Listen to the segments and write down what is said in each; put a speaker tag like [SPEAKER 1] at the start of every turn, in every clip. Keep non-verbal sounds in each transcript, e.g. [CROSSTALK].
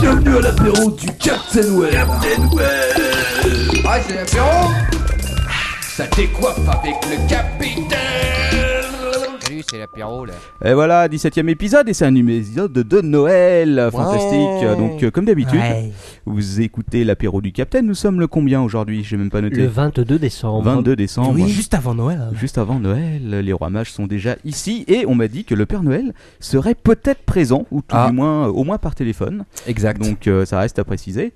[SPEAKER 1] bienvenue à l'apéro du Captain Web. Captain
[SPEAKER 2] Ah, c'est l'apéro Ça décoiffe avec le capitaine Salut, c'est l'apéro, là.
[SPEAKER 3] Et voilà, 17e épisode, et c'est un épisode de Noël. Fantastique. Donc, euh, comme d'habitude,
[SPEAKER 4] Ouais.
[SPEAKER 3] vous écoutez l'apéro du Capitaine. Nous sommes le combien aujourd'hui J'ai même pas noté.
[SPEAKER 4] Le 22 décembre.
[SPEAKER 3] 22 décembre.
[SPEAKER 4] Oui, juste avant Noël. hein.
[SPEAKER 3] Juste avant Noël, les rois mages sont déjà ici et on m'a dit que le Père Noël serait peut-être présent, ou tout
[SPEAKER 2] Ah.
[SPEAKER 3] du moins, euh, au moins par téléphone.
[SPEAKER 2] Exact.
[SPEAKER 3] Donc euh, ça reste à préciser.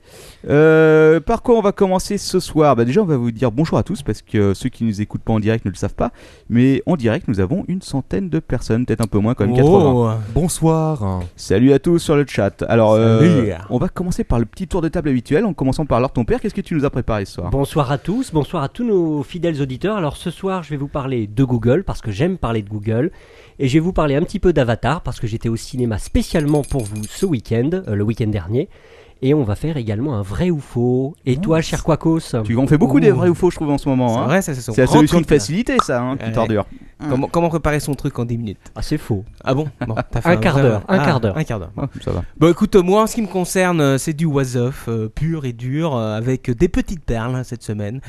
[SPEAKER 3] Euh, par quoi on va commencer ce soir bah, Déjà, on va vous dire bonjour à tous parce que euh, ceux qui nous écoutent pas en direct ne le savent pas. Mais en direct, nous avons une centaine de personnes, peut-être un peu moins quand même, 80.
[SPEAKER 4] Oh.
[SPEAKER 5] Bonsoir.
[SPEAKER 3] Salut à tous sur le chat. Alors, euh,
[SPEAKER 4] Salut.
[SPEAKER 3] on va commencer par le petit tour de table habituel en commençant par alors ton père. Qu'est-ce que tu nous as préparé ce soir
[SPEAKER 4] Bonsoir à tous, bonsoir à tous nos fidèles auditeurs. Alors ce soir, je vais vous parler de Google parce que j'aime parler de Google et je vais vous parler un petit peu d'Avatar parce que j'étais au cinéma spécialement pour vous ce week-end, euh, le week-end dernier. Et on va faire également un vrai ou faux. Et toi, cher Quacos
[SPEAKER 3] Tu en fais beaucoup des vrais ou faux, je trouve, en ce moment. hein.
[SPEAKER 5] vrai, ça, son
[SPEAKER 3] C'est la
[SPEAKER 5] grand
[SPEAKER 3] solution de
[SPEAKER 5] truc, là.
[SPEAKER 3] facilité, ça, hein,
[SPEAKER 5] Ouais.
[SPEAKER 3] petite ordure.
[SPEAKER 5] Comment, comment préparer son truc en 10 minutes
[SPEAKER 4] Ah, c'est faux.
[SPEAKER 5] Ah bon, Bon, t'as fait
[SPEAKER 4] Un quart
[SPEAKER 5] vrai-
[SPEAKER 4] d'heure, un
[SPEAKER 5] Ah,
[SPEAKER 4] quart d'heure.
[SPEAKER 5] Un quart d'heure.
[SPEAKER 3] Ouais, ça va.
[SPEAKER 5] Bon, écoute, euh, moi, en ce qui me concerne, euh, c'est du was-off pur et dur euh, avec des petites perles hein, cette semaine.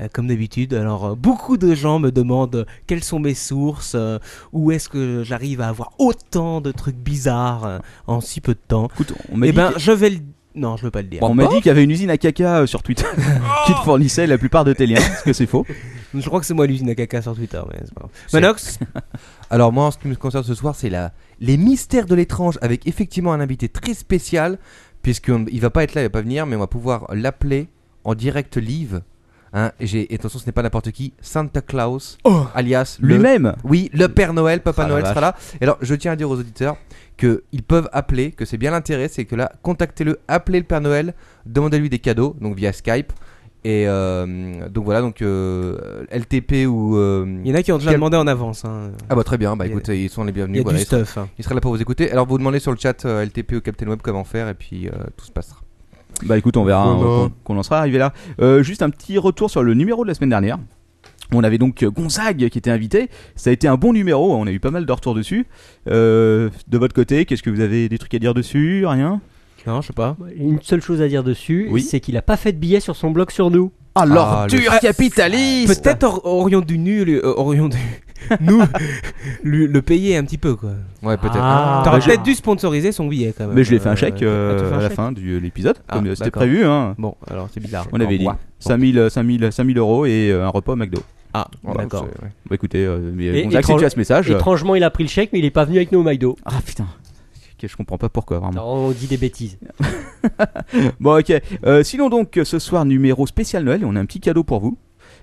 [SPEAKER 5] euh, comme d'habitude, alors euh, beaucoup de gens me demandent euh, quelles sont mes sources, euh, où est-ce que j'arrive à avoir autant de trucs bizarres euh, en si peu de temps.
[SPEAKER 3] Écoute, on m'a
[SPEAKER 5] Eh
[SPEAKER 3] dit
[SPEAKER 5] ben,
[SPEAKER 3] que-
[SPEAKER 5] je vais le... Non, je veux pas le dire.
[SPEAKER 3] on m'a dit qu'il y avait une usine à caca euh, sur Twitter [LAUGHS] qui te fournissait la plupart de tes liens, parce que c'est faux.
[SPEAKER 5] [LAUGHS] Je crois que c'est moi l'usine à caca sur Twitter, mais c'est pas grave. Manox
[SPEAKER 6] [LAUGHS] Alors moi, en ce qui me concerne ce soir, c'est la les mystères de l'étrange avec effectivement un invité très spécial puisqu'il il va pas être là, il va pas venir, mais on va pouvoir l'appeler en direct live. Hein, et j'ai et attention, ce n'est pas n'importe qui, Santa Claus, alias le-
[SPEAKER 3] Lui-même
[SPEAKER 6] Oui, le Père Noël, Papa
[SPEAKER 3] Ah, la
[SPEAKER 6] Noël
[SPEAKER 3] vache.
[SPEAKER 6] sera là. Et alors, je tiens à dire aux auditeurs que ils peuvent appeler, que c'est bien l'intérêt, c'est que là, contactez-le, appelez le Père Noël, demandez-lui des cadeaux, donc via Skype. Et euh, donc voilà, donc euh, LTP ou euh,
[SPEAKER 5] Il y en a qui ont déjà
[SPEAKER 6] Quel-
[SPEAKER 5] demandé en avance. hein.
[SPEAKER 6] ah bah très bien, bah
[SPEAKER 5] Il y a-
[SPEAKER 6] écoutez, ils sont les
[SPEAKER 5] Il y
[SPEAKER 6] bienvenus.
[SPEAKER 5] a
[SPEAKER 6] voilà,
[SPEAKER 5] du
[SPEAKER 6] ils, sont-
[SPEAKER 5] stuff. hein.
[SPEAKER 6] ils seraient là pour vous écouter. Alors vous demandez sur le chat euh, LTP ou Captain Web comment faire et puis euh, tout se passera.
[SPEAKER 3] Bah écoute, on verra hein,
[SPEAKER 6] Voilà.
[SPEAKER 3] qu'on- qu'on en sera arrivé là. Euh, juste un petit retour sur le numéro de la semaine dernière. On avait donc euh, Gonzague qui était invité. Ça a été un bon numéro, hein. on a eu pas mal de retours dessus. Euh, de votre côté, qu'est-ce que vous avez des trucs à dire dessus Rien
[SPEAKER 5] Non, je sais pas.
[SPEAKER 4] Une seule chose à dire dessus,
[SPEAKER 3] Oui.
[SPEAKER 4] c'est qu'il a pas fait de billet sur son blog sur nous.
[SPEAKER 3] Ah,
[SPEAKER 6] l'ordure
[SPEAKER 3] l'ordure capitaliste
[SPEAKER 5] Peut-être or- aurions dû nul, euh, aurions dû [LAUGHS] nous lui- le payer un petit peu quoi.
[SPEAKER 6] Ouais peut-être.
[SPEAKER 4] Ah.
[SPEAKER 5] T'aurais
[SPEAKER 3] bah,
[SPEAKER 5] peut-être dû sponsoriser son billet quand même.
[SPEAKER 3] Mais je lui ai fait
[SPEAKER 5] Euh,
[SPEAKER 3] un chèque euh,
[SPEAKER 5] ah, t'as fait un
[SPEAKER 3] à la
[SPEAKER 5] chèque
[SPEAKER 3] fin de l'épisode,
[SPEAKER 5] Ah,
[SPEAKER 3] comme euh, c'était
[SPEAKER 5] d'accord.
[SPEAKER 3] prévu. Hein.
[SPEAKER 5] Bon, alors c'est bizarre.
[SPEAKER 3] On avait dit euh,
[SPEAKER 6] bois.
[SPEAKER 3] 5000, 5000, 5000 euros et euh, un repas au McDo.
[SPEAKER 5] Ah, d'accord.
[SPEAKER 6] c'est- ouais.
[SPEAKER 3] Bah écoutez, euh, mais
[SPEAKER 4] Et-
[SPEAKER 3] Gonzague, si
[SPEAKER 4] étrange-
[SPEAKER 3] tu as ce message. euh,
[SPEAKER 4] Étrangement, il a pris le chèque, mais il est pas venu avec nous au McDo.
[SPEAKER 3] Ah putain, Ok, je comprends pas pourquoi vraiment.
[SPEAKER 4] Non, on dit des [LAUGHS] bêtises.
[SPEAKER 3] [LAUGHS] Bon, ok. Euh, sinon, donc, ce soir, numéro spécial Noël, et on a un petit cadeau pour vous.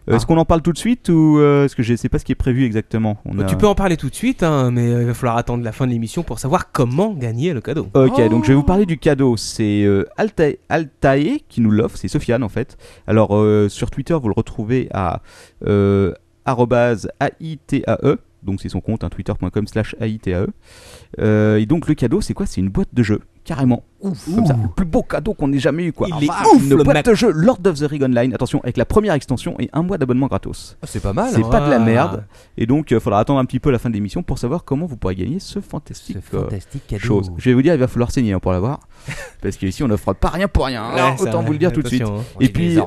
[SPEAKER 5] Ah.
[SPEAKER 3] Euh, Est-ce qu'on en parle tout de suite ou euh, est-ce que je sais pas ce qui est prévu exactement on
[SPEAKER 5] Bah,
[SPEAKER 3] a-
[SPEAKER 5] Tu peux en parler tout de suite, hein, mais euh, il va falloir attendre la fin de l'émission pour savoir comment gagner le cadeau.
[SPEAKER 3] Ok, donc je vais vous parler du cadeau. C'est euh, Altae, Altae qui nous l'offre, c'est Sofiane en fait. Alors euh, sur Twitter, vous le retrouvez à euh, arobase AITAE, donc c'est son compte, hein, twitter.com slash AITAE. E. Euh, et donc le cadeau, c'est quoi C'est une boîte de jeu, carrément. Ouf, comme ça. Le plus beau cadeau qu'on ait jamais eu, quoi.
[SPEAKER 5] Il
[SPEAKER 3] Ah,
[SPEAKER 5] est
[SPEAKER 3] vache,
[SPEAKER 5] ouf,
[SPEAKER 3] Une
[SPEAKER 5] le
[SPEAKER 3] boîte
[SPEAKER 5] mec.
[SPEAKER 3] de jeu Lord of the Ring Online, attention, avec la première extension et un mois d'abonnement gratos.
[SPEAKER 6] Ah, C'est pas mal.
[SPEAKER 3] c'est
[SPEAKER 6] hein.
[SPEAKER 3] pas de la
[SPEAKER 5] ah.
[SPEAKER 3] merde. Et donc, il faudra attendre un petit peu la fin de l'émission pour savoir comment vous pourrez gagner ce fantastique,
[SPEAKER 6] Ce
[SPEAKER 3] euh,
[SPEAKER 6] fantastique cadeau.
[SPEAKER 3] chose. Je vais vous dire, il va falloir saigner hein, pour l'avoir. Parce qu'ici, on n'offre pas rien pour rien. hein.
[SPEAKER 5] Ouais, ça,
[SPEAKER 3] Autant vous le dire tout de suite.
[SPEAKER 5] attention, hein.
[SPEAKER 3] Et puis,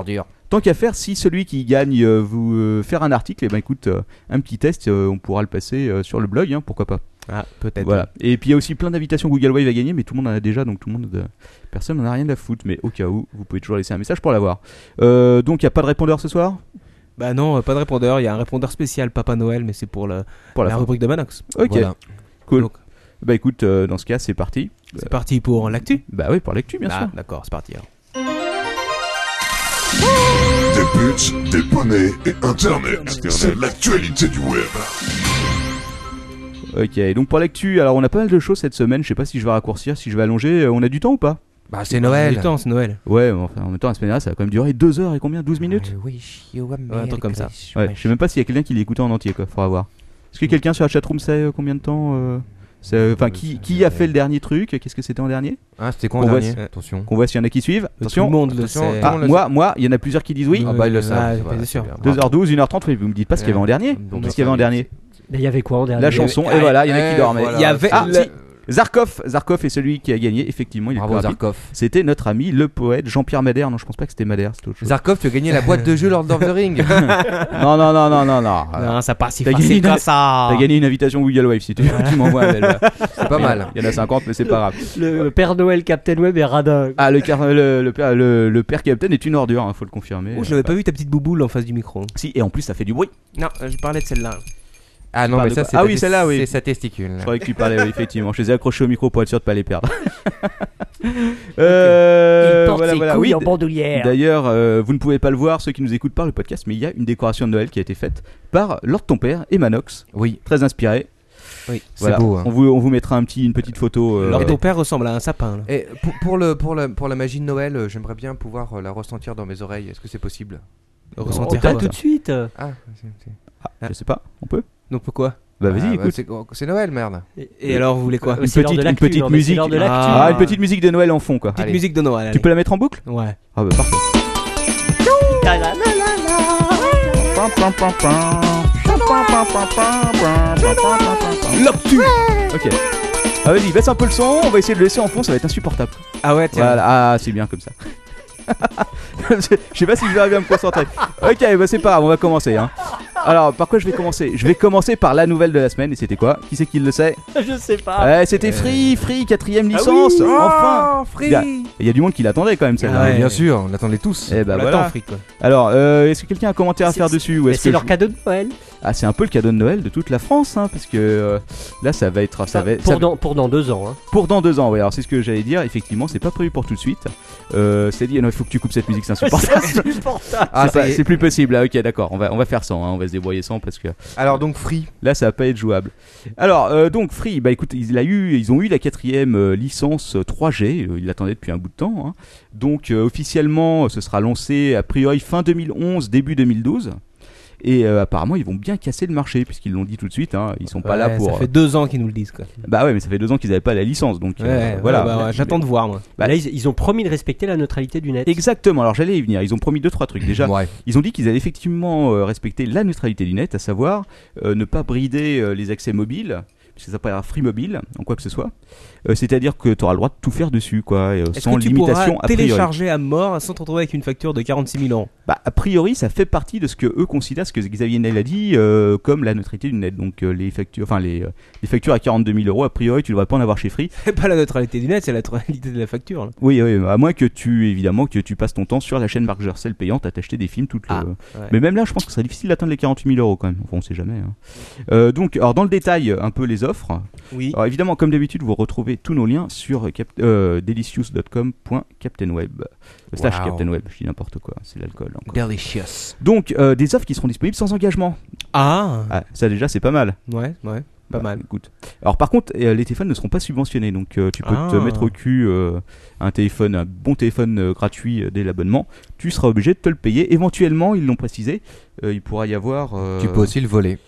[SPEAKER 3] tant qu'à faire, si celui qui gagne euh, vous euh, faire un article, eh ben, écoute, euh, un petit test, euh, on pourra le passer euh, sur le blog, hein, pourquoi pas.
[SPEAKER 5] Ah, peut-être.
[SPEAKER 3] Voilà. Et puis, il y a aussi plein d'invitations Google Wave à gagner, mais tout le monde en a déjà, donc tout le monde, euh, personne n'en a rien à foutre. Mais au cas où, vous pouvez toujours laisser un message pour l'avoir. Euh, donc, il n'y a pas de répondeur ce soir
[SPEAKER 5] Bah non, euh, pas de répondeur. Il y a un répondeur spécial Papa Noël, mais c'est pour le-
[SPEAKER 3] Pour la,
[SPEAKER 5] la
[SPEAKER 3] fin.
[SPEAKER 5] rubrique de Manox.
[SPEAKER 3] Ok,
[SPEAKER 6] Voilà.
[SPEAKER 3] cool.
[SPEAKER 5] Donc,
[SPEAKER 3] Bah écoute, euh, dans ce cas, c'est parti.
[SPEAKER 5] c'est parti pour l'actu.
[SPEAKER 3] Bah oui, pour l'actu, bien
[SPEAKER 5] Ah,
[SPEAKER 3] sûr.
[SPEAKER 5] d'accord, c'est parti. alors.
[SPEAKER 1] Des buts, des poneys et Internet. C'est l'actualité du web.
[SPEAKER 3] Ok, donc pour l'actu, alors on a pas mal de choses cette semaine, je sais pas si je vais raccourcir, si je vais allonger, euh, on a du temps ou pas
[SPEAKER 6] Bah c'est
[SPEAKER 5] Du
[SPEAKER 6] Noël.
[SPEAKER 5] temps, c'est Noël.
[SPEAKER 3] Ouais, mais enfin en même temps la semaine dernière ça va quand même durer 2 heures et combien 12 minutes
[SPEAKER 6] I wish you a
[SPEAKER 5] Ouais, un truc comme ça.
[SPEAKER 6] Merry
[SPEAKER 3] Ouais, je sais même pas s'il y a quelqu'un qui l'écoutait en entier quoi, faudra voir. Est-ce que quelqu'un sur la chatroom sait euh, combien de temps euh, c'est, euh, Enfin, qui, qui a fait le dernier truc Qu'est-ce que c'était en dernier
[SPEAKER 6] Ah, c'était quoi
[SPEAKER 3] On
[SPEAKER 6] en
[SPEAKER 3] voit
[SPEAKER 6] dernier
[SPEAKER 5] si-
[SPEAKER 6] Attention.
[SPEAKER 3] Qu'on voit s'il y en a qui suivent.
[SPEAKER 5] Tout le
[SPEAKER 3] Attention.
[SPEAKER 5] monde le
[SPEAKER 6] Attention,
[SPEAKER 5] sait.
[SPEAKER 6] tout le
[SPEAKER 3] Ah,
[SPEAKER 6] monde le
[SPEAKER 3] moi, moi, il y en a plusieurs qui disent oui.
[SPEAKER 6] Ah bah ils le
[SPEAKER 5] Ah,
[SPEAKER 6] savent.
[SPEAKER 5] bien
[SPEAKER 6] voilà,
[SPEAKER 5] sûr.
[SPEAKER 6] c'est bien.
[SPEAKER 3] 2h12, 1h30, oui, vous me dites pas ce qu'il y avait en dernier.
[SPEAKER 6] Donc,
[SPEAKER 3] Qu'est-ce qu'il y avait en dernier
[SPEAKER 4] Mais il y avait quoi en dernier Ah,
[SPEAKER 3] La chanson, et voilà, il y en a qui dorment.
[SPEAKER 6] voilà.
[SPEAKER 5] Il y avait
[SPEAKER 3] Ah,
[SPEAKER 5] le-
[SPEAKER 3] si. Zarkov, Zarkov est celui qui a gagné, effectivement, il est
[SPEAKER 6] Bravo
[SPEAKER 3] plus rapide.
[SPEAKER 6] Zarkov.
[SPEAKER 3] C'était notre ami, le poète Jean-Pierre Madère. Non, je pense pas que c'était Madère, c'était autre chose.
[SPEAKER 6] Zarkov, tu as gagné la boîte
[SPEAKER 3] [LAUGHS]
[SPEAKER 6] de jeu Lord of the Ring.
[SPEAKER 3] non, non, non, non, non, non.
[SPEAKER 5] Non, ça part si
[SPEAKER 3] T'as
[SPEAKER 5] facile
[SPEAKER 3] gagné
[SPEAKER 5] comme
[SPEAKER 3] une-
[SPEAKER 5] ça.
[SPEAKER 3] T'as gagné une invitation Google Wave si tu, tu m'envoies un mail.
[SPEAKER 6] C'est pas mal.
[SPEAKER 3] Il y en a 50, mais c'est pas grave.
[SPEAKER 4] Le Père Noël, Captain Web et Radin.
[SPEAKER 3] Ah, le, car- le, le père, le, le père Captain est une ordure, hein, faut le confirmer.
[SPEAKER 5] Oh, je l'avais pas vu ta petite bouboule en face du micro.
[SPEAKER 3] Si, et en plus, ça fait du bruit.
[SPEAKER 5] Non, euh, je parlais de celle-là.
[SPEAKER 6] Ah non, mais
[SPEAKER 3] Parle de
[SPEAKER 6] ça,
[SPEAKER 3] quoi
[SPEAKER 6] c'est
[SPEAKER 3] Ah
[SPEAKER 6] ta
[SPEAKER 3] oui,
[SPEAKER 6] tes-
[SPEAKER 3] celle-là, oui.
[SPEAKER 6] C'est sa testicule.
[SPEAKER 3] Je croyais que tu parlais, oui, effectivement. Je les ai accrochés au micro pour être sûr de pas
[SPEAKER 6] [LAUGHS]
[SPEAKER 3] les perdre. Euh,
[SPEAKER 4] il porte
[SPEAKER 3] voilà,
[SPEAKER 4] ses
[SPEAKER 3] voilà.
[SPEAKER 4] couilles
[SPEAKER 3] Oui,
[SPEAKER 4] en bandoulière.
[SPEAKER 3] D'ailleurs, euh, vous ne pouvez pas le voir, ceux qui nous écoutent par le podcast, mais il y a une décoration de Noël qui a été faite par Lord Ton Père et Manox,
[SPEAKER 6] Oui,
[SPEAKER 3] très inspiré.
[SPEAKER 6] oui. C'est
[SPEAKER 3] Voilà.
[SPEAKER 6] beau. hein.
[SPEAKER 3] On, vous, on vous mettra un petit, une petite photo. euh,
[SPEAKER 5] Alors ton père ressemble à un sapin. là.
[SPEAKER 6] Et pour, pour le, pour, la, pour la magie de Noël, euh, j'aimerais bien pouvoir euh, la ressentir dans mes oreilles. Est-ce que c'est possible
[SPEAKER 5] Ressentir
[SPEAKER 4] Pas
[SPEAKER 5] quoi
[SPEAKER 4] Oh, tout de suite.
[SPEAKER 6] Ah, c'est- c'est-
[SPEAKER 3] ah, je sais pas, on peut
[SPEAKER 5] Donc pourquoi
[SPEAKER 3] Bah
[SPEAKER 6] Ah,
[SPEAKER 3] vas-y,
[SPEAKER 6] bah,
[SPEAKER 3] écoute.
[SPEAKER 6] c'est- oh, c'est Noël, merde.
[SPEAKER 5] et, et alors vous voulez quoi
[SPEAKER 4] Ouais,
[SPEAKER 3] une
[SPEAKER 4] c'est l'heure
[SPEAKER 3] petite,
[SPEAKER 4] de
[SPEAKER 3] une
[SPEAKER 4] l'actu,
[SPEAKER 3] petite
[SPEAKER 4] non, mais c'est
[SPEAKER 3] musique.
[SPEAKER 4] l'heure de
[SPEAKER 3] ah,
[SPEAKER 4] l'actu.
[SPEAKER 5] Ah.
[SPEAKER 3] une petite musique de Noël en fond, quoi.
[SPEAKER 5] Petite
[SPEAKER 6] allez.
[SPEAKER 5] musique de Noël.
[SPEAKER 3] Tu
[SPEAKER 5] allez.
[SPEAKER 3] peux la mettre en boucle
[SPEAKER 5] Ouais.
[SPEAKER 3] Ah bah parfait.
[SPEAKER 4] Ta la la la la.
[SPEAKER 3] L'actu Ok. Ah vas-y, baisse un peu le son, on va essayer de le laisser en fond, ça va être insupportable.
[SPEAKER 5] Ah ouais, tiens. [LAUGHS]
[SPEAKER 3] Voilà, ah, c'est bien comme ça. [LAUGHS] je je sais pas si je vais arriver à me concentrer. Ok, bah c'est pas grave, on va commencer. Hein. Alors, par quoi je vais commencer Je vais commencer par la nouvelle de la semaine, et c'était quoi Qui c'est qui le sait
[SPEAKER 4] Je sais pas.
[SPEAKER 3] Ouais, Eh, C'était Free, Free, quatrième
[SPEAKER 5] Ah
[SPEAKER 3] licence, enfin
[SPEAKER 5] Oh, Free
[SPEAKER 3] Il y a- Il y a du monde qui l'attendait quand même celle-là.
[SPEAKER 5] Ah ouais.
[SPEAKER 6] Bien sûr, on l'attendait tous.
[SPEAKER 3] Eh bah
[SPEAKER 5] On l'attend,
[SPEAKER 3] voilà.
[SPEAKER 5] Free, quoi.
[SPEAKER 3] Alors, euh, est-ce que quelqu'un a un commentaire à
[SPEAKER 4] C'est-
[SPEAKER 3] faire dessus ou
[SPEAKER 4] Mais
[SPEAKER 3] est-ce
[SPEAKER 4] c'est
[SPEAKER 3] que
[SPEAKER 4] leur
[SPEAKER 3] je-
[SPEAKER 4] cadeau de Noël.
[SPEAKER 3] Ah, c'est un peu le cadeau de Noël de toute la France, hein, parce que euh, là, ça va être, ça va, ça
[SPEAKER 4] pour, dans, pour dans deux ans. hein.
[SPEAKER 3] Pour dans deux ans, oui. Alors c'est ce que j'allais dire. Effectivement, c'est pas prévu pour tout de suite. Euh, c'est dit. Non, il faut que tu coupes cette musique, c'est insupportable.
[SPEAKER 4] C'est insupportable.
[SPEAKER 6] Ah,
[SPEAKER 3] c'est, pas-
[SPEAKER 6] c'est-
[SPEAKER 3] c'est plus possible. Ah, ok, d'accord. On va, on va faire sans. hein. On va se débrouiller sans parce que
[SPEAKER 6] Alors donc Free,
[SPEAKER 3] là, ça va pas être jouable. Alors euh, donc Free, bah écoute, il a eu, ils ont eu la quatrième euh, licence euh, 3G. Euh, Ils l'attendaient depuis un bout de temps. hein. Donc euh, officiellement, euh, ce sera lancé a priori fin 2011, début 2012. Et euh, apparemment, ils vont bien casser le marché puisqu'ils l'ont dit tout de suite. Hein. Ils sont pas là
[SPEAKER 5] Ouais,
[SPEAKER 3] pour.
[SPEAKER 5] Ça fait deux ans qu'ils nous le disent quoi.
[SPEAKER 3] Bah ouais, mais ça fait deux ans qu'ils n'avaient pas la licence. Donc euh,
[SPEAKER 5] Ouais,
[SPEAKER 3] voilà.
[SPEAKER 5] voilà. J'attends de voir moi.
[SPEAKER 3] Bah-
[SPEAKER 4] Là, ils, ils ont promis de respecter la neutralité du net.
[SPEAKER 3] Exactement, alors j'allais y venir. Ils ont promis deux trois trucs. Déjà,
[SPEAKER 6] ouais.
[SPEAKER 3] ils ont dit qu'ils allaient effectivement euh, respecter la neutralité du net, à savoir euh, ne pas brider euh, les accès mobiles, puisque ça s'appellera free mobile, en quoi que ce soit. Euh, C'est-à-dire que tu auras le droit de tout faire dessus, quoi, et, euh,
[SPEAKER 5] Est-ce
[SPEAKER 3] sans
[SPEAKER 5] que tu
[SPEAKER 3] limitation
[SPEAKER 5] pourras
[SPEAKER 3] a priori.
[SPEAKER 5] télécharger à mort sans te retrouver avec une facture de 46 000 euros [LAUGHS]
[SPEAKER 3] Bah, a priori, ça fait partie de ce que eux considèrent, ce que Xavier Niel a dit, euh, comme la neutralité du net. Donc euh, les factures, enfin les, euh, les factures à 42 000 euros, a priori, tu ne devrais pas en avoir chez Free.
[SPEAKER 5] C'est pas la neutralité du net, c'est la neutralité de la facture. là.
[SPEAKER 3] Oui, oui, à moins que tu, évidemment, que tu passes ton temps sur la chaîne Marc Gercel payante à t'acheter des films toute le.
[SPEAKER 5] Ah, ouais.
[SPEAKER 3] Mais même là, je pense que ce serait difficile d'atteindre les 48 000 euros quand même. Enfin, on sait jamais. hein. Euh, donc, alors dans le détail, un peu les offres.
[SPEAKER 5] Oui.
[SPEAKER 3] Alors évidemment, comme d'habitude, vous retrouvez tous nos liens sur cap- euh, delicious.com.captainweb. Euh, Slash
[SPEAKER 6] Wow.
[SPEAKER 3] captainweb, je dis n'importe quoi, c'est l'alcool encore.
[SPEAKER 6] Delicious.
[SPEAKER 3] Donc, euh, des offres qui seront disponibles sans engagement.
[SPEAKER 5] Ah
[SPEAKER 3] Ah, ça déjà, c'est pas mal.
[SPEAKER 5] Ouais, ouais. Pas
[SPEAKER 3] Bah,
[SPEAKER 5] mal.
[SPEAKER 3] Écoute. Alors par contre, euh, les téléphones ne seront pas subventionnés, donc euh, tu peux te
[SPEAKER 5] Ah.
[SPEAKER 3] mettre au cul euh, un téléphone, un bon téléphone euh, gratuit euh, dès l'abonnement. Tu seras obligé de te le payer. Éventuellement, ils l'ont précisé, euh, il pourra y avoir. euh,
[SPEAKER 6] Tu peux aussi le voler.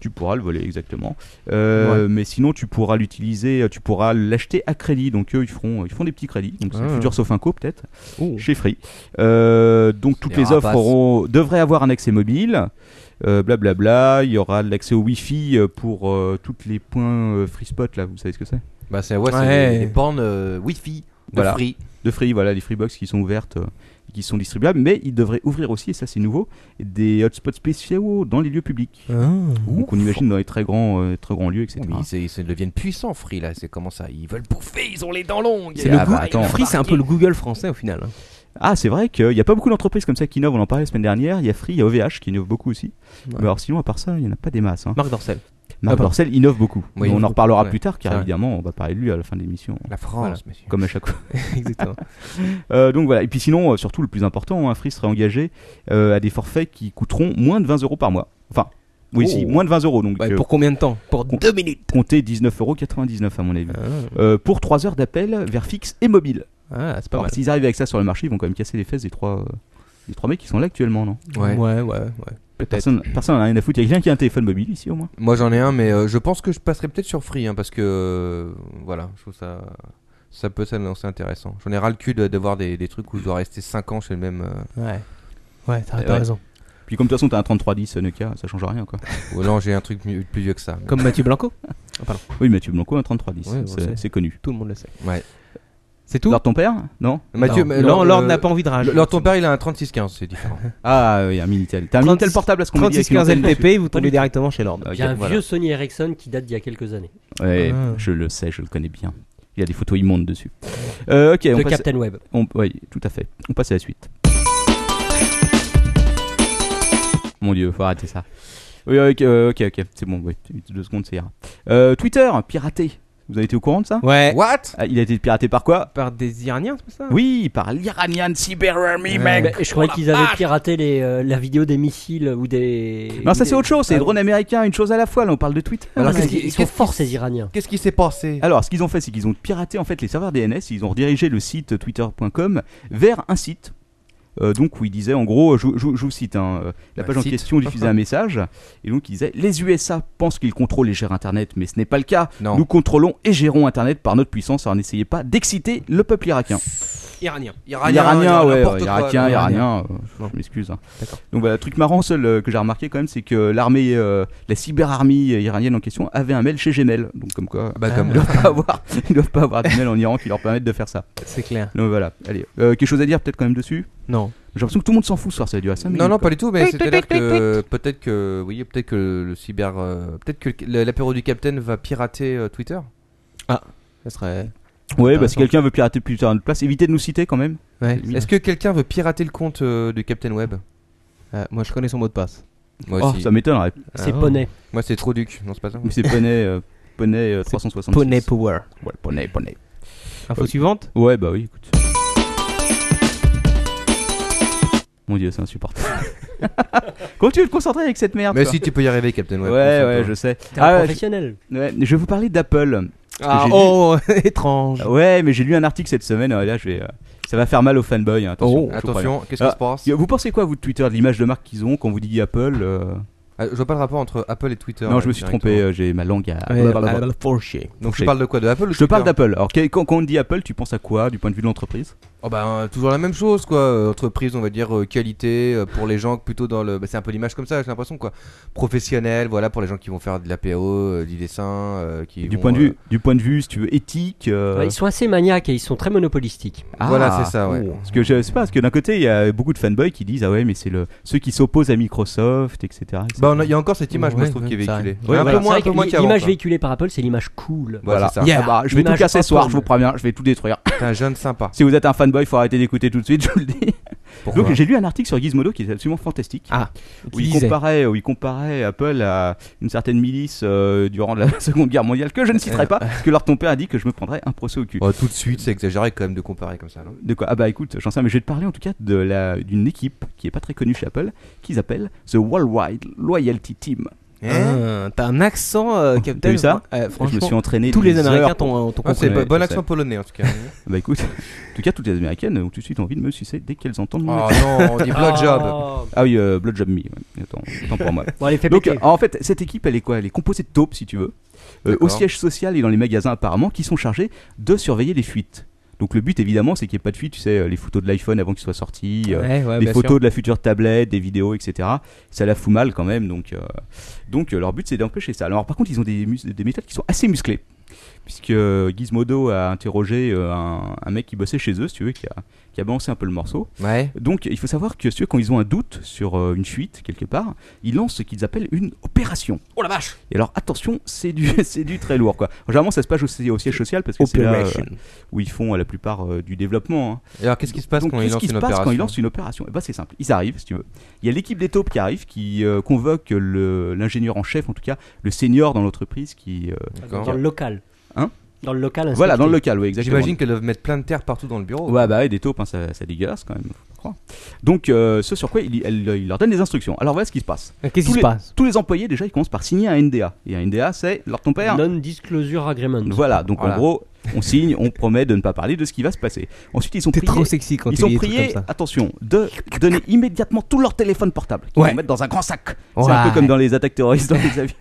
[SPEAKER 3] tu pourras le voler exactement. Euh, Mais sinon, tu pourras l'utiliser, euh, tu pourras l'acheter à crédit. Donc eux, ils feront, ils font des petits crédits. Donc c'est le
[SPEAKER 6] Ah.
[SPEAKER 3] futur sauf inco peut-être
[SPEAKER 5] Oh.
[SPEAKER 3] chez Free. Euh, donc toutes
[SPEAKER 6] Les
[SPEAKER 3] les offres
[SPEAKER 6] rapaces.
[SPEAKER 3] auront, devraient avoir un accès mobile. Euh, Blablabla, il y aura de l'accès au Wi-Fi euh, pour euh, toutes les points euh, Free Spot là, vous savez ce que c'est
[SPEAKER 6] Bah c'est ouais, c'est
[SPEAKER 5] Ouais.
[SPEAKER 6] les- les bornes euh, Wi-Fi de
[SPEAKER 3] Voilà.
[SPEAKER 6] Free.
[SPEAKER 3] de Free, voilà, les Freebox qui sont ouvertes, euh, qui sont distribuables, mais ils devraient ouvrir aussi, et ça c'est nouveau, des hotspots spéciaux dans les lieux publics.
[SPEAKER 5] Ah.
[SPEAKER 3] Donc on imagine dans les très grands, euh, très grands lieux, etc.
[SPEAKER 6] Oui, c'est- ils deviennent puissants Free là. C'est comment ça Ils veulent bouffer, ils ont les dents longues.
[SPEAKER 3] C'est
[SPEAKER 6] Et-
[SPEAKER 3] le
[SPEAKER 6] ah,
[SPEAKER 3] goût-
[SPEAKER 6] bah, attends.
[SPEAKER 5] Free, c'est un peu le Google français au final. hein.
[SPEAKER 3] Ah, c'est vrai qu'il n'y a pas beaucoup d'entreprises comme ça qui innovent, on en parlait la semaine dernière. Il y a Free, il y a OVH qui innove beaucoup aussi.
[SPEAKER 5] Ouais.
[SPEAKER 3] Mais alors, sinon, à part ça, il n'y en a pas des masses. hein.
[SPEAKER 5] Marc Dorcel.
[SPEAKER 3] Marc
[SPEAKER 5] Ah, pardon.
[SPEAKER 3] Dorcel innove beaucoup.
[SPEAKER 6] Oui,
[SPEAKER 3] on en
[SPEAKER 6] beaucoup,
[SPEAKER 3] reparlera
[SPEAKER 6] ouais.
[SPEAKER 3] plus tard, car
[SPEAKER 6] C'est vrai.
[SPEAKER 3] évidemment, on va parler de lui à la fin de l'émission,
[SPEAKER 6] La France,
[SPEAKER 5] Voilà.
[SPEAKER 6] monsieur.
[SPEAKER 3] comme à chaque fois.
[SPEAKER 5] [LAUGHS]
[SPEAKER 3] [LAUGHS]
[SPEAKER 5] Exactement.
[SPEAKER 3] Euh, donc voilà. Et puis sinon, euh, surtout le plus important, hein, Free sera engagé euh, à des forfaits qui coûteront moins de 20 euros par mois. Enfin, oui,
[SPEAKER 5] Oh.
[SPEAKER 3] si, moins de 20 euros. Donc,
[SPEAKER 5] Ouais,
[SPEAKER 3] euh,
[SPEAKER 5] pour combien de temps Pour
[SPEAKER 3] Com-
[SPEAKER 5] deux minutes.
[SPEAKER 3] comptez 19,99 euros à mon avis.
[SPEAKER 5] Ah,
[SPEAKER 3] Euh, pour 3 heures d'appel vers fixe et mobile.
[SPEAKER 5] ah, c'est pas
[SPEAKER 3] Alors,
[SPEAKER 5] mal.
[SPEAKER 3] s'ils arrivent avec ça sur le marché, ils vont quand même casser les fesses des trois, euh, des trois mecs qui sont là actuellement, non
[SPEAKER 6] Ouais.
[SPEAKER 5] ouais, ouais. ouais.
[SPEAKER 3] Personne personne n'en a rien à foutre. Il y a quelqu'un qui a un téléphone mobile ici au moins.
[SPEAKER 6] Moi j'en ai un, mais euh, je pense que je passerai peut-être sur Free, hein, parce que euh, voilà, je trouve ça, ça peut s'annoncer intéressant. J'en ai ras le cul de- d'avoir des, des trucs où je dois rester 5 ans chez le même. euh, Eh
[SPEAKER 5] Ouais. Ouais, t'as
[SPEAKER 3] Euh,
[SPEAKER 5] t'as
[SPEAKER 3] ouais.
[SPEAKER 5] raison.
[SPEAKER 3] Puis comme de toute façon, t'as un 3310 Nokia, ça change rien quoi.
[SPEAKER 6] Ou non, j'ai un truc mieux- plus vieux que ça.
[SPEAKER 5] Comme
[SPEAKER 6] [LAUGHS]
[SPEAKER 5] Mathieu Blanco,
[SPEAKER 3] Oui, Mathieu Blanco, un 3310,
[SPEAKER 5] Ouais, on
[SPEAKER 3] c'est-
[SPEAKER 5] sait.
[SPEAKER 3] c'est connu.
[SPEAKER 5] tout le monde le sait.
[SPEAKER 6] Ouais.
[SPEAKER 5] C'est tout
[SPEAKER 3] Alors ton père Non
[SPEAKER 6] [LAUGHS] Mathieu,
[SPEAKER 5] Non,
[SPEAKER 6] mais
[SPEAKER 5] non,
[SPEAKER 6] Laure,
[SPEAKER 5] Laure
[SPEAKER 6] euh,
[SPEAKER 5] n'a pas envie de rage.
[SPEAKER 6] Laure, ton père, il a un 3615, c'est
[SPEAKER 3] [LAUGHS]
[SPEAKER 6] différent.
[SPEAKER 3] Ah oui, un Minitel. T'as un
[SPEAKER 5] 30
[SPEAKER 3] Minitel portable à ce qu'on m'a dit avec une
[SPEAKER 5] 3615
[SPEAKER 3] antenne dessus.
[SPEAKER 5] LTP, vous tombez directement chez Lord.
[SPEAKER 3] Ok,
[SPEAKER 4] J'ai un
[SPEAKER 3] voilà.
[SPEAKER 4] vieux Sony Ericsson qui date d'il y a quelques années.
[SPEAKER 3] Ouais,
[SPEAKER 5] Ah.
[SPEAKER 3] je le sais, je le connais bien. Il y a des photos immondes dessus. Euh, ok, on
[SPEAKER 4] de
[SPEAKER 3] passe,
[SPEAKER 4] Captain Web.
[SPEAKER 3] on- ouais, tout à fait. On passe à la suite. Mon dieu, faut arrêter ça. Oui, ok, euh, ok, ok, c'est bon, oui, deux secondes, c'est ira. Euh, Twitter, piraté. Vous avez été au courant de ça
[SPEAKER 5] Ouais.
[SPEAKER 6] What
[SPEAKER 3] Ah, Il a été piraté par quoi
[SPEAKER 5] Par des Iraniens, c'est pas ça
[SPEAKER 3] Oui, par l'Iranian Cyber Army,
[SPEAKER 5] Ouais.
[SPEAKER 3] mec.
[SPEAKER 4] Bah, je croyais qu'ils avaient piraté les, euh, la vidéo des missiles ou des.
[SPEAKER 3] Non, ça
[SPEAKER 4] ou
[SPEAKER 3] c'est
[SPEAKER 4] des-
[SPEAKER 3] autre chose, c'est
[SPEAKER 4] Ah,
[SPEAKER 3] les drones américains, une chose à la fois, là on parle de Twitter.
[SPEAKER 4] Ah,
[SPEAKER 6] Alors,
[SPEAKER 4] parce
[SPEAKER 6] qu'est-ce
[SPEAKER 4] qu'ils-
[SPEAKER 6] qui-
[SPEAKER 4] ils sont
[SPEAKER 6] qu'est-ce qui-
[SPEAKER 4] forts ces Iraniens.
[SPEAKER 6] Qu'est-ce qui s'est passé
[SPEAKER 3] Alors, ce qu'ils ont fait, c'est qu'ils ont piraté en fait les serveurs DNS, ils ont redirigé le site twitter.com vers un site. euh, donc où il disait en gros, je, je- je vous cite, hein, euh, la
[SPEAKER 6] Bah,
[SPEAKER 3] page en
[SPEAKER 6] cite.
[SPEAKER 3] question diffusait un message et donc il disait les USA pensent qu'ils contrôlent et gèrent Internet, mais ce n'est pas le cas.
[SPEAKER 6] Non.
[SPEAKER 3] Nous contrôlons et gérons Internet par notre puissance. Alors n'essayez pas d'exciter le peuple irakien.
[SPEAKER 5] Iraniens.
[SPEAKER 3] Iranien, ouais,
[SPEAKER 6] n'importe quoi,
[SPEAKER 3] ouais, irakien,
[SPEAKER 6] Iranien.
[SPEAKER 3] iranien, euh,
[SPEAKER 6] Bon.
[SPEAKER 3] je m'excuse. hein.
[SPEAKER 6] D'accord.
[SPEAKER 3] Donc voilà, truc marrant seul euh, que j'ai remarqué quand même, c'est que l'armée, euh, la cyberarmée euh, iranienne en question avait un mail chez Gmail, donc comme quoi. [LAUGHS]
[SPEAKER 6] Bah, comme
[SPEAKER 3] Ils
[SPEAKER 6] [LAUGHS]
[SPEAKER 3] doivent pas avoir, ils doivent pas avoir d'email en Iran qui leur permette de faire ça.
[SPEAKER 5] C'est clair.
[SPEAKER 3] Donc voilà, allez, euh, quelque chose à dire peut-être quand même dessus
[SPEAKER 5] Non.
[SPEAKER 3] J'ai l'impression que tout le monde s'en fout ce soir, ça va durer 5 minutes.
[SPEAKER 6] Non, non,
[SPEAKER 3] quoi.
[SPEAKER 6] pas du tout, mais c'est-à-dire que peut-être que, oui, peut-être que le cyber, euh, peut-être que le- l'apéro du Capitaine va pirater euh, Twitter.
[SPEAKER 5] Ça serait.
[SPEAKER 3] Ouais, bah
[SPEAKER 5] Intéressant.
[SPEAKER 3] si quelqu'un veut pirater plus tard à notre place, évitez de nous citer quand même.
[SPEAKER 5] Ouais.
[SPEAKER 6] Est-ce que quelqu'un veut pirater le compte euh, du Captain Web
[SPEAKER 5] Euh, moi, je connais son mot de passe.
[SPEAKER 6] Moi
[SPEAKER 3] Oh,
[SPEAKER 6] aussi.
[SPEAKER 3] ça m'étonnerait.
[SPEAKER 4] C'est
[SPEAKER 5] Ah.
[SPEAKER 4] poney.
[SPEAKER 6] Moi, c'est trop duc. Non, c'est pas ça.
[SPEAKER 3] Mais c'est Poney, euh, Poney euh, 366.
[SPEAKER 5] Poney Power.
[SPEAKER 3] Ouais, Poney, Poney.
[SPEAKER 5] Info
[SPEAKER 3] Oui.
[SPEAKER 5] suivante
[SPEAKER 3] Ouais, bah oui, écoute. Mon dieu,
[SPEAKER 4] [LAUGHS]
[SPEAKER 3] c'est insupportable. Comment tu veux te concentrer avec cette merde
[SPEAKER 6] Mais
[SPEAKER 3] toi
[SPEAKER 6] si tu peux y arriver, Captain
[SPEAKER 3] Ouais,
[SPEAKER 6] Web.
[SPEAKER 3] ouais,
[SPEAKER 6] concentre-toi.
[SPEAKER 3] je sais.
[SPEAKER 4] T'es
[SPEAKER 3] Ah,
[SPEAKER 4] un
[SPEAKER 3] ouais,
[SPEAKER 4] professionnel.
[SPEAKER 3] je- ouais, je vais vous parler d'Apple.
[SPEAKER 5] Ah,
[SPEAKER 3] j'ai lu-
[SPEAKER 5] oh,
[SPEAKER 6] [LAUGHS]
[SPEAKER 5] étrange.
[SPEAKER 3] Ouais, mais j'ai lu un article cette semaine. euh, Là, je vais, euh, ça va faire mal aux fanboys. hein, attention, je vous
[SPEAKER 6] Oh, Attention, qu'est-ce qui
[SPEAKER 3] Ah.
[SPEAKER 6] se passe
[SPEAKER 3] préviens. Vous pensez quoi, vous, de Twitter, de l'image de marque qu'ils ont quand vous dites Apple euh,
[SPEAKER 6] Ah, Je vois pas le rapport entre Apple et Twitter.
[SPEAKER 3] Non,
[SPEAKER 6] là,
[SPEAKER 3] je me suis
[SPEAKER 6] directement.
[SPEAKER 3] trompé. euh, J'ai ma langue à.
[SPEAKER 5] Ouais,
[SPEAKER 3] Blablabla.
[SPEAKER 5] blablabla, for shit.
[SPEAKER 6] Donc,
[SPEAKER 3] J'ai-
[SPEAKER 6] tu parles de quoi De Apple ou
[SPEAKER 3] Je te parle
[SPEAKER 6] Twitter
[SPEAKER 3] d'Apple. Alors, que- quand quand on dit Apple, tu penses à quoi du point de vue de l'entreprise
[SPEAKER 6] Oh bah, euh, toujours la même chose quoi, Euh, entreprise on va dire euh, qualité euh, pour les gens plutôt dans le bah, c'est un peu l'image comme ça, j'ai l'impression quoi. Professionnel, voilà pour les gens qui vont faire de l'APO, euh, du dessin euh, qui
[SPEAKER 3] Du
[SPEAKER 6] vont,
[SPEAKER 3] point de
[SPEAKER 6] euh,
[SPEAKER 3] vue, du point de vue, si tu veux, éthique. euh,
[SPEAKER 4] Ouais, ils sont assez maniaques et ils sont très monopolistiques.
[SPEAKER 3] ah.
[SPEAKER 6] Voilà, c'est ça ouais.
[SPEAKER 3] Parce que je sais pas, parce que d'un côté, il y a beaucoup de fanboys qui disent Ah ouais, mais c'est le ceux qui s'opposent à Microsoft, etc. etc.
[SPEAKER 6] Bah on a- il y a encore cette image moi
[SPEAKER 5] Ouais,
[SPEAKER 6] je trouve
[SPEAKER 5] ouais,
[SPEAKER 6] qui est
[SPEAKER 5] ça
[SPEAKER 6] véhiculée.
[SPEAKER 5] arrive.
[SPEAKER 6] un
[SPEAKER 3] Ouais,
[SPEAKER 6] peu
[SPEAKER 3] voilà.
[SPEAKER 6] moins, un
[SPEAKER 4] C'est vrai
[SPEAKER 6] peu
[SPEAKER 4] que
[SPEAKER 6] moins qu'avant.
[SPEAKER 4] L'image
[SPEAKER 6] quoi.
[SPEAKER 4] véhiculée par Apple, c'est l'image cool.
[SPEAKER 6] Voilà,
[SPEAKER 3] Voilà.
[SPEAKER 6] c'est ça.
[SPEAKER 5] Yeah.
[SPEAKER 3] Ah bah, je vais tout
[SPEAKER 4] Image
[SPEAKER 3] casser ce soir,
[SPEAKER 4] Apple.
[SPEAKER 3] je vous préviens, je vais tout détruire.
[SPEAKER 6] [LAUGHS] T'es un jeune sympa.
[SPEAKER 3] Si vous êtes un fanboy, faut arrêter d'écouter tout de suite, je vous le dis.
[SPEAKER 6] [LAUGHS] Pourquoi
[SPEAKER 3] Donc j'ai lu un article sur Gizmodo qui est absolument fantastique.
[SPEAKER 5] Ah,
[SPEAKER 3] où il, comparait, où il comparait Apple à une certaine milice euh, durant la [LAUGHS] Seconde Guerre mondiale que je ne citerai pas, parce que leur ton père a dit que je me prendrais un procès au cul.
[SPEAKER 6] Oh, tout de suite, c'est exagéré quand même de comparer comme ça. non
[SPEAKER 3] De quoi Ah bah écoute, j'en sais, mais je vais te parler en tout cas de la d'une équipe qui est pas très connue chez Apple, qu'ils appellent The Worldwide Loyalty Team.
[SPEAKER 6] Hein
[SPEAKER 5] Ah, T'as un accent,
[SPEAKER 6] Oh.
[SPEAKER 5] euh, Captain.
[SPEAKER 3] vu ça
[SPEAKER 5] Euh,
[SPEAKER 3] je me suis
[SPEAKER 5] Franchement,
[SPEAKER 3] entraîné
[SPEAKER 5] tous les
[SPEAKER 3] des
[SPEAKER 5] Américains
[SPEAKER 3] heures pour-
[SPEAKER 5] t'ont t'ont
[SPEAKER 6] Ah, c'est
[SPEAKER 5] compris.
[SPEAKER 3] Ouais,
[SPEAKER 6] bon- bon
[SPEAKER 3] je
[SPEAKER 6] accent
[SPEAKER 3] sais.
[SPEAKER 6] polonais en tout cas.
[SPEAKER 3] [LAUGHS] Bah écoute, en tout cas toutes les Américaines euh, ont tout de suite envie de me sucer dès qu'elles entendent mon
[SPEAKER 6] oh
[SPEAKER 3] accent.
[SPEAKER 6] non, on dit blowjob.
[SPEAKER 4] Oh.
[SPEAKER 3] Ah oui, euh, Bloodjob Me, ouais. attends, attends
[SPEAKER 5] [LAUGHS]
[SPEAKER 3] pour moi.
[SPEAKER 4] Bon, allez, fais
[SPEAKER 3] Donc euh,
[SPEAKER 4] péter.
[SPEAKER 3] en fait, cette équipe, elle est quoi Elle est composée de taupes, si tu veux, euh, au
[SPEAKER 6] D'accord.
[SPEAKER 3] siège social et dans les magasins apparemment, qui sont chargés de surveiller les fuites. Donc le but évidemment, c'est qu'il n'y ait pas de fuite, tu sais, euh, les photos de l'iPhone avant qu'il soit sorti, euh,
[SPEAKER 5] Ouais, ouais,
[SPEAKER 3] des
[SPEAKER 5] bien
[SPEAKER 3] photos
[SPEAKER 5] sûr.
[SPEAKER 3] de la future tablette, des vidéos, etc. Ça la fout mal quand même, donc, euh, donc euh, leur but c'est d'empêcher ça. Alors par contre, ils ont des, mus- des méthodes qui sont assez musclées, puisque euh, Gizmodo a interrogé euh, un, un mec qui bossait chez eux, si tu veux, qui a, qui a balancé un peu le morceau.
[SPEAKER 6] Ouais.
[SPEAKER 3] Donc il faut savoir que ceux quand ils ont un doute sur euh, une fuite quelque part, ils lancent ce qu'ils appellent une opération.
[SPEAKER 4] Oh la vache
[SPEAKER 3] Et alors attention, c'est du, [LAUGHS] c'est du très lourd quoi. Généralement ça se passe au, au siège social parce que c'est là euh,
[SPEAKER 5] Operation.
[SPEAKER 3] où ils font euh, la plupart euh, du développement. hein.
[SPEAKER 6] Et Alors qu'est-ce qui se passe
[SPEAKER 3] Donc,
[SPEAKER 6] quand il
[SPEAKER 3] qu'est-ce
[SPEAKER 6] lance
[SPEAKER 3] qui se
[SPEAKER 6] une
[SPEAKER 3] passe
[SPEAKER 6] opération
[SPEAKER 3] quand ils lancent une opération Eh ben, C'est simple, ils arrivent, si tu veux. Il y a l'équipe des taupes qui arrive, qui euh, convoque le- l'ingénieur en chef, en tout cas le senior dans l'entreprise, qui euh,
[SPEAKER 6] D'accord.
[SPEAKER 4] Dans le local.
[SPEAKER 3] Hein
[SPEAKER 4] Dans le local.
[SPEAKER 3] voilà
[SPEAKER 4] inspecté.
[SPEAKER 3] dans le local, ouais, exactement.
[SPEAKER 6] J'imagine qu'elles doivent mettre plein de terre partout dans le bureau.
[SPEAKER 3] Ouais, bah ouais, des taupes, hein, ça, ça dégueulasse quand même. faut pas croire. Donc, euh, ce sur quoi il, elle- il leur donne des instructions. Alors, voilà ce qui se passe.
[SPEAKER 5] Euh, Qu'est-ce qui
[SPEAKER 3] tous
[SPEAKER 5] se
[SPEAKER 3] les-
[SPEAKER 5] passe
[SPEAKER 3] Tous les employés, déjà, ils commencent par signer un NDA. Et un NDA, c'est leur ton père.
[SPEAKER 4] Non-disclosure agreement.
[SPEAKER 3] Voilà, donc
[SPEAKER 6] Voilà.
[SPEAKER 3] en gros, on signe, on promet de ne pas parler de ce qui va se passer. Ensuite, ils sont
[SPEAKER 5] T'es
[SPEAKER 3] priés.
[SPEAKER 5] trop sexy quand
[SPEAKER 3] Ils
[SPEAKER 5] tu
[SPEAKER 3] sont
[SPEAKER 5] dis des trucs
[SPEAKER 3] priés,
[SPEAKER 5] comme ça.
[SPEAKER 3] attention, de donner immédiatement tous leurs téléphones portables, qu'ils
[SPEAKER 5] Ouais.
[SPEAKER 3] vont mettre dans un grand sac. C'est
[SPEAKER 5] Ouais. [LAUGHS]
[SPEAKER 3] un peu comme dans les attaques terroristes dans les avions.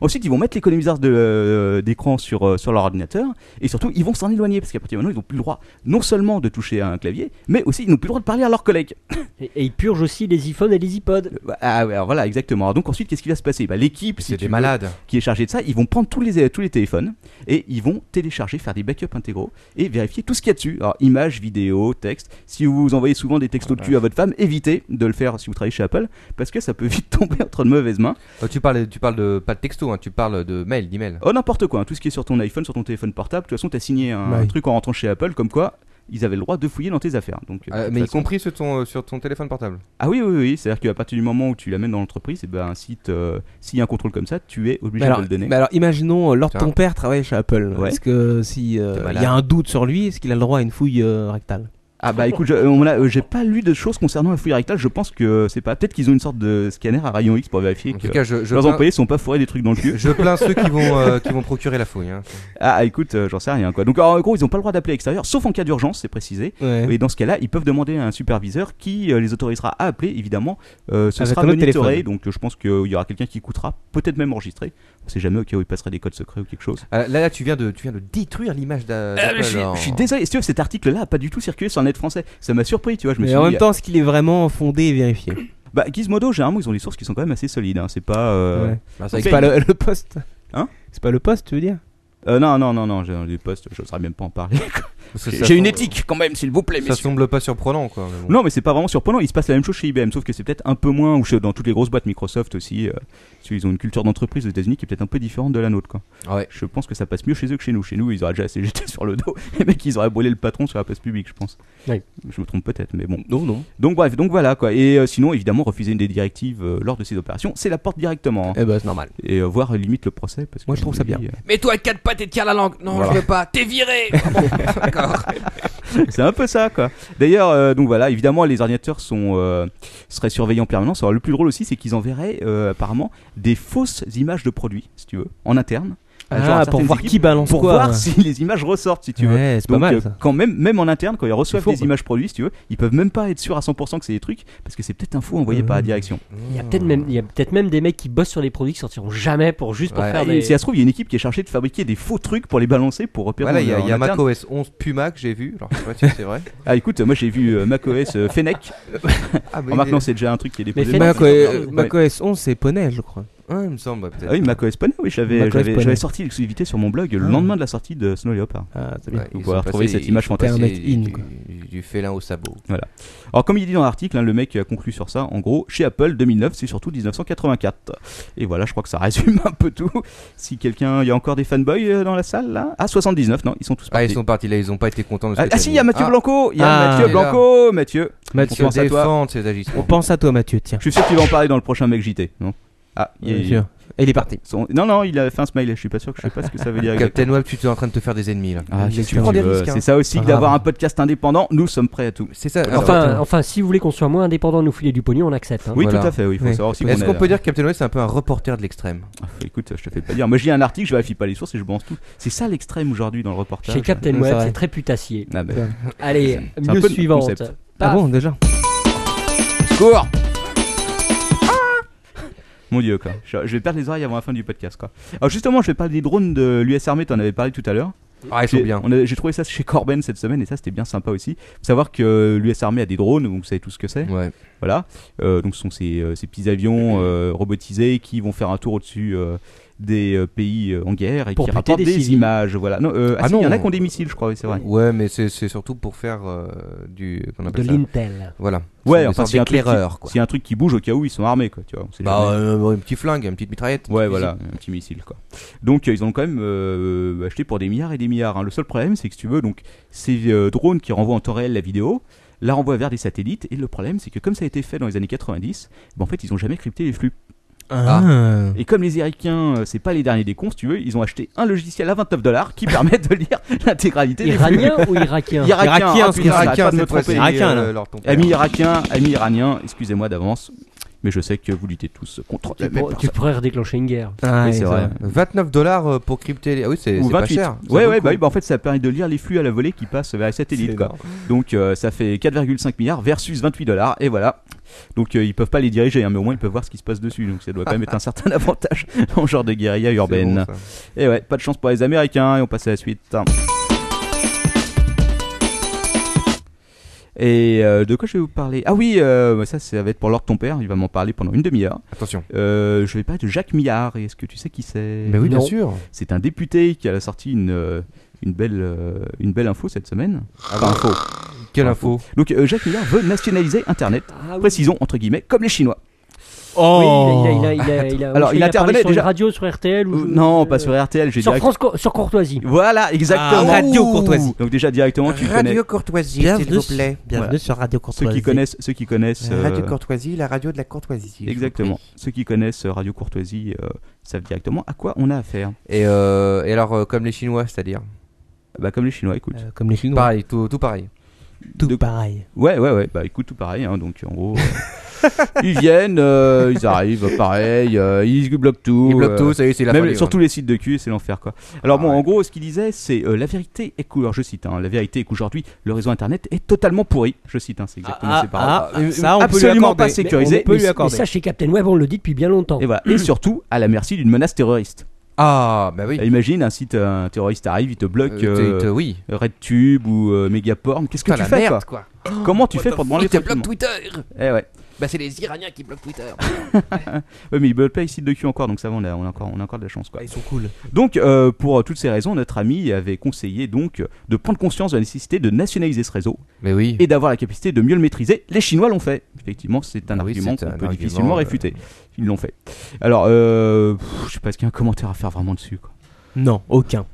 [SPEAKER 3] Ensuite, ils vont mettre l'économiseur de, euh, d'écran sur, euh, sur leur ordinateur et surtout, ils vont s'en éloigner parce qu'à partir de maintenant, ils n'ont plus le droit non seulement de toucher à un clavier, mais aussi ils n'ont plus le droit de parler à leurs collègues.
[SPEAKER 4] [COUGHS] Et, et ils purgent aussi les iPhones et les iPods.
[SPEAKER 3] Euh, bah, ah, ouais, alors voilà, exactement. Alors donc ensuite, qu'est-ce qui va se passer bah, L'équipe, si
[SPEAKER 6] C'est
[SPEAKER 3] tu
[SPEAKER 6] des
[SPEAKER 3] veux,
[SPEAKER 6] malades.
[SPEAKER 3] qui est chargée de ça, ils vont prendre tous les, euh, tous les téléphones et ils vont télécharger, faire des backups intégraux et vérifier tout ce qu'il y a dessus. Alors, images, vidéos, textes. Si vous envoyez souvent des textos de cul à votre femme, évitez de le faire si vous travaillez chez Apple parce que ça peut [LAUGHS] vite tomber entre de mauvaises mains.
[SPEAKER 6] Oh, tu, parles, tu parles de pas de texto, hein, tu parles de mail, d'email.
[SPEAKER 3] Oh, n'importe quoi, hein, tout ce qui est sur ton iPhone, sur ton téléphone portable. De toute façon, t'as signé un
[SPEAKER 5] Ouais.
[SPEAKER 3] truc en rentrant chez Apple comme quoi. Ils avaient le droit de fouiller dans tes affaires. Donc, euh, de
[SPEAKER 6] Ah,
[SPEAKER 3] toute
[SPEAKER 6] mais y
[SPEAKER 3] façon-
[SPEAKER 6] compris sur ton, euh, sur ton téléphone portable.
[SPEAKER 3] Ah oui, oui, oui. C'est-à-dire qu'à partir du moment où tu l'amènes dans l'entreprise, et ben, si t'- euh, s'il y a un contrôle comme ça, tu es obligé
[SPEAKER 5] Mais alors,
[SPEAKER 3] de le donner.
[SPEAKER 5] mais alors, imaginons, euh, Lord
[SPEAKER 6] Tiens.
[SPEAKER 5] ton père travaille chez Apple.
[SPEAKER 3] Ouais.
[SPEAKER 5] Est-ce que si euh,
[SPEAKER 6] T'es
[SPEAKER 5] il
[SPEAKER 6] malade.
[SPEAKER 5] y a un doute sur lui, est-ce qu'il a le droit à une fouille euh, rectale
[SPEAKER 3] Ah bah écoute, je- euh, on l'a- euh, j'ai pas lu de choses concernant la fouille rectale. Je pense que c'est pas. Peut-être qu'ils ont une sorte de scanner à rayon X pour vérifier
[SPEAKER 6] En
[SPEAKER 3] que
[SPEAKER 6] tout cas, je, je,
[SPEAKER 3] leurs
[SPEAKER 6] plains,
[SPEAKER 3] employés sont pas fourrés des trucs dans le cul.
[SPEAKER 6] je plains ceux qui vont, euh, qui vont procurer la fouille. hein.
[SPEAKER 3] Ah écoute, euh, j'en sais rien quoi. Donc en gros, ils ont pas le droit d'appeler à l'extérieur, sauf en cas d'urgence, c'est précisé.
[SPEAKER 5] Ouais.
[SPEAKER 3] Et dans ce cas-là, ils peuvent demander à un superviseur qui euh, les autorisera à appeler. Évidemment, euh, ce
[SPEAKER 5] Avec
[SPEAKER 3] sera
[SPEAKER 5] un autre
[SPEAKER 3] monitoré,
[SPEAKER 5] téléphone.
[SPEAKER 3] donc euh, je pense qu'il y aura quelqu'un qui écoutera, peut-être même enregistré. On sait jamais au cas où il passerait des codes secrets ou quelque chose.
[SPEAKER 6] Ah, là, là, tu viens de, tu viens de détruire l'image d'A- d'Apple.
[SPEAKER 3] Euh, je, suis,
[SPEAKER 6] en-
[SPEAKER 3] je suis désolé, si tu veux, cet article-là a pas du tout circulé sur le net français. Ça m'a surpris, tu vois. Je me
[SPEAKER 5] Mais
[SPEAKER 3] suis
[SPEAKER 5] en
[SPEAKER 3] dit,
[SPEAKER 5] même temps, est-ce qu'il est vraiment fondé et vérifié
[SPEAKER 3] bah, Gizmodo, généralement, ils ont des sources qui sont quand même assez solides. hein. C'est pas. euh,
[SPEAKER 5] Ouais.
[SPEAKER 6] Ah, c'est
[SPEAKER 5] C'est
[SPEAKER 6] vrai
[SPEAKER 5] pas le, le poste
[SPEAKER 3] Hein
[SPEAKER 5] C'est pas le poste, tu veux dire
[SPEAKER 3] Euh, non, non, non, non, j'ai des postes, je saurais même pas en parler.
[SPEAKER 6] que- parce que ça
[SPEAKER 2] J'ai une
[SPEAKER 6] semble-
[SPEAKER 2] éthique quand même, s'il vous plaît,
[SPEAKER 6] Ça
[SPEAKER 2] messieurs.
[SPEAKER 6] semble pas surprenant, quoi. mais bon.
[SPEAKER 3] Non, mais c'est pas vraiment surprenant, il se passe la même chose chez IBM, sauf que c'est peut-être un peu moins, ou chez- dans toutes les grosses boîtes, Microsoft aussi, euh, parce qu'ils ont une culture d'entreprise aux États-Unis qui est peut-être un peu différente de la nôtre, quoi.
[SPEAKER 6] Ah ouais.
[SPEAKER 3] Je pense que ça passe mieux chez eux que chez nous. Chez nous, ils auraient déjà assez jeté [LAUGHS] sur le dos, les mecs, ils auraient brûlé le patron sur la place publique, je pense.
[SPEAKER 4] Ouais.
[SPEAKER 3] Je me trompe peut-être, mais bon.
[SPEAKER 5] Non, non.
[SPEAKER 3] Donc, bref, donc voilà, quoi. Et euh, sinon, évidemment, refuser une des directives euh, lors de ces opérations, c'est la porte directement, hein.
[SPEAKER 5] Eh ben, c'est normal.
[SPEAKER 3] et euh, voir euh, limite le procès, parce que.
[SPEAKER 5] Moi, je trouve ça bien.
[SPEAKER 3] euh,
[SPEAKER 2] Mets-toi à quatre pattes et tire la langue. Non,
[SPEAKER 3] Voilà.
[SPEAKER 2] je veux pas. T'es viré. Ah bon, D'accord.
[SPEAKER 3] [LAUGHS] C'est un peu ça, quoi. D'ailleurs, euh, donc voilà, évidemment, les ordinateurs sont, euh, seraient surveillés en permanence. Alors, le plus drôle aussi, c'est qu'ils enverraient euh, apparemment des fausses images de produits, si tu veux, en interne. à genre à
[SPEAKER 5] Ah, pour
[SPEAKER 3] certaines
[SPEAKER 5] voir
[SPEAKER 3] équipes,
[SPEAKER 5] qui balance
[SPEAKER 3] pour
[SPEAKER 5] quoi. hein.
[SPEAKER 3] voir [LAUGHS] si les images ressortent, si tu veux.
[SPEAKER 5] Ouais, c'est pas
[SPEAKER 3] Donc,
[SPEAKER 5] mal
[SPEAKER 3] euh,
[SPEAKER 5] ça.
[SPEAKER 3] quand même, même en interne, quand ils reçoivent
[SPEAKER 5] C'est fou,
[SPEAKER 3] des
[SPEAKER 5] quoi.
[SPEAKER 3] images produits, si tu veux, ils peuvent même pas être sûrs à 100% que c'est des trucs, parce que c'est peut-être un faux envoyé
[SPEAKER 5] Euh.
[SPEAKER 3] par la direction.
[SPEAKER 4] Il y a peut-être même, il y a peut-être même des mecs qui bossent sur des produits qui sortiront jamais pour juste pour
[SPEAKER 6] Ouais.
[SPEAKER 4] faire
[SPEAKER 3] Et
[SPEAKER 4] des.
[SPEAKER 3] si ça se trouve, il y a une équipe qui est chargée de fabriquer des faux trucs pour les balancer, pour repérer.
[SPEAKER 6] Voilà, il y a,
[SPEAKER 3] en- en
[SPEAKER 6] il y a
[SPEAKER 3] interne.
[SPEAKER 6] macOS 11 Puma que j'ai vu. Alors, je sais pas si c'est vrai.
[SPEAKER 3] Ah, écoute, moi j'ai vu euh, macOS euh, Fennec. [LAUGHS]
[SPEAKER 6] Ah, mais
[SPEAKER 3] Alors maintenant, c'est déjà un truc qui est déposé.
[SPEAKER 4] Fennec,
[SPEAKER 3] dans- hein.
[SPEAKER 5] Mac,
[SPEAKER 4] euh,
[SPEAKER 5] OS 11, c'est Poney, je
[SPEAKER 3] [LAUGHS]
[SPEAKER 5] crois.
[SPEAKER 6] Ouais, il me semble, ouais, peut-être.
[SPEAKER 3] Ah oui, macOS Poney, oui, j'avais,
[SPEAKER 5] macOS
[SPEAKER 3] j'avais,
[SPEAKER 5] Poney.
[SPEAKER 3] j'avais sorti l'exclusivité sur mon blog le
[SPEAKER 5] Ah.
[SPEAKER 3] lendemain de la sortie de Snow Leopard.
[SPEAKER 5] Ah, c'est bien.
[SPEAKER 6] Ouais,
[SPEAKER 3] Vous
[SPEAKER 6] ils
[SPEAKER 3] pourrez
[SPEAKER 6] sont
[SPEAKER 3] retrouver
[SPEAKER 6] passés-
[SPEAKER 3] cette
[SPEAKER 6] ils
[SPEAKER 3] image
[SPEAKER 6] sont
[SPEAKER 5] fantastique.
[SPEAKER 6] passés
[SPEAKER 5] Internet in,
[SPEAKER 6] du-
[SPEAKER 5] quoi.
[SPEAKER 6] du- Du félin au sabot.
[SPEAKER 3] Alors, comme il dit dans l'article, hein, le mec a conclu sur ça, en gros, chez Apple, 2009, c'est surtout 1984. Et voilà, je crois que ça résume un peu tout. Si quelqu'un, il y a encore des fanboys euh, dans la salle, là Ah, 79, non, ils sont tous
[SPEAKER 6] Ah, ils
[SPEAKER 3] partis.
[SPEAKER 6] sont partis là, ils ont pas été contents de ce
[SPEAKER 3] Ah,
[SPEAKER 6] que
[SPEAKER 3] ah,
[SPEAKER 6] t'as
[SPEAKER 3] si, il
[SPEAKER 6] dit.
[SPEAKER 3] y a Mathieu
[SPEAKER 6] Ah,
[SPEAKER 3] Blanco Il y a
[SPEAKER 5] Ah,
[SPEAKER 3] Mathieu
[SPEAKER 6] il est là.
[SPEAKER 3] Mathieu
[SPEAKER 5] Mathieu,
[SPEAKER 3] Mathieu on pense à toi.
[SPEAKER 6] défendre ses
[SPEAKER 5] on
[SPEAKER 6] agissements.
[SPEAKER 5] pense à toi, Mathieu, tiens.
[SPEAKER 3] Je suis sûr qu'il va en parler dans le prochain Mec JT, non Ah, il
[SPEAKER 5] Bien sûr. Et il est parti.
[SPEAKER 3] son- Non, non, il a fait un smiley, je suis pas sûr que je sais pas ce que ça veut dire exactement.
[SPEAKER 6] [LAUGHS] Captain Web, tu es en train de te faire des ennemis là.
[SPEAKER 3] Ah,
[SPEAKER 5] Exactement.
[SPEAKER 3] qu'est-ce que tu
[SPEAKER 5] Prends des
[SPEAKER 3] veux,
[SPEAKER 6] risques, hein.
[SPEAKER 3] C'est ça [LAUGHS] aussi
[SPEAKER 5] Pas
[SPEAKER 3] que d'avoir
[SPEAKER 5] grave.
[SPEAKER 3] un podcast indépendant, nous sommes prêts à tout.
[SPEAKER 6] C'est ça. alors,
[SPEAKER 4] Enfin,
[SPEAKER 5] Alors,
[SPEAKER 4] enfin, si vous voulez qu'on soit moins indépendant, nous filer du pognon, on accepte. hein.
[SPEAKER 3] Oui,
[SPEAKER 6] Voilà.
[SPEAKER 3] tout à fait, oui, il faut
[SPEAKER 5] Oui.
[SPEAKER 3] savoir aussi
[SPEAKER 6] est-ce
[SPEAKER 3] est-
[SPEAKER 6] qu'on peut dire que Captain Web c'est un peu un reporter de l'extrême
[SPEAKER 3] Ah, Écoute, je te fais pas dire. Moi, j'ai un article, je vérifie pas les sources et je balance tout. C'est ça l'extrême aujourd'hui dans le reportage.
[SPEAKER 4] Chez Captain
[SPEAKER 5] c'est
[SPEAKER 4] Web,
[SPEAKER 5] vrai.
[SPEAKER 4] c'est très putassier.
[SPEAKER 3] Ah, ben,
[SPEAKER 4] Allez,
[SPEAKER 3] un peu
[SPEAKER 4] news
[SPEAKER 3] notre
[SPEAKER 4] suivante.
[SPEAKER 3] concept.
[SPEAKER 5] Ah
[SPEAKER 4] Paf.
[SPEAKER 5] bon, déjà
[SPEAKER 3] secours Ah. Mon dieu, quoi. Je je vais perdre les oreilles avant la fin du podcast, quoi. Alors, justement, je vais parler des drones de l'US Army, t'en avais parlé tout à l'heure.
[SPEAKER 6] Ah, ils sont
[SPEAKER 3] J'ai-
[SPEAKER 6] bien.
[SPEAKER 3] on a- J'ai trouvé ça chez Corben cette semaine et ça, c'était bien sympa aussi. Faut savoir que l'US Army a des drones, donc vous savez tout ce que c'est.
[SPEAKER 6] Ouais.
[SPEAKER 3] Voilà. Euh, donc ce sont ces, euh, ces petits avions euh, robotisés qui vont faire un tour au-dessus euh, des euh, pays euh, en guerre et
[SPEAKER 4] Pour
[SPEAKER 3] qui
[SPEAKER 4] buter
[SPEAKER 3] rapportent
[SPEAKER 4] des
[SPEAKER 3] des,
[SPEAKER 4] civils.
[SPEAKER 3] images. Voilà. Non, euh, ah,
[SPEAKER 6] Ah
[SPEAKER 3] si, il y en a
[SPEAKER 6] non.
[SPEAKER 3] qui ont des missiles, je crois, oui, c'est vrai.
[SPEAKER 6] Ouais, mais c'est c'est surtout pour faire euh, du. qu'on
[SPEAKER 4] De
[SPEAKER 6] appelle ça
[SPEAKER 4] l'Intel.
[SPEAKER 6] Voilà.
[SPEAKER 3] Ouais,
[SPEAKER 6] C'est une
[SPEAKER 3] enfin,
[SPEAKER 6] sorte
[SPEAKER 3] s'il y a un truc
[SPEAKER 6] d'éclaireur, quoi.
[SPEAKER 3] S'il y a un truc qui bouge, au cas où, ils sont armés, quoi. Tu vois, on sait
[SPEAKER 6] Bah,
[SPEAKER 3] jamais.
[SPEAKER 6] euh, un petit flingue, une petite mitraillette.
[SPEAKER 3] Ouais, voilà, un petit missile quoi. Donc euh, ils ont quand même euh, acheté pour des milliards et des milliards. hein. Le seul problème, c'est que si tu veux, donc ces euh, drones qui renvoient en temps réel la vidéo, la renvoient vers des satellites. Et le problème, c'est que comme ça a été fait dans les années 90, bah, en fait, ils ont jamais crypté les flux.
[SPEAKER 5] Ah.
[SPEAKER 3] Et comme les Éricains, euh, c'est pas les derniers des cons, si tu veux, ils ont acheté un logiciel à 29 dollars qui [LAUGHS] permet de lire l'intégralité des flux.
[SPEAKER 4] Iranien ou irakien
[SPEAKER 3] Irakien,
[SPEAKER 5] Irakien,
[SPEAKER 3] ah, putain,
[SPEAKER 5] c'est
[SPEAKER 3] j'arrête pas
[SPEAKER 6] Irakien,
[SPEAKER 3] de me
[SPEAKER 6] cette fois,
[SPEAKER 3] tromper.
[SPEAKER 6] c'est
[SPEAKER 5] Irakien,
[SPEAKER 6] euh,
[SPEAKER 5] là.
[SPEAKER 6] leur ton père.
[SPEAKER 3] Ami irakien, ami iranien, excusez-moi d'avance. mais je sais que vous luttez tous contre
[SPEAKER 4] Tu,
[SPEAKER 3] la même
[SPEAKER 4] pourrais- tu
[SPEAKER 3] personne.
[SPEAKER 4] pourrais redéclencher une guerre.
[SPEAKER 5] Ah,
[SPEAKER 3] Oui,
[SPEAKER 5] et
[SPEAKER 3] c'est
[SPEAKER 5] ça-
[SPEAKER 3] vrai.
[SPEAKER 6] 29 dollars euh, pour crypter les. Ah oui, c'est
[SPEAKER 3] Ou
[SPEAKER 6] c'est pas
[SPEAKER 3] 28.
[SPEAKER 6] cher. Ça
[SPEAKER 3] Ouais,
[SPEAKER 6] vaut le
[SPEAKER 3] ouais, bah
[SPEAKER 6] coup.
[SPEAKER 3] oui, bah en fait, ça permet de lire les flux à la volée qui passent vers les satellites,
[SPEAKER 6] C'est
[SPEAKER 3] quoi. Donc, euh, ça fait 4,5 milliards versus 28 dollars, et voilà. Donc, euh, ils peuvent pas les diriger, hein, mais au moins, ils peuvent voir ce qui se passe dessus. Donc, ça doit quand
[SPEAKER 6] [LAUGHS]
[SPEAKER 3] même être un certain avantage dans le genre de guérilla
[SPEAKER 6] C'est
[SPEAKER 3] urbaine.
[SPEAKER 6] bon, ça.
[SPEAKER 3] Et ouais, pas de chance pour les Américains, et on passe à la suite. Et euh, de quoi je vais vous parler Ah oui, euh, ça, ça va être pour l'ordre de ton père, il va m'en parler pendant une demi-heure.
[SPEAKER 6] Attention.
[SPEAKER 3] Euh, je vais parler de Jacques Millard, et est-ce que tu sais qui c'est
[SPEAKER 6] Mais oui, bien
[SPEAKER 4] Non.
[SPEAKER 6] sûr.
[SPEAKER 3] C'est un député qui a sorti une, euh, une, belle, euh, une belle info cette semaine. Enfin, info.
[SPEAKER 6] Quelle
[SPEAKER 3] Pas
[SPEAKER 6] info.
[SPEAKER 3] Donc euh, Jacques Millard veut nationaliser Internet,
[SPEAKER 4] Ah
[SPEAKER 3] précisons entre guillemets, comme les Chinois.
[SPEAKER 4] Oui, il a, il a- il a- il a-
[SPEAKER 3] Oh. Alors,
[SPEAKER 4] je sais,
[SPEAKER 3] il
[SPEAKER 4] a parlé
[SPEAKER 3] intervenait
[SPEAKER 4] sur une
[SPEAKER 3] déjà-
[SPEAKER 4] radio sur RTL ou
[SPEAKER 3] Euh, non, pas sur RTL, j'ai
[SPEAKER 4] sur
[SPEAKER 3] direct-
[SPEAKER 4] France Co- sur Courtoisie. Ah,
[SPEAKER 3] Voilà, exactement.
[SPEAKER 5] Radio Courtoisie.
[SPEAKER 3] Donc déjà directement, tu connais.
[SPEAKER 6] Courtoisie,
[SPEAKER 5] bienvenue
[SPEAKER 3] Voilà.
[SPEAKER 5] sur Radio
[SPEAKER 3] Ceux
[SPEAKER 5] Courtoisie.
[SPEAKER 3] qui connaissent, ceux qui connaissent. euh,
[SPEAKER 6] Courtoisie, la radio de la Courtoisie.
[SPEAKER 3] Exactement. Ceux qui connaissent euh, Radio Courtoisie euh, savent directement à quoi on a affaire.
[SPEAKER 6] Et, euh, et alors, euh, comme les Chinois, c'est-à-dire
[SPEAKER 3] Bah comme les Chinois, écoute.
[SPEAKER 5] Euh, comme les Chinois.
[SPEAKER 6] Pareil, tout, tout pareil.
[SPEAKER 5] Tout
[SPEAKER 3] de-
[SPEAKER 5] pareil.
[SPEAKER 3] Ouais, ouais, ouais. Bah écoute, tout pareil. hein, donc en gros, euh, ils viennent, euh, ils arrivent, pareil, euh, ils bloquent tout.
[SPEAKER 6] Ils bloquent
[SPEAKER 3] euh,
[SPEAKER 6] tout, ça y est, c'est la
[SPEAKER 3] Même
[SPEAKER 6] fin du
[SPEAKER 3] surtout les sites de cul, c'est l'enfer quoi. Alors
[SPEAKER 6] Ah
[SPEAKER 3] bon,
[SPEAKER 6] ouais.
[SPEAKER 3] en gros, ce qu'il disait, c'est euh, la vérité est que, alors, je cite, hein, la vérité est qu'aujourd'hui, le réseau internet est totalement pourri. Je cite, hein, c'est exactement
[SPEAKER 5] Ah,
[SPEAKER 3] ces paroles.
[SPEAKER 5] ah, ah, ça, on peut lui
[SPEAKER 3] absolument
[SPEAKER 5] accorder.
[SPEAKER 3] pas sécurisé.
[SPEAKER 5] Mais On peut
[SPEAKER 3] Mais-
[SPEAKER 5] lui
[SPEAKER 4] Mais
[SPEAKER 5] accorder.
[SPEAKER 4] ça, chez Captain Web, on le dit depuis bien longtemps.
[SPEAKER 3] Et voilà.
[SPEAKER 4] [CLEARS THROAT]
[SPEAKER 3] Et surtout, à la merci d'une menace terroriste.
[SPEAKER 6] monde. Ah, bah oui.
[SPEAKER 3] Imagine un site, un terroriste arrive, il te bloque
[SPEAKER 6] Euh, t'es- t'es-
[SPEAKER 3] euh,
[SPEAKER 6] oui.
[SPEAKER 3] RedTube ou euh, Megaporn. Qu'est-ce que
[SPEAKER 6] Putain,
[SPEAKER 3] tu
[SPEAKER 6] la
[SPEAKER 3] fais
[SPEAKER 6] merde, quoi.
[SPEAKER 3] quoi Comment tu fais pour te branler
[SPEAKER 2] Ils te
[SPEAKER 3] tranquillement
[SPEAKER 2] bloquent Twitter
[SPEAKER 3] Eh ouais.
[SPEAKER 2] Bah, c'est les Iraniens qui bloquent Twitter.
[SPEAKER 3] Ouais, mais il bloque pas les sites de cul encore, donc ça va, on a, on a encore, on a encore de la chance quoi.
[SPEAKER 5] Ah, Ils sont cool.
[SPEAKER 3] Donc, euh, pour euh, toutes ces raisons, notre ami avait conseillé donc euh, de prendre conscience de la nécessité de nationaliser ce réseau
[SPEAKER 6] Mais oui.
[SPEAKER 3] et d'avoir la capacité de mieux le maîtriser. Les Chinois l'ont fait. Effectivement, c'est un
[SPEAKER 6] Oui,
[SPEAKER 3] argument
[SPEAKER 6] c'est
[SPEAKER 3] qu'on
[SPEAKER 6] un
[SPEAKER 3] peut
[SPEAKER 6] argument,
[SPEAKER 3] difficilement
[SPEAKER 6] euh,
[SPEAKER 3] réfuter. Ils l'ont fait. Alors, euh, pff, je sais pas ce qu'il y a un commentaire à faire vraiment dessus. Quoi.
[SPEAKER 5] Non, aucun.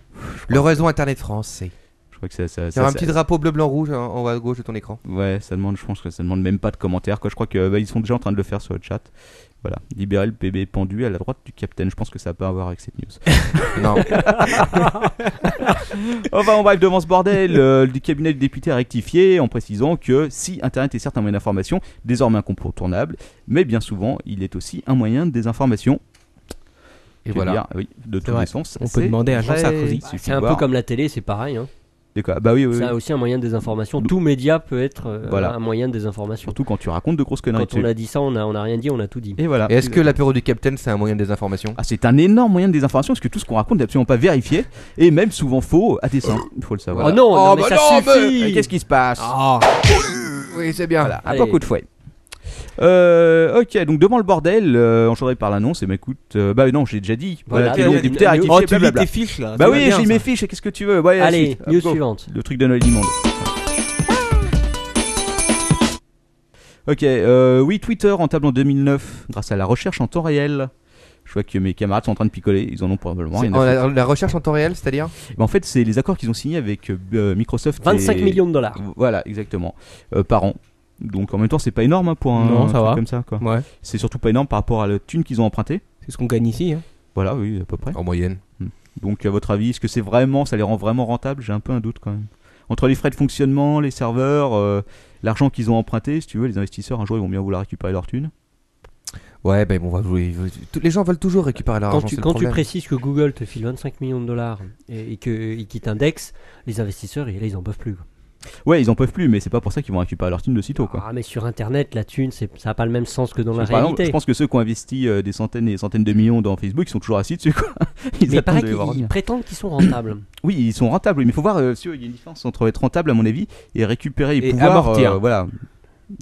[SPEAKER 6] Le réseau internet français.
[SPEAKER 3] Je crois que ça, ça,
[SPEAKER 6] Il y aura
[SPEAKER 3] ça,
[SPEAKER 6] un petit drapeau bleu, blanc, rouge hein, en en haut à gauche de ton écran.
[SPEAKER 3] ouais, ça demande. Je pense que ça demande même pas de commentaire. Quoi. Je crois que bah, ils sont déjà en train de le faire sur le chat. Voilà, libérer le bébé pendu à la droite du capitaine. Je pense que ça n'a pas à voir avec cette news.
[SPEAKER 6] Non.
[SPEAKER 3] [LAUGHS] Enfin, on bref, devant ce bordel, euh, le cabinet du député a rectifié en précisant que si Internet est certes un moyen d'information, désormais incontournable, mais bien souvent, il est aussi un moyen de désinformation.
[SPEAKER 6] Et
[SPEAKER 3] Je veux
[SPEAKER 6] voilà.
[SPEAKER 3] dire, ah oui, de tous
[SPEAKER 5] vrai.
[SPEAKER 3] les sens.
[SPEAKER 5] On peut
[SPEAKER 3] c'est
[SPEAKER 5] demander à Jean
[SPEAKER 3] vrai.
[SPEAKER 5] Sarkozy.
[SPEAKER 3] Il
[SPEAKER 5] Bah,
[SPEAKER 3] suffit
[SPEAKER 4] C'est
[SPEAKER 3] de
[SPEAKER 4] un peu
[SPEAKER 3] voir.
[SPEAKER 4] comme la télé, c'est pareil. hein.
[SPEAKER 3] De quoi Bah oui, oui,
[SPEAKER 4] C'est
[SPEAKER 3] oui.
[SPEAKER 4] aussi un moyen de désinformation.
[SPEAKER 3] Nous-
[SPEAKER 4] Tout média peut être euh,
[SPEAKER 3] Voilà.
[SPEAKER 4] un moyen de désinformation.
[SPEAKER 3] Surtout quand tu racontes de grosses conneries.
[SPEAKER 4] Quand on
[SPEAKER 3] dessus.
[SPEAKER 4] a dit ça, on a, on a rien dit, on a tout dit.
[SPEAKER 3] Et voilà.
[SPEAKER 6] Et est-ce que l'apéro du Capitaine, c'est un moyen de désinformation
[SPEAKER 3] Ah, c'est un énorme moyen de désinformation parce que tout ce qu'on raconte n'est absolument pas vérifié et même souvent faux à dessein. Il faut le savoir.
[SPEAKER 4] Oh non, non,
[SPEAKER 6] Oh,
[SPEAKER 4] mais
[SPEAKER 6] bah
[SPEAKER 4] ça
[SPEAKER 6] non, mais-
[SPEAKER 4] suffit
[SPEAKER 3] Et Qu'est-ce qui se passe
[SPEAKER 6] Oui, c'est bien.
[SPEAKER 3] Voilà, un
[SPEAKER 4] Allez.
[SPEAKER 3] bon coup de fouet. Euh, ok, donc devant le bordel, euh, enjôlé par l'annonce, et bah écoute, euh, bah non, j'ai déjà dit.
[SPEAKER 4] Voilà,
[SPEAKER 3] Voilà, donc,
[SPEAKER 4] donc,
[SPEAKER 3] député a
[SPEAKER 4] nous-
[SPEAKER 3] rectifié,
[SPEAKER 5] Oh, tu lis
[SPEAKER 3] blablabla.
[SPEAKER 5] tes fiches là.
[SPEAKER 3] Bah
[SPEAKER 5] Ça va
[SPEAKER 3] oui,
[SPEAKER 5] bien,
[SPEAKER 3] j'ai
[SPEAKER 5] ça.
[SPEAKER 3] mes fiches, et qu'est-ce que tu veux Ouais,
[SPEAKER 4] Allez,
[SPEAKER 3] suite.
[SPEAKER 4] news
[SPEAKER 3] Go.
[SPEAKER 4] suivante.
[SPEAKER 3] Le truc de Noël du monde. Ok, euh, oui, Twitter rentable en 2009 grâce à la recherche en temps réel. Je vois que mes camarades sont en train de picoler, ils en ont probablement
[SPEAKER 6] C'est-
[SPEAKER 3] rien à
[SPEAKER 6] en-
[SPEAKER 3] foutre.
[SPEAKER 6] la, la recherche en temps réel, c'est-à-dire
[SPEAKER 3] Mais en fait, c'est les accords qu'ils ont signés avec euh, Microsoft.
[SPEAKER 4] 25
[SPEAKER 3] et-
[SPEAKER 4] millions de dollars.
[SPEAKER 3] Voilà, exactement. Euh, par an. Donc en même temps, c'est pas énorme hein, pour un,
[SPEAKER 5] Non, ça
[SPEAKER 3] truc
[SPEAKER 5] va.
[SPEAKER 3] comme ça. quoi.
[SPEAKER 5] Ouais,
[SPEAKER 3] C'est surtout pas énorme par rapport à la thune qu'ils ont emprunté.
[SPEAKER 5] c'est ce qu'on gagne ici. hein.
[SPEAKER 3] Voilà, oui, à peu près. Hmm.
[SPEAKER 6] En moyenne.
[SPEAKER 3] Donc à votre avis, est-ce que c'est vraiment, ça les rend vraiment rentables J'ai un peu un doute quand même. Entre les frais de fonctionnement, les serveurs, euh, l'argent qu'ils ont emprunté, si tu veux, les investisseurs un jour ils vont bien vouloir récupérer leur thune.
[SPEAKER 6] Ouais, ben on va jouer. Tous les gens veulent toujours récupérer leur
[SPEAKER 4] Quand,
[SPEAKER 6] argent.
[SPEAKER 4] tu,
[SPEAKER 6] c'est le
[SPEAKER 4] quand tu
[SPEAKER 6] problème.
[SPEAKER 4] précises que Google te file 25 millions de dollars et, et qu'ils quittent Index, les investisseurs, et là, ils en peuvent plus.
[SPEAKER 3] Ouais, ils en peuvent plus, mais c'est pas pour ça qu'ils vont récupérer leur thune de sitôt quoi.
[SPEAKER 4] Ah, mais sur Internet, la thune, c'est- ça n'a pas le même sens que dans la
[SPEAKER 3] Par exemple,
[SPEAKER 4] réalité.
[SPEAKER 3] je pense que ceux qui ont investi euh, des centaines et des centaines de millions dans Facebook, ils sont toujours assis dessus quoi. [LAUGHS] Ils
[SPEAKER 4] mais il
[SPEAKER 3] attendent
[SPEAKER 4] paraît
[SPEAKER 3] de les
[SPEAKER 4] qu'ils
[SPEAKER 3] voir revenir.
[SPEAKER 4] ils prétendent qu'ils sont [COUGHS] rentables.
[SPEAKER 3] Oui, ils sont rentables, oui, mais il faut voir, euh, si, il y a une différence entre être rentable, à mon avis, et récupérer et,
[SPEAKER 5] Et
[SPEAKER 3] pouvoir.
[SPEAKER 5] amortir.
[SPEAKER 3] euh, voilà.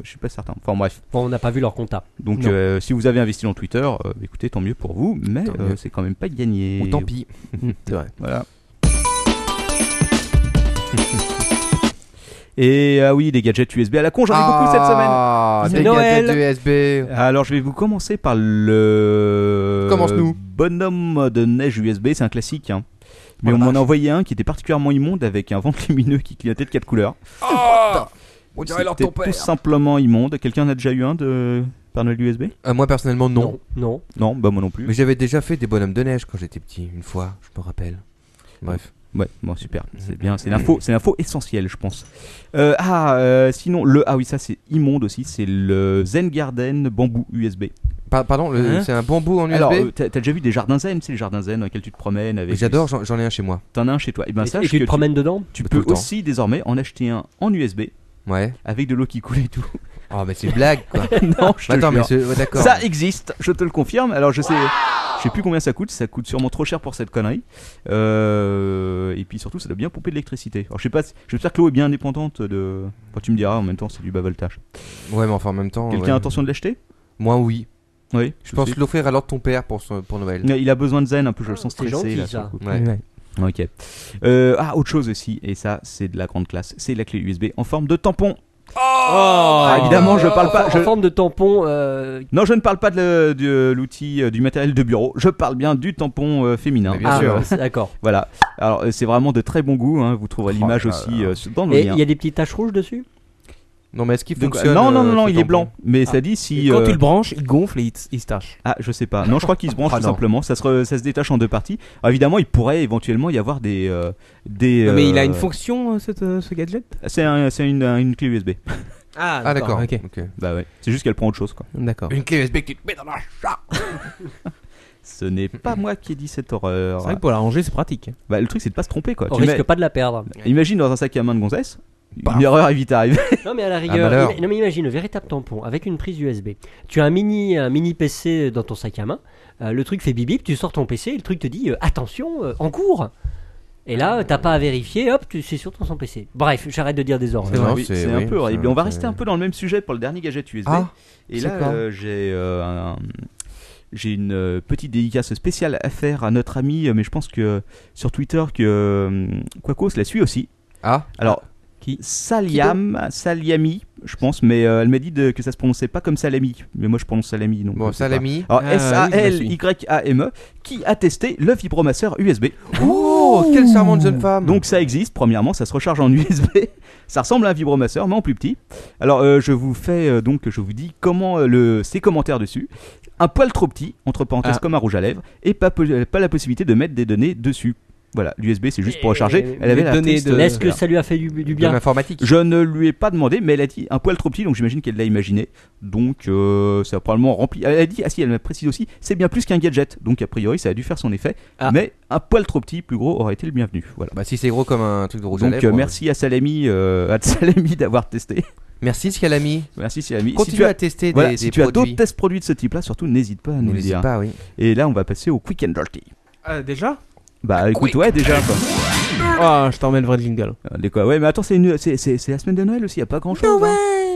[SPEAKER 3] Je suis pas certain. Enfin bref.
[SPEAKER 4] bon, on n'a pas vu leur compta.
[SPEAKER 3] Donc,
[SPEAKER 5] Non.
[SPEAKER 3] euh, si vous avez investi dans Twitter, euh, écoutez, tant mieux pour vous, mais
[SPEAKER 6] Tant
[SPEAKER 3] euh,
[SPEAKER 6] mieux.
[SPEAKER 3] c'est quand même pas gagné.
[SPEAKER 6] Ou tant
[SPEAKER 3] [LAUGHS]
[SPEAKER 6] pis.
[SPEAKER 5] C'est vrai.
[SPEAKER 3] Voilà. et ah oui, les gadgets USB à la con, j'en ai beaucoup cette semaine.
[SPEAKER 6] Ah,
[SPEAKER 3] C'est
[SPEAKER 6] des
[SPEAKER 3] Noël.
[SPEAKER 6] gadgets USB.
[SPEAKER 3] Alors, je vais vous commencer par le.
[SPEAKER 6] Commence-nous.
[SPEAKER 3] Bonhomme de neige USB, c'est un classique. hein. Mais
[SPEAKER 6] Oh la
[SPEAKER 3] on m'en a
[SPEAKER 6] vache.
[SPEAKER 3] envoyé un qui était particulièrement immonde avec un ventre [LAUGHS] lumineux qui clignotait de quatre couleurs.
[SPEAKER 2] Oh On dirait leur
[SPEAKER 3] C'était
[SPEAKER 2] ton
[SPEAKER 3] tout
[SPEAKER 2] père.
[SPEAKER 3] simplement immonde. Quelqu'un en a déjà eu un de Père Noël USB
[SPEAKER 6] Euh, moi personnellement, non.
[SPEAKER 4] Non.
[SPEAKER 3] Non, bah moi non plus.
[SPEAKER 6] Mais j'avais déjà fait des bonhommes de neige quand j'étais petit, une fois, je me rappelle. Bref.
[SPEAKER 3] Ouais, bon, super. C'est bien, c'est l'info, c'est l'info essentielle, je pense. Euh, ah, euh, sinon le, ah oui, ça c'est immonde aussi. C'est le Zen Garden bambou USB.
[SPEAKER 6] Pa- pardon, le-
[SPEAKER 5] Hein
[SPEAKER 6] c'est un bambou en USB
[SPEAKER 3] Alors, euh, t'as t'as déjà vu des jardins zen, c'est les jardins zen dans lesquels tu te promènes avec.
[SPEAKER 6] J'adore, j'en j'en ai un chez moi.
[SPEAKER 3] T'en as un chez toi. Et ben
[SPEAKER 4] Et-
[SPEAKER 3] sache
[SPEAKER 4] et tu
[SPEAKER 3] que
[SPEAKER 4] te promènes dedans
[SPEAKER 3] tu
[SPEAKER 6] Bah, tout
[SPEAKER 3] peux
[SPEAKER 6] le temps.
[SPEAKER 3] aussi désormais en acheter un en USB
[SPEAKER 6] Ouais.
[SPEAKER 3] avec de l'eau qui coule et tout.
[SPEAKER 6] Oh, mais c'est une blague quoi.
[SPEAKER 3] [LAUGHS] non, je te
[SPEAKER 6] Attends, mais
[SPEAKER 3] jure.
[SPEAKER 6] c'est- ouais, d'accord.
[SPEAKER 3] Ça existe, je te le confirme. Alors je sais, je sais plus combien ça coûte. Ça coûte sûrement trop cher pour cette connerie. Euh, et puis surtout, ça doit bien pomper de l'électricité. Alors je sais pas, si- j'espère que l'eau est bien indépendante de. Enfin, tu me diras. En même temps, c'est du bas voltage.
[SPEAKER 6] Ouais, mais enfin en même temps.
[SPEAKER 3] Quelqu'un
[SPEAKER 6] ouais.
[SPEAKER 3] a intention de l'acheter
[SPEAKER 6] Moi, oui.
[SPEAKER 3] Oui.
[SPEAKER 6] Je pense l'offrir alors ton père pour, son- pour Noël.
[SPEAKER 3] Mais Il a besoin de zen un peu. Je le sens
[SPEAKER 4] C'est
[SPEAKER 3] stressé
[SPEAKER 4] gentil,
[SPEAKER 3] là. sur le
[SPEAKER 4] ça.
[SPEAKER 3] coup.
[SPEAKER 6] Ouais.
[SPEAKER 3] Ok. Euh, ah, autre chose aussi, et ça, c'est de la grande classe. C'est la clé USB en forme de tampon.
[SPEAKER 2] Oh
[SPEAKER 3] Ah, évidemment, je parle pas.
[SPEAKER 4] Euh, en
[SPEAKER 3] je-
[SPEAKER 4] forme de tampon euh,
[SPEAKER 3] Non, je ne parle pas de, le- de l'outil euh, du matériel de bureau. Je parle bien du tampon euh, féminin.
[SPEAKER 6] Mais bien
[SPEAKER 4] ah,
[SPEAKER 6] sûr.
[SPEAKER 5] [LAUGHS]
[SPEAKER 4] euh, c'est- D'accord.
[SPEAKER 3] Voilà. Alors, euh, c'est vraiment de très bon goût. hein. Vous trouverez
[SPEAKER 6] Oh
[SPEAKER 3] l'image
[SPEAKER 6] là
[SPEAKER 3] aussi
[SPEAKER 6] là.
[SPEAKER 3] euh, dans le
[SPEAKER 4] Et
[SPEAKER 3] lien.
[SPEAKER 4] il y a des petites taches rouges dessus
[SPEAKER 6] Non, mais est-ce qu'il
[SPEAKER 3] Donc, euh,
[SPEAKER 6] fonctionne
[SPEAKER 3] non, non, non,
[SPEAKER 6] euh,
[SPEAKER 3] non,
[SPEAKER 6] ce
[SPEAKER 3] il est
[SPEAKER 6] tampon
[SPEAKER 3] blanc. Mais ça dit
[SPEAKER 5] Ah.
[SPEAKER 3] si.
[SPEAKER 5] Et quand
[SPEAKER 3] euh,
[SPEAKER 5] tu le branches, il gonfle et il, se- il se tache.
[SPEAKER 3] Ah, je sais pas. Non, je crois qu'il se branche
[SPEAKER 6] Ah,
[SPEAKER 3] tout
[SPEAKER 6] non.
[SPEAKER 3] simplement. Ça se, re- ça se détache en deux parties. Alors, évidemment, il pourrait éventuellement y avoir des. euh, des
[SPEAKER 5] Non, mais il a une
[SPEAKER 3] euh,
[SPEAKER 5] fonction, euh, cette, euh, ce gadget
[SPEAKER 3] C'est un- c'est une, une clé USB.
[SPEAKER 6] Ah, d'accord.
[SPEAKER 5] ok.
[SPEAKER 6] ok.
[SPEAKER 3] Bah ouais. C'est juste qu'elle prend autre chose, quoi.
[SPEAKER 5] D'accord.
[SPEAKER 2] Une clé USB que tu te mets dans la chatte
[SPEAKER 4] [LAUGHS]
[SPEAKER 3] Ce n'est pas moi qui ai dit cette horreur.
[SPEAKER 5] C'est vrai que pour la ranger, c'est pratique.
[SPEAKER 3] Bah, le truc, c'est de pas se tromper, quoi.
[SPEAKER 4] On
[SPEAKER 3] Tu
[SPEAKER 4] risque
[SPEAKER 3] mets-
[SPEAKER 4] pas de la perdre.
[SPEAKER 3] Imagine dans un sac à main de gonzesse,
[SPEAKER 6] Paf.
[SPEAKER 5] Bah.
[SPEAKER 3] une erreur est vite arrivée.
[SPEAKER 4] [LAUGHS] Non mais à la
[SPEAKER 6] Un
[SPEAKER 4] rigueur,
[SPEAKER 6] malheur.
[SPEAKER 4] ima- non, mais imagine le véritable tampon avec une prise USB. Tu as un mini, un mini PC dans ton sac à main, euh, le truc fait bip bip, tu sors ton PC, et le truc te dit euh, attention, euh, en cours. Et là, t'as pas à vérifier, hop, tu c'est sur ton PC. Bref, j'arrête de dire des ordres.
[SPEAKER 6] C'est vrai.
[SPEAKER 3] Oui,
[SPEAKER 6] c'est-
[SPEAKER 3] c'est un
[SPEAKER 6] oui,
[SPEAKER 3] peu horrible.
[SPEAKER 6] c'est-
[SPEAKER 3] Et on va
[SPEAKER 6] c'est-
[SPEAKER 3] rester un peu dans le même sujet pour le dernier gadget USB.
[SPEAKER 6] Ah,
[SPEAKER 3] Et
[SPEAKER 6] c'est
[SPEAKER 3] là,
[SPEAKER 6] quoi
[SPEAKER 3] euh, j'ai euh, un- j'ai une euh, petite dédicace spéciale à faire à notre ami, euh, mais je pense que sur Twitter que euh, Quacos la suit aussi.
[SPEAKER 6] ah,
[SPEAKER 3] Alors,
[SPEAKER 5] Qui
[SPEAKER 3] Saliam, Saliami, je pense, mais euh, elle m'a dit de- que ça se prononçait pas comme Salami, mais moi je prononce Salami. Donc
[SPEAKER 6] bon,
[SPEAKER 3] je sais pas.
[SPEAKER 6] salami.
[SPEAKER 3] Alors,
[SPEAKER 5] Ah,
[SPEAKER 3] S-A-L-Y-A-M-E, E, qui a testé le vibromasseur USB.
[SPEAKER 6] Oh, quel serment de jeune femme.
[SPEAKER 3] Donc ça existe, premièrement, ça se recharge en USB, [LAUGHS] ça ressemble à un vibromasseur, mais en plus petit. Alors euh, je vous fais euh, donc, je vous dis comment euh, le, ses commentaires dessus. Un poil trop petit, entre parenthèses
[SPEAKER 5] Ah.
[SPEAKER 3] comme un rouge à lèvres, et pas, po- euh, pas la possibilité de mettre des données dessus. Voilà, l'USB c'est juste pour
[SPEAKER 4] Et-
[SPEAKER 3] recharger. Elle avait
[SPEAKER 5] les
[SPEAKER 3] la
[SPEAKER 5] données
[SPEAKER 3] triste- euh,
[SPEAKER 5] de-
[SPEAKER 4] Mais Est-ce que ça lui a fait du, du
[SPEAKER 6] bien
[SPEAKER 4] bien
[SPEAKER 6] informatique.
[SPEAKER 3] Je ne lui ai pas demandé, mais elle a dit un poil trop petit, donc j'imagine qu'elle l'a imaginé. Donc euh, ça a probablement rempli. Elle a dit, ah si, elle m'a précisé aussi, c'est bien plus qu'un gadget. Donc a priori ça a dû faire son effet,
[SPEAKER 5] Ah.
[SPEAKER 3] mais un poil trop petit, plus gros, aurait été le bienvenu. Voilà.
[SPEAKER 6] Bah, si c'est gros comme un truc de rouge à
[SPEAKER 3] Donc
[SPEAKER 6] lèvres.
[SPEAKER 3] euh, merci à Salami, euh, à Salami [LAUGHS] d'avoir testé.
[SPEAKER 6] Merci Scalami.
[SPEAKER 3] Merci Salami. si
[SPEAKER 6] Continue
[SPEAKER 3] tu
[SPEAKER 6] à
[SPEAKER 3] as,
[SPEAKER 6] tester
[SPEAKER 3] voilà,
[SPEAKER 6] des,
[SPEAKER 3] si
[SPEAKER 6] des
[SPEAKER 3] tu as d'autres
[SPEAKER 6] produits.
[SPEAKER 3] tests produits de ce type-là, surtout n'hésite pas à nous le
[SPEAKER 6] N'hésite
[SPEAKER 3] dire.
[SPEAKER 6] pas, oui.
[SPEAKER 3] Et là, on va passer au quick and dirty.
[SPEAKER 5] Ah, déjà
[SPEAKER 3] Bah écoute,
[SPEAKER 2] Quick.
[SPEAKER 3] ouais déjà. Quoi.
[SPEAKER 5] Ah, je t'en mets le vrai jingle.
[SPEAKER 3] Euh, des quoi. Ouais, mais attends, c'est une- c'est- c'est c'est la semaine de Noël aussi. Il y a pas grand chose.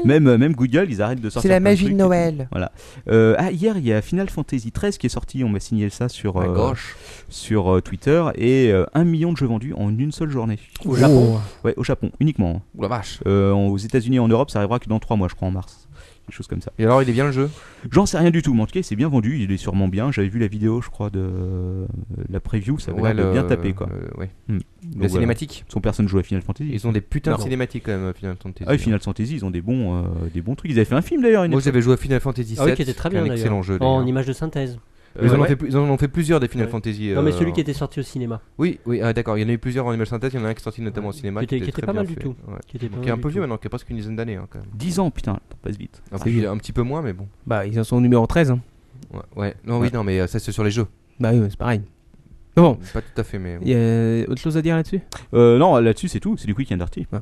[SPEAKER 3] Même euh, même Google, ils arrêtent de sortir.
[SPEAKER 6] C'est la
[SPEAKER 3] plein
[SPEAKER 6] magie de
[SPEAKER 3] trucs et tout.
[SPEAKER 6] Noël.
[SPEAKER 3] Voilà. Euh, ah hier, il y a Final Fantasy 13 qui est sorti. On m'a signalé ça sur
[SPEAKER 6] Ah,
[SPEAKER 3] euh,
[SPEAKER 6] gauche.
[SPEAKER 3] sur euh, Twitter et euh, un million de jeux vendus en une seule journée.
[SPEAKER 4] au Japon
[SPEAKER 3] Ouais, au Japon uniquement. hein.
[SPEAKER 6] Ouh la vache.
[SPEAKER 3] Euh, en- aux États-Unis et en Europe, ça arrivera que dans trois mois, je crois, en mars. Quelque chose comme ça.
[SPEAKER 6] Et alors, il est bien le jeu
[SPEAKER 3] J'en sais rien du tout, mais en tout cas, c'est bien vendu. Il est sûrement bien. J'avais vu la vidéo, je crois, de euh, la preview. Ça avait
[SPEAKER 6] Ouais,
[SPEAKER 3] l'air de
[SPEAKER 6] le-
[SPEAKER 3] bien taper, quoi. Hmm.
[SPEAKER 6] le- ouais.
[SPEAKER 3] Donc,
[SPEAKER 6] La
[SPEAKER 3] voilà.
[SPEAKER 6] cinématique.
[SPEAKER 3] Parce qu'on personne joue à Final Fantasy.
[SPEAKER 6] Ils ont des putains de
[SPEAKER 3] Non.
[SPEAKER 6] cinématiques quand même, Final Fantasy. hein.
[SPEAKER 3] Ah, et Final Fantasy, ils ont des bons, euh, des bons trucs. Ils avaient fait un film d'ailleurs. une
[SPEAKER 6] Moi, j'avais joué à Final Fantasy VII.
[SPEAKER 4] Ah oui, qui était très bien
[SPEAKER 6] un
[SPEAKER 4] d'ailleurs.
[SPEAKER 6] excellent jeu.
[SPEAKER 4] En
[SPEAKER 6] d'ailleurs.
[SPEAKER 4] image de synthèse.
[SPEAKER 6] Ils en ont
[SPEAKER 3] Ouais.
[SPEAKER 6] fait plus- ils en ont fait plusieurs des Final
[SPEAKER 4] Ouais.
[SPEAKER 6] Fantasy.
[SPEAKER 4] Non mais
[SPEAKER 6] euh,
[SPEAKER 4] celui qui était sorti au cinéma,
[SPEAKER 6] Oui, oui, ah, d'accord. Il y en a eu plusieurs en image synthèse. Il y en a un qui est sorti notamment au cinéma.
[SPEAKER 4] Qui était- qui était
[SPEAKER 6] très
[SPEAKER 4] pas
[SPEAKER 6] bien
[SPEAKER 4] mal du
[SPEAKER 6] fait.
[SPEAKER 4] tout.
[SPEAKER 6] Ouais.
[SPEAKER 4] qui était pas
[SPEAKER 6] Qui est un
[SPEAKER 4] mal
[SPEAKER 6] peu
[SPEAKER 4] du
[SPEAKER 6] vieux
[SPEAKER 4] tout.
[SPEAKER 6] maintenant, qui a presque une dizaine d'années. hein, quand même.
[SPEAKER 3] 10 ans, putain, ça passe vite.
[SPEAKER 6] Ah, puis, un petit peu moins, mais bon.
[SPEAKER 5] Bah, ils en sont au numéro 13. hein.
[SPEAKER 6] Ouais, ouais. Non, oui,
[SPEAKER 3] Ouais.
[SPEAKER 6] non, mais euh, ça c'est sur les jeux.
[SPEAKER 5] Bah oui, c'est pareil. Mais Bon,
[SPEAKER 6] Pas tout à fait, mais.
[SPEAKER 5] il y a autre chose à dire là-dessus
[SPEAKER 3] Euh, non, là-dessus, c'est tout. C'est du Quick and Dirty.
[SPEAKER 5] Ah.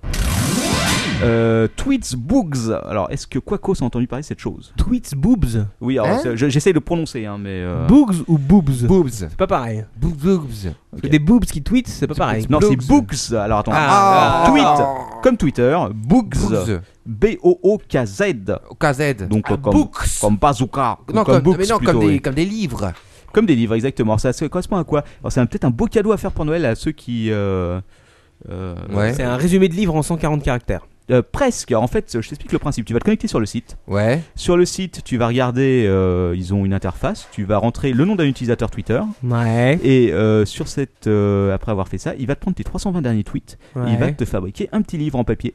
[SPEAKER 3] Euh, Tweets Boogs. Alors, est-ce que Quacos a entendu parler de cette chose
[SPEAKER 5] Tweets boobs.
[SPEAKER 3] Oui, alors,
[SPEAKER 6] Hein
[SPEAKER 3] c'est- je- j'essaie de le prononcer, hein, mais. euh,
[SPEAKER 5] Boogs ou boobs
[SPEAKER 6] Boobs.
[SPEAKER 5] C'est pas pareil.
[SPEAKER 6] Boob- Boobs.
[SPEAKER 5] Parce que Des boobs qui tweetent, c'est pas pareil.
[SPEAKER 3] Non, c'est
[SPEAKER 5] Boogs.
[SPEAKER 3] Boogs. Alors, attends.
[SPEAKER 5] Ah.
[SPEAKER 3] Tweet, comme Twitter, Boogs.
[SPEAKER 6] Boobs.
[SPEAKER 3] B-O-O-K-Z.
[SPEAKER 6] KZ.
[SPEAKER 3] Donc
[SPEAKER 5] Ah,
[SPEAKER 3] euh, comme,
[SPEAKER 5] books.
[SPEAKER 3] comme bazooka, ou
[SPEAKER 6] Non,
[SPEAKER 3] comme,
[SPEAKER 6] comme,
[SPEAKER 3] books
[SPEAKER 6] mais non,
[SPEAKER 3] plutôt,
[SPEAKER 6] comme,
[SPEAKER 3] oui.
[SPEAKER 6] des, comme des livres.
[SPEAKER 3] Comme des livres, exactement. Ça, ça correspond à quoi Alors, c'est un- peut-être un beau cadeau à faire pour Noël à ceux qui. euh, euh,
[SPEAKER 6] Ouais.
[SPEAKER 5] C'est un résumé de livre en 140 caractères.
[SPEAKER 3] euh, presque. En fait, je t'explique le principe. Tu vas te connecter sur le site.
[SPEAKER 6] Ouais.
[SPEAKER 3] Sur le site, tu vas regarder. euh, ils ont une interface. Tu vas rentrer le nom d'un utilisateur Twitter.
[SPEAKER 5] Ouais.
[SPEAKER 3] Et euh, sur cette, euh, après avoir fait ça, il va te prendre tes 320 derniers tweets. et Il va te fabriquer un petit livre en papier.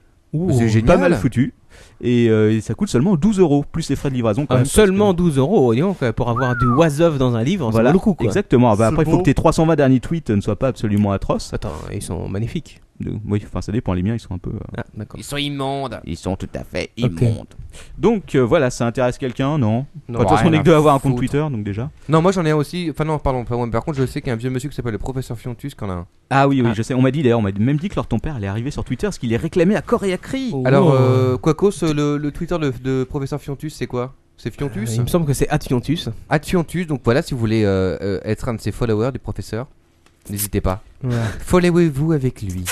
[SPEAKER 3] C'est
[SPEAKER 6] c'est génial.
[SPEAKER 3] Pas mal foutu. Et, euh, et ça coûte seulement 12 euros, plus les frais de livraison quand
[SPEAKER 5] Euh,
[SPEAKER 3] même. parce que-
[SPEAKER 5] seulement 12 euros, voyons, quoi, pour avoir du was of dans un livre, ça
[SPEAKER 3] Voilà,
[SPEAKER 5] vaut le coup. Quoi.
[SPEAKER 3] exactement. Ah bah
[SPEAKER 5] C'est
[SPEAKER 3] après, il faut
[SPEAKER 5] beau.
[SPEAKER 3] que tes 320 derniers tweets ne soient pas absolument atroces.
[SPEAKER 5] Attends, ils sont magnifiques.
[SPEAKER 3] De- Oui, enfin, ça dépend. Les miens, ils sont un peu. euh,
[SPEAKER 5] Ah, d'accord.
[SPEAKER 2] Ils sont immondes.
[SPEAKER 3] Ils sont tout à fait immondes. Donc euh, voilà, ça intéresse quelqu'un, non Enfin, De toute façon, on
[SPEAKER 6] rien
[SPEAKER 3] est
[SPEAKER 6] à
[SPEAKER 3] que deux à avoir un compte
[SPEAKER 6] foutre.
[SPEAKER 3] Twitter, donc déjà.
[SPEAKER 6] Non, moi j'en ai un aussi. Enfin, non, pardon, pas moi, mais Par contre, je sais qu'il y a un vieux monsieur qui s'appelle le professeur Fiontus qui en a un.
[SPEAKER 3] Ah oui, oui,
[SPEAKER 6] Ah.
[SPEAKER 3] je sais. On m'a dit d'ailleurs, on m'a même dit que leur ton père allait arriver sur Twitter parce qu'il est réclamé à corps et à cri.
[SPEAKER 6] Alors,
[SPEAKER 5] Oh.
[SPEAKER 6] euh, Quacos, euh, le, le Twitter de, de professeur Fiontus, c'est quoi C'est Fiontus
[SPEAKER 5] Euh, il me semble que c'est Ationtus.
[SPEAKER 6] À Fiontus, donc voilà, si vous voulez euh, euh, être un de ses followers du professeur, n'hésitez pas. [LAUGHS] Followez-vous avec lui.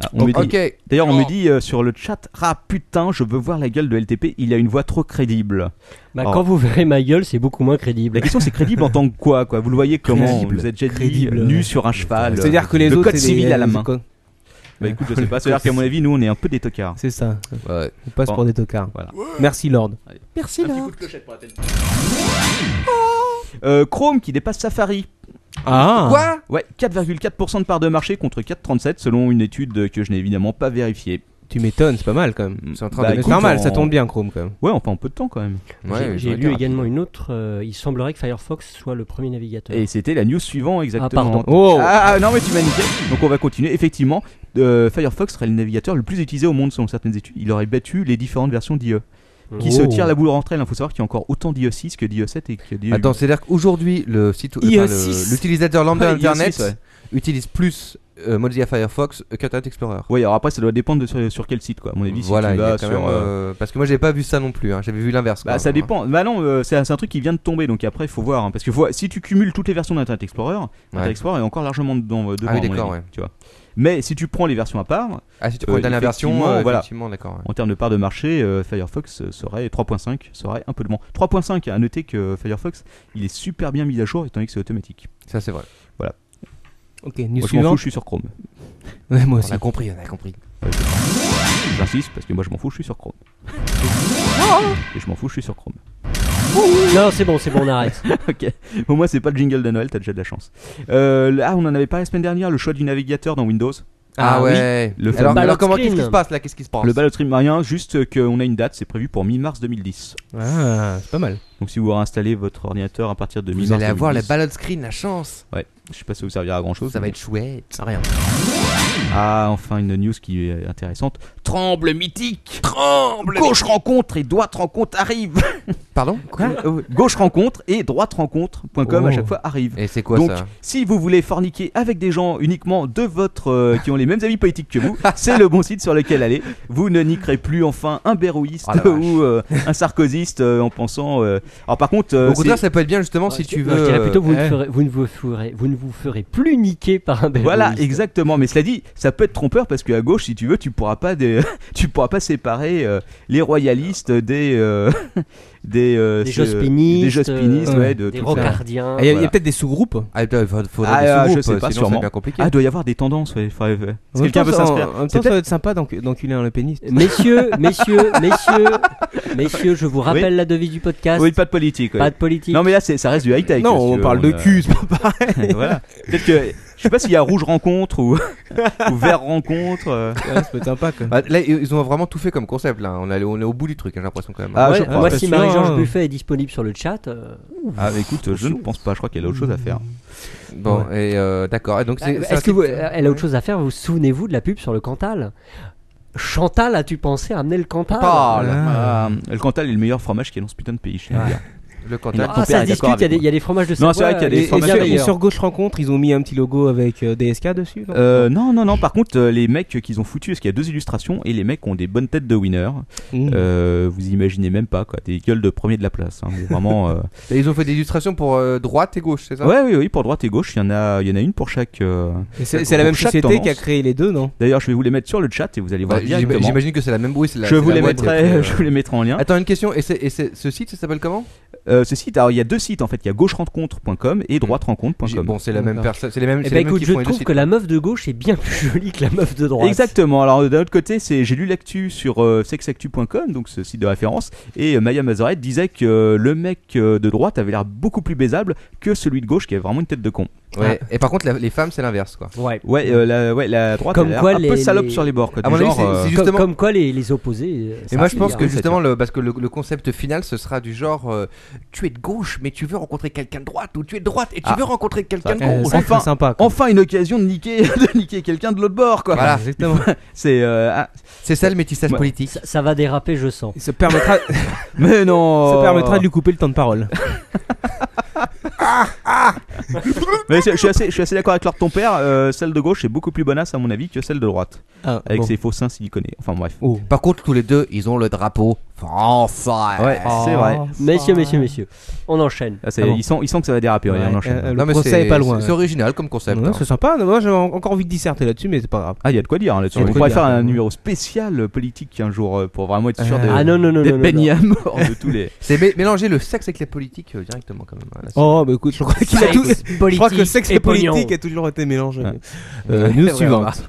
[SPEAKER 3] Ah, on me dit-
[SPEAKER 6] ok,
[SPEAKER 3] D'ailleurs, on
[SPEAKER 2] Oh.
[SPEAKER 3] me dit euh, sur le chat Ah putain, je veux voir la gueule de LTP, il a une voix trop crédible.
[SPEAKER 4] Bah,
[SPEAKER 3] Oh.
[SPEAKER 4] Quand vous verrez ma gueule, c'est beaucoup moins crédible.
[SPEAKER 3] La question, c'est crédible en tant que quoi, quoi Vous le voyez comment
[SPEAKER 5] Crédible.
[SPEAKER 3] Vous êtes déjà dit, euh,
[SPEAKER 5] Crédible.
[SPEAKER 3] nu sur un cheval. euh,
[SPEAKER 5] C'est-à-dire que les
[SPEAKER 3] le
[SPEAKER 5] autres.
[SPEAKER 3] code
[SPEAKER 5] c'est des-
[SPEAKER 3] civil à la
[SPEAKER 5] des-
[SPEAKER 3] main.
[SPEAKER 5] quoi.
[SPEAKER 3] Bah écoute, je sais pas. C'est-à-dire qu'à mon avis, nous, on est un peu des tocards.
[SPEAKER 5] C'est ça,
[SPEAKER 6] ouais.
[SPEAKER 5] on passe
[SPEAKER 3] Bon.
[SPEAKER 5] pour des tocards.
[SPEAKER 3] Voilà.
[SPEAKER 5] Merci Lord.
[SPEAKER 6] Merci là.
[SPEAKER 3] Euh, Chrome qui dépasse Safari.
[SPEAKER 5] Ah
[SPEAKER 6] Quoi
[SPEAKER 3] Ouais, 4,4% de part de marché contre 4,37% selon une étude que je n'ai évidemment pas vérifiée.
[SPEAKER 5] Tu m'étonnes, c'est pas mal quand même.
[SPEAKER 6] C'est en train
[SPEAKER 3] Bah,
[SPEAKER 6] de.
[SPEAKER 5] Mais
[SPEAKER 3] écoute,
[SPEAKER 5] c'est normal, ça
[SPEAKER 3] en-
[SPEAKER 5] tombe bien Chrome quand même.
[SPEAKER 3] Ouais, enfin, en peu de temps quand même.
[SPEAKER 6] Ouais,
[SPEAKER 4] J'ai-
[SPEAKER 6] je
[SPEAKER 4] J'ai
[SPEAKER 6] vais
[SPEAKER 4] lu
[SPEAKER 6] être
[SPEAKER 4] également
[SPEAKER 6] rapide.
[SPEAKER 4] une autre. euh, il semblerait que Firefox soit le premier navigateur.
[SPEAKER 3] Et c'était la news suivante exactement.
[SPEAKER 4] pardon.
[SPEAKER 5] Oh
[SPEAKER 3] Ah, ah, non, mais tu m'as niqué. Donc on va continuer. Effectivement, euh, Firefox serait le navigateur le plus utilisé au monde selon certaines études. Il aurait battu les différentes versions d'IE. Qui se
[SPEAKER 4] Oh.
[SPEAKER 3] tire la boule entre elles. Il faut savoir qu'il y a encore autant d'IE6 que d'IE7 et que E d'IE8.
[SPEAKER 6] Attends, c'est-à-dire qu'aujourd'hui, le site, enfin,
[SPEAKER 5] IE6.
[SPEAKER 6] le- l'utilisateur lambda
[SPEAKER 3] E Ouais,
[SPEAKER 6] internet
[SPEAKER 3] IE6, ouais.
[SPEAKER 6] utilise plus euh, Mozilla Firefox qu'Internet Explorer.
[SPEAKER 3] Oui, alors après, ça doit dépendre de sur, sur quel site, quoi. À mon avis, si
[SPEAKER 6] voilà,
[SPEAKER 3] tu
[SPEAKER 6] il y a
[SPEAKER 3] vas
[SPEAKER 6] quand
[SPEAKER 3] sur.
[SPEAKER 6] même,
[SPEAKER 3] euh,
[SPEAKER 6] euh, parce que moi j'avais pas vu ça non plus, hein, j'avais vu l'inverse.
[SPEAKER 3] Bah
[SPEAKER 6] quoi.
[SPEAKER 3] ça dépend. Bah non, euh, c'est c'est un truc qui vient de tomber, donc après il faut voir, hein, parce que faut, si tu cumules toutes les versions d'Internet Explorer, Internet
[SPEAKER 6] Ouais.
[SPEAKER 3] Explorer est encore largement dedans, euh, devant.
[SPEAKER 6] Ah oui,
[SPEAKER 3] à mon
[SPEAKER 6] d'accord,
[SPEAKER 3] avis,
[SPEAKER 6] ouais.
[SPEAKER 3] Tu vois. Mais si tu prends les versions à part,
[SPEAKER 6] Ah, si tu prends
[SPEAKER 3] Euh,
[SPEAKER 6] la dernière version,
[SPEAKER 3] effectivement,
[SPEAKER 6] euh,
[SPEAKER 3] voilà.
[SPEAKER 6] effectivement, d'accord. ouais.
[SPEAKER 3] en termes de part de marché, euh, Firefox euh, serait 3.5, serait un peu de moins. 3.5, à noter que Firefox, il est super bien mis à jour étant donné que c'est automatique.
[SPEAKER 6] Ça c'est vrai.
[SPEAKER 5] Ok, news
[SPEAKER 3] Moi, je m'en fous,
[SPEAKER 5] suivante.
[SPEAKER 3] je suis sur Chrome.
[SPEAKER 5] Ouais, moi aussi.
[SPEAKER 6] On a compris, on a compris.
[SPEAKER 3] J'insiste parce que moi je m'en fous, je suis sur Chrome. Et je m'en fous, je suis sur Chrome.
[SPEAKER 4] Non, c'est bon, c'est bon, on arrête.
[SPEAKER 3] [LAUGHS] ok. Au moins c'est pas le jingle de Noël, t'as déjà de la chance. Euh, là, on en avait parlé la semaine dernière, le choix du navigateur dans Windows.
[SPEAKER 6] Ah,
[SPEAKER 5] Ah oui.
[SPEAKER 6] ouais.
[SPEAKER 3] Le
[SPEAKER 6] alors,
[SPEAKER 4] fameux
[SPEAKER 6] alors comment
[SPEAKER 4] screen.
[SPEAKER 6] qu'est-ce qui se passe là Qu'est-ce qui se passe
[SPEAKER 3] Le ballot stream rien, juste euh, qu'on a une date, c'est prévu pour mi-mars 2010.
[SPEAKER 5] Ah, c'est pas mal.
[SPEAKER 3] Donc si vous réinstallez votre ordinateur à partir de
[SPEAKER 6] Vous
[SPEAKER 3] mi-mars
[SPEAKER 6] allez avoir la
[SPEAKER 3] 2010,
[SPEAKER 6] ballot screen, la chance.
[SPEAKER 3] Je sais pas si ça vous servira à grand chose.
[SPEAKER 6] Ça va être chouette.
[SPEAKER 5] rien.
[SPEAKER 3] Ah, enfin une news qui est intéressante.
[SPEAKER 2] Tremble mythique. Tremble.
[SPEAKER 3] Gauche rencontre et droite rencontre arrive.
[SPEAKER 6] Pardon
[SPEAKER 3] Euh, Gauche rencontre et droite rencontre.com à
[SPEAKER 5] Oh.
[SPEAKER 3] chaque fois arrive.
[SPEAKER 6] Et c'est quoi
[SPEAKER 3] Donc,
[SPEAKER 6] ça
[SPEAKER 3] si vous voulez forniquer avec des gens uniquement de votre euh, qui ont les mêmes avis politiques
[SPEAKER 6] [LAUGHS]
[SPEAKER 3] que vous, c'est le bon site sur lequel aller. Vous ne niquerez plus enfin un Bérouiste
[SPEAKER 6] Oh la
[SPEAKER 3] [LAUGHS] ou euh, un Sarkozyste euh, en pensant. euh, Alors par contre, euh,
[SPEAKER 6] Au contraire,
[SPEAKER 3] c'est-
[SPEAKER 6] ça peut être bien justement si tu
[SPEAKER 4] Non, je
[SPEAKER 6] veux.
[SPEAKER 4] dirais plutôt, vous,
[SPEAKER 6] euh,
[SPEAKER 4] ne ferez, vous, ne vous ferez, vous ne vous ferez plus niquer par un bel
[SPEAKER 3] Voilà,
[SPEAKER 4] égoïste.
[SPEAKER 3] exactement. Mais cela dit, ça peut être trompeur parce qu'à gauche, si tu veux, tu pourras pas des- [LAUGHS] tu pourras pas séparer euh, les royalistes des euh, [LAUGHS] des euh,
[SPEAKER 4] Des
[SPEAKER 3] ce-
[SPEAKER 4] jospinistes,
[SPEAKER 3] des jospinistes,
[SPEAKER 5] euh,
[SPEAKER 3] ouais, de
[SPEAKER 4] Des
[SPEAKER 3] tout ça.
[SPEAKER 4] rocardiens.
[SPEAKER 5] Ah, Il y a,
[SPEAKER 3] Voilà.
[SPEAKER 5] peut-être des sous-groupes.
[SPEAKER 6] Ah, il faudrait des
[SPEAKER 3] Ah, ah, je
[SPEAKER 6] sous-groupes,
[SPEAKER 3] sais pas,
[SPEAKER 6] sinon ça
[SPEAKER 3] sûrement.
[SPEAKER 6] devient compliqué.
[SPEAKER 3] Ah, il doit y avoir des tendances. Ouais, faudrait- faudrait-
[SPEAKER 5] En
[SPEAKER 3] si
[SPEAKER 5] même
[SPEAKER 3] quelqu'un
[SPEAKER 5] temps,
[SPEAKER 3] veut
[SPEAKER 5] ça-
[SPEAKER 3] s'inspirer.
[SPEAKER 5] En même
[SPEAKER 3] C'est
[SPEAKER 5] temps, ça
[SPEAKER 3] peut-être-
[SPEAKER 5] doit être sympa d'encu- d'enculer un lepéniste. [LAUGHS]
[SPEAKER 4] Messieurs, messieurs, messieurs, messieurs, je vous rappelle la devise du podcast.
[SPEAKER 3] Oui, pas de politique. ouais.
[SPEAKER 4] Pas de politique.
[SPEAKER 3] Non, mais là, c'est- ça reste du high tech. euh,
[SPEAKER 5] Non, on parle de cul, c'est pas pareil.
[SPEAKER 3] [LAUGHS] voilà. Peut-être que je sais pas s'il y a rouge rencontre ou, [LAUGHS] ou vert rencontre. euh.
[SPEAKER 5] [LAUGHS] Ouais, ça peut être sympa quoi.
[SPEAKER 6] Bah, là, ils ont vraiment tout fait comme concept. Là, on est, on est au bout du truc. hein, J'ai l'impression quand même.
[SPEAKER 3] Ah,
[SPEAKER 4] Ouais,
[SPEAKER 3] je crois
[SPEAKER 4] moi,
[SPEAKER 3] pas
[SPEAKER 4] si
[SPEAKER 5] sûr,
[SPEAKER 4] Marie-Georges
[SPEAKER 5] hein.
[SPEAKER 4] Buffet est disponible sur le chat, euh,
[SPEAKER 3] Ah, bah, écoute, je ne pense pas. Je crois qu'elle a autre chose à faire.
[SPEAKER 6] Bon, et euh, d'accord. Et donc, c'est.
[SPEAKER 4] Ah, bah, est-ce
[SPEAKER 6] c'est un
[SPEAKER 4] que vous-
[SPEAKER 6] site-
[SPEAKER 4] elle a autre chose à faire Vous vous souvenez-vous de la pub sur le Cantal Chantal, as-tu pensé à amener le
[SPEAKER 3] Oh
[SPEAKER 4] Cantal
[SPEAKER 3] Parle.
[SPEAKER 5] Ah.
[SPEAKER 3] Ah, le Cantal est le meilleur fromage qui est dans ce putain de pays. je tiens à le dire.
[SPEAKER 6] Le
[SPEAKER 3] Il
[SPEAKER 6] contact.
[SPEAKER 3] a- ton
[SPEAKER 4] Ah,
[SPEAKER 3] père
[SPEAKER 4] ça
[SPEAKER 3] est
[SPEAKER 4] se discute,
[SPEAKER 3] d'accord
[SPEAKER 4] il y a
[SPEAKER 3] avec
[SPEAKER 4] des-
[SPEAKER 3] moi.
[SPEAKER 4] il y, a des fromages de
[SPEAKER 3] Non, c'est vrai qu'il y a des
[SPEAKER 5] Et,
[SPEAKER 4] Savoie, euh,
[SPEAKER 5] et
[SPEAKER 4] bien
[SPEAKER 3] formations-
[SPEAKER 5] sur, et
[SPEAKER 4] meilleurs.
[SPEAKER 5] sur Gauche Rencontre, ils ont mis un petit logo avec euh, DSK dessus. non
[SPEAKER 3] Euh, non, non, non. Par contre, euh, les mecs qu'ils ont foutus, parce qu'il y a deux illustrations et les mecs ont des bonnes têtes de winner.
[SPEAKER 4] Mm.
[SPEAKER 5] Mmh.
[SPEAKER 3] Euh, vous imaginez même pas, quoi. Des gueules de premier de la place. hein, mais vraiment. euh,
[SPEAKER 6] Et ils ont fait des illustrations pour euh, droite et gauche, c'est ça
[SPEAKER 3] Ouais, oui, oui. Pour droite et gauche, il y en a, il y en a une pour chaque. euh.
[SPEAKER 5] Et C'est
[SPEAKER 3] pour
[SPEAKER 5] c'est la même
[SPEAKER 3] chaque
[SPEAKER 5] société
[SPEAKER 3] tendance.
[SPEAKER 5] qui a créé les deux, non
[SPEAKER 3] D'ailleurs, je vais vous les mettre sur le chat et vous allez voir
[SPEAKER 6] Bah, j'im-
[SPEAKER 3] directement.
[SPEAKER 6] J'imagine que c'est la même bruit.
[SPEAKER 3] Je vous les mettrai, [LAUGHS] je vous les mettrai en lien.
[SPEAKER 6] Attends, une question. Et, c'est- et c'est- ce site, ça s'appelle comment
[SPEAKER 3] Euh, ce site, alors il y a deux sites en fait, il y a gaucherencontre.com et
[SPEAKER 6] Mmh. J'ai-
[SPEAKER 3] droiterencontre.com.
[SPEAKER 6] Bon, c'est la même
[SPEAKER 5] D'accord.
[SPEAKER 6] personne. C'est les mêmes.
[SPEAKER 4] Eh
[SPEAKER 6] c'est
[SPEAKER 4] ben
[SPEAKER 6] les mêmes
[SPEAKER 4] écoute,
[SPEAKER 6] qui
[SPEAKER 4] je
[SPEAKER 6] font les deux
[SPEAKER 4] trouve
[SPEAKER 6] sites.
[SPEAKER 4] que la meuf de gauche est bien [LAUGHS] plus jolie que la meuf de droite.
[SPEAKER 3] Exactement. Alors d'un autre côté, c'est j'ai lu l'actu sur euh, sexactu.com, donc ce site de référence, et euh, Maya Mazaret disait que euh, le mec euh, de droite avait l'air beaucoup plus baisable que celui de gauche qui avait vraiment une tête de con.
[SPEAKER 6] Ouais. Et par contre, la- les femmes, c'est l'inverse, quoi.
[SPEAKER 4] Ah. Ouais.
[SPEAKER 3] Ouais, euh, la, ouais, la droite
[SPEAKER 4] Comme
[SPEAKER 3] elle a
[SPEAKER 4] quoi,
[SPEAKER 3] l'air un peu
[SPEAKER 4] les-
[SPEAKER 3] salope
[SPEAKER 4] les-
[SPEAKER 3] sur les bords. Quoi,
[SPEAKER 6] À
[SPEAKER 3] du
[SPEAKER 6] mon avis,
[SPEAKER 3] genre,
[SPEAKER 6] c'est-
[SPEAKER 3] euh,
[SPEAKER 6] c'est
[SPEAKER 4] Comme,
[SPEAKER 6] justement-
[SPEAKER 4] comme quoi les, les opposés. euh,
[SPEAKER 6] Et
[SPEAKER 4] ça
[SPEAKER 6] moi,
[SPEAKER 4] se
[SPEAKER 6] je pense
[SPEAKER 4] fait,
[SPEAKER 6] que
[SPEAKER 4] hein.
[SPEAKER 6] justement, le, parce que le, le concept final, ce sera du genre euh, tu es de gauche, mais tu veux rencontrer quelqu'un de droite, ou tu es de droite et tu
[SPEAKER 3] Ah.
[SPEAKER 6] veux rencontrer quelqu'un de
[SPEAKER 3] Ça,
[SPEAKER 5] Euh,
[SPEAKER 6] gauche.
[SPEAKER 5] c'est
[SPEAKER 3] Enfin-
[SPEAKER 5] très sympa. quoi.
[SPEAKER 3] Enfin, une occasion de niquer, [LAUGHS] de niquer quelqu'un de l'autre bord. Quoi.
[SPEAKER 6] Voilà.
[SPEAKER 5] exactement.
[SPEAKER 3] [LAUGHS] C'est. euh, ah,
[SPEAKER 6] C'est ça le métissage
[SPEAKER 3] Ouais.
[SPEAKER 6] politique.
[SPEAKER 4] Ça, ça va déraper, je sens.
[SPEAKER 5] Ça permettra,
[SPEAKER 3] [LAUGHS] Mais non
[SPEAKER 5] ça permettra de lui couper le temps de parole.
[SPEAKER 3] Mais c'est- je suis assez, je suis assez d'accord avec l'heure de ton père. euh, celle de gauche est beaucoup plus bonasse, à mon avis, que celle de droite.
[SPEAKER 5] Ah,
[SPEAKER 3] Avec
[SPEAKER 5] bon.
[SPEAKER 3] ses faux seins siliconés. Enfin, bref.
[SPEAKER 5] Oh.
[SPEAKER 6] Par contre, tous les deux, ils ont le drapeau français.
[SPEAKER 3] Ouais, c'est vrai.
[SPEAKER 4] Messieurs,
[SPEAKER 6] Ah.
[SPEAKER 4] messieurs, messieurs, on enchaîne.
[SPEAKER 3] Ah, c'est-
[SPEAKER 5] Ah bon.
[SPEAKER 3] il, sent, il sent que ça va déraper.
[SPEAKER 5] Ouais,
[SPEAKER 3] regarde, on enchaîne.
[SPEAKER 5] euh, le
[SPEAKER 6] Non, mais
[SPEAKER 5] procès
[SPEAKER 6] c'est-
[SPEAKER 5] est pas loin.
[SPEAKER 6] c'est- C'est original comme concept.
[SPEAKER 5] Ouais,
[SPEAKER 6] hein.
[SPEAKER 5] C'est sympa. Moi, j'avais en- encore envie de disserter là-dessus, mais c'est pas grave.
[SPEAKER 3] Ah, il y a de quoi dire hein, là-dessus.
[SPEAKER 5] Il y a
[SPEAKER 3] On
[SPEAKER 5] de quoi
[SPEAKER 3] pourrait
[SPEAKER 5] dire,
[SPEAKER 3] faire un
[SPEAKER 5] ouais.
[SPEAKER 3] numéro spécial euh, politique un jour euh, pour vraiment être sûr
[SPEAKER 5] Euh,
[SPEAKER 3] de.
[SPEAKER 4] Ah non, non, non,
[SPEAKER 3] d'être
[SPEAKER 4] non, non,
[SPEAKER 3] baigné à mort de
[SPEAKER 6] [LAUGHS]
[SPEAKER 3] tous les.
[SPEAKER 6] C'est mé- mélanger le sexe avec les politiques euh, directement, quand même. Voilà, c'est-
[SPEAKER 5] Oh, bah écoute, je crois qu'il a tout.
[SPEAKER 4] Sexe,
[SPEAKER 5] Je crois que
[SPEAKER 4] politique
[SPEAKER 5] sexe
[SPEAKER 4] et
[SPEAKER 5] et
[SPEAKER 4] pognon.
[SPEAKER 5] politique a toujours été mélangé.
[SPEAKER 3] Ouais.
[SPEAKER 5] Euh, [LAUGHS] news
[SPEAKER 6] Ouais,
[SPEAKER 5] suivante.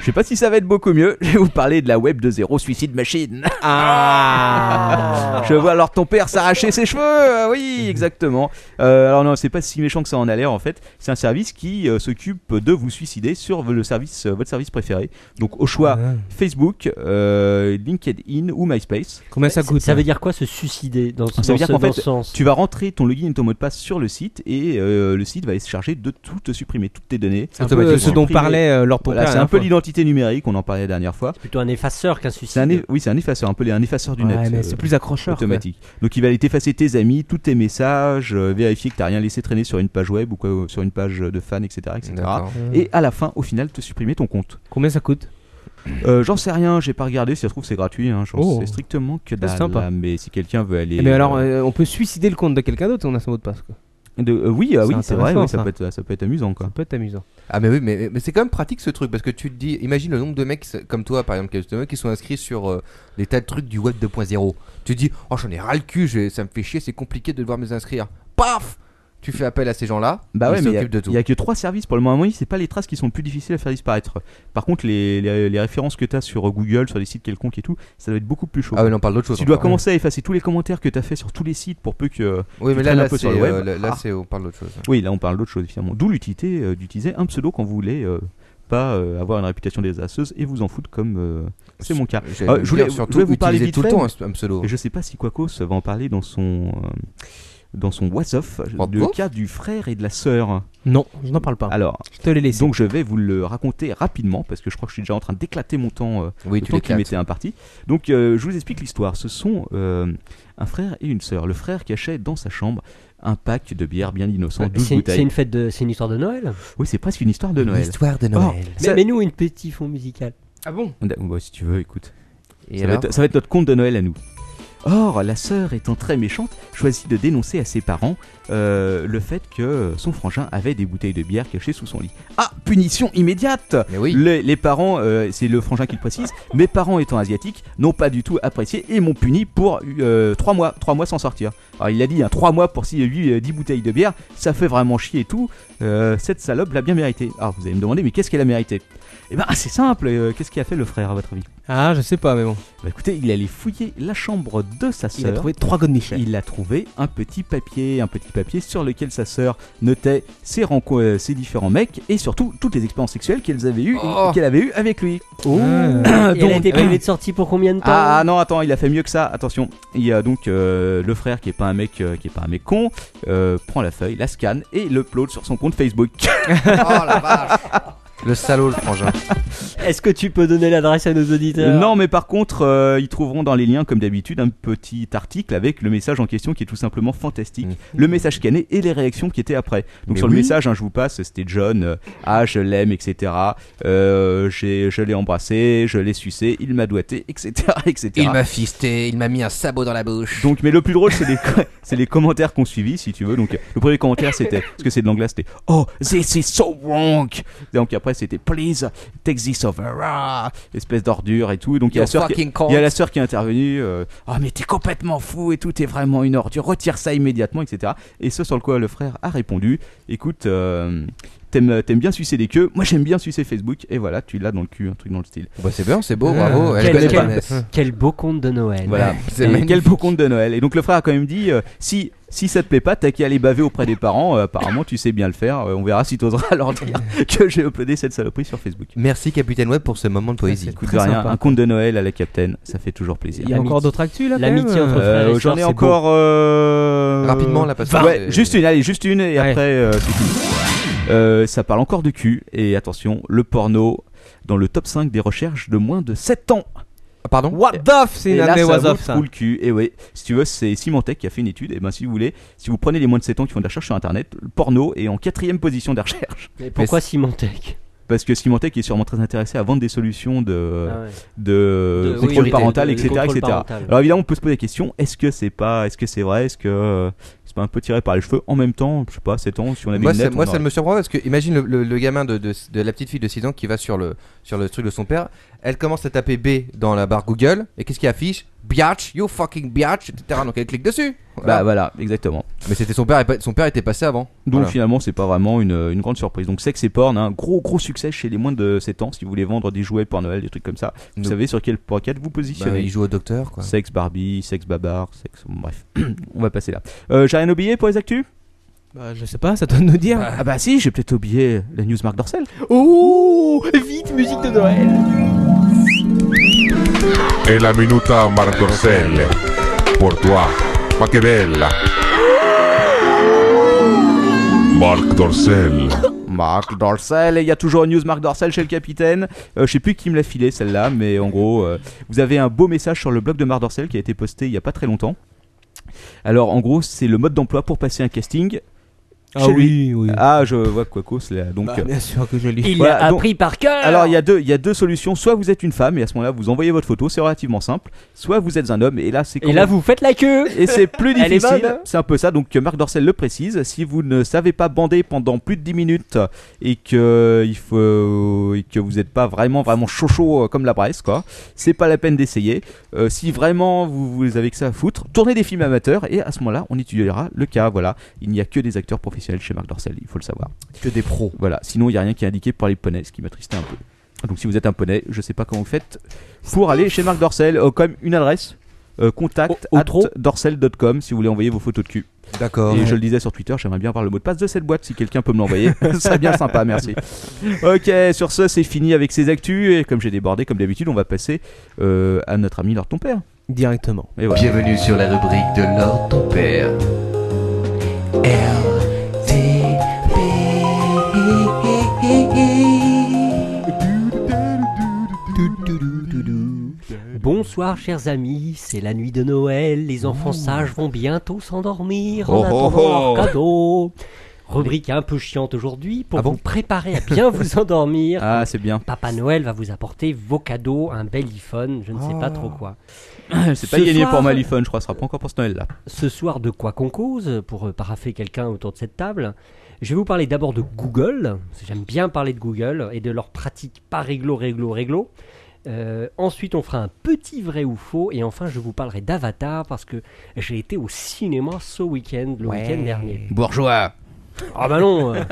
[SPEAKER 3] Je sais pas si ça va être beaucoup mieux. [LAUGHS] Je vais vous parler de la web de zéro suicide machine.
[SPEAKER 5] Ah
[SPEAKER 3] [LAUGHS]
[SPEAKER 5] Mhm.
[SPEAKER 3] Je vois alors ton père s'arracher ses cheveux. euh, Oui, exactement. Euh, alors non, c'est pas si méchant que ça en a l'air en fait. C'est un service qui euh, s'occupe de vous suicider sur le service, euh, votre service préféré. Donc au choix
[SPEAKER 5] Ah.
[SPEAKER 3] Facebook, euh, LinkedIn ou MySpace.
[SPEAKER 5] Combien ça coûte
[SPEAKER 4] Ça
[SPEAKER 5] hein
[SPEAKER 4] veut dire quoi se suicider dans,
[SPEAKER 3] veut
[SPEAKER 4] ce- dans
[SPEAKER 3] dire
[SPEAKER 4] ce,
[SPEAKER 3] qu'en
[SPEAKER 4] dans
[SPEAKER 3] fait,
[SPEAKER 4] ce sens
[SPEAKER 3] Tu vas rentrer ton login et ton mot de passe sur le site et euh, le site va se charger de tout te supprimer, toutes tes données.
[SPEAKER 5] C'est un peu, euh, ce dont
[SPEAKER 3] Supprimer.
[SPEAKER 5] parlait euh, leur ton
[SPEAKER 3] Voilà,
[SPEAKER 5] père
[SPEAKER 3] c'est
[SPEAKER 5] la
[SPEAKER 3] un peu
[SPEAKER 5] dernière
[SPEAKER 3] l'identité numérique, on en parlait la dernière fois.
[SPEAKER 4] C'est plutôt un effaceur qu'un suicide.
[SPEAKER 3] C'est un, eff- oui, c'est un effaceur, un peu un effaceur du
[SPEAKER 5] fois. Ouais,
[SPEAKER 3] net.
[SPEAKER 5] mais
[SPEAKER 3] euh,
[SPEAKER 5] c'est plus accrocheur. quoi.
[SPEAKER 3] automatique. Donc il va aller t'effacer tes amis, tous tes messages, euh, vérifier que t'as rien laissé traîner sur une page web ou quoi, euh, sur une page de fan, etc., etc.
[SPEAKER 6] D'accord.
[SPEAKER 3] Et à la fin, au final, te supprimer ton compte.
[SPEAKER 5] Combien ça coûte
[SPEAKER 3] Euh, j'en sais rien, j'ai pas regardé. Si ça se trouve, c'est gratuit. Hein, j'en
[SPEAKER 5] Oh.
[SPEAKER 3] sais strictement que
[SPEAKER 5] c'est sympa.
[SPEAKER 3] dalle. Mais si quelqu'un veut aller,
[SPEAKER 5] Mais alors,
[SPEAKER 3] euh,
[SPEAKER 5] euh, on peut suicider le compte de quelqu'un d'autre, on a son mot de passe. Quoi.
[SPEAKER 3] de- euh, oui, ah
[SPEAKER 5] c'est
[SPEAKER 3] oui, c'est vrai,
[SPEAKER 5] intéressant,
[SPEAKER 3] oui, ça,
[SPEAKER 5] ça.
[SPEAKER 3] peut être, ça peut être amusant, quoi.
[SPEAKER 5] Ça peut être amusant.
[SPEAKER 6] Ah mais oui, mais, mais c'est quand même pratique ce truc parce que tu te dis, imagine le nombre de mecs comme toi par exemple justement, qui sont inscrits sur euh, des tas de trucs du web 2.0. Tu te dis, oh j'en ai ras le cul, j'ai- ça me fait chier, c'est compliqué de devoir me inscrire. Paf Tu fais appel à ces gens-là,
[SPEAKER 3] Bah ouais,
[SPEAKER 6] ils
[SPEAKER 3] mais il
[SPEAKER 6] s'occupent de tout.
[SPEAKER 3] n'y a, que trois services pour le moment. À mon avis, c'est pas les traces qui sont le plus difficiles à faire disparaître. Par contre, les, les- les références que tu as sur Google, sur les sites quelconques et tout, ça doit être beaucoup plus chaud.
[SPEAKER 6] Ah ouais, non, on parle d'autre chose.
[SPEAKER 3] tu dois
[SPEAKER 6] encore.
[SPEAKER 3] commencer à effacer tous les commentaires que tu as fait sur tous les sites pour peu que.
[SPEAKER 6] Oui,
[SPEAKER 3] tu
[SPEAKER 6] mais là,
[SPEAKER 3] traînes un
[SPEAKER 6] là,
[SPEAKER 3] peu
[SPEAKER 6] c'est,
[SPEAKER 3] sur le web.
[SPEAKER 6] euh, là, là,
[SPEAKER 3] Ah.
[SPEAKER 6] c'est- on parle d'autre chose.
[SPEAKER 3] Oui, là on parle d'autre chose finalement. D'où l'utilité euh, d'utiliser un pseudo quand vous voulez euh, pas euh, avoir une réputation désastreuse et vous en foutre comme euh, c'est mon cas.
[SPEAKER 6] J'allais
[SPEAKER 3] Euh, je
[SPEAKER 6] dire,
[SPEAKER 3] voulais-
[SPEAKER 6] surtout,
[SPEAKER 3] je voulais vous parler
[SPEAKER 6] utiliser
[SPEAKER 3] vite
[SPEAKER 6] tout le
[SPEAKER 3] fait,
[SPEAKER 6] temps hein, un- un pseudo.
[SPEAKER 3] Et je sais pas si Quacos va en parler dans son euh, dans son What's-Off,
[SPEAKER 6] What
[SPEAKER 3] le
[SPEAKER 6] off
[SPEAKER 3] cas du frère et de la sœur.
[SPEAKER 5] Non, je n'en parle pas.
[SPEAKER 3] Alors,
[SPEAKER 5] Je te l'ai laissé.
[SPEAKER 3] donc je vais vous le raconter rapidement parce que je crois que je suis déjà en train d'éclater mon temps euh,
[SPEAKER 6] Oui,
[SPEAKER 3] le
[SPEAKER 6] tu
[SPEAKER 3] temps qui
[SPEAKER 6] l'éclates.
[SPEAKER 3] m'était imparti. Donc euh, je vous explique l'histoire. Ce sont euh, un frère et une sœur. Le frère cachait dans sa chambre un pack de bière bien innocent, 12
[SPEAKER 4] C'est c'est
[SPEAKER 3] bouteilles.
[SPEAKER 4] une fête de, c'est une histoire de Noël.
[SPEAKER 3] Oui, c'est presque une histoire de Noël.
[SPEAKER 6] L'histoire de
[SPEAKER 3] Or,
[SPEAKER 6] Noël.
[SPEAKER 3] ça-
[SPEAKER 4] Mais, nous une petite fond musicale.
[SPEAKER 5] Ah bon
[SPEAKER 3] Ouais, Bah, si tu veux, écoute.
[SPEAKER 6] Et
[SPEAKER 3] Ça va,
[SPEAKER 6] alors
[SPEAKER 3] être, ça va être notre conte de Noël à nous. Or, la sœur étant très méchante, choisit de dénoncer à ses parents euh, le fait que son frangin avait des bouteilles de bière cachées sous son lit. Ah, punition immédiate
[SPEAKER 6] Mais oui.
[SPEAKER 3] les, les parents, euh, c'est le frangin qui
[SPEAKER 6] [LAUGHS]
[SPEAKER 3] le précise, mes parents étant asiatiques, n'ont pas du tout apprécié et m'ont puni pour 3 mois, trois mois sans sortir. Alors il a dit, 3 mois pour 6, 8, 10 bouteilles de bière, ça fait vraiment chier et tout, euh, cette salope l'a bien mérité. Alors vous allez me demander, mais qu'est-ce qu'elle a mérité Eh ben c'est simple, euh, qu'est-ce qui a fait le frère à votre avis
[SPEAKER 5] Ah, je sais pas, mais bon.
[SPEAKER 3] bah écoutez, il allait fouiller la chambre de sa
[SPEAKER 5] Il a
[SPEAKER 3] sœur.
[SPEAKER 5] trouvé trois God Michel.
[SPEAKER 3] Il a trouvé un petit papier, un petit papier sur lequel sa sœur notait ses, renco- euh, ses différents mecs et surtout toutes les expériences sexuelles qu'elles avaient eues,
[SPEAKER 6] Oh.
[SPEAKER 3] qu'elle avait eues avec lui. Oh. [COUGHS]
[SPEAKER 5] Ah.
[SPEAKER 4] Et elle a été
[SPEAKER 3] Donc-
[SPEAKER 4] privée de sortie pour combien de temps
[SPEAKER 3] Ah non, attends, il a fait mieux que ça. Attention, il y a donc euh, le frère qui est pas un mec, euh, qui est pas un mec con, euh, prend la feuille, la scanne et l'upload sur son compte Facebook.
[SPEAKER 6] [LAUGHS] Oh la vache Le salaud, le frangin.
[SPEAKER 4] Est-ce que tu peux donner l'adresse à nos auditeurs
[SPEAKER 3] Non, mais par contre, euh, ils trouveront dans les liens, comme d'habitude, un petit article avec le message en question qui est tout simplement fantastique. Le message scanné et les réactions qui étaient après. Donc
[SPEAKER 6] Mm. Mais
[SPEAKER 3] sur
[SPEAKER 6] oui.
[SPEAKER 3] le message, hein, je vous passe, c'était John, euh, ah je l'aime, etc. Euh, j'ai- je l'ai embrassé, je l'ai sucé, il m'a doigté, etc. etc.
[SPEAKER 6] Il m'a fisté, il m'a mis un sabot dans la bouche.
[SPEAKER 3] Donc, mais le plus drôle, c'est les, [LAUGHS] c'est les commentaires qu'on suivit, si tu veux. Donc, le premier commentaire, c'était, parce que c'est de l'anglais, c'était Oh, this is so wrong. Donc, après, c'était Please, take this over, ah, espèce d'ordure et tout. Donc, il y a la
[SPEAKER 6] Your
[SPEAKER 3] sœur qui,
[SPEAKER 6] fucking con.
[SPEAKER 3] il y a la sœur qui est intervenue. euh, oh, mais t'es complètement fou et tout, t'es vraiment une ordure, retire ça immédiatement, etc. Et ce sur le quoi le frère a répondu Écoute, euh, t'aimes t'aimes bien sucer des queues, moi j'aime bien sucer Facebook, et voilà, tu l'as dans le cul, un truc dans le style. Euh,
[SPEAKER 6] Bah, c'est bien, c'est beau, bravo.
[SPEAKER 4] Ah.
[SPEAKER 6] Elle
[SPEAKER 4] Quel-
[SPEAKER 6] connaît
[SPEAKER 4] quel-
[SPEAKER 6] la jeunesse.
[SPEAKER 4] Quel beau conte de Noël.
[SPEAKER 3] Voilà.
[SPEAKER 6] Ouais, c'est
[SPEAKER 3] Et
[SPEAKER 6] magnifique.
[SPEAKER 3] quel beau conte de Noël. Et donc le frère a quand même dit euh, si Si ça te plaît pas, t'as qu'à aller baver auprès des parents. euh, apparemment, tu sais bien le faire. Euh, on verra si t'oseras [LAUGHS] leur dire que j'ai uploadé cette saloperie sur Facebook.
[SPEAKER 6] Merci Capitaine Web pour ce moment de poésie.
[SPEAKER 3] Écoute,
[SPEAKER 5] très
[SPEAKER 3] de rien,
[SPEAKER 5] sympa.
[SPEAKER 3] un conte de Noël à la Capitaine, ça fait toujours plaisir.
[SPEAKER 5] Il y a
[SPEAKER 4] L'amitié.
[SPEAKER 5] encore d'autres actus là quand
[SPEAKER 4] L'amitié
[SPEAKER 5] même,
[SPEAKER 4] entre
[SPEAKER 5] euh,
[SPEAKER 4] frères
[SPEAKER 3] Euh,
[SPEAKER 4] et
[SPEAKER 3] J'en
[SPEAKER 4] sœurs,
[SPEAKER 3] ai
[SPEAKER 4] c'est
[SPEAKER 3] encore. euh,
[SPEAKER 6] Rapidement, là, parce que-
[SPEAKER 3] Ouais, juste une, allez, juste une, et
[SPEAKER 5] Ouais.
[SPEAKER 3] après, euh, c'est fini. Euh, ça parle encore de cul, et attention, le porno dans le top 5 des recherches de moins de 7 ans.
[SPEAKER 6] Ah, Pardon
[SPEAKER 5] What the f- C'est
[SPEAKER 3] et
[SPEAKER 5] une
[SPEAKER 3] là,
[SPEAKER 5] année
[SPEAKER 3] ça
[SPEAKER 5] was
[SPEAKER 3] vaut
[SPEAKER 5] off ça.
[SPEAKER 3] tout le cul. Et oui, si tu veux, c'est Symantec qui a fait une étude. Et ben, si vous voulez, si vous prenez les moins de 7 ans qui font de la recherche sur Internet, le porno est en quatrième position des recherches.
[SPEAKER 4] Mais pourquoi Symantec
[SPEAKER 3] Parce que Symantec est sûrement très intéressé à vendre des solutions de,
[SPEAKER 4] Ah ouais.
[SPEAKER 3] de,
[SPEAKER 4] De- oui,
[SPEAKER 3] contrôle
[SPEAKER 4] oui,
[SPEAKER 3] parental,
[SPEAKER 4] de- de
[SPEAKER 3] etc.,
[SPEAKER 4] contrôle
[SPEAKER 3] etc.
[SPEAKER 4] parental.
[SPEAKER 3] Alors évidemment, on peut se poser la question est-ce que c'est pas, est-ce que c'est vrai, est-ce que euh, c'est pas un peu tiré par les cheveux En même temps, je sais pas, 7 ans, si on avait
[SPEAKER 6] Moi,
[SPEAKER 3] une
[SPEAKER 6] ça,
[SPEAKER 3] lettre,
[SPEAKER 6] moi,
[SPEAKER 3] on
[SPEAKER 6] ça
[SPEAKER 3] aurait-
[SPEAKER 6] me surprend parce que imagine le, le- le gamin de, de- de la petite fille de 6 ans qui va sur le, sur le truc de son père. Elle commence à taper B dans la barre Google et qu'est-ce qui affiche Biatch, you fucking biatch, etc. Donc elle clique dessus.
[SPEAKER 3] Bah
[SPEAKER 6] Voilà.
[SPEAKER 3] voilà, exactement.
[SPEAKER 6] Mais c'était son père, et pas- son père était passé avant.
[SPEAKER 3] Donc
[SPEAKER 6] Voilà.
[SPEAKER 3] finalement, c'est pas vraiment une, une grande surprise. Donc sexe et porn, un gros gros succès chez les moins de 7 ans. Si vous voulez vendre des jouets pour Noël, des trucs comme ça, vous
[SPEAKER 6] Nope.
[SPEAKER 3] savez sur quel pocket vous
[SPEAKER 6] Bah,
[SPEAKER 3] positionnez.
[SPEAKER 6] il joue au docteur quoi.
[SPEAKER 3] sexe Barbie, sexe Babar, sexe. bon, bref, [CLEARS THROAT] on va passer là. Euh, j'ai rien oublié pour les actus
[SPEAKER 5] Bah, je sais pas, ça doit nous dire.
[SPEAKER 3] Ah bah si, j'ai peut-être oublié la news Marc Dorcel.
[SPEAKER 5] Oh Vite, musique de Noël
[SPEAKER 1] Et la minuta Martorcelle. Pour toi. Ma que bella. Marc Dorcel.
[SPEAKER 3] Marc Dorcel, et il y a toujours une news Marc Dorcel chez le capitaine. Euh, je sais plus qui me l'a filé celle-là, mais en gros, euh, vous avez un beau message sur le blog de Marc Dorcel qui a été posté il y a pas très longtemps. Alors en gros, c'est le mode d'emploi pour passer un casting.
[SPEAKER 5] Ah
[SPEAKER 3] Chez
[SPEAKER 5] oui, oui.
[SPEAKER 3] Ah, je vois quoi cause là. Donc,
[SPEAKER 5] Bah,
[SPEAKER 3] euh,
[SPEAKER 5] bien sûr que je lis.
[SPEAKER 4] Il
[SPEAKER 3] Voilà,
[SPEAKER 4] l'a
[SPEAKER 3] donc-
[SPEAKER 4] appris par cœur
[SPEAKER 3] Alors il y a deux, il y a deux solutions. Soit vous êtes une femme et à ce moment-là vous envoyez votre photo, c'est relativement simple. Soit vous êtes un homme et là c'est
[SPEAKER 4] Et là, vous faites la queue
[SPEAKER 3] et c'est plus
[SPEAKER 4] Elle est
[SPEAKER 3] difficile.
[SPEAKER 4] bonne.
[SPEAKER 3] C'est un peu ça. Donc euh, Marc Dorcel le précise. Si vous ne savez pas bander pendant plus de 10 minutes et que euh, il faut euh, et que vous n'êtes pas vraiment vraiment chaud chaud euh, comme la Bresse quoi, c'est pas la peine d'essayer. Euh, si vraiment vous vous avez que ça à foutre, tournez des films amateurs et à ce moment-là on étudiera le cas. Voilà. Il n'y a que des acteurs professionnels chez Marc Dorcel, il faut le savoir.
[SPEAKER 6] Que des pros.
[SPEAKER 3] Voilà, sinon il n'y a rien qui est indiqué pour les poneys, ce qui m'attristait un peu. Donc si vous êtes un poney, je sais pas comment vous faites pour aller chez Marc Dorcel. Euh, quand même une adresse euh, contact
[SPEAKER 4] Au- au trot.
[SPEAKER 3] at dorcel.com si vous voulez envoyer vos photos de cul.
[SPEAKER 6] D'accord.
[SPEAKER 3] Et je le disais sur Twitter, j'aimerais bien avoir le mot de passe de cette boîte si quelqu'un peut me l'envoyer. Ce serait bien sympa, merci. Ok, sur ce, c'est fini avec ces actus. Et comme j'ai débordé, comme d'habitude, on va passer euh, à notre ami Lord Ton Père.
[SPEAKER 5] Directement.
[SPEAKER 3] Et voilà.
[SPEAKER 7] Bienvenue sur la rubrique de Lord ton père.
[SPEAKER 4] Bonsoir chers amis, c'est la nuit de Noël, les enfants sages vont bientôt s'endormir
[SPEAKER 3] Oh,
[SPEAKER 4] en
[SPEAKER 3] oh,
[SPEAKER 4] attendant
[SPEAKER 3] oh.
[SPEAKER 4] leur cadeau. Rubrique un peu chiante aujourd'hui pour
[SPEAKER 3] Ah bon
[SPEAKER 4] vous préparer à bien
[SPEAKER 3] [LAUGHS]
[SPEAKER 4] vous endormir.
[SPEAKER 3] Ah, c'est bien.
[SPEAKER 4] Papa Noël va vous apporter vos cadeaux, un bel iPhone, je ne sais pas trop quoi.
[SPEAKER 3] Ah. C'est pas
[SPEAKER 4] Ce
[SPEAKER 3] gagné
[SPEAKER 4] soir-
[SPEAKER 3] pour Malifone, je crois. Ce sera pas encore pour ce Noël là.
[SPEAKER 4] Ce soir, de quoi qu'on cause, pour euh, paraffer quelqu'un autour de cette table, je vais vous parler d'abord de Google, parce que j'aime bien parler de Google, et de leurs pratiques pas réglo, réglo, réglo. Euh, ensuite, on fera un petit vrai ou faux, et enfin, je vous parlerai d'Avatar, parce que j'ai été au cinéma ce week-end, le week-end dernier.
[SPEAKER 2] Bourgeois.
[SPEAKER 4] Ah bah non
[SPEAKER 3] [LAUGHS]
[SPEAKER 4] euh,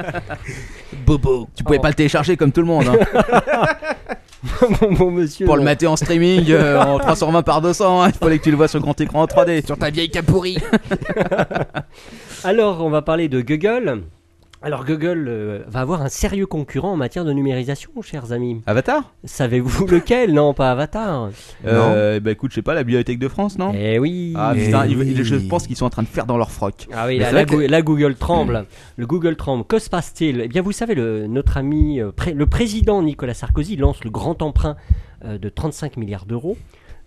[SPEAKER 2] Bobo.
[SPEAKER 3] Tu pouvais
[SPEAKER 4] Oh.
[SPEAKER 3] pas le télécharger comme tout le monde. hein.
[SPEAKER 4] [LAUGHS] mon, mon monsieur
[SPEAKER 3] pour le
[SPEAKER 4] non.
[SPEAKER 3] mater en streaming euh, en 320 par 200 hein, il fallait que tu le vois sur grand écran en 3D
[SPEAKER 2] Sur ta vieille capourie.
[SPEAKER 4] [LAUGHS] Alors, on va parler de Google. Alors, Google euh, va avoir un sérieux concurrent en matière de numérisation, chers amis.
[SPEAKER 3] Avatar
[SPEAKER 4] Savez-vous [LAUGHS] lequel Non, pas Avatar.
[SPEAKER 3] euh, bah écoute je sais pas la bibliothèque de France non
[SPEAKER 4] Eh oui
[SPEAKER 3] ah
[SPEAKER 6] Eh
[SPEAKER 3] putain ils- ils- je
[SPEAKER 6] oui.
[SPEAKER 3] pense qu'ils sont en train de faire dans leur froc
[SPEAKER 4] Ah oui,
[SPEAKER 3] Mais
[SPEAKER 4] là,
[SPEAKER 3] c'est
[SPEAKER 4] là,
[SPEAKER 3] vrai que-
[SPEAKER 4] Gou- là, Google tremble. Le Google tremble. Que se passe-t-il Eh bien, vous savez, le, notre ami, euh, pré- le président Nicolas Sarkozy lance le grand emprunt euh, de 35 milliards d'euros.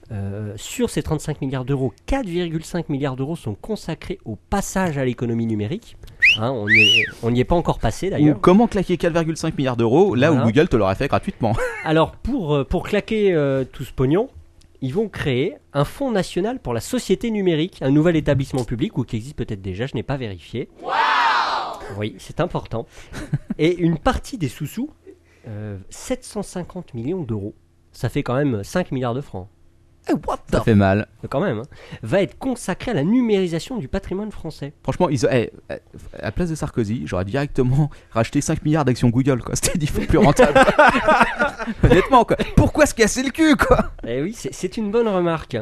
[SPEAKER 4] Euh, sur ces 35 milliards d'euros, 4,5 milliards d'euros sont consacrés au passage à l'économie numérique. Hein, on n'y est, on n'y est pas encore passé
[SPEAKER 3] ou
[SPEAKER 4] d'ailleurs.
[SPEAKER 3] comment claquer 4,5 milliards d'euros là où
[SPEAKER 4] Voilà.
[SPEAKER 3] Google te l'aurait fait gratuitement
[SPEAKER 4] Alors, pour, euh, pour claquer euh, tout ce pognon, ils vont créer un fonds national pour la société numérique, un nouvel établissement public, ou qui existe peut-être déjà, je n'ai pas vérifié. oui, c'est important. Et une partie des sous-sous, euh, 750 millions d'euros, ça fait quand même 5 milliards de francs. Eh, what the
[SPEAKER 3] [LAUGHS] Ça fait mal.
[SPEAKER 4] Quand même, hein, va être consacré à la numérisation du patrimoine français.
[SPEAKER 3] Franchement, ils, eh, eh, à la place de Sarkozy, j'aurais directement [LAUGHS] racheté 5 milliards d'actions Google, quoi. [LAUGHS] C'était dix fois plus rentable. [LAUGHS] Honnêtement, quoi. Pourquoi se casser le cul, quoi
[SPEAKER 4] Eh oui, c'est- c'est une bonne remarque.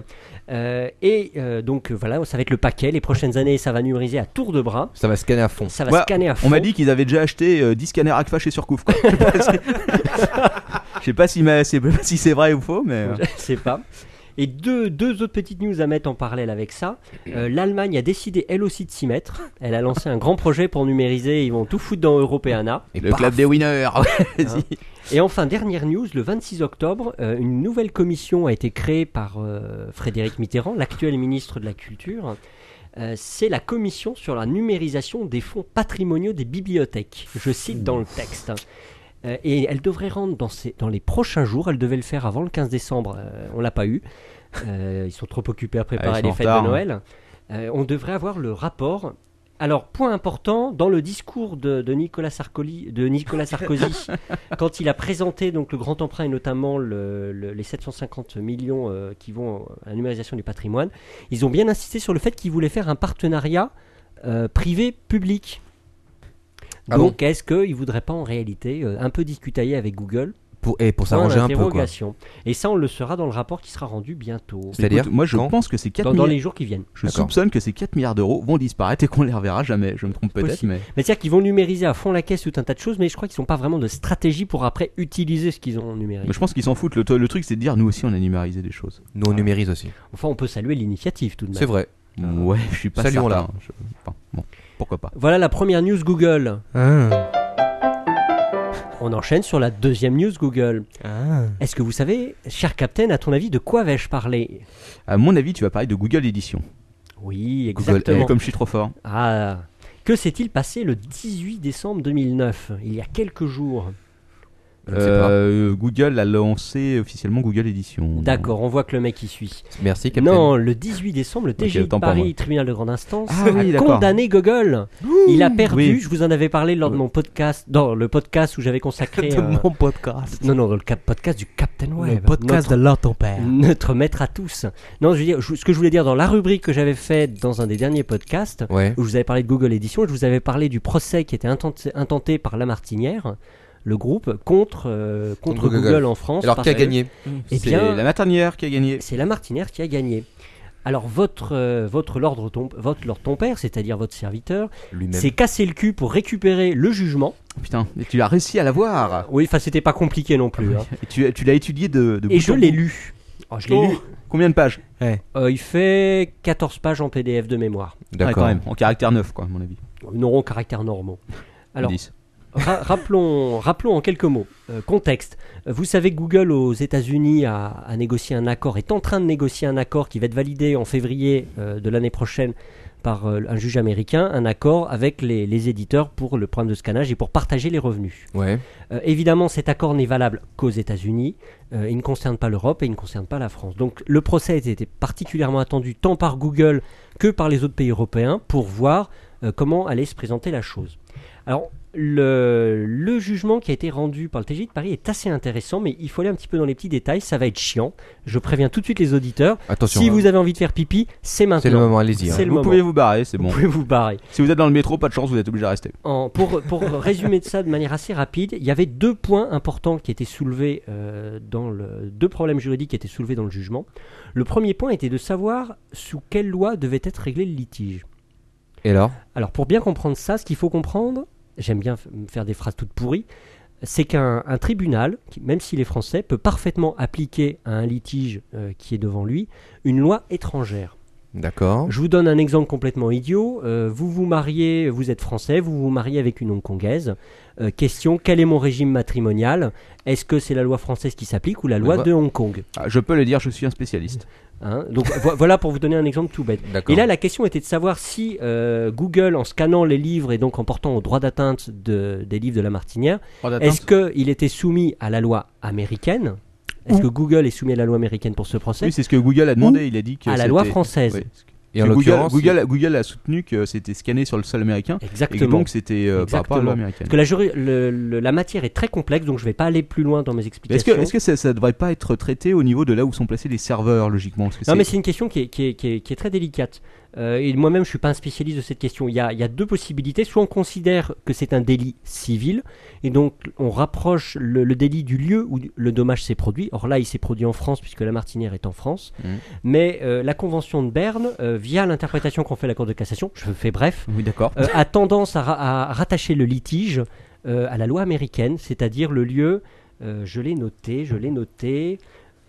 [SPEAKER 4] Euh, et euh, donc euh, voilà, ça va être le paquet. Les prochaines années, ça va numériser à tour de bras.
[SPEAKER 6] Ça va scanner à fond.
[SPEAKER 4] Ça va
[SPEAKER 3] Ouais,
[SPEAKER 4] scanner à fond.
[SPEAKER 3] On m'a dit qu'ils avaient déjà acheté euh, 10 scanners Agfa chez Surcouf, quoi. Je sais pas si- [LAUGHS] Je sais pas si, ma- c'est- si c'est vrai ou faux,
[SPEAKER 4] [LAUGHS]
[SPEAKER 3] mais. euh,
[SPEAKER 4] Je sais pas. Et deux, deux autres petites news à mettre en parallèle avec ça. Euh, L'Allemagne a décidé elle aussi de s'y mettre. Elle a lancé un grand projet pour numériser. Ils vont tout foutre dans Europeana.
[SPEAKER 3] le club des winners [LAUGHS] Vas-y.
[SPEAKER 4] Hein. Et enfin, dernière news, le 26 octobre, euh, une nouvelle commission a été créée par euh, Frédéric Mitterrand, l'actuel ministre de la Culture. Euh, C'est la commission sur la numérisation des fonds patrimoniaux des bibliothèques. Je cite dans le texte. Euh, et elle devrait rendre dans, ses- dans les prochains jours, elle devait le faire avant le 15 décembre, euh, on l'a pas eu. Euh, ils sont trop occupés à
[SPEAKER 3] Ah,
[SPEAKER 4] préparer
[SPEAKER 3] ils sont
[SPEAKER 4] les
[SPEAKER 3] en
[SPEAKER 4] fêtes
[SPEAKER 3] retard,
[SPEAKER 4] de
[SPEAKER 3] hein.
[SPEAKER 4] Noël. Euh, on devrait avoir le rapport. Alors, point important, dans le discours de, de Nicolas Sarkozy, de
[SPEAKER 6] [LAUGHS]
[SPEAKER 4] Nicolas Sarkozy quand il a présenté donc le grand emprunt et notamment le- le- les 750 millions euh, qui vont à la numérisation du patrimoine, ils ont bien insisté sur le fait qu'ils voulaient faire un partenariat euh, privé-public.
[SPEAKER 6] Ah
[SPEAKER 4] donc, est-ce qu'ils ne voudraient pas en réalité euh, un peu discutailler avec Google
[SPEAKER 6] Pour, et pour
[SPEAKER 4] Point
[SPEAKER 6] s'arranger un peu, quoi.
[SPEAKER 4] d'interrogation. Et ça, on le saura dans le rapport qui sera rendu bientôt.
[SPEAKER 6] C'est-à-dire,
[SPEAKER 3] Écoute, Moi, je
[SPEAKER 6] quand
[SPEAKER 3] pense que ces 4
[SPEAKER 4] Dans, dans les jours qui viennent.
[SPEAKER 3] Je
[SPEAKER 6] D'accord.
[SPEAKER 3] soupçonne que ces 4 milliards d'euros vont disparaître et qu'on les reverra jamais. Je me trompe peut-être,
[SPEAKER 4] Possible.
[SPEAKER 3] mais.
[SPEAKER 4] Mais C'est-à-dire qu'ils vont numériser à fond la caisse tout un tas de choses, mais je crois qu'ils n'ont pas vraiment de stratégie pour après utiliser ce qu'ils ont numérisé.
[SPEAKER 3] mais je pense qu'ils s'en foutent. Le, t- le truc, c'est de dire nous aussi, on a numérisé des choses.
[SPEAKER 6] Nous, on numérise aussi.
[SPEAKER 4] Enfin, on peut saluer l'initiative tout de même.
[SPEAKER 6] C'est vrai.
[SPEAKER 3] Ouais, je suis pas certain.
[SPEAKER 6] Saluons-la.
[SPEAKER 3] Je- enfin, bon, pourquoi pas.
[SPEAKER 4] Voilà la première news Google.
[SPEAKER 5] Ah.
[SPEAKER 4] On enchaîne sur la deuxième news Google.
[SPEAKER 5] Ah.
[SPEAKER 4] Est-ce que vous savez, cher Captain, à ton avis, de quoi vais-je parler
[SPEAKER 3] À mon avis, tu vas parler de Google Edition.
[SPEAKER 4] Oui,
[SPEAKER 3] Google,
[SPEAKER 4] exactement.
[SPEAKER 3] eh, comme je suis trop fort.
[SPEAKER 4] Ah, que s'est-il passé le 18 décembre 2009 Il y a quelques jours.
[SPEAKER 6] Je ne sais pas.
[SPEAKER 3] Euh, Google a lancé officiellement Google Edition.
[SPEAKER 4] D'accord, on voit que le mec y suit.
[SPEAKER 6] Merci, Captain.
[SPEAKER 4] Non, le 18 décembre, le TGI de
[SPEAKER 3] autant pour moi.
[SPEAKER 4] Paris, tribunal de grande instance,
[SPEAKER 3] Ah oui,
[SPEAKER 4] a
[SPEAKER 3] d'accord.
[SPEAKER 4] condamné Google. Il a perdu,
[SPEAKER 3] Oui.
[SPEAKER 4] je vous en avais parlé lors de mon podcast, dans le podcast où j'avais consacré...
[SPEAKER 5] De
[SPEAKER 4] euh,
[SPEAKER 5] mon podcast.
[SPEAKER 4] Non, non, dans le cap- podcast du Captain
[SPEAKER 5] le
[SPEAKER 4] Web.
[SPEAKER 5] podcast
[SPEAKER 4] notre-
[SPEAKER 5] de l'art ton père.
[SPEAKER 4] Notre maître à tous. Non, je veux dire, je- ce que je voulais dire dans la rubrique que j'avais faite dans un des derniers podcasts,
[SPEAKER 6] Ouais.
[SPEAKER 4] où je vous avais parlé de Google Edition, et je vous avais parlé du procès qui était intenté, intenté par Lamartinière, le groupe, contre, euh, contre,
[SPEAKER 6] Contre
[SPEAKER 4] Google.
[SPEAKER 6] Google.
[SPEAKER 4] en France.
[SPEAKER 6] Alors,
[SPEAKER 4] parce
[SPEAKER 6] qui a
[SPEAKER 4] que
[SPEAKER 6] gagné
[SPEAKER 4] Eh
[SPEAKER 3] C'est
[SPEAKER 4] bien-
[SPEAKER 3] la maternière qui a gagné.
[SPEAKER 4] C'est Lamartinière qui a gagné. Alors, votre, euh, votre, Lord ton, votre Lord ton père, c'est-à-dire votre serviteur,
[SPEAKER 6] Lui-même.
[SPEAKER 4] s'est cassé le cul pour récupérer le jugement.
[SPEAKER 3] Oh, Putain, et tu as réussi à la voir.
[SPEAKER 4] Oui, enfin, c'était pas compliqué non plus. hein.
[SPEAKER 3] Et tu, tu l'as étudié de. de
[SPEAKER 4] Et
[SPEAKER 3] bout
[SPEAKER 4] je
[SPEAKER 3] en
[SPEAKER 4] l'ai
[SPEAKER 3] bout. Ah, Oh.
[SPEAKER 4] lu. Oh, je l'ai lu.
[SPEAKER 3] Combien de pages
[SPEAKER 4] Euh, il fait 14 pages en PDF de mémoire.
[SPEAKER 3] Ouais,
[SPEAKER 6] D'accord.
[SPEAKER 3] quand même, en caractère neuf, quoi, à mon avis.
[SPEAKER 4] Non, caractère normaux. Alors,
[SPEAKER 3] Dix.
[SPEAKER 4] Ra- rappelons, rappelons en quelques mots. Euh, contexte. Euh, Vous savez que Google aux États-Unis a, a négocié un accord, est en train de négocier un accord qui va être validé en février euh, de l'année prochaine par euh, un juge américain, un accord avec les, les éditeurs pour le problème de scannage et pour partager les revenus.
[SPEAKER 6] Ouais.
[SPEAKER 4] Euh, évidemment, cet accord n'est valable qu'aux États-Unis. Euh, il ne concerne pas l'Europe et il ne concerne pas la France. Donc, le procès était particulièrement attendu tant par Google que par les autres pays européens pour voir euh, comment allait se présenter la chose. Alors, le, le jugement qui a été rendu par le TGI de Paris est assez intéressant, mais il faut aller un petit peu dans les petits détails. Ça va être chiant. Je préviens tout de suite les auditeurs.
[SPEAKER 6] Attention.
[SPEAKER 4] si
[SPEAKER 6] hein.
[SPEAKER 4] vous avez envie de faire pipi, c'est maintenant.
[SPEAKER 6] C'est le moment, allez-y. hein.
[SPEAKER 4] C'est le
[SPEAKER 3] Vous
[SPEAKER 4] moment.
[SPEAKER 3] pouvez vous barrer, c'est bon.
[SPEAKER 4] Vous pouvez vous barrer.
[SPEAKER 3] Si vous êtes dans le métro, pas de chance, vous êtes obligé de rester.
[SPEAKER 4] En- pour, pour [LAUGHS] résumer de ça de manière assez rapide, il y avait deux points importants qui étaient soulevés euh, dans le deux problèmes juridiques qui étaient soulevés dans le jugement. Le premier point était de savoir sous quelle loi devait être réglé le litige.
[SPEAKER 6] Et alors
[SPEAKER 4] Alors pour bien comprendre ça, ce qu'il faut comprendre, j'aime bien f- me faire des phrases toutes pourries, c'est qu'un un tribunal, qui- même s'il est français, peut parfaitement appliquer à un litige euh, qui est devant lui une loi étrangère.
[SPEAKER 6] D'accord.
[SPEAKER 4] Je vous donne un exemple complètement idiot. Euh, vous vous mariez, vous êtes français, vous vous mariez avec une hongkongaise. Euh, question quel est mon régime matrimonial Est-ce que c'est la loi française qui s'applique ou la loi
[SPEAKER 6] moi-
[SPEAKER 4] de Hong Kong
[SPEAKER 3] Ah, Je peux le dire, je suis un spécialiste.
[SPEAKER 4] Hein Donc vo- voilà pour vous donner un exemple tout bête.
[SPEAKER 6] D'accord.
[SPEAKER 4] Et là, la question était de savoir si euh, Google, en scannant les livres et donc en portant au droit d'atteinte de- des livres de la Martinière, est-ce qu'il était soumis à la loi américaine Est-ce que Google est soumis à la loi américaine pour ce procès
[SPEAKER 3] Oui, c'est ce que Google a demandé. Il a dit que
[SPEAKER 4] À la loi
[SPEAKER 3] c'était-
[SPEAKER 4] française.
[SPEAKER 3] Oui.
[SPEAKER 6] Et en
[SPEAKER 3] Google-
[SPEAKER 6] l'occurrence,
[SPEAKER 3] Google, Google a soutenu que c'était scanné sur le sol américain. Et
[SPEAKER 4] Exactement.
[SPEAKER 3] donc c'était euh, par rapport à
[SPEAKER 4] Exactement.
[SPEAKER 3] l'américaine.
[SPEAKER 4] Parce que la, juri- le- le- la matière est très complexe, donc je vais pas aller plus loin dans mes
[SPEAKER 3] Mais Est-ce
[SPEAKER 4] explications.
[SPEAKER 3] que, est-ce que ça, ça devrait pas être traité au niveau de là où sont placés les serveurs logiquement Parce que
[SPEAKER 4] Non,
[SPEAKER 3] c'est-
[SPEAKER 4] mais c'est une question qui est, qui est- qui est- qui est très délicate. Euh, et moi-même, je suis pas un spécialiste de cette question. Il y, a, il y a deux possibilités. Soit on considère que c'est un délit civil, et donc on rapproche le, le délit du lieu où le dommage s'est produit. Or là, il s'est produit en France, puisque la martinière est en France.
[SPEAKER 3] Mhm.
[SPEAKER 4] Mais euh, la Convention de Berne, euh, via l'interprétation qu'en fait la Cour de cassation, je fais bref,
[SPEAKER 3] Oui, d'accord.
[SPEAKER 4] euh, a tendance à, ra- à rattacher le litige euh, à la loi américaine, c'est-à-dire le lieu, euh, je l'ai noté, je l'ai noté,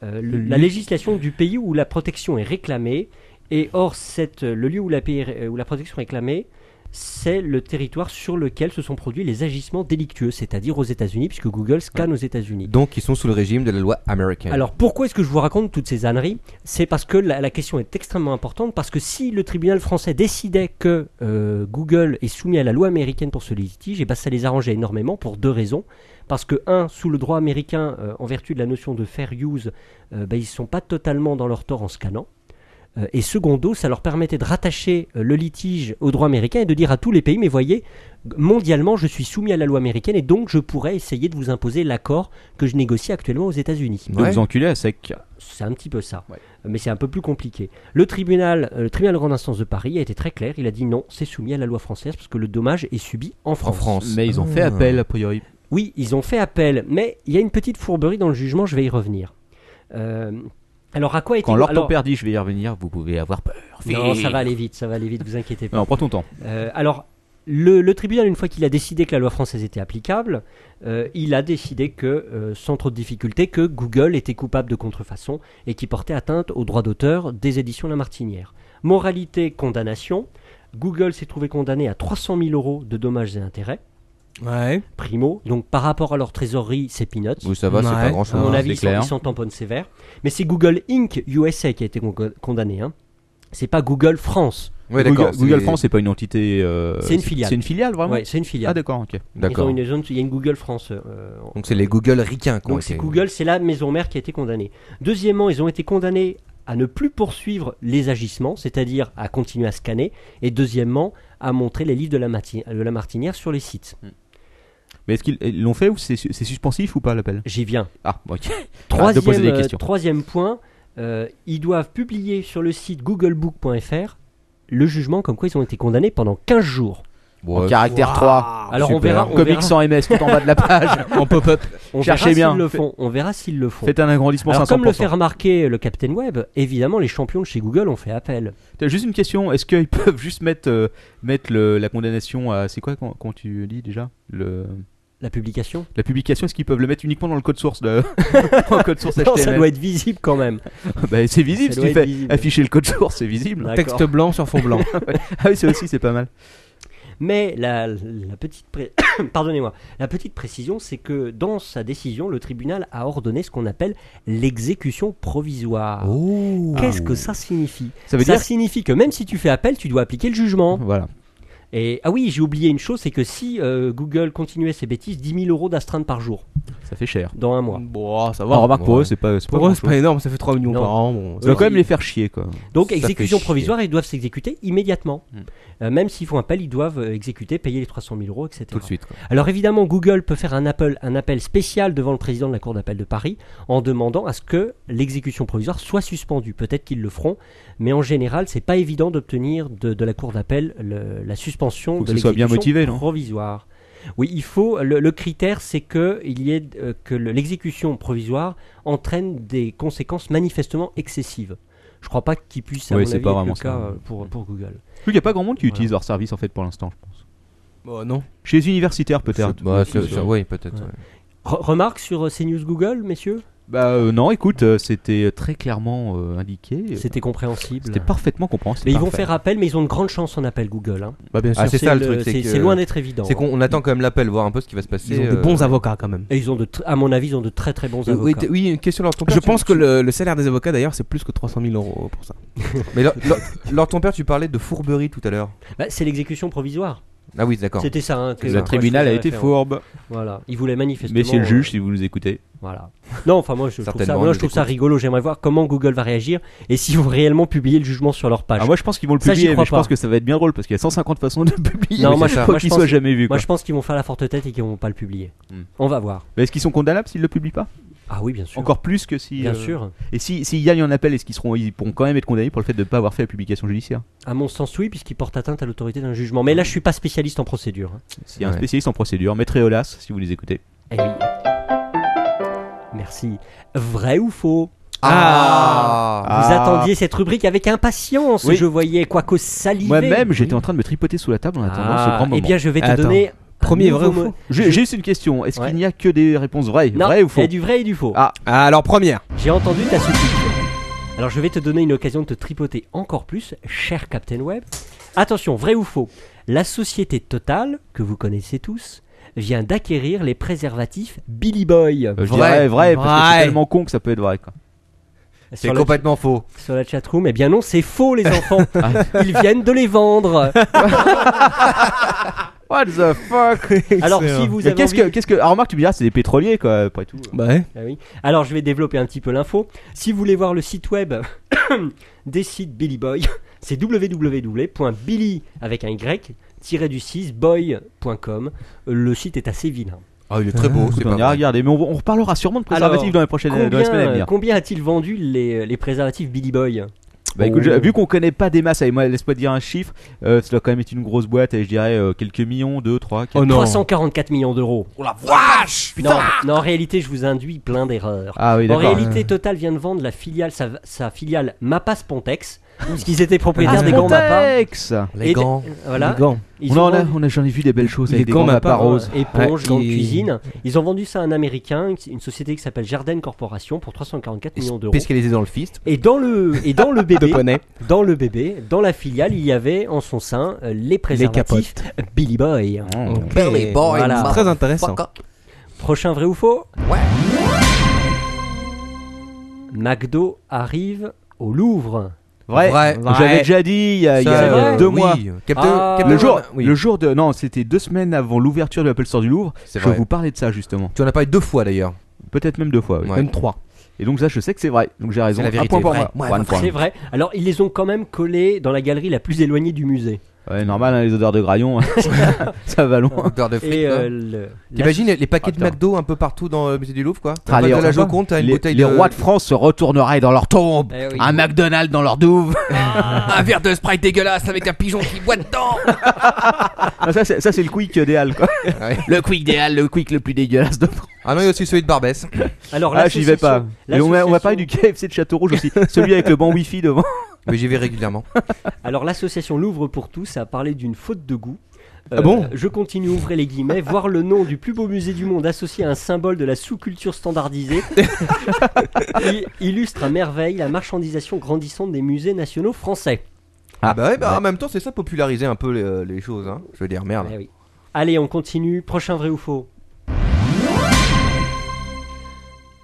[SPEAKER 4] euh, le- la législation du pays où la protection est réclamée, et or cette, le lieu où la, pays- euh, où la protection est réclamée, c'est le territoire sur lequel se sont produits les agissements délictueux, c'est-à-dire aux États-Unis, puisque Google scanne aux États-Unis.
[SPEAKER 6] donc ils sont sous le régime de la loi américaine.
[SPEAKER 4] Alors pourquoi est-ce que je vous raconte toutes ces âneries C'est parce que la, la question est extrêmement importante, parce que si le tribunal français décidait que euh, Google est soumis à la loi américaine pour ce litige, et ben ça les arrangeait énormément pour deux raisons. Parce que, un, sous le droit américain, euh, en vertu de la notion de fair use, euh, ben, ils ne sont pas totalement dans leur tort en scannant. Euh, et secondo, ça leur permettait de rattacher euh, le litige au droit américain et de dire à tous les pays, mais voyez, mondialement, je suis soumis à la loi américaine et donc je pourrais essayer de vous imposer l'accord que je négocie actuellement aux États-Unis.
[SPEAKER 3] De
[SPEAKER 6] Ouais.
[SPEAKER 3] vous enculer à sec.
[SPEAKER 4] C'est un petit peu ça.
[SPEAKER 3] Ouais.
[SPEAKER 4] Mais c'est un peu plus compliqué. Le tribunal, euh, le tribunal de grande instance de Paris a été très clair. Il a dit non, c'est soumis à la loi française parce que le dommage est subi en
[SPEAKER 6] en
[SPEAKER 4] France.
[SPEAKER 6] France.
[SPEAKER 3] Mais ils ont fait
[SPEAKER 6] Ah.
[SPEAKER 3] appel a priori.
[SPEAKER 4] Oui, ils ont fait appel, mais il y a une petite fourberie dans le jugement, je vais y revenir. Euh, alors à quoi était
[SPEAKER 3] Quand leur ton
[SPEAKER 4] alors-
[SPEAKER 3] père dit je vais y revenir, vous pouvez avoir peur.
[SPEAKER 4] Non, ça va aller vite, ça va aller vite, vous inquiétez pas.
[SPEAKER 3] Non, prends ton temps.
[SPEAKER 4] Euh, alors, le, le tribunal, une fois qu'il a décidé que la loi française était applicable, euh, il a décidé que, euh, sans trop de difficulté, que Google était coupable de contrefaçon et qui portait atteinte aux droits d'auteur des éditions La Martinière. Moralité, condamnation. Google s'est trouvé condamné à 300 000 euros de dommages et intérêts,
[SPEAKER 5] Ouais.
[SPEAKER 4] primo. Donc, par rapport à leur trésorerie, c'est peanuts.
[SPEAKER 6] Oui, ça va, c'est
[SPEAKER 5] Ouais.
[SPEAKER 6] pas grand chose.
[SPEAKER 4] À mon
[SPEAKER 5] Ah,
[SPEAKER 4] avis,
[SPEAKER 3] c'est
[SPEAKER 4] ils sont-
[SPEAKER 3] clair.
[SPEAKER 4] ils sont en bonne sévère. Mais c'est Google Inc. USA qui a été con- condamné. Hein. C'est pas Google France.
[SPEAKER 6] d'accord.
[SPEAKER 3] Google, Google
[SPEAKER 6] c'est-
[SPEAKER 3] France, c'est pas une entité. euh,
[SPEAKER 4] C'est une filiale.
[SPEAKER 3] C'est une filiale vraiment.
[SPEAKER 4] Ouais, c'est une filiale.
[SPEAKER 3] Ah d'accord, ok.
[SPEAKER 4] Ils ont
[SPEAKER 6] D'accord.
[SPEAKER 4] une zone- il y a une Google France. euh, en-
[SPEAKER 6] Donc c'est les Google ricains. quoi,
[SPEAKER 4] Donc c'est Google, c'est la maison mère qui a été condamnée. Deuxièmement, ils ont été condamnés à ne plus poursuivre les agissements, c'est-à-dire à continuer à scanner, et deuxièmement, à montrer les livres de la, mati- de la martinière sur les sites.
[SPEAKER 3] Hmm. Mais est-ce qu'ils ils l'ont fait ou c'est c'est suspensif ou pas l'appel
[SPEAKER 4] J'y viens.
[SPEAKER 3] Ah, bon, ok. Arrête
[SPEAKER 4] [LAUGHS]
[SPEAKER 3] de
[SPEAKER 4] Troisième,
[SPEAKER 3] poser des
[SPEAKER 4] euh,
[SPEAKER 3] questions.
[SPEAKER 4] troisième point, euh, ils doivent publier sur le site googlebook.fr le jugement comme quoi ils ont été condamnés pendant 15 jours.
[SPEAKER 6] Ouais.
[SPEAKER 3] Caractère 3.
[SPEAKER 4] Alors on verra, on
[SPEAKER 3] Comics
[SPEAKER 4] verra.
[SPEAKER 3] sans MS tout en bas de
[SPEAKER 4] [LAUGHS]
[SPEAKER 3] la page.
[SPEAKER 5] En pop-up.
[SPEAKER 4] On
[SPEAKER 3] Cherchez
[SPEAKER 4] verra
[SPEAKER 3] bien.
[SPEAKER 4] s'ils le font. On verra s'ils le font.
[SPEAKER 3] Faites un agrandissement
[SPEAKER 4] Alors,
[SPEAKER 3] 500%.
[SPEAKER 4] comme le fait remarquer le Captain Web, évidemment, les champions de chez Google ont fait appel.
[SPEAKER 3] T'as juste une question, est-ce qu'ils [LAUGHS] peuvent juste mettre, euh, mettre le- la condamnation à. C'est quoi quand, quand tu dis déjà le,
[SPEAKER 4] La publication
[SPEAKER 3] La publication, est-ce qu'ils peuvent le mettre uniquement dans le code source
[SPEAKER 4] [LAUGHS]
[SPEAKER 3] de... [LAUGHS] dans le code source
[SPEAKER 4] Non, ça
[SPEAKER 3] HTML
[SPEAKER 4] doit être visible quand même.
[SPEAKER 3] [LAUGHS] Bah, C'est visible,
[SPEAKER 4] Ça
[SPEAKER 3] si tu
[SPEAKER 4] doit
[SPEAKER 3] fais
[SPEAKER 4] être visible.
[SPEAKER 3] afficher le code source, c'est visible.
[SPEAKER 4] D'accord.
[SPEAKER 5] Texte blanc sur fond
[SPEAKER 4] [LAUGHS]
[SPEAKER 3] [LAUGHS]
[SPEAKER 5] blanc.
[SPEAKER 3] Ah oui, ça aussi, c'est pas mal.
[SPEAKER 4] Mais la, la petite pré- [COUGHS] pardonnez-moi, la petite précision, c'est que dans sa décision, le tribunal a ordonné ce qu'on appelle l'exécution provisoire.
[SPEAKER 5] Oh.
[SPEAKER 4] Qu'est-ce que ça signifie
[SPEAKER 3] Ah. Ça veut
[SPEAKER 4] Ça
[SPEAKER 3] dire.
[SPEAKER 4] signifie que même si tu fais appel, tu dois appliquer le jugement.
[SPEAKER 3] Voilà.
[SPEAKER 4] Et ah oui, j'ai oublié une chose, c'est que si euh, Google continuait ses bêtises, 10 000 euros d'astreinte par jour
[SPEAKER 3] Ça fait cher.
[SPEAKER 4] dans un mois.
[SPEAKER 5] Bon, ça
[SPEAKER 3] Bon,
[SPEAKER 5] va.
[SPEAKER 3] remarque pour
[SPEAKER 6] ouais.
[SPEAKER 3] eux, c'est pas. c'est pas
[SPEAKER 5] Pour eux, c'est
[SPEAKER 3] grand-chose.
[SPEAKER 5] pas énorme, ça fait 3 millions
[SPEAKER 4] Non.
[SPEAKER 5] par an. Bon,
[SPEAKER 3] Ça doit
[SPEAKER 4] Ouais.
[SPEAKER 3] quand même les faire chier, quoi.
[SPEAKER 4] Donc
[SPEAKER 6] Ça
[SPEAKER 4] exécution
[SPEAKER 6] fait chier.
[SPEAKER 4] provisoire, ils doivent s'exécuter immédiatement.
[SPEAKER 3] Hmm.
[SPEAKER 4] Euh, même s'ils font appel, ils doivent euh, exécuter, payer les 300 000 euros, etc.
[SPEAKER 6] Tout de suite. quoi.
[SPEAKER 4] Alors évidemment, Google peut faire un appel, un appel spécial devant le président de la Cour d'appel de Paris en demandant à ce que l'exécution provisoire soit suspendue. Peut-être qu'ils le feront, mais en général, c'est pas évident d'obtenir de, de la Cour d'appel le- la suspension
[SPEAKER 3] Faut que
[SPEAKER 4] de
[SPEAKER 3] ce soit bien
[SPEAKER 4] l'exécution
[SPEAKER 3] motivé, non
[SPEAKER 4] provisoire. Oui, il faut. Le, le critère, c'est que il y ait euh, que le- l'exécution provisoire entraîne des conséquences manifestement excessives. Je crois pas qu'il puisse, à
[SPEAKER 3] Oui,
[SPEAKER 4] mon
[SPEAKER 3] c'est
[SPEAKER 4] avis,
[SPEAKER 3] pas
[SPEAKER 4] être
[SPEAKER 3] vraiment
[SPEAKER 4] le
[SPEAKER 3] ça.
[SPEAKER 4] cas euh, pour, pour Google.
[SPEAKER 3] Il y a pas grand monde qui
[SPEAKER 4] Voilà.
[SPEAKER 3] utilise leur service, en fait, pour l'instant, je pense.
[SPEAKER 5] Bon, Bah, non.
[SPEAKER 3] Chez les universitaires, peut-être.
[SPEAKER 6] C'est- ouais, c'est- c'est- Oui, peut-être.
[SPEAKER 4] bah, Ouais.
[SPEAKER 6] ouais.
[SPEAKER 4] Re- remarque sur euh, CNews Google, messieurs
[SPEAKER 3] Bah, euh, non, écoute, euh, c'était très clairement euh, indiqué.
[SPEAKER 4] C'était compréhensible.
[SPEAKER 3] C'était parfaitement compréhensible.
[SPEAKER 4] Mais ils vont
[SPEAKER 3] Parfait.
[SPEAKER 4] faire appel, mais ils ont une grande chance en appel Google. hein.
[SPEAKER 3] Bah, bien sûr.
[SPEAKER 6] Ah, c'est ça, le
[SPEAKER 4] de-
[SPEAKER 6] truc, c'est
[SPEAKER 4] C'est
[SPEAKER 6] que-
[SPEAKER 4] c'est loin d'être évident. hein.
[SPEAKER 6] C'est qu'on on attend quand même l'appel, voir un peu ce qui va se passer.
[SPEAKER 5] Ils ont des
[SPEAKER 6] euh,
[SPEAKER 5] bons avocats quand même.
[SPEAKER 4] Et ils ont, de tr- à mon avis, ils ont de très très bons
[SPEAKER 6] euh, oui,
[SPEAKER 4] avocats.
[SPEAKER 6] t- oui, une question leur ton père.
[SPEAKER 5] Je
[SPEAKER 6] tu-
[SPEAKER 5] pense que
[SPEAKER 6] tu-
[SPEAKER 5] le, le salaire des avocats d'ailleurs c'est plus que 300 000 euros
[SPEAKER 4] [LAUGHS]
[SPEAKER 5] pour ça.
[SPEAKER 6] Mais leur- leur- leur ton père, tu parlais de fourberie tout à l'heure.
[SPEAKER 4] Bah, c'est l'exécution provisoire.
[SPEAKER 6] Ah oui, d'accord.
[SPEAKER 4] C'était ça. hein, que-
[SPEAKER 3] Le
[SPEAKER 4] moi, je
[SPEAKER 3] tribunal a
[SPEAKER 4] faisais
[SPEAKER 3] été
[SPEAKER 4] référence.
[SPEAKER 3] fourbe.
[SPEAKER 4] Voilà. Il voulait manifestement.
[SPEAKER 3] Messieurs le juge, si vous nous écoutez.
[SPEAKER 4] euh, Voilà. Non, enfin moi je trouve ça,
[SPEAKER 6] Certainement,
[SPEAKER 4] moi,
[SPEAKER 6] on
[SPEAKER 4] je trouve
[SPEAKER 6] les
[SPEAKER 4] ça
[SPEAKER 6] écoute.
[SPEAKER 4] rigolo. J'aimerais voir comment Google va réagir et s'ils vont réellement publier le jugement sur leur
[SPEAKER 3] [LAUGHS]
[SPEAKER 4] page.
[SPEAKER 3] Alors Ah, moi je pense qu'ils vont le
[SPEAKER 4] Ça, j'y
[SPEAKER 3] publier, mais
[SPEAKER 4] crois
[SPEAKER 3] je
[SPEAKER 4] pas.
[SPEAKER 3] pense que ça va être bien drôle parce qu'il y a 150 façons de le publier.
[SPEAKER 4] Non, moi,
[SPEAKER 3] [LAUGHS] je
[SPEAKER 6] je-
[SPEAKER 3] crois
[SPEAKER 4] moi,
[SPEAKER 3] qu'il
[SPEAKER 4] je
[SPEAKER 3] soit
[SPEAKER 4] pense-
[SPEAKER 3] jamais vu.
[SPEAKER 4] Moi,
[SPEAKER 3] quoi.
[SPEAKER 4] je pense qu'ils vont faire la forte tête et qu'ils vont pas le publier.
[SPEAKER 6] Hmm.
[SPEAKER 4] On va voir.
[SPEAKER 3] Mais Est-ce qu'ils sont condamnables s'ils le publient pas
[SPEAKER 4] Ah oui, bien sûr.
[SPEAKER 3] Encore plus que si.
[SPEAKER 4] Bien
[SPEAKER 3] euh,
[SPEAKER 4] sûr.
[SPEAKER 3] Et si s'il y a eu un appel, est-ce qu'ils seront, ils pourront quand même être condamnés pour le fait de ne pas avoir fait la publication judiciaire
[SPEAKER 4] À mon sens, oui, puisqu'il porte atteinte à l'autorité d'un jugement. Mais là, je suis pas spécialiste en procédure. hein.
[SPEAKER 3] S'il y a un
[SPEAKER 6] Ouais.
[SPEAKER 3] spécialiste en procédure, maître Eolas, si vous les écoutez.
[SPEAKER 4] Eh oui. Merci. Vrai ou faux
[SPEAKER 6] Ah,
[SPEAKER 4] Vous
[SPEAKER 3] Ah.
[SPEAKER 4] attendiez cette rubrique avec impatience.
[SPEAKER 3] Oui.
[SPEAKER 4] Je voyais Quaco saliver.
[SPEAKER 3] Moi-même, j'étais en train de me tripoter sous la table en attendant ce grand moment.
[SPEAKER 4] Eh bien, je vais te
[SPEAKER 5] Attends.
[SPEAKER 4] donner. un
[SPEAKER 5] Premier
[SPEAKER 4] nouveau
[SPEAKER 5] vrai ou
[SPEAKER 4] mot-
[SPEAKER 5] faux
[SPEAKER 3] J'ai juste une question. Est-ce
[SPEAKER 4] Ouais.
[SPEAKER 3] qu'il n'y a que des réponses vraies
[SPEAKER 4] Non,
[SPEAKER 3] Vraies ou faux
[SPEAKER 4] Il y a du vrai et du faux.
[SPEAKER 3] Ah.
[SPEAKER 5] Alors, première.
[SPEAKER 4] J'ai entendu ta supplique. Alors je vais te donner une occasion de te tripoter encore plus, cher Captain Web. Attention, vrai ou faux La société Total, que vous connaissez tous, vient d'acquérir les préservatifs Billy Boy.
[SPEAKER 3] Euh, je
[SPEAKER 6] Vrai.
[SPEAKER 3] dirais vrai, parce que
[SPEAKER 5] Vrai.
[SPEAKER 3] c'est tellement con que ça peut être vrai. Quoi.
[SPEAKER 6] c'est
[SPEAKER 4] Sur la,
[SPEAKER 6] complètement faux. Ah.
[SPEAKER 4] sur la chatroom, eh bien non, c'est
[SPEAKER 6] [LAUGHS]
[SPEAKER 4] faux les enfants. Ils viennent de les vendre.
[SPEAKER 3] What the fuck
[SPEAKER 4] [LAUGHS] Alors si vous
[SPEAKER 3] Mais
[SPEAKER 4] avez
[SPEAKER 3] Qu'est-ce
[SPEAKER 4] envie-
[SPEAKER 3] que, qu'est-ce que. Alors, remarque, tu me diras, c'est des pétroliers, quoi, après tout.
[SPEAKER 5] Bah ouais.
[SPEAKER 4] Ah oui. Alors je vais développer un petit peu l'info. Si vous voulez voir le site web [COUGHS] des sites Billy Boy, [COUGHS] c'est www.billy avec un y tiré du 6 boy.com. Euh, Le site est assez vilain. hein.
[SPEAKER 6] Ah, il est très beau, c'est pas
[SPEAKER 3] on ira
[SPEAKER 6] vrai.
[SPEAKER 3] regarder, mais on, on reparlera sûrement de préservatifs
[SPEAKER 4] Alors,
[SPEAKER 3] dans les prochaines dans les semaines à
[SPEAKER 4] Combien,
[SPEAKER 3] venir.
[SPEAKER 4] combien a-t-il vendu les, les préservatifs Billy Boy
[SPEAKER 3] Bah
[SPEAKER 4] Oh,
[SPEAKER 3] écoute, je- vu qu'on connaît pas des masses, allez, moi, laisse-moi te dire un chiffre, euh, ça doit quand même être une grosse boîte, et je dirais euh, quelques millions, 2, 3, 4.
[SPEAKER 5] Oh non.
[SPEAKER 4] 344 millions
[SPEAKER 8] [LAUGHS]
[SPEAKER 4] d'euros.
[SPEAKER 7] Oh la vache
[SPEAKER 4] Non, non, en réalité, je vous induis plein d'erreurs.
[SPEAKER 3] Ah oui,
[SPEAKER 4] En
[SPEAKER 3] d'accord.
[SPEAKER 4] réalité, Total vient de vendre la filiale, sa, sa filiale Mappa [LAUGHS] Spontex, parce qu'ils étaient propriétaires
[SPEAKER 3] Ah,
[SPEAKER 4] des grands Mappa.
[SPEAKER 3] Spontex
[SPEAKER 6] Les
[SPEAKER 4] Et- euh,
[SPEAKER 6] gants.
[SPEAKER 4] Voilà.
[SPEAKER 5] Les gants.
[SPEAKER 4] Ils ont
[SPEAKER 3] On en a,
[SPEAKER 4] vendu-
[SPEAKER 3] on a, j'en ai vu des belles choses
[SPEAKER 5] Les
[SPEAKER 3] avec des
[SPEAKER 5] gants
[SPEAKER 3] gants à
[SPEAKER 5] Mappa
[SPEAKER 3] part rose.
[SPEAKER 4] éponge,
[SPEAKER 5] Ouais,
[SPEAKER 4] grande
[SPEAKER 5] et-
[SPEAKER 4] cuisine. Ils ont vendu ça à un américain, une société qui s'appelle Jarden Corporation pour 344 millions d'euros.
[SPEAKER 6] Spécialisé dans le fist.
[SPEAKER 4] Et dans le, et dans le
[SPEAKER 5] [LAUGHS] De
[SPEAKER 4] bébé,
[SPEAKER 5] poney.
[SPEAKER 4] dans le bébé, dans la filiale, il y avait en son sein euh, les préservatifs Billy Boy.
[SPEAKER 5] Ok.
[SPEAKER 7] Billy Boy,
[SPEAKER 4] Voilà.
[SPEAKER 7] motherfucker.
[SPEAKER 5] Très intéressant.
[SPEAKER 4] Prochain vrai ou faux
[SPEAKER 7] Ouais.
[SPEAKER 4] McDo arrive au Louvre.
[SPEAKER 3] Vrai,
[SPEAKER 6] Vrai.
[SPEAKER 3] j'avais déjà dit il y a, il y a-
[SPEAKER 6] Ça,
[SPEAKER 4] c'est
[SPEAKER 3] il y a
[SPEAKER 4] vrai.
[SPEAKER 3] deux
[SPEAKER 6] oui.
[SPEAKER 3] mois.
[SPEAKER 6] Captain-
[SPEAKER 4] Ah.
[SPEAKER 6] Captain-
[SPEAKER 3] Le jour,
[SPEAKER 6] oui.
[SPEAKER 3] le jour de. Non, c'était deux semaines avant l'ouverture de l'Apple Store du Louvre.
[SPEAKER 6] C'est
[SPEAKER 3] Je
[SPEAKER 6] vrai.
[SPEAKER 3] vous parlais de ça justement.
[SPEAKER 6] Tu en as parlé deux fois d'ailleurs.
[SPEAKER 3] Peut-être même deux fois. oui.
[SPEAKER 6] Ouais.
[SPEAKER 5] Même 3.
[SPEAKER 3] Et donc, ça, je sais que c'est vrai. Donc, j'ai raison.
[SPEAKER 6] la vérité,
[SPEAKER 3] Un point pour
[SPEAKER 6] vrai.
[SPEAKER 3] moi.
[SPEAKER 7] Ouais,
[SPEAKER 3] Point,
[SPEAKER 7] vrai.
[SPEAKER 3] point.
[SPEAKER 4] C'est vrai. Alors ils les ont quand même collés dans la galerie la plus éloignée du musée.
[SPEAKER 3] Ouais, normal, hein, les odeurs de graillon, [LAUGHS] ça va loin.
[SPEAKER 6] Beurre de frites,
[SPEAKER 4] Et
[SPEAKER 6] quoi.
[SPEAKER 4] euh, le- la-
[SPEAKER 6] T'imagines les paquets de
[SPEAKER 3] Attends.
[SPEAKER 6] McDo un peu partout dans le musée du Louvre quoi
[SPEAKER 3] Ah,
[SPEAKER 6] T'as de
[SPEAKER 3] les-
[SPEAKER 6] la Joconde, t'as une
[SPEAKER 3] les,
[SPEAKER 6] bouteille
[SPEAKER 3] les
[SPEAKER 6] de...
[SPEAKER 3] rois de France se retourneraient dans leur tombe.
[SPEAKER 4] Eh oui.
[SPEAKER 3] Un McDonald's dans leur douve.
[SPEAKER 4] [LAUGHS]
[SPEAKER 7] Un verre de Sprite dégueulasse avec un pigeon qui boit dedans
[SPEAKER 3] Ah, ça, c'est ça, c'est le quick des Halles, quoi.
[SPEAKER 6] Ouais.
[SPEAKER 3] Le quick des Halles, le quick le plus dégueulasse de France.
[SPEAKER 6] [LAUGHS] Ah non, il y a aussi celui de Barbès.
[SPEAKER 4] [COUGHS] Alors
[SPEAKER 3] Ah, j'y vais pas.
[SPEAKER 4] l'association-
[SPEAKER 3] Et on, va, on va parler
[SPEAKER 4] l'association-
[SPEAKER 3] du KFC de Château
[SPEAKER 4] [LAUGHS]
[SPEAKER 3] Rouge aussi. Celui avec le banc wifi devant.
[SPEAKER 6] [LAUGHS] Mais j'y vais régulièrement.
[SPEAKER 4] Alors l'association Louvre pour tous a parlé d'une faute de goût. Euh,
[SPEAKER 3] Ah bon
[SPEAKER 4] Je continue, ouvrez les
[SPEAKER 3] [LAUGHS]
[SPEAKER 4] guillemets, voir le nom du plus beau musée du monde associé à un symbole de la sous-culture
[SPEAKER 3] [LAUGHS]
[SPEAKER 4] standardisée il- illustre à merveille la marchandisation grandissante des musées nationaux français.
[SPEAKER 6] Ah bah ouais, bah en même temps, c'est ça populariser un peu les, les choses. Hein. Je veux dire, merde.
[SPEAKER 4] Eh oui. Allez, on continue. Prochain vrai ou faux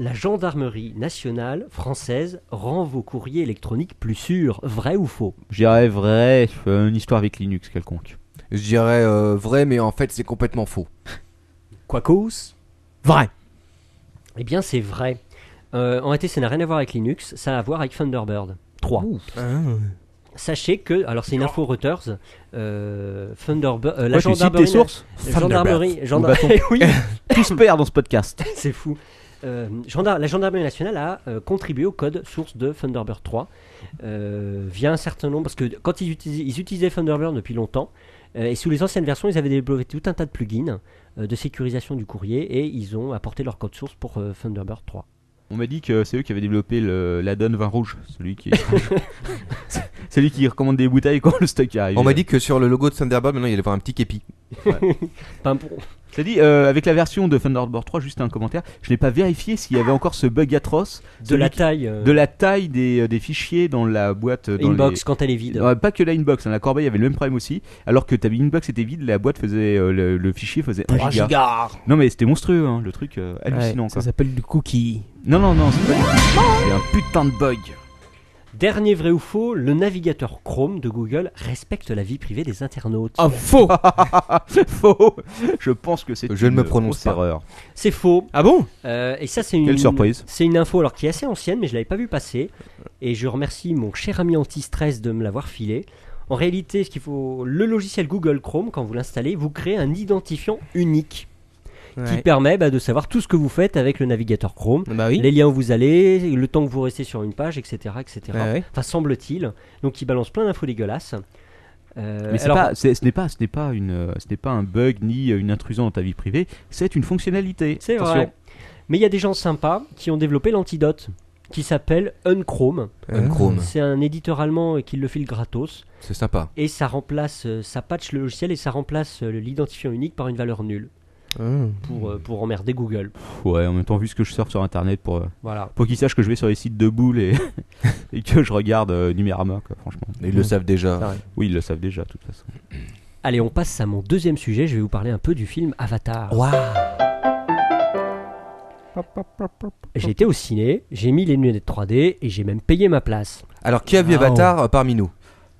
[SPEAKER 4] La gendarmerie nationale française rend vos courriers électroniques plus sûrs. Vrai ou faux
[SPEAKER 3] J'irais vrai, euh, une histoire avec Linux quelconque.
[SPEAKER 6] Je dirais euh, vrai, mais en fait, c'est complètement faux.
[SPEAKER 4] Quoi cause
[SPEAKER 5] Vrai.
[SPEAKER 4] Eh bien, c'est vrai. Euh, en réalité, ça n'a rien à voir avec Linux, ça a à voir avec Thunderbird 3.
[SPEAKER 3] Ah.
[SPEAKER 4] Sachez que, alors c'est une info Reuters, euh, Thunderbird, euh, la
[SPEAKER 3] Moi, je cite tes
[SPEAKER 4] gendarmerie,
[SPEAKER 3] sources.
[SPEAKER 4] la gendarmerie,
[SPEAKER 3] Ou
[SPEAKER 4] gendarmerie,
[SPEAKER 3] bâton.
[SPEAKER 4] [LAUGHS] oui,
[SPEAKER 3] Tout se perd dans ce podcast.
[SPEAKER 4] c'est fou. Euh, gendar- la gendarmerie nationale a euh, contribué au code source de Thunderbird 3 euh, via un certain nombre, parce que quand ils utilisaient, ils utilisaient Thunderbird depuis longtemps, euh, et sous les anciennes versions, ils avaient développé tout un tas de plugins euh, de sécurisation du courrier, et ils ont apporté leur code source pour euh, Thunderbird 3.
[SPEAKER 3] On m'a dit que c'est eux qui avaient développé le, la donne vin rouge.
[SPEAKER 6] [LAUGHS]
[SPEAKER 3] Celui qui. C'est- celui qui recommande des bouteilles quand le stock arrive.
[SPEAKER 6] On m'a dit que sur le logo de Thunderbird, maintenant, il y avait un petit képi.
[SPEAKER 3] [LAUGHS]
[SPEAKER 4] Enfin, pour-
[SPEAKER 3] Ça dit, euh, avec la version de Thunderbird 3, juste un commentaire, je n'ai pas vérifié s'il y avait encore ce bug atroce
[SPEAKER 4] de
[SPEAKER 3] celui
[SPEAKER 4] la
[SPEAKER 3] qui-
[SPEAKER 4] taille. euh,
[SPEAKER 3] de la taille des, euh, des fichiers dans la boîte. euh, Dans
[SPEAKER 4] Inbox
[SPEAKER 3] les-
[SPEAKER 4] quand elle est vide.
[SPEAKER 3] Non, pas que la inbox, hein, la corbeille avait le même problème aussi. Alors que ta inbox était vide, la boîte faisait. euh, le, le fichier faisait 1 giga. Non mais c'était monstrueux, hein, le truc euh, hallucinant
[SPEAKER 5] Ouais,
[SPEAKER 3] quoi.
[SPEAKER 5] Ça s'appelle du cookie.
[SPEAKER 3] Non, non, non, c'est pas du tout. C'est un putain de bug.
[SPEAKER 4] Dernier vrai ou faux, le navigateur Chrome de Google respecte la vie privée des internautes.
[SPEAKER 5] Ah, faux [LAUGHS]
[SPEAKER 3] Faux [LAUGHS] Je pense que c'est
[SPEAKER 6] Je ne
[SPEAKER 3] une
[SPEAKER 6] me prononce
[SPEAKER 3] grosse
[SPEAKER 6] pas.
[SPEAKER 3] erreur.
[SPEAKER 4] C'est faux.
[SPEAKER 5] Ah bon
[SPEAKER 4] Euh, et ça, c'est une
[SPEAKER 3] Quelle surprise.
[SPEAKER 4] C'est une info alors qui est assez ancienne, mais je l'avais pas vu passer. Et je remercie mon cher ami anti-stress de me l'avoir filé. En réalité, ce qu'il faut, le logiciel Google Chrome, quand vous l'installez, vous créez un identifiant unique qui
[SPEAKER 5] Ouais.
[SPEAKER 4] permet bah, de savoir tout ce que vous faites avec le navigateur Chrome,
[SPEAKER 5] Bah oui.
[SPEAKER 4] les liens où vous allez, le temps que vous restez sur une page, etc., etc.
[SPEAKER 5] Ouais, ouais.
[SPEAKER 4] Enfin, semble-t-il. Donc, il balance plein d'infos dégueulasses. Euh,
[SPEAKER 3] Mais c'est
[SPEAKER 4] alors,
[SPEAKER 3] pas- c'est- ce n'est pas, ce n'est pas une, euh, ce n'est pas un bug ni euh, une intrusion dans ta vie privée. C'est une fonctionnalité.
[SPEAKER 4] C'est
[SPEAKER 3] Attention.
[SPEAKER 4] vrai. Mais il y a des gens sympas qui ont développé l'antidote qui s'appelle Unchrome.
[SPEAKER 6] Un Chrome,
[SPEAKER 4] C'est un éditeur allemand qui le file gratos
[SPEAKER 6] Euh, c'est sympa.
[SPEAKER 4] et ça remplace, euh, ça patch le logiciel et ça remplace euh, l'identifiant unique par une valeur nulle
[SPEAKER 6] Oh.
[SPEAKER 4] pour, euh, pour emmerder Google.
[SPEAKER 3] Pff, Ouais. En même temps, vu ce que je sors sur Internet pour euh,
[SPEAKER 4] Voilà.
[SPEAKER 3] pour qu'ils sachent que je vais sur les sites de boules et, [LAUGHS] et que je regarde euh, Numérama, quoi, franchement.
[SPEAKER 6] Ils le savent
[SPEAKER 5] Ça-
[SPEAKER 6] déjà.
[SPEAKER 3] Oui, ils le savent déjà, de toute façon.
[SPEAKER 4] Allez, on passe à mon deuxième sujet. Je vais vous parler un peu du film Avatar. J'ai été au ciné, j'ai mis les lunettes 3D et j'ai même payé ma place.
[SPEAKER 6] Alors, qui a vu
[SPEAKER 5] Wow.
[SPEAKER 6] Avatar euh, parmi nous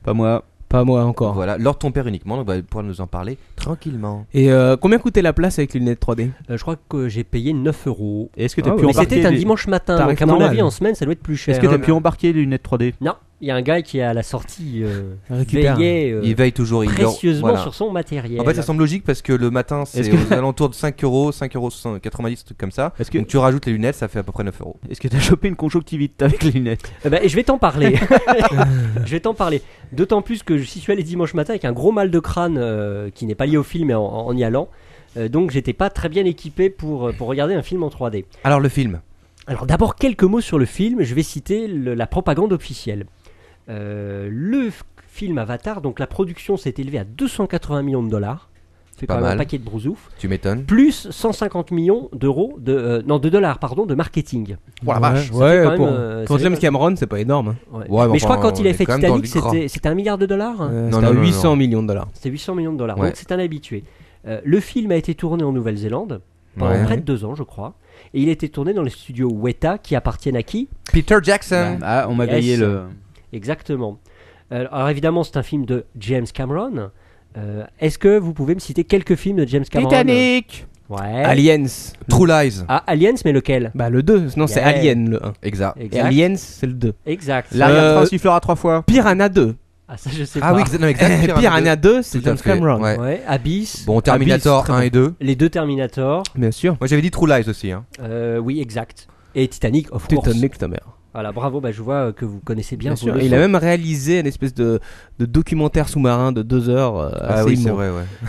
[SPEAKER 3] Pas moi.
[SPEAKER 5] Pas moi encore.
[SPEAKER 6] Voilà, Lord ton père uniquement, donc
[SPEAKER 3] bah,
[SPEAKER 6] va pouvoir nous en parler tranquillement.
[SPEAKER 5] Et euh, combien coûtait la place avec les lunettes 3D
[SPEAKER 4] Euh, je crois que j'ai payé 9 euros.
[SPEAKER 3] Et Est-ce que t'as
[SPEAKER 5] Ah
[SPEAKER 3] pu
[SPEAKER 5] ouais.
[SPEAKER 4] Mais
[SPEAKER 5] embarquer
[SPEAKER 4] c'était un
[SPEAKER 3] des-
[SPEAKER 4] dimanche matin,
[SPEAKER 5] tarif
[SPEAKER 4] donc à mon
[SPEAKER 5] normal.
[SPEAKER 4] avis en semaine ça doit être plus cher.
[SPEAKER 3] Est-ce que t'as
[SPEAKER 5] Hein,
[SPEAKER 3] pu embarquer les lunettes 3D
[SPEAKER 4] Non, il y a un gars qui à la sortie euh,
[SPEAKER 5] Récupère.
[SPEAKER 4] veillait euh,
[SPEAKER 6] Il veille toujours, il dort-
[SPEAKER 4] précieusement
[SPEAKER 6] voilà.
[SPEAKER 4] sur son matériel.
[SPEAKER 6] En fait, ça semble logique parce que le matin, c'est
[SPEAKER 3] Est-ce que-
[SPEAKER 6] aux alentours de 5 euros, 5 euros 90, truc comme ça.
[SPEAKER 3] Est-ce que
[SPEAKER 6] Donc tu rajoutes les lunettes, ça fait à peu près 9 euros.
[SPEAKER 3] est-ce que t'as chopé une conjonctivite avec les lunettes
[SPEAKER 4] Eh ben, je vais
[SPEAKER 6] [LAUGHS]
[SPEAKER 4] t'en parler. [LAUGHS] je vais t'en parler. D'autant plus que je suis allé dimanche matin avec un gros mal de crâne euh, qui n'est pas lié au film mais en, en y allant. Euh, donc j'étais pas très bien équipé pour, euh, pour regarder un film en 3D.
[SPEAKER 6] Alors le film,
[SPEAKER 4] Alors d'abord quelques mots sur le film. Je vais citer le- la propagande officielle. Euh, le f- film Avatar, donc la production s'est élevée à 280 millions de dollars. C'est
[SPEAKER 6] Pas
[SPEAKER 4] quand même un
[SPEAKER 6] mal.
[SPEAKER 4] paquet de brousouf.
[SPEAKER 6] tu m'étonnes.
[SPEAKER 4] Plus 150 millions d'euros de euh, non de dollars pardon de marketing.
[SPEAKER 6] Pour Oh la
[SPEAKER 5] Ouais,
[SPEAKER 6] vache.
[SPEAKER 4] Oh Ça fait quand
[SPEAKER 5] Ouais, pour
[SPEAKER 4] même, euh,
[SPEAKER 5] pour
[SPEAKER 4] ça
[SPEAKER 5] James
[SPEAKER 4] fait-
[SPEAKER 5] Cameron, c'est pas énorme. hein.
[SPEAKER 4] Ouais.
[SPEAKER 6] Ouais, mais
[SPEAKER 4] mais je crois
[SPEAKER 6] enfin,
[SPEAKER 4] que quand il
[SPEAKER 6] on
[SPEAKER 4] a
[SPEAKER 6] est
[SPEAKER 4] fait
[SPEAKER 6] quand même dans
[SPEAKER 4] Titanic,
[SPEAKER 6] le grand.
[SPEAKER 4] c'était c'était un milliard de dollars. hein.
[SPEAKER 5] Euh,
[SPEAKER 6] Non,
[SPEAKER 5] c'était
[SPEAKER 6] non,
[SPEAKER 5] à
[SPEAKER 6] non,
[SPEAKER 5] 800
[SPEAKER 6] non.
[SPEAKER 5] millions de dollars.
[SPEAKER 4] C'était 800 millions de dollars.
[SPEAKER 6] Ouais.
[SPEAKER 4] Donc c'est un habitué. Euh, le film a été tourné en Nouvelle-Zélande pendant
[SPEAKER 6] Ouais.
[SPEAKER 4] près de deux ans, je crois. Et il a été tourné dans les studios Weta qui appartiennent à qui
[SPEAKER 6] Peter Jackson.
[SPEAKER 3] Ah, on m'a
[SPEAKER 4] Yes.
[SPEAKER 3] grillé le.
[SPEAKER 4] Exactement. Euh, Alors évidemment, c'est un film de James Cameron. Euh, Est-ce que vous pouvez me citer quelques films de James Cameron Ouais.
[SPEAKER 5] Aliens.
[SPEAKER 6] True Lies.
[SPEAKER 4] Ah, Aliens, mais lequel
[SPEAKER 5] Bah le 2, non c'est
[SPEAKER 4] Yeah.
[SPEAKER 5] Alien le 1.
[SPEAKER 6] Exact.
[SPEAKER 5] Et
[SPEAKER 4] Exact.
[SPEAKER 5] Aliens, c'est le 2.
[SPEAKER 4] Exact.
[SPEAKER 3] L'arrière-train
[SPEAKER 5] Euh,
[SPEAKER 3] sifflera trois fois.
[SPEAKER 5] Piranha 2.
[SPEAKER 4] Ah, ça, je sais
[SPEAKER 6] Ah
[SPEAKER 4] pas.
[SPEAKER 6] oui, exa- non,
[SPEAKER 5] [LAUGHS]
[SPEAKER 6] exact.
[SPEAKER 5] Eh, Piranha 2, c'est
[SPEAKER 6] Tout à
[SPEAKER 5] James
[SPEAKER 6] fait,
[SPEAKER 5] Cameron.
[SPEAKER 6] ouais.
[SPEAKER 4] Ouais, Abyss,
[SPEAKER 6] Bon, Terminator
[SPEAKER 5] Abyss, très
[SPEAKER 6] 1
[SPEAKER 5] bon.
[SPEAKER 6] et 2.
[SPEAKER 4] les deux Terminator.
[SPEAKER 5] Bien sûr.
[SPEAKER 6] Moi j'avais dit True Lies aussi. Hein.
[SPEAKER 4] Euh, oui, exact. Et Titanic, of
[SPEAKER 5] Tu
[SPEAKER 4] course.
[SPEAKER 5] t'en niques ta mère.
[SPEAKER 4] Voilà, bravo, bah, je vois euh, que vous connaissez bien,
[SPEAKER 5] Bien
[SPEAKER 4] vos
[SPEAKER 5] sûr.
[SPEAKER 4] leçons.
[SPEAKER 5] Et Il a même réalisé une espèce de, de documentaire sous-marin de 2 heures. euh, assez immonde.
[SPEAKER 6] ouais.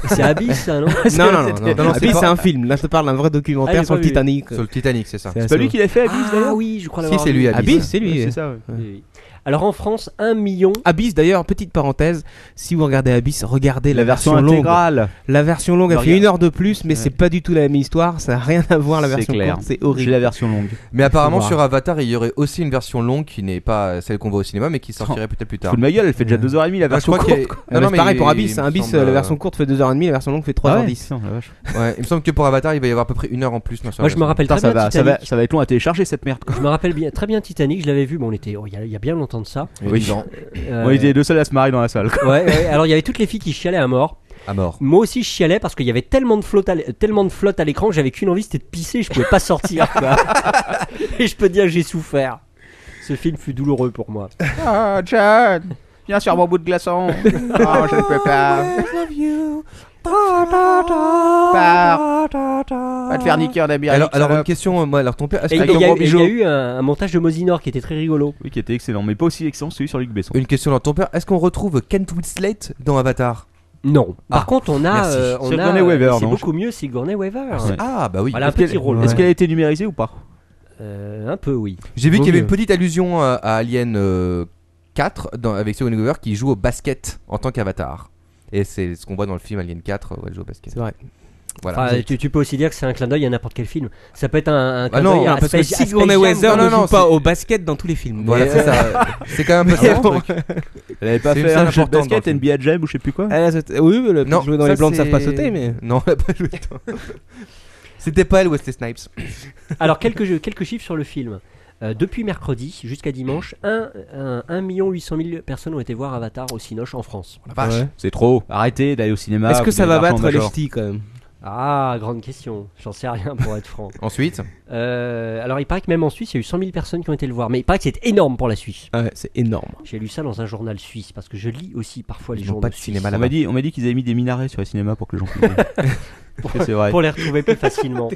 [SPEAKER 4] C'est Abyss, ça,
[SPEAKER 5] [LAUGHS]
[SPEAKER 4] non [LAUGHS]
[SPEAKER 5] Non, non, non, non,
[SPEAKER 6] Non, non,
[SPEAKER 5] Ah,
[SPEAKER 6] c'est
[SPEAKER 5] puis
[SPEAKER 6] pas-
[SPEAKER 5] c'est un film. Là, je te parle d'un vrai
[SPEAKER 4] Ah,
[SPEAKER 5] documentaire
[SPEAKER 4] j'ai pas
[SPEAKER 5] sur le
[SPEAKER 4] vu.
[SPEAKER 5] Titanic.
[SPEAKER 6] Sur le Titanic, c'est ça.
[SPEAKER 3] C'est pas lui qui l'a fait Abyss
[SPEAKER 4] Ah
[SPEAKER 3] d'ailleurs
[SPEAKER 4] oui, je crois
[SPEAKER 6] Si,
[SPEAKER 4] l'avoir
[SPEAKER 6] c'est
[SPEAKER 4] vu.
[SPEAKER 6] lui, Abyss.
[SPEAKER 5] Abyss, c'est lui.
[SPEAKER 3] Ouais,
[SPEAKER 5] ouais.
[SPEAKER 3] C'est ça. ouais.
[SPEAKER 4] Oui, oui. Alors en France, 1 million.
[SPEAKER 5] Abyss, d'ailleurs, petite parenthèse, si vous regardez Abyss, regardez la,
[SPEAKER 3] La version
[SPEAKER 5] longue.
[SPEAKER 3] intégrale.
[SPEAKER 5] La version longue, elle
[SPEAKER 3] Le
[SPEAKER 5] fait
[SPEAKER 3] regard.
[SPEAKER 5] une heure de plus, mais c'est pas du tout la même histoire, ça n'a rien à voir la
[SPEAKER 3] C'est
[SPEAKER 5] version
[SPEAKER 3] clair.
[SPEAKER 5] courte, c'est
[SPEAKER 3] J'ai
[SPEAKER 5] horrible.
[SPEAKER 3] la version longue.
[SPEAKER 6] Mais apparemment
[SPEAKER 5] voir.
[SPEAKER 6] sur Avatar, il y aurait aussi une version longue qui n'est pas celle qu'on voit au cinéma, mais qui sortirait peut-être plus tard.
[SPEAKER 3] Fous de ma gueule, elle fait déjà 2h30
[SPEAKER 6] Enfin,
[SPEAKER 3] la
[SPEAKER 6] je
[SPEAKER 3] version
[SPEAKER 6] crois
[SPEAKER 3] courte.
[SPEAKER 6] qu'il y a-
[SPEAKER 5] Non, mais c'est pareil pour Abyss,
[SPEAKER 6] il
[SPEAKER 5] hein,
[SPEAKER 6] me
[SPEAKER 5] Abyss,
[SPEAKER 6] semble,
[SPEAKER 5] euh, la
[SPEAKER 6] euh,
[SPEAKER 5] version courte fait 2h30, la version longue fait 3h10.
[SPEAKER 3] Ah ouais, putain, la vache.
[SPEAKER 6] Ouais, il me semble que pour Avatar, il va y avoir à peu près une heure en plus. non, sur
[SPEAKER 4] Moi,
[SPEAKER 6] la
[SPEAKER 4] je me
[SPEAKER 6] version-
[SPEAKER 4] rappelle
[SPEAKER 3] Putain,
[SPEAKER 4] très
[SPEAKER 3] ça
[SPEAKER 4] bien
[SPEAKER 3] va, ça,
[SPEAKER 4] Titanic.
[SPEAKER 3] va, ça va être long à télécharger cette merde. quoi.
[SPEAKER 4] Je me rappelle bien, très bien Titanic, je l'avais vu, mais on était, oh, il y, a- il y a bien longtemps de ça.
[SPEAKER 6] Il y a
[SPEAKER 3] Oui.
[SPEAKER 6] dix ans.
[SPEAKER 4] Euh,
[SPEAKER 3] On était les deux seuls à se marrer dans la salle. quoi.
[SPEAKER 4] ouais, ouais, alors il y avait toutes les filles qui chialaient à mort.
[SPEAKER 6] À mort.
[SPEAKER 4] Moi aussi, je chialais parce qu'il y avait tellement de flotte à, l'é- tellement de flotte à l'écran que j'avais qu'une envie, c'était de pisser, je pouvais pas sortir. quoi. [LAUGHS] Et je peux dire, j'ai souffert. Ce film fut douloureux pour moi.
[SPEAKER 3] Ah, John Viens sur mon bout de glaçon Oh, je ne peux pas Pars Va te faire niquer en Amérique
[SPEAKER 6] Alors, alors une question, euh, moi, alors ton père, est-ce
[SPEAKER 4] Et
[SPEAKER 6] que-
[SPEAKER 4] il
[SPEAKER 3] Avec
[SPEAKER 4] y,
[SPEAKER 3] un
[SPEAKER 4] a-
[SPEAKER 3] gros
[SPEAKER 4] et il y a
[SPEAKER 3] bijou.
[SPEAKER 4] eu un, un montage de Mosinor qui était très rigolo.
[SPEAKER 3] Oui, qui était excellent, mais pas aussi excellent que celui sur Luc Besson.
[SPEAKER 6] une question dans ton père, est-ce qu'on retrouve Kent Winslet dans Avatar
[SPEAKER 4] Non. Par
[SPEAKER 6] Ah,
[SPEAKER 4] contre, on a.
[SPEAKER 6] merci.
[SPEAKER 4] euh, on
[SPEAKER 3] Sigourney
[SPEAKER 4] a euh,
[SPEAKER 3] Weaver,
[SPEAKER 4] c'est
[SPEAKER 3] non
[SPEAKER 4] beaucoup mieux, c'est Gourney Weaver.
[SPEAKER 6] Ah bah oui.
[SPEAKER 4] Voilà, un
[SPEAKER 3] Est-ce qu'elle-
[SPEAKER 4] petit rôle.
[SPEAKER 3] Est-ce
[SPEAKER 4] Ouais.
[SPEAKER 3] qu'elle a été numérisée ou pas
[SPEAKER 4] Euh, un peu, oui.
[SPEAKER 6] J'ai vu
[SPEAKER 5] Vaut
[SPEAKER 6] qu'il y avait une
[SPEAKER 5] mieux.
[SPEAKER 6] petite allusion euh, à Alien euh, 4 dans- avec Sigourney Weaver qui joue au basket en tant qu'Avatar. Et c'est ce qu'on voit dans le film Alien 4 où elle joue au basket.
[SPEAKER 5] C'est vrai.
[SPEAKER 6] Voilà.
[SPEAKER 4] Enfin, tu, tu peux aussi dire que c'est un clin d'œil à n'importe quel film. Ça peut être un, un clin
[SPEAKER 6] non,
[SPEAKER 4] d'œil à
[SPEAKER 5] Bah parce que
[SPEAKER 4] Space- à
[SPEAKER 5] Sigourney
[SPEAKER 4] Space Jam,
[SPEAKER 5] Weaver
[SPEAKER 4] quoi.
[SPEAKER 5] ne
[SPEAKER 6] non, non,
[SPEAKER 5] joue pas
[SPEAKER 6] c'est-
[SPEAKER 5] au basket dans tous les films.
[SPEAKER 6] voilà,
[SPEAKER 5] Mais,
[SPEAKER 6] c'est
[SPEAKER 5] euh, [LAUGHS]
[SPEAKER 6] ça. c'est quand
[SPEAKER 4] [LAUGHS]
[SPEAKER 6] même pas
[SPEAKER 5] Mais
[SPEAKER 6] ça,
[SPEAKER 5] bon.
[SPEAKER 6] le truc.
[SPEAKER 3] Elle avait pas
[SPEAKER 6] C'est une
[SPEAKER 3] fait
[SPEAKER 6] scène
[SPEAKER 3] un jeu de
[SPEAKER 6] importante dans
[SPEAKER 3] basket,
[SPEAKER 6] le film.
[SPEAKER 3] NBA Jam ou je sais plus quoi
[SPEAKER 5] Ah, c'est- oui, mais le jouer dans
[SPEAKER 6] ça,
[SPEAKER 5] les blancs ne savent pas
[SPEAKER 6] c'est-
[SPEAKER 5] sauter, mais.
[SPEAKER 6] Non, elle a pas joué dans- C'était pas elle, Wesley Snipes.
[SPEAKER 4] [COUGHS] Alors, quelques, jeux- quelques chiffres sur le film. Euh, depuis mercredi jusqu'à dimanche, 1, 800 000 personnes ont été voir Avatar au Cinoche en France.
[SPEAKER 3] Oh C'est trop. Ah, Arrêtez d'aller au cinéma.
[SPEAKER 5] Est-ce que
[SPEAKER 3] vous
[SPEAKER 5] ça
[SPEAKER 3] donnez
[SPEAKER 5] va
[SPEAKER 3] de l'argent
[SPEAKER 5] battre
[SPEAKER 3] aux
[SPEAKER 5] les
[SPEAKER 3] majors.
[SPEAKER 5] ch'tis quand même
[SPEAKER 4] Ah, grande question. J'en sais rien pour être
[SPEAKER 3] [LAUGHS]
[SPEAKER 4] franc.
[SPEAKER 6] Ensuite,
[SPEAKER 4] Euh, alors il paraît que même en Suisse, il y a eu 100 000 personnes qui ont été le voir. Mais il paraît que c'est énorme pour la Suisse.
[SPEAKER 5] Ah Ouais, c'est énorme.
[SPEAKER 4] J'ai lu ça dans un journal suisse parce que je lis aussi parfois les
[SPEAKER 6] Ils n'ont
[SPEAKER 4] journaux
[SPEAKER 6] pas de
[SPEAKER 4] suisses.
[SPEAKER 6] cinéma
[SPEAKER 3] On
[SPEAKER 6] là-bas.
[SPEAKER 3] m'a dit, on m'a dit qu'ils avaient mis des minarets sur les cinémas pour que les gens puissent. voir.
[SPEAKER 5] [LAUGHS]
[SPEAKER 3] Est-ce que c'est vrai.
[SPEAKER 4] pour les retrouver plus facilement.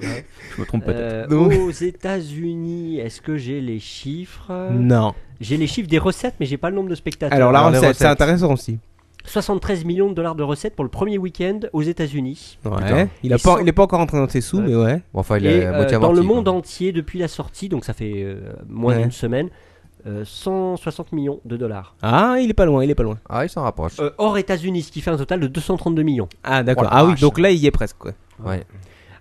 [SPEAKER 3] Je me trompe peut-être.
[SPEAKER 4] Euh,
[SPEAKER 5] Donc-
[SPEAKER 4] Aux États-Unis, est-ce que j'ai les chiffres
[SPEAKER 5] Non.
[SPEAKER 4] J'ai les chiffres des recettes, mais j'ai pas le nombre de spectateurs.
[SPEAKER 5] Alors la
[SPEAKER 6] Alors, les
[SPEAKER 5] recette, c'est
[SPEAKER 6] recettes.
[SPEAKER 5] intéressant aussi.
[SPEAKER 4] 73 millions de dollars de recettes pour le premier week-end aux États-Unis.
[SPEAKER 5] Ouais. Il, a
[SPEAKER 4] Ils
[SPEAKER 5] pas,
[SPEAKER 4] sont-
[SPEAKER 5] il est pas encore rentré dans ses sous,
[SPEAKER 4] Ouais.
[SPEAKER 5] mais ouais.
[SPEAKER 6] bon, enfin, il
[SPEAKER 4] Et
[SPEAKER 6] est
[SPEAKER 4] euh,
[SPEAKER 6] moitié à
[SPEAKER 4] dans le
[SPEAKER 6] moitié,
[SPEAKER 4] monde
[SPEAKER 6] quoi.
[SPEAKER 4] entier, depuis la sortie, donc ça fait euh, moins
[SPEAKER 5] Ouais.
[SPEAKER 4] d'une semaine, euh, 160 millions de dollars.
[SPEAKER 5] Ah, il est pas loin, il est pas loin.
[SPEAKER 6] Ah, il s'en rapproche.
[SPEAKER 4] Euh, hors États-Unis, ce qui fait un total de 232 millions.
[SPEAKER 5] Ah, d'accord.
[SPEAKER 6] Oh la
[SPEAKER 5] ah oui,
[SPEAKER 6] vache.
[SPEAKER 5] donc là, il y est presque. Quoi.
[SPEAKER 6] Ouais.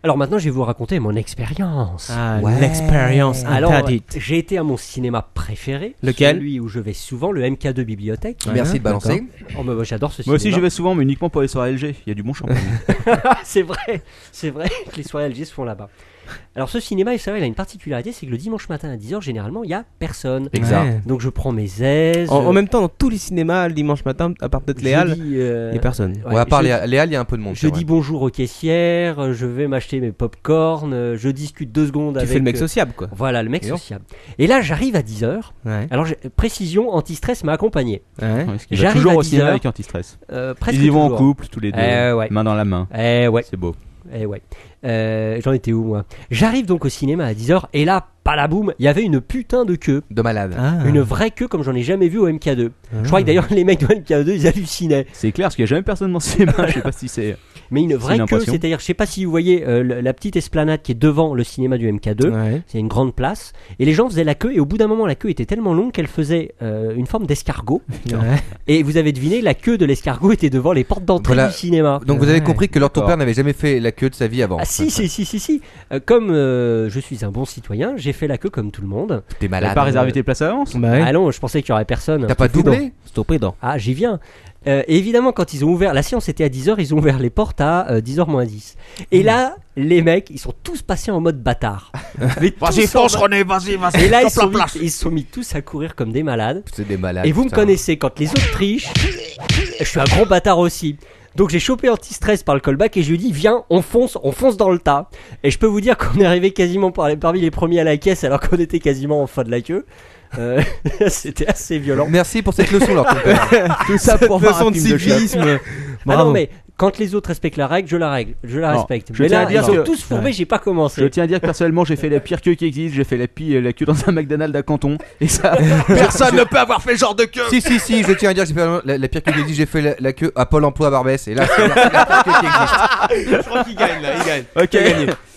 [SPEAKER 4] Alors maintenant, je vais vous raconter mon expérience.
[SPEAKER 5] Ah,
[SPEAKER 6] Ouais.
[SPEAKER 5] l'expérience
[SPEAKER 4] Alors, euh,
[SPEAKER 5] interdite.
[SPEAKER 4] j'ai été à mon cinéma préféré,
[SPEAKER 5] Lequel
[SPEAKER 4] celui où je vais souvent, le MK2 bibliothèque.
[SPEAKER 5] Ouais.
[SPEAKER 6] Merci de
[SPEAKER 5] d'accord.
[SPEAKER 6] balancer.
[SPEAKER 4] Oh, mais moi, j'adore ce
[SPEAKER 3] Moi
[SPEAKER 4] cinéma.
[SPEAKER 3] aussi, j'y vais souvent, mais uniquement pour les soirées LG. Il y a du bon champagne.
[SPEAKER 4] Ah, [LAUGHS] c'est vrai, c'est vrai que les soirées LG se font là-bas. Alors ce cinéma, vous savez, il a une particularité, c'est que le dimanche matin à 10h, généralement, il n'y a personne.
[SPEAKER 6] Exact.
[SPEAKER 5] Ouais.
[SPEAKER 4] Donc je prends mes aises.
[SPEAKER 5] En, en
[SPEAKER 4] euh,
[SPEAKER 5] même temps, dans tous les cinémas, le dimanche matin, à part peut-être
[SPEAKER 4] je
[SPEAKER 5] les Halles,
[SPEAKER 4] dis, euh,
[SPEAKER 5] il n'y a personne.
[SPEAKER 4] ouais,
[SPEAKER 6] Ouais, à part
[SPEAKER 4] je,
[SPEAKER 6] les les Halles, il y a un peu de monde.
[SPEAKER 4] je
[SPEAKER 6] c'est vrai.
[SPEAKER 4] dis bonjour aux caissières, euh, je vais m'acheter mes pop-corn, euh, je discute deux secondes
[SPEAKER 5] Tu
[SPEAKER 4] avec...
[SPEAKER 5] fais le mec
[SPEAKER 4] euh,
[SPEAKER 5] sociable, quoi.
[SPEAKER 4] Voilà, le mec
[SPEAKER 6] Voyons.
[SPEAKER 4] sociable. Et là, j'arrive à 10h.
[SPEAKER 5] Ouais.
[SPEAKER 4] Alors, j'ai- précision, anti-stress m'a accompagné.
[SPEAKER 5] Ouais.
[SPEAKER 3] Ouais, [LAUGHS] parce qu'il va
[SPEAKER 4] J'arrive
[SPEAKER 3] toujours
[SPEAKER 4] à
[SPEAKER 3] au cinéma
[SPEAKER 4] 10 heures.
[SPEAKER 3] avec anti-stress.
[SPEAKER 4] Euh, presque
[SPEAKER 3] Ils y vont en
[SPEAKER 4] toujours.
[SPEAKER 3] couple, tous les deux,
[SPEAKER 4] Eh ouais.
[SPEAKER 3] main dans la main.
[SPEAKER 4] Eh ouais.
[SPEAKER 3] C'est beau.
[SPEAKER 4] Eh ouais. Euh, J'en étais où moi J'arrive donc au cinéma à 10h et là, palaboum, il y avait une putain de queue.
[SPEAKER 6] De malade.
[SPEAKER 5] Ah.
[SPEAKER 4] Une vraie queue comme j'en ai jamais vu au MK2.
[SPEAKER 5] Ah.
[SPEAKER 4] Je crois que d'ailleurs les mecs de MK2 ils hallucinaient.
[SPEAKER 3] C'est clair, parce qu'il n'y a jamais personne dans le cinéma. Je sais pas si c'est.
[SPEAKER 4] Mais une vraie
[SPEAKER 3] une
[SPEAKER 4] queue,
[SPEAKER 3] impression.
[SPEAKER 4] c'est-à-dire, je sais pas si vous voyez euh, le- la petite esplanade qui est devant le cinéma du MK2.
[SPEAKER 5] Ouais.
[SPEAKER 4] C'est une grande place. Et les gens faisaient la queue et au bout d'un moment la queue était tellement longue qu'elle faisait euh, une forme d'escargot.
[SPEAKER 5] Ouais.
[SPEAKER 4] Et vous avez deviné, la queue de l'escargot était devant les portes d'entrée
[SPEAKER 6] Voilà.
[SPEAKER 4] du cinéma.
[SPEAKER 6] Donc vous avez
[SPEAKER 5] Ouais.
[SPEAKER 6] compris que leur ton
[SPEAKER 3] D'accord.
[SPEAKER 6] père n'avait jamais fait la queue de sa vie avant.
[SPEAKER 4] Ah si, si, si, si, si. Euh, comme euh, je suis un bon citoyen, j'ai fait la queue comme tout le monde.
[SPEAKER 6] T'es
[SPEAKER 3] T'as
[SPEAKER 6] malade.
[SPEAKER 3] pas réservé tes places à l'avance
[SPEAKER 5] Bah ouais.
[SPEAKER 4] Ah non, je pensais qu'il y aurait personne.
[SPEAKER 6] T'as pas doublé
[SPEAKER 5] Stopé, donc.
[SPEAKER 4] Ah, j'y viens. Euh, et évidemment, quand ils ont ouvert, la séance était à 10h, ils ont ouvert les portes à euh, 10h moins 10. Et là, les mecs, ils sont tous passés en mode bâtard. Mais tous en mode-
[SPEAKER 7] René, vas-y, vas-y.
[SPEAKER 4] Et
[SPEAKER 7] Tape
[SPEAKER 4] là, ils
[SPEAKER 7] la
[SPEAKER 4] sont, mis,
[SPEAKER 7] place.
[SPEAKER 4] ils se sont mis tous à courir comme des malades.
[SPEAKER 6] C'est des malades.
[SPEAKER 4] et vous
[SPEAKER 6] putain.
[SPEAKER 4] me connaissez, quand les autres trichent, je suis un gros bâtard aussi. Donc j'ai chopé anti-stress par le callback et je lui ai dit viens on fonce on fonce dans le tas et je peux vous dire qu'on est arrivé quasiment par- parmi les premiers à la caisse alors qu'on était quasiment en fin de la queue Euh, [LAUGHS] c'était assez violent
[SPEAKER 6] Merci pour cette leçon, leur ton père.
[SPEAKER 4] [LAUGHS]
[SPEAKER 3] Tout ça pour voir
[SPEAKER 5] Leçon
[SPEAKER 3] un
[SPEAKER 5] de
[SPEAKER 3] film de chien.
[SPEAKER 5] civisme.
[SPEAKER 4] Ah non,
[SPEAKER 5] Bravo.
[SPEAKER 4] mais quand les autres respectent la règle, je la règle, je la
[SPEAKER 3] Non,
[SPEAKER 4] respecte.
[SPEAKER 3] je
[SPEAKER 4] mais
[SPEAKER 3] tiens
[SPEAKER 4] là,
[SPEAKER 3] à dire
[SPEAKER 4] ils sont
[SPEAKER 3] que-
[SPEAKER 4] tous fourbés, j'ai pas
[SPEAKER 3] Je
[SPEAKER 4] commencé.
[SPEAKER 3] tiens à dire que personnellement, j'ai fait la pire queue qui existe. J'ai fait la, pire, la queue dans un McDonald's à Canton. Et ça, [LAUGHS]
[SPEAKER 5] [LAUGHS]
[SPEAKER 7] Personne ne peut avoir fait ce genre de queue.
[SPEAKER 6] si, si, si, je tiens à dire, j'ai fait la, la- la pire queue qui existe, j'ai fait la, la queue à Pôle emploi à Barbès. Et là, c'est la, la pire queue qui existe.
[SPEAKER 3] ok,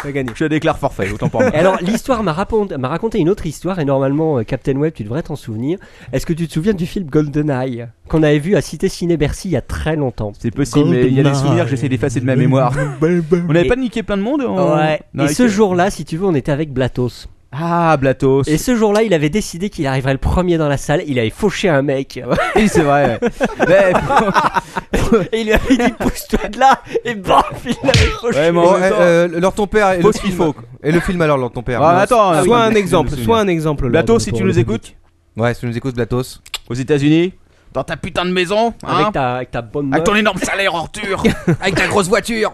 [SPEAKER 5] T'as gagné.
[SPEAKER 3] je déclare forfait.
[SPEAKER 5] [LAUGHS]
[SPEAKER 3] Autant pour moi.
[SPEAKER 4] Et Alors, l'histoire m'a raconté, m'a raconté une autre histoire, et normalement, euh, Captain Web, tu devrais t'en souvenir. Est-ce que tu te souviens du film GoldenEye qu'on avait vu à Cité Ciné Bercy il y a très longtemps
[SPEAKER 3] C'est possible, mais il y a des souvenirs que j'essaie d'effacer de
[SPEAKER 5] [LAUGHS]
[SPEAKER 3] ma mémoire. [LAUGHS]
[SPEAKER 5] Bah,
[SPEAKER 3] On n'avait
[SPEAKER 4] Et-
[SPEAKER 3] pas niqué plein de monde en-
[SPEAKER 4] Ouais.
[SPEAKER 3] dans
[SPEAKER 4] et
[SPEAKER 3] la
[SPEAKER 4] ce
[SPEAKER 3] queue
[SPEAKER 4] jour-là, si tu veux, on était avec Blatos.
[SPEAKER 3] Ah, Blatos.
[SPEAKER 4] Et ce jour-là, il avait décidé qu'il arriverait le premier dans la salle. Il avait fauché un mec.
[SPEAKER 3] [LAUGHS] Oui, c'est vrai. ouais.
[SPEAKER 4] [LAUGHS]
[SPEAKER 3] Mais,
[SPEAKER 4] Et il lui avait dit pousse-toi de là. Et bam, il l'avait fauché.
[SPEAKER 3] Ouais, mais en
[SPEAKER 6] Bon,
[SPEAKER 3] même
[SPEAKER 6] eh,
[SPEAKER 3] temps-
[SPEAKER 6] euh, leur ton père et
[SPEAKER 3] Faut
[SPEAKER 6] le
[SPEAKER 3] ce qu'il
[SPEAKER 6] film.
[SPEAKER 3] faut.
[SPEAKER 6] Et le film alors, leur ton père.
[SPEAKER 2] Bah,
[SPEAKER 3] Ah, attends,
[SPEAKER 2] euh,
[SPEAKER 5] Soit
[SPEAKER 3] attends,
[SPEAKER 5] un
[SPEAKER 3] je me
[SPEAKER 5] exemple,
[SPEAKER 3] souviens.
[SPEAKER 5] soit un exemple.
[SPEAKER 3] Blatos,
[SPEAKER 5] Lord,
[SPEAKER 3] si
[SPEAKER 5] pour
[SPEAKER 3] tu
[SPEAKER 5] le
[SPEAKER 3] nous
[SPEAKER 5] public.
[SPEAKER 3] écoutes,
[SPEAKER 6] Ouais, si tu nous écoutes, Blatos.
[SPEAKER 3] aux États-Unis,
[SPEAKER 7] Dans ta putain de maison,
[SPEAKER 4] Avec,
[SPEAKER 7] hein
[SPEAKER 4] ta, avec ta bonne meuf.
[SPEAKER 7] Avec ton énorme salaire hors
[SPEAKER 4] [LAUGHS]
[SPEAKER 7] ture, avec ta grosse voiture.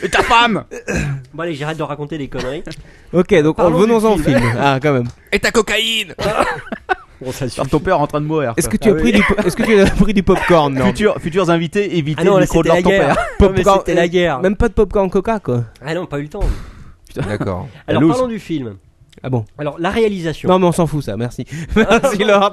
[SPEAKER 7] Et ta femme
[SPEAKER 4] [COUGHS] Bon, allez, j'arrête de raconter des conneries.
[SPEAKER 5] Ok, donc on-
[SPEAKER 4] Parlons du
[SPEAKER 5] venons-en au film. Ah,
[SPEAKER 4] [LAUGHS]
[SPEAKER 5] quand même.
[SPEAKER 7] Et ta cocaïne
[SPEAKER 4] Bon, ça suffit.
[SPEAKER 3] par ton père est en train de mourir.
[SPEAKER 5] Est-ce
[SPEAKER 3] quoi.
[SPEAKER 5] que
[SPEAKER 4] Ah
[SPEAKER 5] tu as
[SPEAKER 4] [LAUGHS]
[SPEAKER 5] pris du, po- est-ce que tu as pris du popcorn, non
[SPEAKER 3] Futurs, futurs invités, évitez
[SPEAKER 4] Ah non,
[SPEAKER 3] le
[SPEAKER 4] là
[SPEAKER 3] micro de
[SPEAKER 4] c'était la
[SPEAKER 3] leur ton
[SPEAKER 4] guerre.
[SPEAKER 3] père.
[SPEAKER 4] Non, mais
[SPEAKER 5] Popcorn-
[SPEAKER 4] c'était la guerre.
[SPEAKER 5] Même pas de popcorn Coca, quoi.
[SPEAKER 4] [COUGHS] Ah non, pas eu le temps.
[SPEAKER 6] D'accord.
[SPEAKER 4] [COUGHS] Alors
[SPEAKER 3] loose.
[SPEAKER 4] parlons du film.
[SPEAKER 5] Ah bon.
[SPEAKER 4] Alors la réalisation.
[SPEAKER 5] Non, mais on s'en fout,
[SPEAKER 4] [COUGHS]
[SPEAKER 5] ça. Merci. Merci, Lord.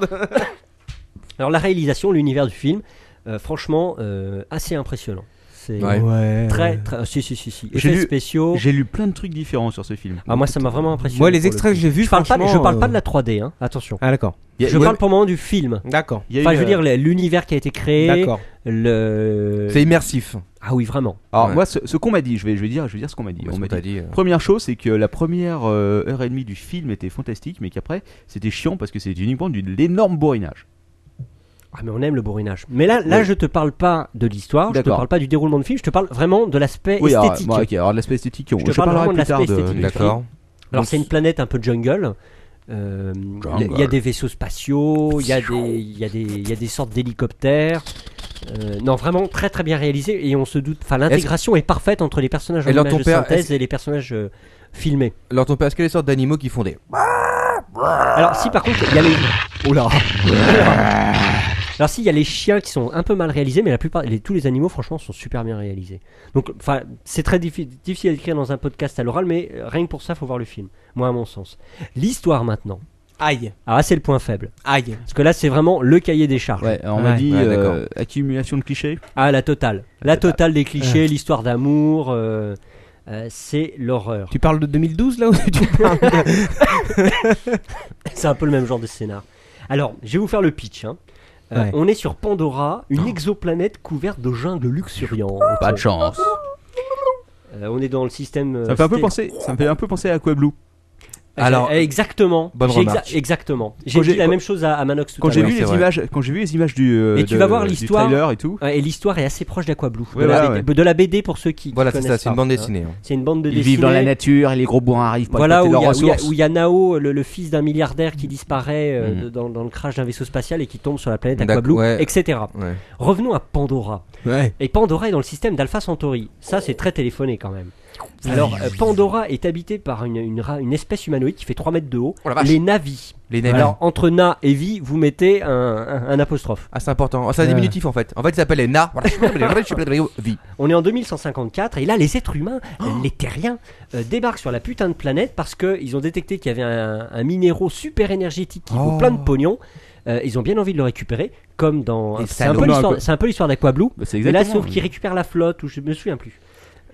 [SPEAKER 4] Alors la réalisation, l'univers du film, euh, franchement, euh, assez impressionnant. C'est
[SPEAKER 6] Ouais.
[SPEAKER 4] très, très. Si, si, si, si.
[SPEAKER 3] J'ai
[SPEAKER 4] Effets
[SPEAKER 3] lu-
[SPEAKER 4] spéciaux.
[SPEAKER 3] J'ai lu plein de trucs différents sur ce film.
[SPEAKER 4] Ah, moi, ça m'a vraiment impressionné.
[SPEAKER 5] Moi, les
[SPEAKER 4] pour le
[SPEAKER 5] extraits que
[SPEAKER 4] coup.
[SPEAKER 5] j'ai vus,
[SPEAKER 4] Je parle, pas, je
[SPEAKER 5] franchement,
[SPEAKER 4] parle pas
[SPEAKER 5] euh,
[SPEAKER 4] de la 3D, hein, attention.
[SPEAKER 5] Ah, d'accord.
[SPEAKER 3] Il y a-
[SPEAKER 4] Je
[SPEAKER 3] il y a-
[SPEAKER 4] parle pour le moment du film.
[SPEAKER 5] D'accord.
[SPEAKER 3] il y a
[SPEAKER 4] Enfin,
[SPEAKER 3] eu,
[SPEAKER 4] je veux
[SPEAKER 3] euh,
[SPEAKER 4] dire, l'univers qui a été créé.
[SPEAKER 5] D'accord.
[SPEAKER 4] Le...
[SPEAKER 6] C'est immersif.
[SPEAKER 4] Ah oui, vraiment.
[SPEAKER 3] Alors
[SPEAKER 6] Ouais.
[SPEAKER 3] moi, ce, ce qu'on m'a dit, je vais, je vais dire, je vais dire ce qu'on m'a dit. On m'a dit-
[SPEAKER 6] dit. euh,
[SPEAKER 3] Première chose, c'est que la première euh, heure et demie du film était fantastique, mais qu'après, c'était chiant parce que c'était uniquement du- de l'énorme bourrinage.
[SPEAKER 4] Ah, mais on aime le bourrinage. Mais là, là
[SPEAKER 3] Oui.
[SPEAKER 4] je te parle pas de l'histoire, je te
[SPEAKER 3] D'accord.
[SPEAKER 4] parle pas du déroulement de film, je te parle vraiment de l'aspect
[SPEAKER 3] alors,
[SPEAKER 4] esthétique.
[SPEAKER 3] bon, ok, alors de l'aspect esthétique, on,
[SPEAKER 4] Je te parle
[SPEAKER 3] parlerai
[SPEAKER 4] vraiment de
[SPEAKER 3] plus tard
[SPEAKER 4] l'aspect
[SPEAKER 3] de,
[SPEAKER 4] esthétique.
[SPEAKER 6] D'accord.
[SPEAKER 4] Alors
[SPEAKER 3] Donc,
[SPEAKER 4] c'est une planète un peu jungle. Euh, Il y a- il y a des vaisseaux spatiaux, il y, a des- il y, a des- il y a des sortes d'hélicoptères. Euh, non, vraiment très très bien réalisé et on se doute. Enfin, l'intégration est parfaite entre les personnages en
[SPEAKER 6] Et alors,
[SPEAKER 4] images
[SPEAKER 6] ton
[SPEAKER 4] de
[SPEAKER 6] père,
[SPEAKER 4] synthèse
[SPEAKER 6] est-ce-
[SPEAKER 4] et les personnages euh, filmés.
[SPEAKER 6] Alors, ton père, est-ce qu'il y a des sortes d'animaux qui font des.
[SPEAKER 4] Alors si par contre il y a les Oula. Alors si il y a les chiens qui sont un peu mal réalisés mais la plupart les- tous les animaux franchement sont super bien réalisés. Donc enfin c'est très diffi- difficile à écrire dans un podcast à l'oral mais euh, rien que pour ça faut voir le film. Moi à mon sens. L'histoire maintenant.
[SPEAKER 5] Aïe,
[SPEAKER 4] Ah c'est le point faible
[SPEAKER 5] aïe.
[SPEAKER 4] parce que là c'est vraiment le cahier des charges.
[SPEAKER 3] Ouais, on
[SPEAKER 5] Ouais.
[SPEAKER 3] m'a dit
[SPEAKER 6] Ouais,
[SPEAKER 3] euh,
[SPEAKER 6] d'accord.
[SPEAKER 3] accumulation de clichés. Ah.
[SPEAKER 4] Ah la totale. La totale des clichés, l'histoire d'amour euh, euh, c'est l'horreur.
[SPEAKER 5] Tu parles de 2012 là ou
[SPEAKER 4] [LAUGHS]
[SPEAKER 5] tu parles
[SPEAKER 4] C'est un peu le même genre de scénar. Alors, je vais vous faire le pitch. hein. Euh,
[SPEAKER 5] Ouais.
[SPEAKER 4] On est sur Pandora, une
[SPEAKER 3] Oh.
[SPEAKER 4] exoplanète couverte de jungles luxuriantes.
[SPEAKER 2] Pas de chance.
[SPEAKER 4] Euh, on est dans le système.
[SPEAKER 3] Ça me fait un peu penser. Ça me fait un peu penser à Blue.
[SPEAKER 6] Alors,
[SPEAKER 4] Alors, exactement.
[SPEAKER 6] bonne
[SPEAKER 4] J'ai exa-
[SPEAKER 6] remarque.
[SPEAKER 4] exactement. J'ai
[SPEAKER 3] Quand
[SPEAKER 4] dit
[SPEAKER 3] j'ai-
[SPEAKER 4] la
[SPEAKER 3] quand-
[SPEAKER 4] même chose à, à Manox tout
[SPEAKER 3] Quand
[SPEAKER 4] à
[SPEAKER 3] j'ai
[SPEAKER 4] l'heure.
[SPEAKER 3] vu
[SPEAKER 6] c'est
[SPEAKER 3] les
[SPEAKER 6] vrai.
[SPEAKER 3] images, quand j'ai vu les images du, euh,
[SPEAKER 4] Et tu
[SPEAKER 3] de-
[SPEAKER 4] vas voir
[SPEAKER 3] du
[SPEAKER 4] l'histoire.
[SPEAKER 3] trailer et tout.
[SPEAKER 4] Ouais, Et l'histoire est assez proche d'Aquablue.
[SPEAKER 3] Ouais,
[SPEAKER 4] de, la
[SPEAKER 3] ouais,
[SPEAKER 4] BD, de la BD pour ceux qui. qui
[SPEAKER 6] voilà, c'est ça,
[SPEAKER 4] connaissent
[SPEAKER 6] c'est une
[SPEAKER 4] pas,
[SPEAKER 6] bande
[SPEAKER 4] hein.
[SPEAKER 6] dessinée. hein.
[SPEAKER 4] C'est une bande de
[SPEAKER 2] Ils vivent dans la
[SPEAKER 4] dessinée.
[SPEAKER 2] nature et les gros bourrins arrivent pas
[SPEAKER 4] Voilà
[SPEAKER 2] à
[SPEAKER 4] où
[SPEAKER 2] exploiter
[SPEAKER 4] il y,
[SPEAKER 2] leurs
[SPEAKER 4] a- où il y a-
[SPEAKER 2] ressources.
[SPEAKER 4] où il y a Nao, euh, le, le fils d'un milliardaire qui disparaît euh,
[SPEAKER 6] Mhm.
[SPEAKER 4] de- dans, dans le crash d'un vaisseau spatial et qui tombe sur la planète
[SPEAKER 6] D'accord,
[SPEAKER 4] Aquablue,
[SPEAKER 6] ouais.
[SPEAKER 4] etc.
[SPEAKER 6] Ouais.
[SPEAKER 4] Revenons à Pandora.
[SPEAKER 5] Ouais.
[SPEAKER 4] Et Pandora est dans le système d'Alpha Centauri. Ça, c'est très téléphoné quand même. Alors, euh, Pandora est habitée par une, une, ra- une espèce humanoïde qui fait 3 mètres de haut,
[SPEAKER 6] Oh la vache.
[SPEAKER 4] les Navis.
[SPEAKER 6] Les navis.
[SPEAKER 4] Alors, entre Na et Vi, vous mettez un, un- un apostrophe. Euh.
[SPEAKER 6] Ah, c'est important. Ah, c'est un
[SPEAKER 5] Ouais.
[SPEAKER 6] diminutif en fait. En fait, ils s'appellent les na. Vie.
[SPEAKER 4] On est en 2154, et là, les êtres humains,
[SPEAKER 6] Oh
[SPEAKER 4] les terriens, euh, débarquent sur la putain de planète parce qu'ils ont détecté qu'il y avait un, un minéraux super énergétique qui vaut
[SPEAKER 6] Oh.
[SPEAKER 4] plein de pognon. Euh, ils ont bien envie de le récupérer, comme dans.
[SPEAKER 6] Les
[SPEAKER 4] C'est un peu
[SPEAKER 6] salauds.
[SPEAKER 4] l'histoire- c'est un peu l'histoire d'Aquablue.
[SPEAKER 3] Bah, c'est
[SPEAKER 4] Mais là,
[SPEAKER 3] exactement.
[SPEAKER 4] sauf qu'ils récupèrent la flotte, ou je me souviens plus.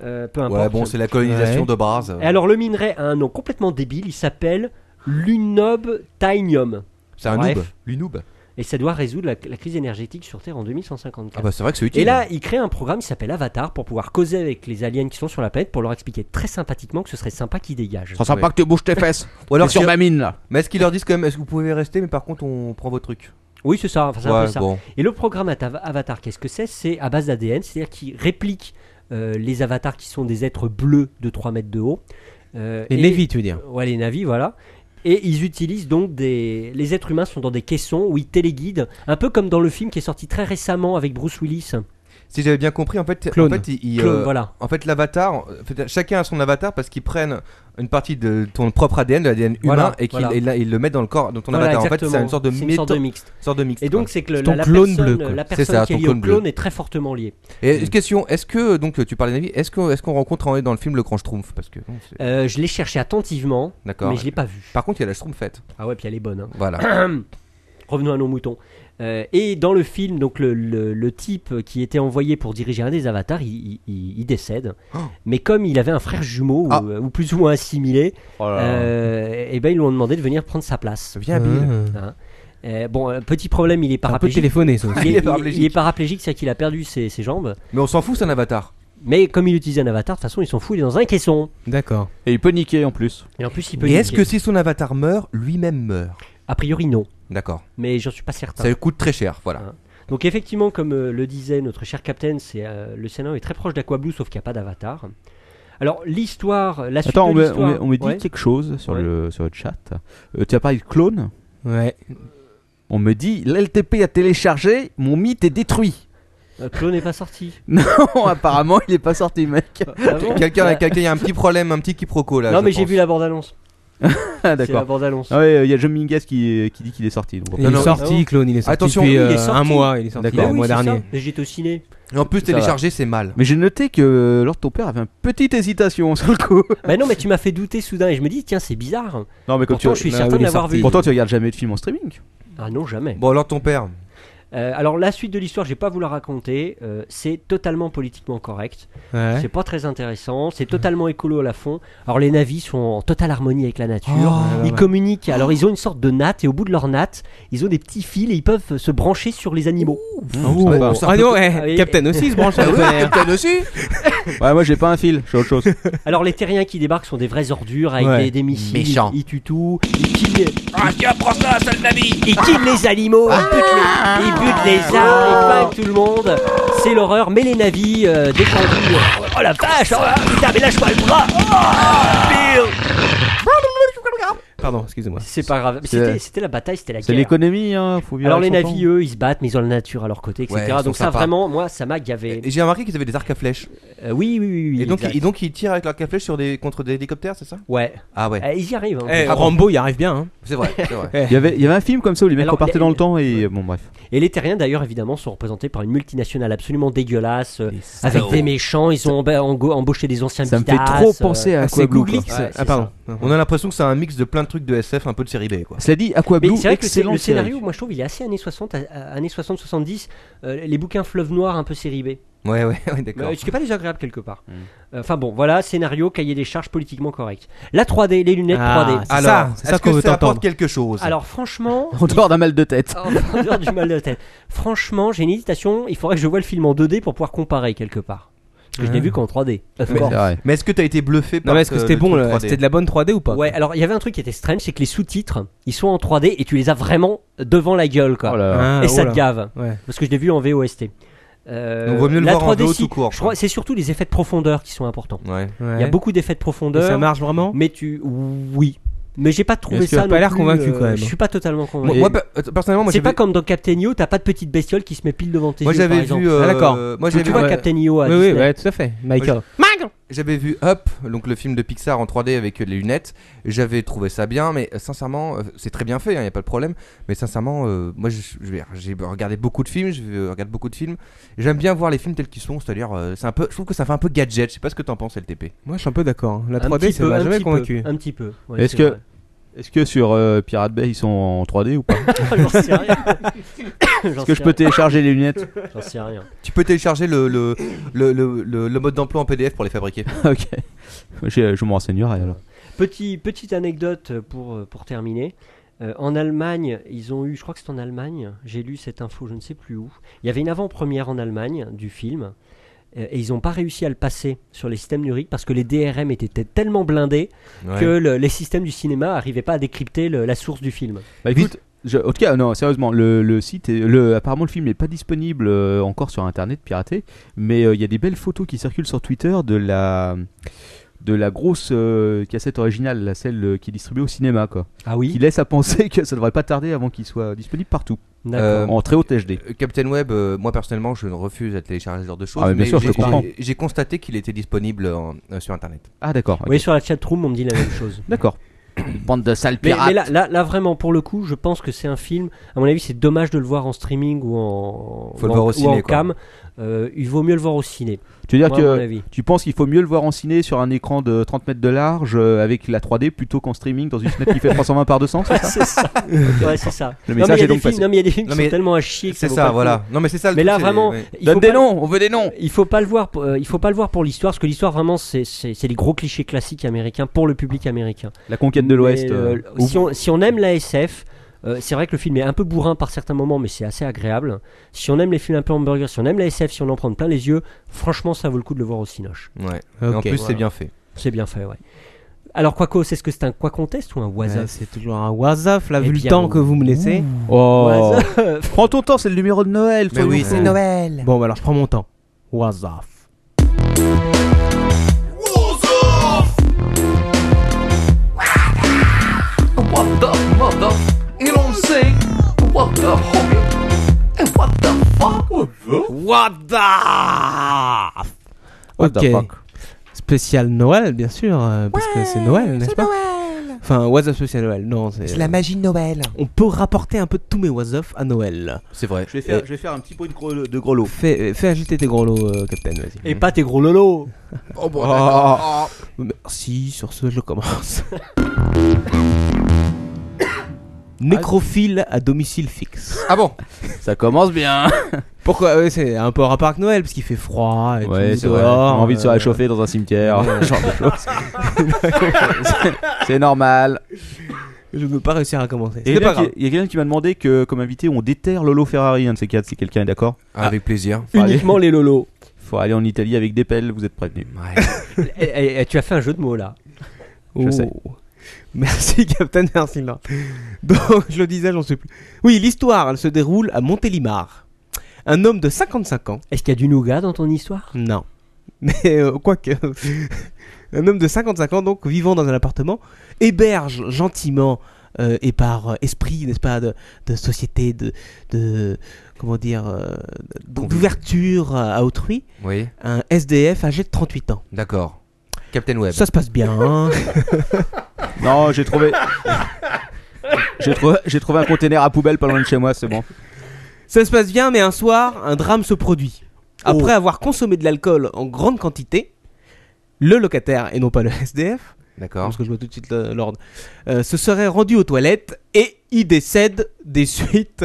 [SPEAKER 4] Euh, peu importe. Eh
[SPEAKER 6] Ouais, bon, c'est la colonisation
[SPEAKER 5] Ouais.
[SPEAKER 6] de base.
[SPEAKER 4] Et alors le minerai a un nom complètement débile, il s'appelle l'unob tinium.
[SPEAKER 6] c'est un
[SPEAKER 4] bref.
[SPEAKER 6] noob. L'unoob.
[SPEAKER 4] Et ça doit résoudre la, la crise énergétique sur Terre en 2154.
[SPEAKER 6] Ah, bah, c'est vrai que c'est utile.
[SPEAKER 4] et là, il crée un programme qui s'appelle Avatar pour pouvoir causer avec les aliens qui sont sur la planète pour leur expliquer très sympathiquement que ce serait sympa qu'ils dégagent.
[SPEAKER 2] Ça sent pas que tu bouges tes fesses.
[SPEAKER 6] [LAUGHS] Ou alors,
[SPEAKER 2] T'es sur
[SPEAKER 6] si-
[SPEAKER 2] ma mine là.
[SPEAKER 6] mais est-ce qu'ils leur disent quand même, est-ce que vous pouvez rester, mais par contre, on prend vos trucs
[SPEAKER 4] Oui, c'est ça, enfin, c'est un peu ça.
[SPEAKER 6] bon.
[SPEAKER 4] Et le programme Ata- Avatar, qu'est-ce que c'est C'est à base d'ADN, c'est-à-dire qu'il réplique euh, les avatars qui sont des êtres bleus de 3 mètres de haut. Euh,
[SPEAKER 5] Les
[SPEAKER 4] et-
[SPEAKER 5] Navy, tu veux dire
[SPEAKER 4] Ouais, les navis, voilà. Et ils utilisent donc des. Les êtres humains sont dans des caissons où ils téléguident, un peu comme dans le film qui est sorti très récemment avec Bruce Willis.
[SPEAKER 6] Si j'avais bien compris, en fait,
[SPEAKER 5] Clone.
[SPEAKER 6] en fait, ils- ils,
[SPEAKER 4] Clone,
[SPEAKER 6] euh,
[SPEAKER 4] voilà.
[SPEAKER 6] En fait, l'avatar, en fait, chacun a son avatar parce qu'ils prennent une partie de ton propre ADN, de l'ADN humain,
[SPEAKER 4] Voilà,
[SPEAKER 6] et qu'ils
[SPEAKER 4] voilà.
[SPEAKER 6] et là, ils le mettent dans le corps de ton
[SPEAKER 4] Voilà,
[SPEAKER 6] avatar. En fait,
[SPEAKER 4] exactement.
[SPEAKER 6] c'est une sorte de
[SPEAKER 4] une sorte
[SPEAKER 6] méta-
[SPEAKER 4] mixte.
[SPEAKER 6] sorte de mixte.
[SPEAKER 4] Et donc, c'est que le-
[SPEAKER 5] C'est ton
[SPEAKER 4] la, la
[SPEAKER 5] clone
[SPEAKER 4] personne,
[SPEAKER 5] bleu, quoi.
[SPEAKER 4] la
[SPEAKER 6] C'est
[SPEAKER 4] personne
[SPEAKER 6] ça,
[SPEAKER 4] qui est
[SPEAKER 6] ton
[SPEAKER 4] liée au
[SPEAKER 6] clone bleu.
[SPEAKER 4] clone est très fortement liée. Mm.
[SPEAKER 6] quoi. Et une question, est-ce que donc tu parles des navis, est-ce que est-ce qu'on rencontre en- dans le film le grand schtroumpf parce que bon, c'est-
[SPEAKER 4] Euh, je l'ai cherché attentivement,
[SPEAKER 6] d'accord.
[SPEAKER 4] mais je l'ai pas vu.
[SPEAKER 6] Par contre, il y a la schtroumpfette.
[SPEAKER 4] Ah ouais, puis elle est bonne. hein.
[SPEAKER 6] Voilà.
[SPEAKER 4] [COUGHS] Revenons à nos moutons. Euh, et dans le film, donc le, le- le type qui était envoyé pour diriger un des avatars, il, il- il décède. Mais comme il avait un frère jumeau,
[SPEAKER 6] Oh. Ah.
[SPEAKER 4] ou, ou plus ou moins assimilé,
[SPEAKER 3] Oh là là.
[SPEAKER 4] euh, et ben ils lui ont demandé de venir prendre sa place.
[SPEAKER 6] C'est bien habile.
[SPEAKER 5] Ah.
[SPEAKER 4] Hein. Euh, bon, euh, petit problème, il est
[SPEAKER 5] T'as un peu
[SPEAKER 4] paraplégique.
[SPEAKER 5] téléphoné, ça
[SPEAKER 4] Il
[SPEAKER 5] aussi.
[SPEAKER 4] est,
[SPEAKER 6] Il est paraplégique.
[SPEAKER 4] il est paraplégique, c'est-à-dire qu'il a perdu ses, ses jambes.
[SPEAKER 6] Mais on s'en fout, c'est un avatar.
[SPEAKER 4] Mais comme il utilise un avatar, de toute façon, ils s'en fout, il est dans un caisson.
[SPEAKER 5] D'accord.
[SPEAKER 3] Et il peut niquer en plus.
[SPEAKER 4] Et en plus, il peut.
[SPEAKER 6] Et est-ce que
[SPEAKER 4] niquer.
[SPEAKER 6] si son avatar meurt, lui-même meurt
[SPEAKER 4] A priori, non.
[SPEAKER 6] D'accord.
[SPEAKER 4] Mais j'en suis pas certain. Hein.
[SPEAKER 6] Ça lui coûte très cher, voilà.
[SPEAKER 4] Donc effectivement, comme euh, le disait notre cher Captain, c'est euh, le scénario est très proche d'Aquablue, sauf qu'il n'y a pas d'avatar. Alors l'histoire, la suite
[SPEAKER 3] Attends, on
[SPEAKER 4] de
[SPEAKER 3] me, on me-
[SPEAKER 4] l'histoire.
[SPEAKER 3] on me dit
[SPEAKER 4] Ouais.
[SPEAKER 3] quelque chose sur,
[SPEAKER 4] Ouais.
[SPEAKER 3] le, sur le chat. Euh, tu as parlé de clone.
[SPEAKER 5] Ouais.
[SPEAKER 3] On me dit l'LTP a téléchargé, mon mythe est détruit. [LAUGHS]
[SPEAKER 4] Euh, Clone n'est pas sorti.
[SPEAKER 3] Oh, apparemment, il est pas sorti, mec.
[SPEAKER 4] Ah bon
[SPEAKER 6] Quelqu'un, quelqu'un, il y a un petit problème, un petit quiproquo là.
[SPEAKER 4] Non,
[SPEAKER 6] je
[SPEAKER 4] mais j'ai
[SPEAKER 6] pense.
[SPEAKER 4] vu la bande
[SPEAKER 3] [LAUGHS]
[SPEAKER 4] annonce.
[SPEAKER 3] Ah,
[SPEAKER 4] C'est la
[SPEAKER 3] d'accord.
[SPEAKER 4] bande annonce.
[SPEAKER 3] Ah ouais, euh, il y a John Minguez qui, qui dit qu'il est sorti. donc.
[SPEAKER 5] Il
[SPEAKER 6] Non,
[SPEAKER 5] est
[SPEAKER 6] non.
[SPEAKER 5] sorti,
[SPEAKER 4] Ah bon
[SPEAKER 5] Clone, il est sorti
[SPEAKER 6] Attention,
[SPEAKER 5] depuis
[SPEAKER 6] oui, il
[SPEAKER 4] est
[SPEAKER 5] euh, un
[SPEAKER 4] sorti.
[SPEAKER 5] mois, il est sorti
[SPEAKER 3] D'accord.
[SPEAKER 5] le
[SPEAKER 4] Ah oui,
[SPEAKER 5] mois
[SPEAKER 4] c'est ça.
[SPEAKER 5] dernier.
[SPEAKER 4] Mais J'étais au ciné.
[SPEAKER 6] Et en plus,
[SPEAKER 3] Ça va.
[SPEAKER 6] télécharger, c'est mal.
[SPEAKER 3] Mais j'ai noté
[SPEAKER 5] euh,
[SPEAKER 3] que Lord ton père avait une petite hésitation sur le coup.
[SPEAKER 4] bah non, mais tu m'as fait douter soudain et je me dis tiens c'est bizarre.
[SPEAKER 3] Non, mais comme
[SPEAKER 4] Pourtant
[SPEAKER 3] tu... Ah
[SPEAKER 4] je suis
[SPEAKER 5] Bah
[SPEAKER 4] certain
[SPEAKER 5] oui, il est
[SPEAKER 4] d'avoir
[SPEAKER 5] sorti.
[SPEAKER 4] vu.
[SPEAKER 3] Pourtant, tu regardes jamais de film en streaming.
[SPEAKER 4] Ah non jamais.
[SPEAKER 6] Bon, alors ton père.
[SPEAKER 4] Euh, alors la suite de l'histoire, je vais pas vous la raconter. euh, c'est totalement politiquement correct.
[SPEAKER 5] Ouais.
[SPEAKER 4] C'est pas très intéressant, c'est totalement écolo à la fond. Alors les navis sont en totale harmonie avec la nature.
[SPEAKER 5] Oh, ouais,
[SPEAKER 4] ils
[SPEAKER 5] ouais.
[SPEAKER 4] communiquent. Alors ils ont une sorte de natte et au bout de leur natte, ils ont des petits fils et ils peuvent euh, se brancher sur les animaux.
[SPEAKER 3] Oh.
[SPEAKER 6] Ouais,
[SPEAKER 3] Sympa.
[SPEAKER 6] on sort
[SPEAKER 5] Ah
[SPEAKER 6] plutôt-
[SPEAKER 5] non, eh,
[SPEAKER 4] Ah oui.
[SPEAKER 5] Captain aussi il
[SPEAKER 4] [LAUGHS]
[SPEAKER 5] se branche.
[SPEAKER 6] Ah oui,
[SPEAKER 5] Ouais.
[SPEAKER 6] Captain aussi
[SPEAKER 5] Bah,
[SPEAKER 3] Ouais, moi j'ai pas un fil, je suis autre chose.
[SPEAKER 4] Alors les terriens qui débarquent sont des vraies ordures avec
[SPEAKER 5] Ouais.
[SPEAKER 4] des, des missiles.
[SPEAKER 6] Méchants.
[SPEAKER 4] Ils, ils tuent tout. Ils kidnappent,
[SPEAKER 7] Ah, tiens, prends ça, sale Navi
[SPEAKER 4] ils kidnappent les animaux. Ils butent les, ils butent les arbres. Ils flinguent tout le monde. C'est l'horreur. Mais les navis euh, défendus. ah, euh, Oh la vache oh, Putain mais lâche pas le bras oh, pire.
[SPEAKER 5] Pardon, excusez-moi.
[SPEAKER 4] C'est pas grave. Mais
[SPEAKER 3] C'est-
[SPEAKER 4] C'était c'était la bataille, c'était la
[SPEAKER 3] C'est
[SPEAKER 4] guerre.
[SPEAKER 3] l'économie, hein, faut vivre
[SPEAKER 4] Alors les
[SPEAKER 3] avec son temps.
[SPEAKER 4] navis, eux, ils se battent, mais ils ont la nature à leur côté, etc.
[SPEAKER 6] Ouais, ils sont
[SPEAKER 4] donc ça,
[SPEAKER 6] sympas.
[SPEAKER 4] vraiment, moi, ça m'a gavé.
[SPEAKER 6] Et J'ai remarqué qu'ils avaient des arcs à flèches.
[SPEAKER 4] Euh, oui, oui, oui, oui.
[SPEAKER 6] Et donc,
[SPEAKER 4] exact.
[SPEAKER 6] et donc ils tirent avec l'arc à flèches sur des, contre des hélicoptères, c'est ça
[SPEAKER 4] ouais.
[SPEAKER 6] Ah ouais,
[SPEAKER 4] Euh, ils y arrivent. hein.
[SPEAKER 5] Eh,
[SPEAKER 6] Ah bon.
[SPEAKER 5] Rambo, il arrive bien. Hein.
[SPEAKER 6] c'est vrai, c'est [LAUGHS] vrai.
[SPEAKER 3] Il y, avait, il y avait un film comme ça où les mecs
[SPEAKER 4] Eh. Alors,
[SPEAKER 3] repartaient
[SPEAKER 4] les-
[SPEAKER 3] dans le temps et bon bref.
[SPEAKER 4] Et les terriens, d'ailleurs, évidemment, sont représentés par une multinationale absolument dégueulasse, euh, avec
[SPEAKER 6] salauds.
[SPEAKER 4] des méchants. Ils ont emba- engo- embauché des anciens
[SPEAKER 3] oh. Ça me fait
[SPEAKER 4] bidasses,
[SPEAKER 3] trop
[SPEAKER 4] euh,
[SPEAKER 3] penser à
[SPEAKER 5] Ah, c'est
[SPEAKER 3] Aquablue.
[SPEAKER 5] Googlix.
[SPEAKER 3] quoi.
[SPEAKER 4] Ouais, c'est
[SPEAKER 5] ah, pardon.
[SPEAKER 6] On a l'impression que c'est un mix de plein de trucs de SF, un peu de série B, quoi.
[SPEAKER 3] Cela dit,
[SPEAKER 4] Mais
[SPEAKER 3] Aquablue,
[SPEAKER 4] c'est vrai que c'est-
[SPEAKER 3] excellent
[SPEAKER 4] le scénario,
[SPEAKER 3] série.
[SPEAKER 4] moi je trouve, il est assez années 60, à- à- années 60-70, euh, les bouquins Fleuve Noir un peu série B.
[SPEAKER 6] Ouais,
[SPEAKER 5] [LAUGHS]
[SPEAKER 6] ouais, ouais, d'accord.
[SPEAKER 4] Euh, Ce qui n'est pas désagréable quelque part.
[SPEAKER 6] Mm.
[SPEAKER 4] Euh, Enfin bon, voilà, scénario, cahier des charges politiquement correct. La 3D, les lunettes
[SPEAKER 5] Ah,
[SPEAKER 4] 3D.
[SPEAKER 5] c'est ça,
[SPEAKER 6] Alors,
[SPEAKER 5] c'est ça
[SPEAKER 6] est-ce
[SPEAKER 5] qu'on
[SPEAKER 6] que
[SPEAKER 5] veut
[SPEAKER 6] ça
[SPEAKER 5] t'entendre.
[SPEAKER 6] apporte quelque chose
[SPEAKER 4] Alors
[SPEAKER 5] [LAUGHS]
[SPEAKER 4] franchement,
[SPEAKER 3] En dehors d'un mal de tête.
[SPEAKER 4] Oh, en dehors du mal de tête. Franchement, j'ai une hésitation. Il faudrait que je voie le film en 2D pour pouvoir comparer quelque part. Parce
[SPEAKER 5] Ah.
[SPEAKER 4] que je n'ai vu qu'en 3D. Of
[SPEAKER 3] C'est
[SPEAKER 4] course.
[SPEAKER 3] vrai.
[SPEAKER 6] Mais est-ce que t'as été bluffé
[SPEAKER 5] Non,
[SPEAKER 6] par
[SPEAKER 5] mais est-ce que
[SPEAKER 6] euh,
[SPEAKER 5] c'était
[SPEAKER 6] le
[SPEAKER 5] bon
[SPEAKER 6] truc
[SPEAKER 5] là
[SPEAKER 6] 3D?
[SPEAKER 5] C'était de la bonne 3D ou pas
[SPEAKER 4] Ouais, alors il y avait un truc qui était strange, c'est que les sous-titres, ils sont en 3D et tu les as vraiment devant la gueule, quoi.
[SPEAKER 3] Oh là là.
[SPEAKER 5] Ah,
[SPEAKER 4] et
[SPEAKER 5] oh
[SPEAKER 4] ça
[SPEAKER 5] là.
[SPEAKER 4] te gave.
[SPEAKER 5] Ouais.
[SPEAKER 4] Parce que je l'ai vu en VOST. Euh,
[SPEAKER 6] Donc, vaut mieux le
[SPEAKER 4] la
[SPEAKER 6] voir en
[SPEAKER 4] 3D,
[SPEAKER 6] VO
[SPEAKER 4] si,
[SPEAKER 6] tout court,
[SPEAKER 4] je
[SPEAKER 6] quoi.
[SPEAKER 4] crois- C'est surtout les effets de profondeur qui sont importants.
[SPEAKER 6] Ouais.
[SPEAKER 5] Ouais.
[SPEAKER 4] Il y a beaucoup d'effets de
[SPEAKER 5] Et
[SPEAKER 4] profondeur.
[SPEAKER 5] ça marche vraiment
[SPEAKER 4] Mais tu. Oui. [LAUGHS] Mais j'ai pas trouvé
[SPEAKER 5] Parce que
[SPEAKER 4] ça.
[SPEAKER 5] t'as
[SPEAKER 4] non
[SPEAKER 5] pas l'air
[SPEAKER 4] plus,
[SPEAKER 5] convaincu,
[SPEAKER 4] euh,
[SPEAKER 5] quand même.
[SPEAKER 4] Je suis pas totalement
[SPEAKER 6] Moi,
[SPEAKER 4] convaincu.
[SPEAKER 6] moi, pe- euh, personnellement, moi
[SPEAKER 4] c'est
[SPEAKER 6] j'avais
[SPEAKER 4] pas comme dans Captain EO, t'as pas de petite bestiole qui se met pile devant tes
[SPEAKER 6] moi
[SPEAKER 4] yeux. par
[SPEAKER 6] j'avais
[SPEAKER 4] exemple.
[SPEAKER 6] vu euh,
[SPEAKER 5] Ah, d'accord.
[SPEAKER 6] moi
[SPEAKER 4] Tu
[SPEAKER 6] j'avais
[SPEAKER 4] vois
[SPEAKER 5] ouais.
[SPEAKER 4] Captain EO à
[SPEAKER 5] Oui, oui,
[SPEAKER 4] Disney.
[SPEAKER 5] ouais, tout à fait. Michael.
[SPEAKER 6] J'avais vu Up, donc le film de Pixar en 3D avec les lunettes. J'avais trouvé ça bien, mais euh, sincèrement, euh, c'est très bien fait, il n'y a pas de problème. Mais sincèrement, euh, moi je- je vais- j'ai regardé beaucoup de films, je euh, regarde beaucoup de films. J'aime bien voir les films tels qu'ils sont, c'est-à-dire, euh, c'est un peu, je trouve que ça fait un peu gadget. Je sais pas ce que t'en penses, LTP.
[SPEAKER 5] Moi, je suis un peu d'accord. hein. La
[SPEAKER 4] Un
[SPEAKER 5] 3D,
[SPEAKER 4] petit
[SPEAKER 5] ça
[SPEAKER 4] peu,
[SPEAKER 5] m'a
[SPEAKER 4] un
[SPEAKER 5] jamais
[SPEAKER 4] petit peu,
[SPEAKER 5] convaincu.
[SPEAKER 4] Un petit peu. ouais,
[SPEAKER 3] Est-ce
[SPEAKER 4] c'est
[SPEAKER 3] que-
[SPEAKER 4] vrai.
[SPEAKER 3] Est-ce que sur euh, Pirate Bay ils sont en
[SPEAKER 4] [LAUGHS]
[SPEAKER 3] 3D ou pas
[SPEAKER 4] [COUGHS]
[SPEAKER 3] Est-ce
[SPEAKER 4] J'en sais rien. J'en
[SPEAKER 3] que
[SPEAKER 4] sais
[SPEAKER 3] je peux
[SPEAKER 4] rien.
[SPEAKER 3] télécharger les lunettes
[SPEAKER 4] [COUGHS] J'en sais rien.
[SPEAKER 6] Tu peux télécharger le, le, le, le- le- le mode d'emploi en PDF pour les fabriquer.
[SPEAKER 3] [LAUGHS] Ok. Je, je me renseignerai alors.
[SPEAKER 4] Petit, petite anecdote pour, euh, pour terminer. Euh, en Allemagne, ils ont eu, je crois que c'est en Allemagne, j'ai lu cette info, je ne sais plus où. Il y avait une avant-première en Allemagne du film. euh, Et ils n'ont pas réussi à le passer sur les systèmes numériques parce que les DRM étaient tellement blindés que le- les systèmes du cinéma n'arrivaient pas à décrypter le- la source du film.
[SPEAKER 3] Bah écoute, je- en tout cas, non, sérieusement, le, le site, est- le, apparemment le film n'est pas disponible euh, encore sur internet piraté, mais euh, il y a des belles photos qui circulent sur Twitter de la de la grosse euh, cassette originale, la celle euh, qui est distribuée au cinéma, quoi.
[SPEAKER 4] Ah
[SPEAKER 3] Qui
[SPEAKER 4] oui
[SPEAKER 3] laisse à penser [LAUGHS] que ça devrait pas tarder avant qu'il soit disponible partout,
[SPEAKER 6] Euh,
[SPEAKER 3] en très haute HD.
[SPEAKER 6] Euh, Captain Web, euh, moi personnellement, je ne refuse à télécharger ce genre de choses,
[SPEAKER 3] Ah, mais bien
[SPEAKER 6] mais,
[SPEAKER 3] sûr, je
[SPEAKER 6] j'ai-
[SPEAKER 3] te comprends.
[SPEAKER 6] j'ai- j'ai constaté qu'il était disponible en- euh, sur Internet.
[SPEAKER 3] Ah d'accord. ok.
[SPEAKER 4] Oui, sur la chatroom, on me dit la même chose.
[SPEAKER 3] [COUGHS] D'accord. Bande de sales
[SPEAKER 4] Mais,
[SPEAKER 3] pirates.
[SPEAKER 4] mais là, là, là, vraiment, pour le coup, je pense que c'est un film. À mon avis, c'est dommage de le voir en streaming ou en,
[SPEAKER 6] Faut le
[SPEAKER 4] ou
[SPEAKER 6] voir
[SPEAKER 4] en-
[SPEAKER 6] au
[SPEAKER 4] ou
[SPEAKER 6] ciné,
[SPEAKER 4] en
[SPEAKER 6] quoi.
[SPEAKER 4] cam. Euh, il vaut mieux le voir au ciné.
[SPEAKER 3] tu veux dire
[SPEAKER 4] moi, à mon
[SPEAKER 3] que
[SPEAKER 4] avis.
[SPEAKER 3] tu penses qu'il faut mieux le voir en ciné sur un écran de 30 mètres de large euh, avec la 3D plutôt qu'en streaming dans une fenêtre qui fait 320 par
[SPEAKER 6] [LAUGHS]
[SPEAKER 3] 200 c'est ça
[SPEAKER 4] c'est ça. Ouais, c'est ça. Non, mais il
[SPEAKER 3] Le
[SPEAKER 4] y
[SPEAKER 3] message est
[SPEAKER 4] a des
[SPEAKER 3] donc
[SPEAKER 4] films,
[SPEAKER 3] passé.
[SPEAKER 4] non, mais il y a des films
[SPEAKER 6] Non,
[SPEAKER 4] qui sont
[SPEAKER 6] mais
[SPEAKER 4] tellement à chier que
[SPEAKER 6] C'est
[SPEAKER 4] vaut
[SPEAKER 6] ça,
[SPEAKER 4] pas le
[SPEAKER 6] voilà. Non, mais c'est ça. le
[SPEAKER 4] coup. Mais
[SPEAKER 6] truc,
[SPEAKER 4] là,
[SPEAKER 6] c'est-
[SPEAKER 4] vraiment,
[SPEAKER 6] ouais.
[SPEAKER 4] il faut, pas,
[SPEAKER 3] noms, on veut des noms.
[SPEAKER 4] il faut pas le voir. pour- euh, il faut pas le voir pour l'histoire, parce que l'histoire, vraiment, c'est- c'est c'est les gros clichés classiques américains pour le public américain.
[SPEAKER 3] La conquête de l'Ouest.
[SPEAKER 4] Mais,
[SPEAKER 3] euh,
[SPEAKER 4] euh, si, on, si on aime la SF, euh, c'est vrai que le film est un peu bourrin par certains moments, mais c'est assez agréable. Si on aime les films un peu hamburger, si on aime la SF, si on en prend plein les yeux, franchement, ça vaut le coup de le voir au Cinoche.
[SPEAKER 6] Ouais. Et en
[SPEAKER 5] Ok.
[SPEAKER 6] plus,
[SPEAKER 4] Voilà.
[SPEAKER 6] c'est bien fait.
[SPEAKER 4] C'est bien fait, ouais. Alors, Quaco, c'est ce que c'est un quoi contest ou un
[SPEAKER 5] Ouais,
[SPEAKER 4] was up
[SPEAKER 5] c'est toujours un Wazaf, là,
[SPEAKER 4] Eh
[SPEAKER 5] vu le
[SPEAKER 4] bien,
[SPEAKER 5] temps que vous me laissez.
[SPEAKER 4] [LAUGHS]
[SPEAKER 3] Oh.
[SPEAKER 4] Was up.
[SPEAKER 3] Prends ton temps, c'est le numéro de Noël.
[SPEAKER 6] Mais oui, c'est
[SPEAKER 5] Noël. Bon, bah, alors, je prends mon temps. Wazaf.
[SPEAKER 7] What the mother? You don't say what the homie? And what the fuck?
[SPEAKER 5] Wazaf
[SPEAKER 3] What
[SPEAKER 5] Ok.
[SPEAKER 3] the fuck
[SPEAKER 5] Spécial Noël, bien sûr, euh, parce que c'est Noël, n'est-ce pas Enfin, Wazaf spécial Noël, non, c'est. euh,
[SPEAKER 9] C'est la magie de Noël.
[SPEAKER 5] On peut rapporter un peu de tous mes Wazaf à Noël.
[SPEAKER 6] C'est vrai.
[SPEAKER 3] je vais, faire, je vais faire un petit bruit de gros, de gros lot.
[SPEAKER 5] Fais, euh, fais agiter tes gros lots, euh, Captain, vas-y.
[SPEAKER 4] Et pas tes gros
[SPEAKER 5] [LAUGHS]
[SPEAKER 4] lolos
[SPEAKER 7] Oh, bon,
[SPEAKER 5] Oh. Merci, sur ce, je commence. [COUGHS] Nécrophile à domicile fixe.
[SPEAKER 6] Ah bon
[SPEAKER 3] Ça commence bien.
[SPEAKER 5] Pourquoi ouais, C'est un peu en rapport avec Noël, parce qu'il fait froid. Et
[SPEAKER 3] Ouais,
[SPEAKER 5] tout,
[SPEAKER 3] c'est vrai. On
[SPEAKER 5] dehors,
[SPEAKER 3] a envie de se
[SPEAKER 5] euh,
[SPEAKER 3] réchauffer dans un cimetière. ce genre de
[SPEAKER 5] [LAUGHS]
[SPEAKER 3] choses. [LAUGHS] C'est- c'est normal.
[SPEAKER 5] Je ne veux pas réussir à commencer.
[SPEAKER 3] Il
[SPEAKER 5] C'est
[SPEAKER 3] y a
[SPEAKER 5] pas grave.
[SPEAKER 3] quelqu'un qui m'a demandé que, comme invité, on déterre Lolo Ferrari, un de ces quatre, si quelqu'un est d'accord.
[SPEAKER 6] Avec plaisir.
[SPEAKER 3] Faut aller-
[SPEAKER 4] Uniquement les lolos.
[SPEAKER 3] Faut aller en Italie avec des pelles, vous êtes prévenus.
[SPEAKER 4] Eh, eh, eh, tu as fait un jeu de mots là.
[SPEAKER 6] Oh.
[SPEAKER 3] Je sais.
[SPEAKER 5] [LAUGHS] Merci, Captain, merci, Marc. Donc, je le disais, j'en sais plus. Oui, l'histoire, elle se déroule à Montélimar. Un homme de 55 ans. [LAUGHS]
[SPEAKER 4] Est-ce qu'il y a du nougat dans ton histoire
[SPEAKER 5] Non. Mais, euh, quoique. [LAUGHS] un homme de 55 ans, donc vivant dans un appartement, héberge gentiment euh, et par euh, esprit, n'est-ce pas, de, de société, de, de comment dire, euh, d- d'ouverture à autrui,
[SPEAKER 6] Oui,
[SPEAKER 5] un SDF âgé de 38 ans.
[SPEAKER 6] d'accord. Captain Web.
[SPEAKER 5] Ça se passe bien. hein.
[SPEAKER 3] Non, j'ai trouvé. j'ai trouvé, j'ai trouvé un conteneur à poubelle pas loin de chez moi, c'est bon.
[SPEAKER 5] Ça se passe bien, mais un soir, un drame se produit.
[SPEAKER 3] Oh.
[SPEAKER 5] Après avoir consommé de l'alcool en grande quantité, le locataire, et non pas le SDF,
[SPEAKER 6] D'accord.
[SPEAKER 5] parce que je vois tout de suite le- l'ordre, euh, se serait rendu aux toilettes et y décède des suites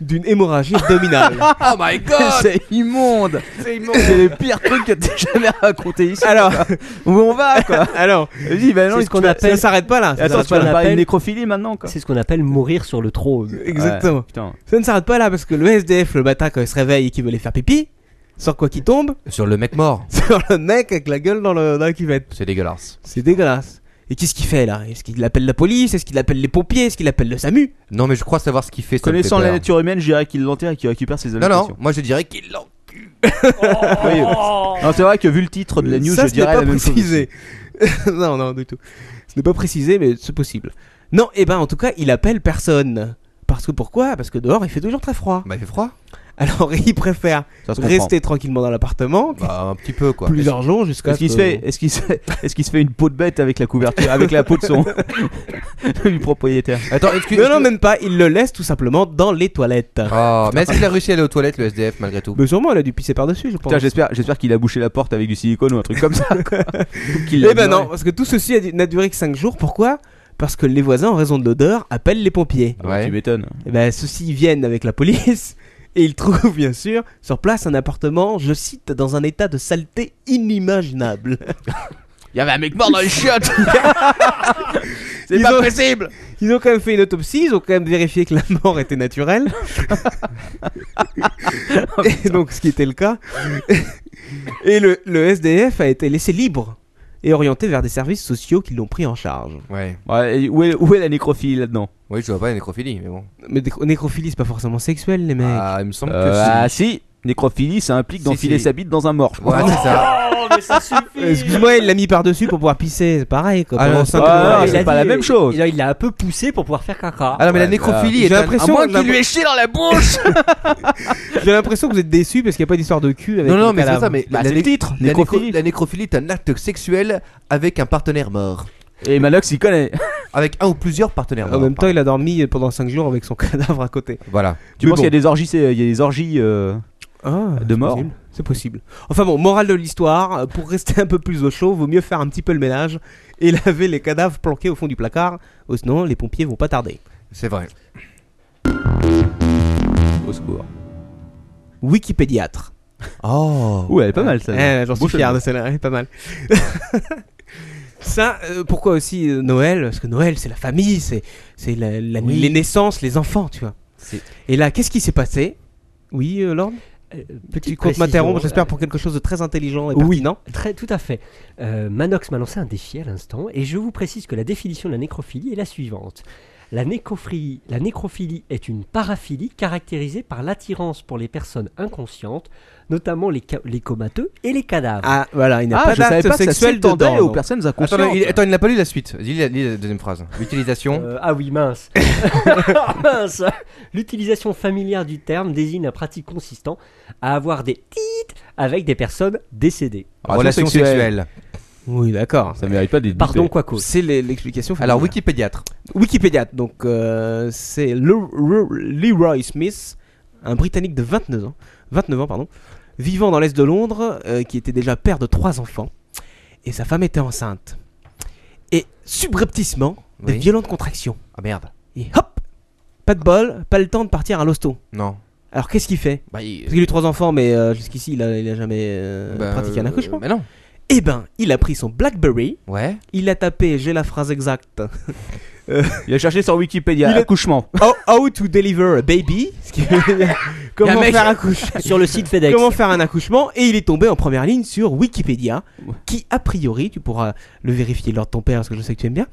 [SPEAKER 5] d'une hémorragie
[SPEAKER 3] [LAUGHS]
[SPEAKER 5] abdominale.
[SPEAKER 6] Oh my god
[SPEAKER 3] c'est immonde C'est les pires trucs que t'aies jamais raconté ici.
[SPEAKER 5] Alors,
[SPEAKER 3] Où on va quoi
[SPEAKER 5] alors
[SPEAKER 3] Vas-y, bah non,
[SPEAKER 4] C'est ce
[SPEAKER 3] tu
[SPEAKER 4] qu'on
[SPEAKER 3] vas-
[SPEAKER 5] ça
[SPEAKER 4] appelle-
[SPEAKER 5] s'arrête pas là. ça
[SPEAKER 3] Attends,
[SPEAKER 5] s'arrête
[SPEAKER 3] tu
[SPEAKER 5] pas
[SPEAKER 3] vas
[SPEAKER 5] là.
[SPEAKER 3] pas
[SPEAKER 4] appelle-
[SPEAKER 3] une nécrophilie maintenant quoi
[SPEAKER 4] C'est ce qu'on appelle mourir sur le trône.
[SPEAKER 5] Euh, Exactement.
[SPEAKER 3] Ouais, putain.
[SPEAKER 5] Ça ne s'arrête pas là parce que le SDF le matin quand il se réveille et qu'il veut aller faire pipi, sur quoi qu'il tombe,
[SPEAKER 6] [LAUGHS] Sur le mec mort.
[SPEAKER 5] [LAUGHS] sur le mec avec la gueule dans, le, dans la cuvette.
[SPEAKER 6] C'est dégueulasse.
[SPEAKER 5] C'est dégueulasse. Et qu'est-ce qu'il fait là Est-ce qu'il appelle la police Est-ce qu'il appelle les pompiers Est-ce qu'il appelle le SAMU
[SPEAKER 6] Non, mais je crois savoir ce qu'il fait. ça me fait
[SPEAKER 3] Connaissant la
[SPEAKER 6] peur.
[SPEAKER 3] nature humaine, je dirais qu'il l'enterre et qu'il récupère ses
[SPEAKER 6] Non,
[SPEAKER 3] habitations.
[SPEAKER 6] non, moi je dirais qu'il l'en.
[SPEAKER 3] Oui, ouais. Non, c'est vrai que vu le titre de la news,
[SPEAKER 5] Ça,
[SPEAKER 3] je
[SPEAKER 5] ce n'est
[SPEAKER 3] dirais
[SPEAKER 5] pas
[SPEAKER 3] la même chose.
[SPEAKER 5] précisé. [LAUGHS] non, non, du tout. Ce n'est pas précisé, mais c'est possible. Non, et ben en tout cas, il appelle personne. Parce que pourquoi Parce que dehors, il fait toujours très froid.
[SPEAKER 6] Bah, il fait froid.
[SPEAKER 5] Alors, [LAUGHS] il préfère
[SPEAKER 3] Ça se comprend.
[SPEAKER 5] rester tranquillement dans l'appartement,
[SPEAKER 6] Bah, un petit peu quoi.
[SPEAKER 5] plus d'argent jusqu'à.
[SPEAKER 3] Est-ce qu'il
[SPEAKER 5] ce
[SPEAKER 3] se
[SPEAKER 5] que-
[SPEAKER 3] fait, est-ce qu'il se, est-ce qu'il se fait une peau de bête avec la couverture, avec la peau de son [LAUGHS] du propriétaire
[SPEAKER 6] Attends, excuse
[SPEAKER 5] Non, non, même pas. Il le laisse tout simplement dans les toilettes.
[SPEAKER 6] Oh, mais est-ce qu'il a réussi à aller aux toilettes le SDF malgré tout
[SPEAKER 5] Mais sûrement, il a dû pisser par-dessus, je pense.
[SPEAKER 3] Putain, j'espère, j'espère qu'il a bouché la porte avec du silicone ou un truc comme ça. quoi. Ou qu'il l'a
[SPEAKER 5] Eh ben
[SPEAKER 3] ignoré.
[SPEAKER 5] non, parce que tout ceci a- n'a duré que 5 jours. Pourquoi Parce que les voisins, en raison de l'odeur, appellent les pompiers.
[SPEAKER 3] Ah bah,
[SPEAKER 6] Ouais.
[SPEAKER 3] Tu m'étonnes.
[SPEAKER 5] Eh ben, ceux-ci viennent avec la police [LAUGHS] et ils trouvent bien sûr sur place un appartement, je cite, dans un état de saleté
[SPEAKER 3] [LAUGHS]
[SPEAKER 5] inimaginable.
[SPEAKER 2] Il y avait un mec mort dans les
[SPEAKER 5] [LAUGHS]
[SPEAKER 2] chiottes.
[SPEAKER 5] Ils
[SPEAKER 2] C'est pas
[SPEAKER 5] ont-
[SPEAKER 2] possible.
[SPEAKER 5] [LAUGHS] Ils ont quand même fait une autopsie, ils ont quand même vérifié que la mort était
[SPEAKER 6] [LAUGHS]
[SPEAKER 5] naturelle. et donc, ce qui était le cas. et le, le SDF a été laissé libre et orienté vers des services sociaux qui l'ont pris en charge.
[SPEAKER 6] Ouais.
[SPEAKER 3] Ouais, et où, est, où est la nécrophilie là-dedans
[SPEAKER 6] Oui, je vois pas la nécrophilie, mais bon.
[SPEAKER 5] Mais décro- nécrophilie, c'est pas forcément sexuel, les mecs.
[SPEAKER 6] Ah, il me semble
[SPEAKER 3] Euh,
[SPEAKER 6] que si.
[SPEAKER 3] Ah si, nécrophilie, ça implique
[SPEAKER 6] Si,
[SPEAKER 3] d'enfiler
[SPEAKER 6] si.
[SPEAKER 3] sa bite dans un mort. je crois.
[SPEAKER 4] Oh.
[SPEAKER 6] Ouais, c'est ça.
[SPEAKER 5] Euh, Excuse-moi, il l'a mis par-dessus pour pouvoir pisser, c'est pareil. Quoi,
[SPEAKER 6] Ah
[SPEAKER 5] pendant
[SPEAKER 6] non,
[SPEAKER 5] cinq
[SPEAKER 3] ouais,
[SPEAKER 5] mois.
[SPEAKER 3] non,
[SPEAKER 5] Il
[SPEAKER 3] c'est
[SPEAKER 5] a
[SPEAKER 3] pas
[SPEAKER 5] dit-
[SPEAKER 3] la même chose.
[SPEAKER 4] Il a- il l'a un peu poussé pour pouvoir faire caca.
[SPEAKER 6] Ah non, mais la
[SPEAKER 3] Ouais,
[SPEAKER 6] nécrophilie
[SPEAKER 5] bah,
[SPEAKER 6] est
[SPEAKER 5] j'ai
[SPEAKER 6] un-
[SPEAKER 5] l'impression
[SPEAKER 6] à moins
[SPEAKER 5] que la-
[SPEAKER 6] qu'il lui ait chié dans la bouche.
[SPEAKER 5] J'ai l'impression que vous êtes déçus parce qu'il n'y a pas d'histoire de cul avec
[SPEAKER 6] Non, non,
[SPEAKER 5] le
[SPEAKER 6] mais c'est
[SPEAKER 5] cadavre.
[SPEAKER 6] ça, mais
[SPEAKER 3] Bah,
[SPEAKER 6] la
[SPEAKER 3] c'est
[SPEAKER 6] né-
[SPEAKER 3] le titre,
[SPEAKER 6] La, nécro-
[SPEAKER 3] nécrophilie.
[SPEAKER 6] la nécrophilie est un acte sexuel avec un partenaire mort.
[SPEAKER 3] Et Manox, il connaît.
[SPEAKER 6] Avec un Ah, ou plusieurs partenaires
[SPEAKER 5] En
[SPEAKER 6] morts.
[SPEAKER 5] même temps,
[SPEAKER 6] pardon.
[SPEAKER 5] il a dormi pendant 5 jours avec son [LAUGHS] cadavre à côté.
[SPEAKER 6] [LAUGHS] Voilà.
[SPEAKER 3] Tu
[SPEAKER 5] Mais
[SPEAKER 3] penses
[SPEAKER 5] bon.
[SPEAKER 3] qu'il y a des orgies, c'est- il y a des orgies euh,
[SPEAKER 5] Ah,
[SPEAKER 3] de
[SPEAKER 5] c'est
[SPEAKER 3] mort
[SPEAKER 5] possible. C'est possible. Enfin bon, morale de l'histoire, euh, pour rester un peu plus au chaud, vaut mieux faire un petit peu le ménage et [LAUGHS] laver les cadavres planqués au fond du placard, ou sinon les pompiers vont pas tarder.
[SPEAKER 6] C'est vrai.
[SPEAKER 3] au secours.
[SPEAKER 5] Wikipédiatre.
[SPEAKER 6] Oh.
[SPEAKER 3] Ouais, elle est pas mal ça.
[SPEAKER 5] Eh, J'en suis
[SPEAKER 3] Beau
[SPEAKER 5] fier
[SPEAKER 3] chemin.
[SPEAKER 5] de celle-là, elle est pas mal. [LAUGHS] Ça, euh, pourquoi aussi euh, Noël Parce que Noël, c'est la famille, c'est c'est la- la-
[SPEAKER 6] Oui.
[SPEAKER 5] les naissances, les enfants, tu vois.
[SPEAKER 6] C'est-
[SPEAKER 5] Et là, qu'est-ce qui s'est passé Oui, euh, Lord
[SPEAKER 4] Euh,
[SPEAKER 5] Tu
[SPEAKER 4] petite
[SPEAKER 5] comptes
[SPEAKER 4] précision,
[SPEAKER 5] m'interrompre, j'espère,
[SPEAKER 4] euh,
[SPEAKER 5] pour quelque chose de très intelligent et pertinent.
[SPEAKER 4] Très, tout à fait. Euh, Manox m'a lancé un défi à l'instant et je vous précise que la définition de la nécrophilie est la suivante. La nécrophilie, la nécrophilie est une paraphilie caractérisée par l'attirance pour les personnes inconscientes, notamment les, ca- les comateux et les cadavres.
[SPEAKER 5] Ah, voilà, il n'y a
[SPEAKER 3] Ah,
[SPEAKER 5] pas
[SPEAKER 3] je savais
[SPEAKER 5] d'acte
[SPEAKER 3] pas que ça
[SPEAKER 5] sexuel
[SPEAKER 3] s'étendait
[SPEAKER 5] dedans.
[SPEAKER 3] aux
[SPEAKER 5] non.
[SPEAKER 3] personnes
[SPEAKER 6] Attends,
[SPEAKER 3] inconscientes.
[SPEAKER 6] mais il, attends, il n'a pas lu la suite. Dis la, lis la deuxième phrase. L'utilisation.
[SPEAKER 4] Euh, ah oui, mince. [LAUGHS] Ah, mince. L'utilisation familière du terme désigne un pratique consistant à avoir des tites avec des personnes décédées.
[SPEAKER 6] relation
[SPEAKER 3] sexuelle.
[SPEAKER 6] sexuelle.
[SPEAKER 5] Oui, d'accord.
[SPEAKER 3] Ça mérite pas d'être
[SPEAKER 4] Pardon,
[SPEAKER 3] bipé.
[SPEAKER 4] quoi cause.
[SPEAKER 5] C'est les- l'explication.
[SPEAKER 6] Alors,
[SPEAKER 5] familiale.
[SPEAKER 6] Wikipédiatre.
[SPEAKER 5] Wikipédia, donc euh, c'est Le- Le- Leroy Smith, un Britannique de 29 ans, 29 ans pardon, vivant dans l'est de Londres, euh, qui était déjà père de trois enfants, et sa femme était enceinte. Et subrepticement, des
[SPEAKER 6] Oui.
[SPEAKER 5] violentes contractions.
[SPEAKER 6] Ah merde.
[SPEAKER 5] Et hop, pas de bol, pas le temps de partir à l'hosto.
[SPEAKER 6] Non.
[SPEAKER 5] Alors qu'est-ce qu'il fait
[SPEAKER 6] Bah, il...
[SPEAKER 5] Parce qu'il a eu trois enfants, mais euh, jusqu'ici il a, il a jamais euh,
[SPEAKER 6] bah,
[SPEAKER 5] pratiqué un
[SPEAKER 6] euh,
[SPEAKER 5] accouchement.
[SPEAKER 6] Mais non.
[SPEAKER 5] Eh ben, il a pris son Blackberry,
[SPEAKER 6] Ouais.
[SPEAKER 5] il a tapé, j'ai la phrase exacte,
[SPEAKER 3] Il a cherché sur Wikipédia
[SPEAKER 5] Il a- [LAUGHS]
[SPEAKER 3] accouchement.
[SPEAKER 5] how, how to deliver a baby, ce qui veut dire Il y a un Comment mec- faire, accouche-
[SPEAKER 4] sur le site FedEx.
[SPEAKER 5] comment faire un accouchement et il est tombé en première ligne sur Wikipédia, qui a priori, tu pourras le vérifier lors de ton père parce que je sais que tu aimes bien,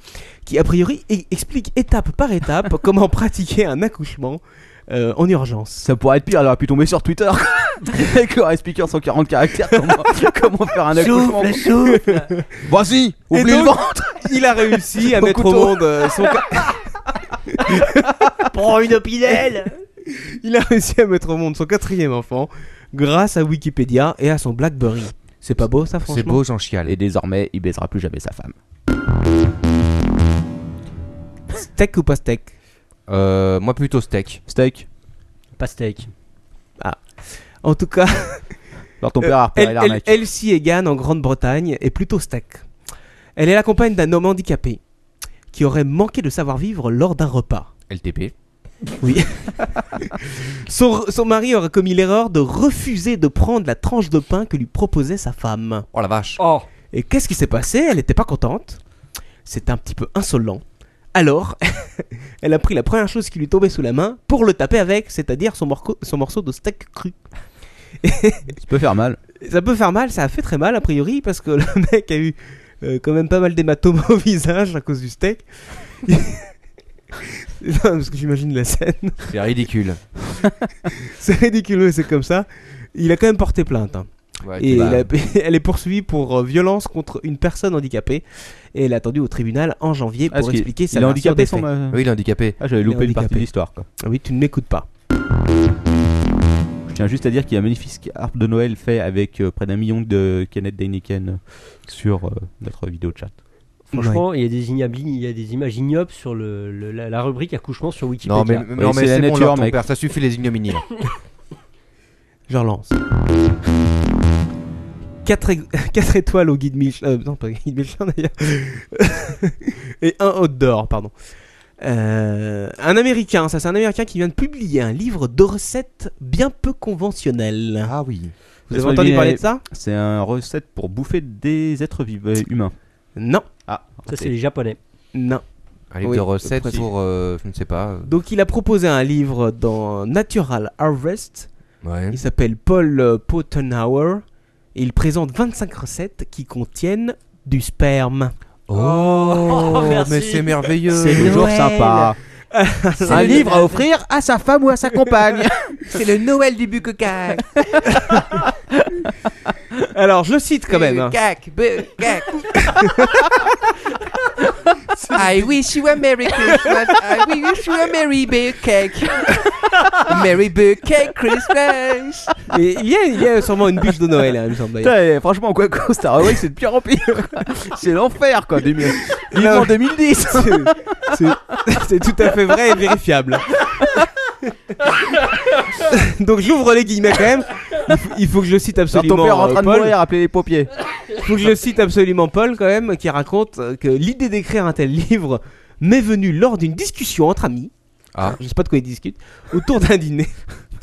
[SPEAKER 5] qui a priori e- explique étape par étape comment pratiquer un accouchement euh, en urgence.
[SPEAKER 3] Ça pourrait être pire, elle aurait pu tomber sur Twitter. [LAUGHS] Avec un speaker 140 caractères, comment, [LAUGHS] comment faire un accouchement [LAUGHS] Vas-y,
[SPEAKER 5] Et
[SPEAKER 3] oublie le
[SPEAKER 5] donc-
[SPEAKER 3] ventre
[SPEAKER 5] [LAUGHS] Il a réussi à
[SPEAKER 3] Au
[SPEAKER 5] mettre au
[SPEAKER 3] couteau.
[SPEAKER 5] monde euh,
[SPEAKER 3] [LAUGHS]
[SPEAKER 5] son ca-
[SPEAKER 4] Prends une
[SPEAKER 3] [LAUGHS]
[SPEAKER 4] opinel
[SPEAKER 5] il a réussi à mettre au monde son quatrième enfant grâce à Wikipédia et à son BlackBerry. C'est pas beau ça franchement
[SPEAKER 6] C'est beau, j'en chiale.
[SPEAKER 3] Et désormais, il baisera plus jamais sa femme.
[SPEAKER 5] Steak ou pas steak
[SPEAKER 6] Euh, moi plutôt steak.
[SPEAKER 3] Steak,
[SPEAKER 4] Pastèque.
[SPEAKER 5] Ah. En tout
[SPEAKER 3] [LAUGHS]
[SPEAKER 5] cas, euh,
[SPEAKER 3] alors ton père a repéré
[SPEAKER 5] elle- elle-
[SPEAKER 3] l'arnaque.
[SPEAKER 5] Elsie Egan en Grande-Bretagne est plutôt steak. Elle est la compagne d'un homme handicapé qui aurait manqué de savoir-vivre lors d'un repas.
[SPEAKER 6] LTP.
[SPEAKER 5] [LAUGHS] Son, son mari aurait commis l'erreur de refuser de prendre la tranche de pain que lui proposait sa femme.
[SPEAKER 6] Oh la vache.
[SPEAKER 4] Oh
[SPEAKER 5] Et qu'est-ce qui s'est passé Elle n'était pas contente. C'était un petit peu insolent. Alors, [LAUGHS] elle a pris la première chose qui lui tombait sous la main pour le taper avec, c'est-à-dire son, morco- son morceau de steak cru.
[SPEAKER 3] Ça peut faire mal.
[SPEAKER 5] Ça peut faire mal, ça a fait très mal a priori, parce que [LAUGHS] le mec a eu euh, quand même pas mal d'hématomes [LAUGHS] au visage à cause du steak. [LAUGHS] Non, parce que j'imagine la scène.
[SPEAKER 6] C'est ridicule.
[SPEAKER 5] [LAUGHS] C'est ridicule, c'est comme ça. Il a quand même porté plainte. hein. Et
[SPEAKER 6] bah,
[SPEAKER 5] elle a- [LAUGHS] elle est poursuivie pour euh, violence contre une personne handicapée et elle est attendue au tribunal en janvier
[SPEAKER 3] Ah,
[SPEAKER 5] pour
[SPEAKER 3] parce qu'il-
[SPEAKER 5] expliquer sa
[SPEAKER 3] il a
[SPEAKER 5] version
[SPEAKER 3] handicapé
[SPEAKER 5] des
[SPEAKER 3] son.
[SPEAKER 5] faits.
[SPEAKER 3] ma-
[SPEAKER 6] Oui, il est handicapé.
[SPEAKER 3] Ah, j'avais
[SPEAKER 5] Il est
[SPEAKER 3] loupé une partie
[SPEAKER 5] handicapé.
[SPEAKER 3] de l'histoire. quoi.
[SPEAKER 5] Ah Oui, tu ne m'écoutes pas.
[SPEAKER 3] Je tiens juste à dire qu'il y a un magnifique arbre de Noël fait avec euh, près d'un million de canettes d'Heineken sur euh, notre vidéo chat.
[SPEAKER 4] Franchement, il, y a des ignobles- il y a des images ignobles sur le, le- la, la rubrique accouchement sur Wikipédia.
[SPEAKER 6] Non mais, non,
[SPEAKER 3] c'est
[SPEAKER 6] mais
[SPEAKER 3] la
[SPEAKER 6] c'est bon,
[SPEAKER 3] nature,
[SPEAKER 6] leur ton
[SPEAKER 3] mec.
[SPEAKER 6] père, ça suffit les ignominies. [LAUGHS] là.
[SPEAKER 5] Je relance. 4, [LAUGHS] étoiles au guide Michelin. euh, non, pas guide Michelin d'ailleurs. [LAUGHS] et un outdoor, pardon. Euh, un américain, ça c'est un américain qui vient de publier un livre de recettes bien peu conventionnelles.
[SPEAKER 6] Ah oui.
[SPEAKER 5] Vous avez
[SPEAKER 3] Laisse-moi
[SPEAKER 5] entendu
[SPEAKER 3] deviner.
[SPEAKER 5] parler de ça
[SPEAKER 3] C'est un recette pour bouffer des êtres vivants euh, humains.
[SPEAKER 5] Non,
[SPEAKER 3] Ah,
[SPEAKER 4] Ça, c'est les Japonais.
[SPEAKER 5] non.
[SPEAKER 6] Un livre
[SPEAKER 5] Oui,
[SPEAKER 6] de recettes
[SPEAKER 5] presque.
[SPEAKER 6] pour, euh, je ne sais pas. euh,
[SPEAKER 5] Donc il a proposé un livre dans Natural Harvest
[SPEAKER 6] Ouais.
[SPEAKER 5] Il s'appelle Paul euh, Pottenhauer et il présente 25 recettes qui contiennent du sperme.
[SPEAKER 6] Oh,
[SPEAKER 4] merci.
[SPEAKER 6] mais c'est merveilleux.
[SPEAKER 3] c'est toujours
[SPEAKER 5] Noël. [LAUGHS]
[SPEAKER 3] sympa. un
[SPEAKER 5] le-
[SPEAKER 3] livre à offrir à sa femme ou à sa compagne.
[SPEAKER 6] [LAUGHS] C'est le Noël du bucocac.
[SPEAKER 5] Alors je le cite quand
[SPEAKER 3] Ah.
[SPEAKER 5] même. hein.
[SPEAKER 6] Bucac,
[SPEAKER 3] [LAUGHS]
[SPEAKER 6] bucac. I wish you a Merry Christmas. I wish you a Merry
[SPEAKER 3] [LAUGHS]
[SPEAKER 6] Bucac. Merry Bucac Christmas.
[SPEAKER 5] [LAUGHS] Et il, y a, il y a sûrement une bûche de Noël, hein, il me semble. d'ailleurs.
[SPEAKER 3] Putain, eh, franchement, quoi qu'au Star Wars, c'est de pire en pire. c'est l'enfer, quoi. 2000... Vivement
[SPEAKER 5] Là,
[SPEAKER 3] 2010.
[SPEAKER 5] [LAUGHS] C'est- c'est- C'est tout à fait vrai et vérifiable. [LAUGHS] Donc j'ouvre les guillemets quand même. Il faut, il faut que je cite
[SPEAKER 3] Alors,
[SPEAKER 5] absolument
[SPEAKER 3] ton père est en
[SPEAKER 5] euh,
[SPEAKER 3] train de
[SPEAKER 5] Paul.
[SPEAKER 3] mourir, appelez les pompiers.
[SPEAKER 5] faut que je cite absolument Paul quand même, qui raconte euh, que l'idée d'écrire un tel livre m'est venue lors d'une discussion entre amis.
[SPEAKER 6] Ah.
[SPEAKER 5] Je sais pas de quoi ils discutent. Autour d'un dîner.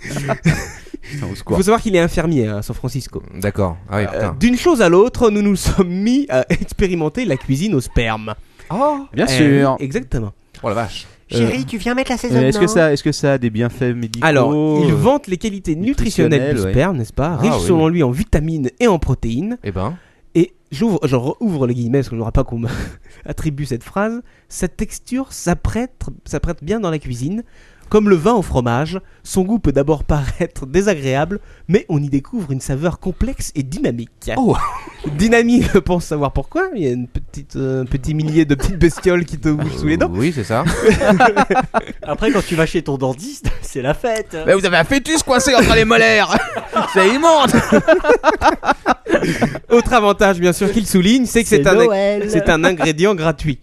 [SPEAKER 3] Putain, au
[SPEAKER 5] Il
[SPEAKER 3] secours.
[SPEAKER 5] faut savoir qu'il est infirmier hein, à San Francisco.
[SPEAKER 6] D'accord. Ah oui,
[SPEAKER 5] Euh,
[SPEAKER 6] putain.
[SPEAKER 5] D'une chose à l'autre, nous nous sommes mis à [LAUGHS] expérimenter la cuisine au sperme.
[SPEAKER 3] Bien
[SPEAKER 5] Euh,
[SPEAKER 3] sûr.
[SPEAKER 5] exactement.
[SPEAKER 6] Ah, Oh la vache.
[SPEAKER 3] Chérie,
[SPEAKER 4] tu viens mettre la saison
[SPEAKER 3] Euh, Est-ce que, ça- est-ce que ça a des bienfaits médicaux
[SPEAKER 5] Alors, il
[SPEAKER 3] euh,
[SPEAKER 5] vante les qualités nutritionnelles du
[SPEAKER 3] nutritionnelles, ouais.
[SPEAKER 5] sperme, n'est-ce pas
[SPEAKER 6] Ah,
[SPEAKER 5] Riche
[SPEAKER 6] oui.
[SPEAKER 5] selon lui en vitamines et en protéines.
[SPEAKER 6] Eh ben.
[SPEAKER 5] Et j'ouvre, je rouvre les guillemets parce que je n'aurai pas qu'on [LAUGHS] m'attribue cette phrase. Sa texture s'apprête, s'apprête bien dans la cuisine. Comme le vin au fromage, son goût peut d'abord paraître désagréable, mais on y découvre une saveur complexe et dynamique. [LAUGHS]
[SPEAKER 6] Oh.
[SPEAKER 5] dynamique, je pense savoir pourquoi. Il y a une petite, euh, un petit millier de petites bestioles qui te bougent sous les dents.
[SPEAKER 6] Euh, Oui, c'est
[SPEAKER 5] [LAUGHS]
[SPEAKER 6] ça.
[SPEAKER 4] Après, quand tu vas chez ton dentiste, c'est la fête.
[SPEAKER 2] Mais vous avez un fœtus coincé entre les
[SPEAKER 3] [LAUGHS]
[SPEAKER 2] molaires C'est immonde
[SPEAKER 5] Autre avantage, bien sûr, qu'il souligne, c'est que c'est un,
[SPEAKER 4] Noël.
[SPEAKER 5] c'est un ingrédient gratuit.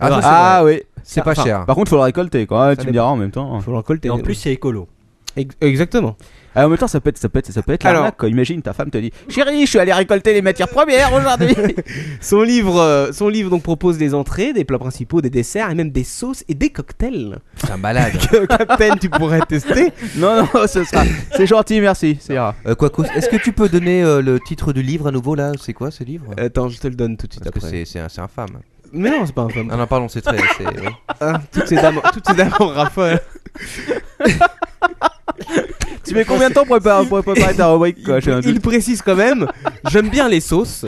[SPEAKER 6] Ah, ça, c'est
[SPEAKER 3] Ah oui.
[SPEAKER 6] C'est pas
[SPEAKER 5] Enfin,
[SPEAKER 6] cher.
[SPEAKER 3] Par contre, faut le récolter, quoi. Ah,
[SPEAKER 5] Ça
[SPEAKER 3] tu me
[SPEAKER 5] dépend.
[SPEAKER 3] diras en même temps.
[SPEAKER 5] Faut le récolter.
[SPEAKER 4] Et en plus, c'est écolo.
[SPEAKER 5] Ex- exactement.
[SPEAKER 3] Ah, en même temps, ça peut être, ça peut être, ça peut être
[SPEAKER 5] Alors-
[SPEAKER 3] l'arnaque, quoi. Imagine, ta femme te dit Chérie, je suis allé récolter les matières premières aujourd'hui.
[SPEAKER 5] [LAUGHS] Son livre, euh, son livre donc propose des entrées, des plats principaux, des desserts et même des sauces et des cocktails.
[SPEAKER 6] C'est un malade.
[SPEAKER 5] [LAUGHS] Que, Captain, tu pourrais tester.
[SPEAKER 3] non,
[SPEAKER 5] [LAUGHS]
[SPEAKER 3] non, ce sera. C'est gentil, merci. C'est rare.
[SPEAKER 6] Euh, quoi qu'au- Est-ce que tu peux donner euh, le titre du livre à nouveau là C'est quoi ce livre
[SPEAKER 5] Attends, je te le donne tout de suite
[SPEAKER 6] Parce que c'est
[SPEAKER 5] après.
[SPEAKER 6] c'est un- c'est infâme.
[SPEAKER 5] Mais non, c'est pas Ah, un femme.
[SPEAKER 6] Ah non, pardon, c'est très. c'est- oui. [LAUGHS] Oh,
[SPEAKER 5] Hein, toutes ces dames, toutes ces dames en rafale.
[SPEAKER 3] Tu mets combien de temps pour préparer, pour préparer ta rubrique quoi, j'ai un
[SPEAKER 5] Il
[SPEAKER 3] doute.
[SPEAKER 5] précise quand même, j'aime bien les
[SPEAKER 3] [LAUGHS]
[SPEAKER 5] sauces.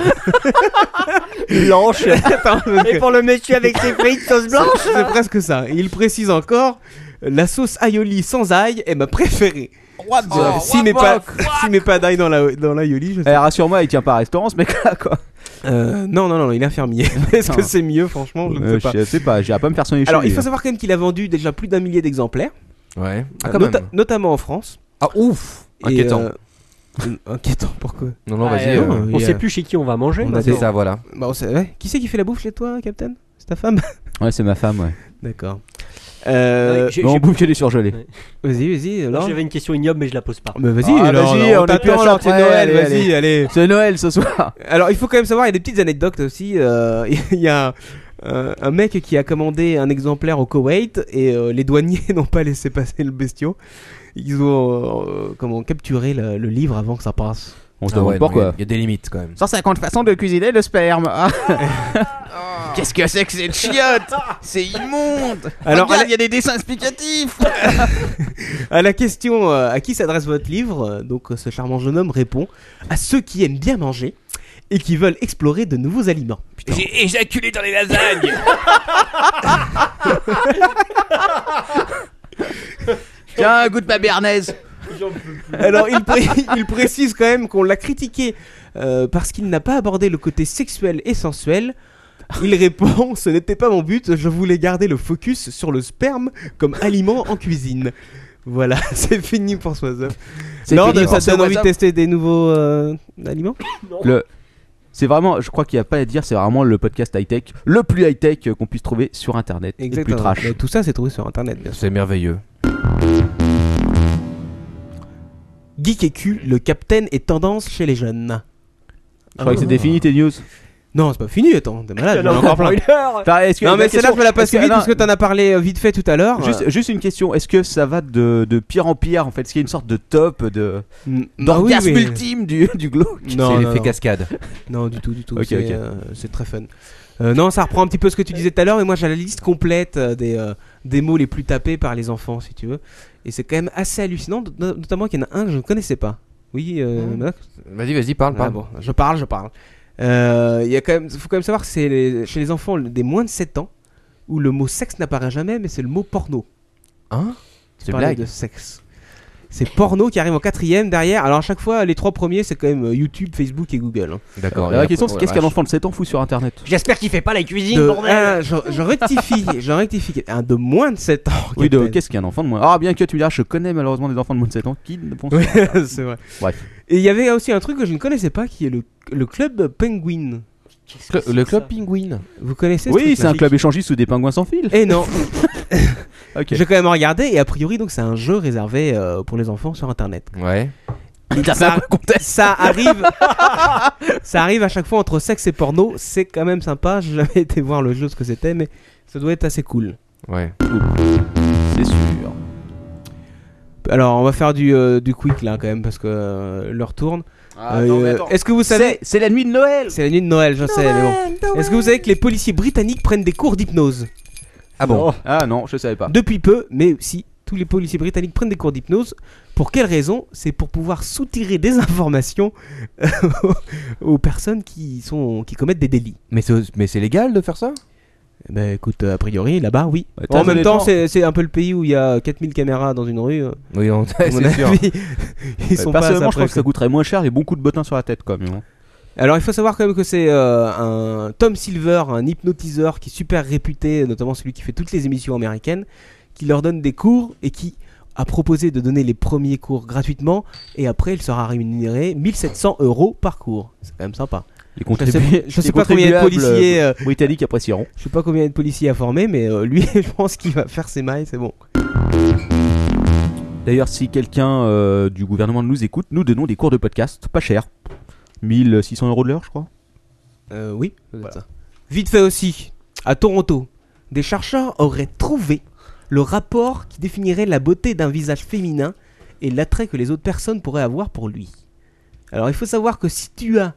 [SPEAKER 4] Blanche.
[SPEAKER 5] Attends, parce que
[SPEAKER 4] Et pour le monsieur avec ses frites sauce blanche.
[SPEAKER 5] C'est presque ça. Il précise encore, la sauce aioli sans ail est ma préférée. Euh, S'il met pas, s'il met pas d'ail dans la dans l'aioli, je sais.
[SPEAKER 3] Eh, rassure-moi, il tient pas à restaurant ce mec-là quoi.
[SPEAKER 5] Euh, non non non, il est
[SPEAKER 3] [LAUGHS]
[SPEAKER 5] infirmier. Est-ce que c'est mieux, franchement, je ne
[SPEAKER 3] Euh,
[SPEAKER 5] sais pas.
[SPEAKER 3] je sais pas, j'irai pas me faire soigner chez hein.
[SPEAKER 5] Alors,
[SPEAKER 3] lui.
[SPEAKER 5] il faut savoir quand même qu'il a vendu déjà plus d'un millier d'exemplaires,
[SPEAKER 6] Ouais. Ah,
[SPEAKER 5] euh,
[SPEAKER 6] quand
[SPEAKER 5] nota-
[SPEAKER 6] même.
[SPEAKER 5] notamment en France.
[SPEAKER 6] Ah, ouf
[SPEAKER 5] Et,
[SPEAKER 6] Inquiétant.
[SPEAKER 5] euh, euh, inquiétant, pourquoi
[SPEAKER 6] Non, non,
[SPEAKER 4] Ah,
[SPEAKER 6] vas-y.
[SPEAKER 5] euh,
[SPEAKER 6] euh,
[SPEAKER 5] oui,
[SPEAKER 4] On
[SPEAKER 5] euh,
[SPEAKER 4] sait plus chez qui on va manger.
[SPEAKER 5] on a
[SPEAKER 4] maintenant.
[SPEAKER 6] C'est ça, voilà.
[SPEAKER 5] Bah, on sait- ouais. Qui c'est qui fait la bouffe chez toi, Captain C'est ta femme
[SPEAKER 3] Ouais, c'est ma femme, ouais.
[SPEAKER 5] D'accord. Euh,
[SPEAKER 4] Ouais, j'ai-
[SPEAKER 3] Bon, on
[SPEAKER 4] j'ai-
[SPEAKER 3] bouffe que des surgelés.
[SPEAKER 5] vas-y, vas-y, alors.
[SPEAKER 4] J'avais une question ignoble, mais je la pose pas.
[SPEAKER 5] Bah, vas-y,
[SPEAKER 3] Ah,
[SPEAKER 5] alors,
[SPEAKER 3] vas-y,
[SPEAKER 5] alors,
[SPEAKER 3] on est plus
[SPEAKER 5] t'attend,
[SPEAKER 3] à ça
[SPEAKER 5] alors, c'est
[SPEAKER 3] après,
[SPEAKER 5] Noël,
[SPEAKER 3] allez,
[SPEAKER 5] vas-y, allez.
[SPEAKER 3] C'est Noël ce soir.
[SPEAKER 5] Alors, il faut quand même savoir, il y a des petites anecdotes aussi. euh, [LAUGHS] Il y a un, un mec qui a commandé un exemplaire au Koweït et euh, les douaniers [LAUGHS] n'ont pas laissé passer le bestiau. Ils ont euh, comment capturé le, le livre avant que ça passe.
[SPEAKER 3] On se
[SPEAKER 6] Ah
[SPEAKER 3] demande
[SPEAKER 6] ouais, non,
[SPEAKER 3] pourquoi.
[SPEAKER 6] Il y a des limites quand même.
[SPEAKER 2] 150 façons de cuisiner le sperme. Ah. Qu'est-ce que c'est que cette chiotte C'est immonde
[SPEAKER 6] Oh,
[SPEAKER 5] Alors, à
[SPEAKER 2] Regarde,
[SPEAKER 5] la,
[SPEAKER 2] il y a des dessins explicatifs
[SPEAKER 5] [LAUGHS] à la question euh, à qui s'adresse votre livre, euh, donc euh, ce charmant jeune homme répond à ceux qui aiment bien manger et qui veulent explorer de nouveaux aliments. [LAUGHS] Putain.
[SPEAKER 9] J'ai éjaculé dans les lasagnes
[SPEAKER 10] Ah,
[SPEAKER 2] Tiens, un goût de béarnaise
[SPEAKER 5] [LAUGHS] Alors, il, pré- [LAUGHS] il précise quand même qu'on l'a critiqué euh, parce qu'il n'a pas abordé le côté sexuel et sensuel. Il répond Ce n'était pas mon but, je voulais garder le focus sur le sperme comme aliment en cuisine. Voilà, [LAUGHS] c'est fini pour Soiseuf. Lord,
[SPEAKER 3] fini
[SPEAKER 5] ça
[SPEAKER 3] pour
[SPEAKER 5] te donne envie de
[SPEAKER 3] Soiseuf.
[SPEAKER 5] tester des nouveaux euh, aliments
[SPEAKER 3] Le... C'est vraiment, je crois qu'il n'y a pas à dire, c'est vraiment le podcast high-tech, le plus high-tech euh, qu'on puisse trouver sur internet. et le plus trash.
[SPEAKER 5] Mais tout ça, c'est trouvé sur internet, bien
[SPEAKER 6] [LAUGHS]
[SPEAKER 5] sûr.
[SPEAKER 6] C'est merveilleux.
[SPEAKER 5] Geek et cul, le capitaine est tendance chez les jeunes.
[SPEAKER 3] Je crois que c'était fini tes news.
[SPEAKER 5] Non, c'est pas fini, attends, t'es malade, [LAUGHS] j'en ai encore plein.
[SPEAKER 3] Enfin, est-ce que-
[SPEAKER 5] Non, mais
[SPEAKER 3] question-
[SPEAKER 5] celle-là, je me la passe
[SPEAKER 3] est-ce que-
[SPEAKER 5] vite
[SPEAKER 3] non,
[SPEAKER 5] parce que t'en as parlé euh, vite fait tout à l'heure.
[SPEAKER 3] Juste, juste une question, est-ce que ça va de, de pire en pire en fait Est-ce qu'il y a une sorte de top, de
[SPEAKER 5] Mm, bah oui,
[SPEAKER 3] d'orgasme
[SPEAKER 5] oui.
[SPEAKER 6] [LAUGHS]
[SPEAKER 3] ultime du, du glauque
[SPEAKER 5] Non,
[SPEAKER 6] c'est
[SPEAKER 5] non,
[SPEAKER 6] l'effet
[SPEAKER 5] non.
[SPEAKER 6] cascade.
[SPEAKER 5] Non, du tout, du tout.
[SPEAKER 3] Ok,
[SPEAKER 5] c'est
[SPEAKER 3] ok.
[SPEAKER 5] euh, c'est très fun. Euh, non, ça reprend un petit peu ce que tu disais tout à l'heure, mais moi j'ai la liste complète euh, des, euh, des mots les plus tapés par les enfants, si tu veux. Et c'est quand même assez hallucinant, not- notamment qu'il y en a un que je ne connaissais pas. Oui, euh, Madoc
[SPEAKER 6] Mmh. Vas-y, vas-y, parle,
[SPEAKER 5] Ah,
[SPEAKER 6] parle.
[SPEAKER 5] bon, je parle, je parle. Euh, Il y a quand même, faut quand même savoir que c'est les- chez les enfants des moins de 7 ans où le mot sexe n'apparaît jamais, mais c'est le mot porno.
[SPEAKER 6] Hein
[SPEAKER 5] Tu
[SPEAKER 6] C'est
[SPEAKER 5] parlais
[SPEAKER 6] blague.
[SPEAKER 5] de sexe. C'est porno qui arrive en quatrième derrière. Alors à chaque fois, les trois premiers, c'est quand même euh, YouTube, Facebook et Google. hein.
[SPEAKER 6] D'accord.
[SPEAKER 3] La vraie question c'est qu'est-ce qu'un enfant de 7 ans fout sur internet
[SPEAKER 4] J'espère qu'il fait pas la cuisine,
[SPEAKER 5] De-
[SPEAKER 4] bordel.
[SPEAKER 5] ah, je,
[SPEAKER 4] [LAUGHS]
[SPEAKER 5] je rectifie, je rectifie. Un de moins de 7 ans.
[SPEAKER 3] Oui, de
[SPEAKER 5] Captain.
[SPEAKER 3] qu'est-ce qu'un enfant de moins Ah, bien que tu me diras, je connais malheureusement des enfants de moins de 7 ans qui ne font
[SPEAKER 5] Oui, [LAUGHS] c'est vrai.
[SPEAKER 3] Bref.
[SPEAKER 5] Et il y avait aussi un truc que je ne connaissais pas qui est le, le club Penguin.
[SPEAKER 6] Le club pingouin.
[SPEAKER 5] Vous connaissez ce
[SPEAKER 3] Oui, c'est
[SPEAKER 5] truc-là
[SPEAKER 3] un club échangiste ou des pingouins sans fil.
[SPEAKER 5] Eh non,
[SPEAKER 3] [LAUGHS]
[SPEAKER 5] [LAUGHS]
[SPEAKER 3] Ok.
[SPEAKER 5] j'ai quand même regardé et a priori donc c'est un jeu réservé euh, pour les enfants sur internet.
[SPEAKER 6] Ouais.
[SPEAKER 5] Ça, ça arrive, ça arrive à chaque fois entre sexe et porno. C'est quand même sympa. J'ai jamais été voir le jeu ce que c'était, mais ça doit être assez cool.
[SPEAKER 6] Ouais.
[SPEAKER 3] C'est sûr.
[SPEAKER 5] Alors on va faire du, euh, du quick là quand même parce que euh, l'heure tourne. Euh, Est-ce que vous
[SPEAKER 2] C'est
[SPEAKER 5] savez
[SPEAKER 2] c'est la nuit de Noël
[SPEAKER 5] C'est la nuit de Noël, je sais, mais bon. Est-ce que vous savez que les policiers britanniques prennent des cours d'hypnose
[SPEAKER 6] Ah bon
[SPEAKER 3] Ah non, je savais pas.
[SPEAKER 5] Depuis peu, mais si, tous les policiers britanniques prennent des cours d'hypnose. Pour quelle raison C'est pour pouvoir soutirer des [LAUGHS] informations euh, aux personnes qui, sont, qui commettent des délits.
[SPEAKER 6] Mais c'est mais c'est légal de faire ça
[SPEAKER 5] Bah écoute, euh, a priori, là-bas, oui.
[SPEAKER 3] Ouais, t'as
[SPEAKER 5] en même
[SPEAKER 3] des
[SPEAKER 5] temps,
[SPEAKER 3] gens.
[SPEAKER 5] c'est c'est un peu le pays où il y a 4000 caméras dans une rue. euh,
[SPEAKER 6] Oui,
[SPEAKER 3] [LAUGHS]
[SPEAKER 6] non,
[SPEAKER 5] à mon
[SPEAKER 6] c'est sûr.
[SPEAKER 5] avis. Ils
[SPEAKER 3] Ouais,
[SPEAKER 5] sont pas à ça
[SPEAKER 3] Personnellement, je crois que
[SPEAKER 5] près,
[SPEAKER 3] ça coûterait moins cher les bons coups de bottin sur la tête, hein. quoi. Mais bon.
[SPEAKER 5] Alors il faut savoir quand même que c'est euh, un Tom Silver, un hypnotiseur qui est super réputé, notamment celui qui fait toutes les émissions américaines, qui leur donne des cours et qui a proposé de donner les premiers cours gratuitement et après il sera rémunéré 1700 euros par cours. C'est quand même sympa.
[SPEAKER 3] Les
[SPEAKER 5] Je sais,
[SPEAKER 3] contribu-
[SPEAKER 5] je sais
[SPEAKER 3] les
[SPEAKER 5] pas combien de
[SPEAKER 3] contribuables,
[SPEAKER 5] policiers, euh,
[SPEAKER 3] euh, britanniques apprécieront.
[SPEAKER 5] je sais pas combien de policiers à former, mais euh, lui [LAUGHS] je pense qu'il va faire ses mailles, c'est bon.
[SPEAKER 3] D'ailleurs, si quelqu'un euh, du gouvernement nous écoute, nous donnons des cours de podcast, pas cher. 1600 euros de l'heure, je crois.
[SPEAKER 5] Euh, oui. Voilà. Vite fait aussi, à Toronto, des chercheurs auraient trouvé le rapport qui définirait la beauté d'un visage féminin et l'attrait que les autres personnes pourraient avoir pour lui. Alors il faut savoir que si tu as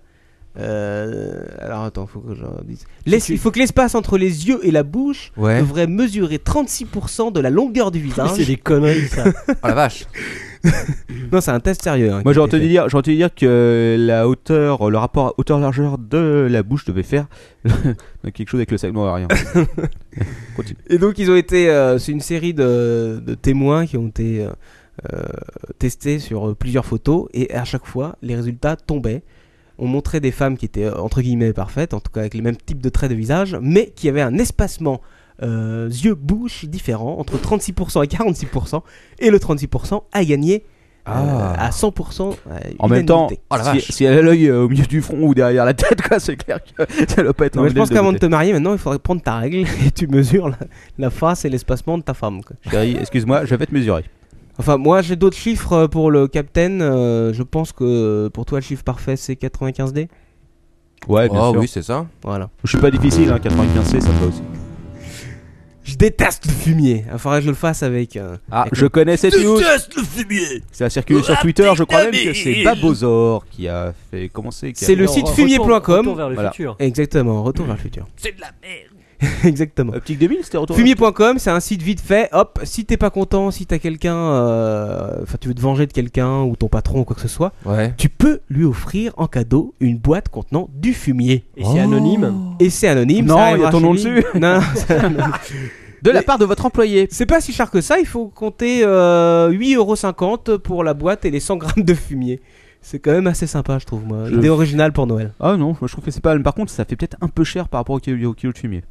[SPEAKER 5] Euh, alors attends, faut que j'en dise. L'es- Il faut que l'espace entre les yeux et la bouche
[SPEAKER 6] Ouais.
[SPEAKER 5] devrait mesurer 36% de la longueur du visage.
[SPEAKER 4] C'est des conneries
[SPEAKER 5] [LAUGHS]
[SPEAKER 4] ça.
[SPEAKER 6] Oh la vache.
[SPEAKER 5] Non, c'est un test sérieux. hein, qui
[SPEAKER 3] Moi, j'ai
[SPEAKER 5] a été
[SPEAKER 3] entendu
[SPEAKER 5] fait.
[SPEAKER 3] dire, j'ai entendu dire que la hauteur, le rapport hauteur-largeur de la bouche devait faire [LAUGHS] quelque chose avec le sac. Non, rien.
[SPEAKER 5] [LAUGHS] Et donc, ils ont été. euh, c'est une série de, de témoins qui ont été euh, euh, testés sur euh, plusieurs photos et à chaque fois, les résultats tombaient. On montrait des femmes qui étaient euh, entre guillemets parfaites, en tout cas avec les mêmes types de traits de visage, mais qui avaient un espacement euh, yeux-bouche différent entre 36% et 46%, et le 36% a gagné euh,
[SPEAKER 6] Ah.
[SPEAKER 5] à 100%. euh,
[SPEAKER 3] En même temps,
[SPEAKER 5] unanimité.
[SPEAKER 6] Oh la
[SPEAKER 3] si,
[SPEAKER 6] vache.
[SPEAKER 3] si elle a l'œil euh, au milieu du front ou derrière la tête, quoi, [LAUGHS] c'est clair que ça doit pas être.
[SPEAKER 5] Non,
[SPEAKER 3] un
[SPEAKER 5] mais je
[SPEAKER 3] modèle
[SPEAKER 5] pense qu'avant de
[SPEAKER 3] beauté.
[SPEAKER 5] te marier, maintenant, il faudrait prendre ta règle [LAUGHS] et tu mesures la, la face et l'espacement de ta femme. quoi.
[SPEAKER 3] Chérie, excuse-moi, je vais te mesurer.
[SPEAKER 5] Enfin, moi, j'ai d'autres chiffres euh, pour le Captain. Euh, je pense que euh, pour toi, le chiffre parfait, c'est 95D.
[SPEAKER 3] Ouais, bien
[SPEAKER 6] Oh
[SPEAKER 3] sûr.
[SPEAKER 6] oui, c'est ça.
[SPEAKER 5] Voilà.
[SPEAKER 3] Je suis pas difficile, hein, 95C, ça me va aussi.
[SPEAKER 5] Je déteste le fumier. Il faudrait que je le fasse avec. euh,
[SPEAKER 3] Ah, je connais cette news.
[SPEAKER 9] le fumier
[SPEAKER 3] Ça a circulé sur Twitter, je crois même que c'est Babozor qui a fait commencer. qui a-
[SPEAKER 5] C'est le
[SPEAKER 4] Non,
[SPEAKER 5] site
[SPEAKER 4] re-
[SPEAKER 5] fumier.com.
[SPEAKER 4] retour- retour vers le
[SPEAKER 3] Voilà.
[SPEAKER 4] futur.
[SPEAKER 5] Exactement, retour vers le futur.
[SPEAKER 9] C'est de la merde
[SPEAKER 5] [LAUGHS] Exactement.
[SPEAKER 3] Euh, Optique 2000, c'était retour.
[SPEAKER 5] Fumier.com, c'est un site vite fait. Hop, si t'es pas content, si t'as quelqu'un. euh, Enfin, tu veux te venger de quelqu'un ou ton patron ou quoi que ce soit,
[SPEAKER 6] Ouais.
[SPEAKER 5] tu peux lui offrir en cadeau une boîte contenant du fumier. Oh.
[SPEAKER 4] Et c'est anonyme.
[SPEAKER 5] Et c'est anonyme.
[SPEAKER 3] Non,
[SPEAKER 5] ça
[SPEAKER 3] il y a
[SPEAKER 5] arrivera
[SPEAKER 3] ton
[SPEAKER 5] chez
[SPEAKER 3] nom
[SPEAKER 5] lui.
[SPEAKER 3] dessus.
[SPEAKER 5] [LAUGHS] Non, non, ça-
[SPEAKER 3] [LAUGHS] De la part de votre employé.
[SPEAKER 5] C'est pas si cher que ça, il faut compter euh, 8,50€ pour la boîte et les 100 grammes de fumier. C'est quand même assez sympa, je trouve, moi.
[SPEAKER 3] Je-
[SPEAKER 5] Idée originale pour Noël.
[SPEAKER 3] Ah non, moi, je trouve que c'est pas mal. Par contre, ça fait peut-être un peu cher par rapport au kilo, au kilo de fumier.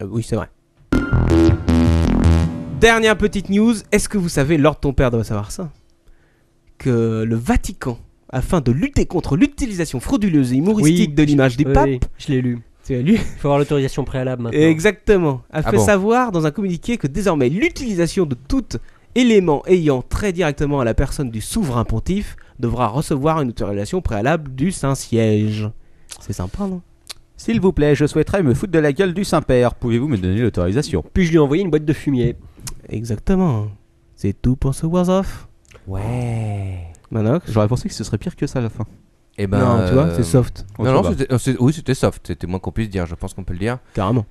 [SPEAKER 3] Ah
[SPEAKER 5] Euh, oui, c'est vrai. Dernière petite news, est-ce que vous savez, Lord ton père doit savoir ça, que le Vatican, afin de lutter contre l'utilisation frauduleuse et humoristique
[SPEAKER 4] Oui,
[SPEAKER 5] de l'image des
[SPEAKER 4] Oui,
[SPEAKER 5] papes,
[SPEAKER 4] oui, je l'ai lu.
[SPEAKER 5] tu as lu
[SPEAKER 4] Il faut avoir l'autorisation préalable maintenant.
[SPEAKER 5] Exactement. A
[SPEAKER 6] Ah
[SPEAKER 5] fait
[SPEAKER 6] bon.
[SPEAKER 5] savoir dans un communiqué que désormais l'utilisation de tout élément ayant trait directement à la personne du souverain pontife devra recevoir une autorisation préalable du Saint-Siège. C'est sympa, non
[SPEAKER 3] S'il vous plaît, je souhaiterais me foutre de la gueule du Saint-Père. Pouvez-vous me donner l'autorisation
[SPEAKER 4] Puis je lui ai envoyé une boîte de fumier.
[SPEAKER 5] Exactement. C'est tout pour ce Wars Off. Ouais. Manox
[SPEAKER 3] J'aurais pensé que ce serait pire que ça à la fin.
[SPEAKER 6] Et ben.
[SPEAKER 5] Non, tu vois,
[SPEAKER 6] euh,
[SPEAKER 5] c'est soft.
[SPEAKER 3] Oh, ça
[SPEAKER 6] Non, non,
[SPEAKER 3] va.
[SPEAKER 6] c'était- euh, c'est- oui, c'était soft. C'était moins qu'on puisse dire. Je pense qu'on peut le dire.
[SPEAKER 5] Carrément.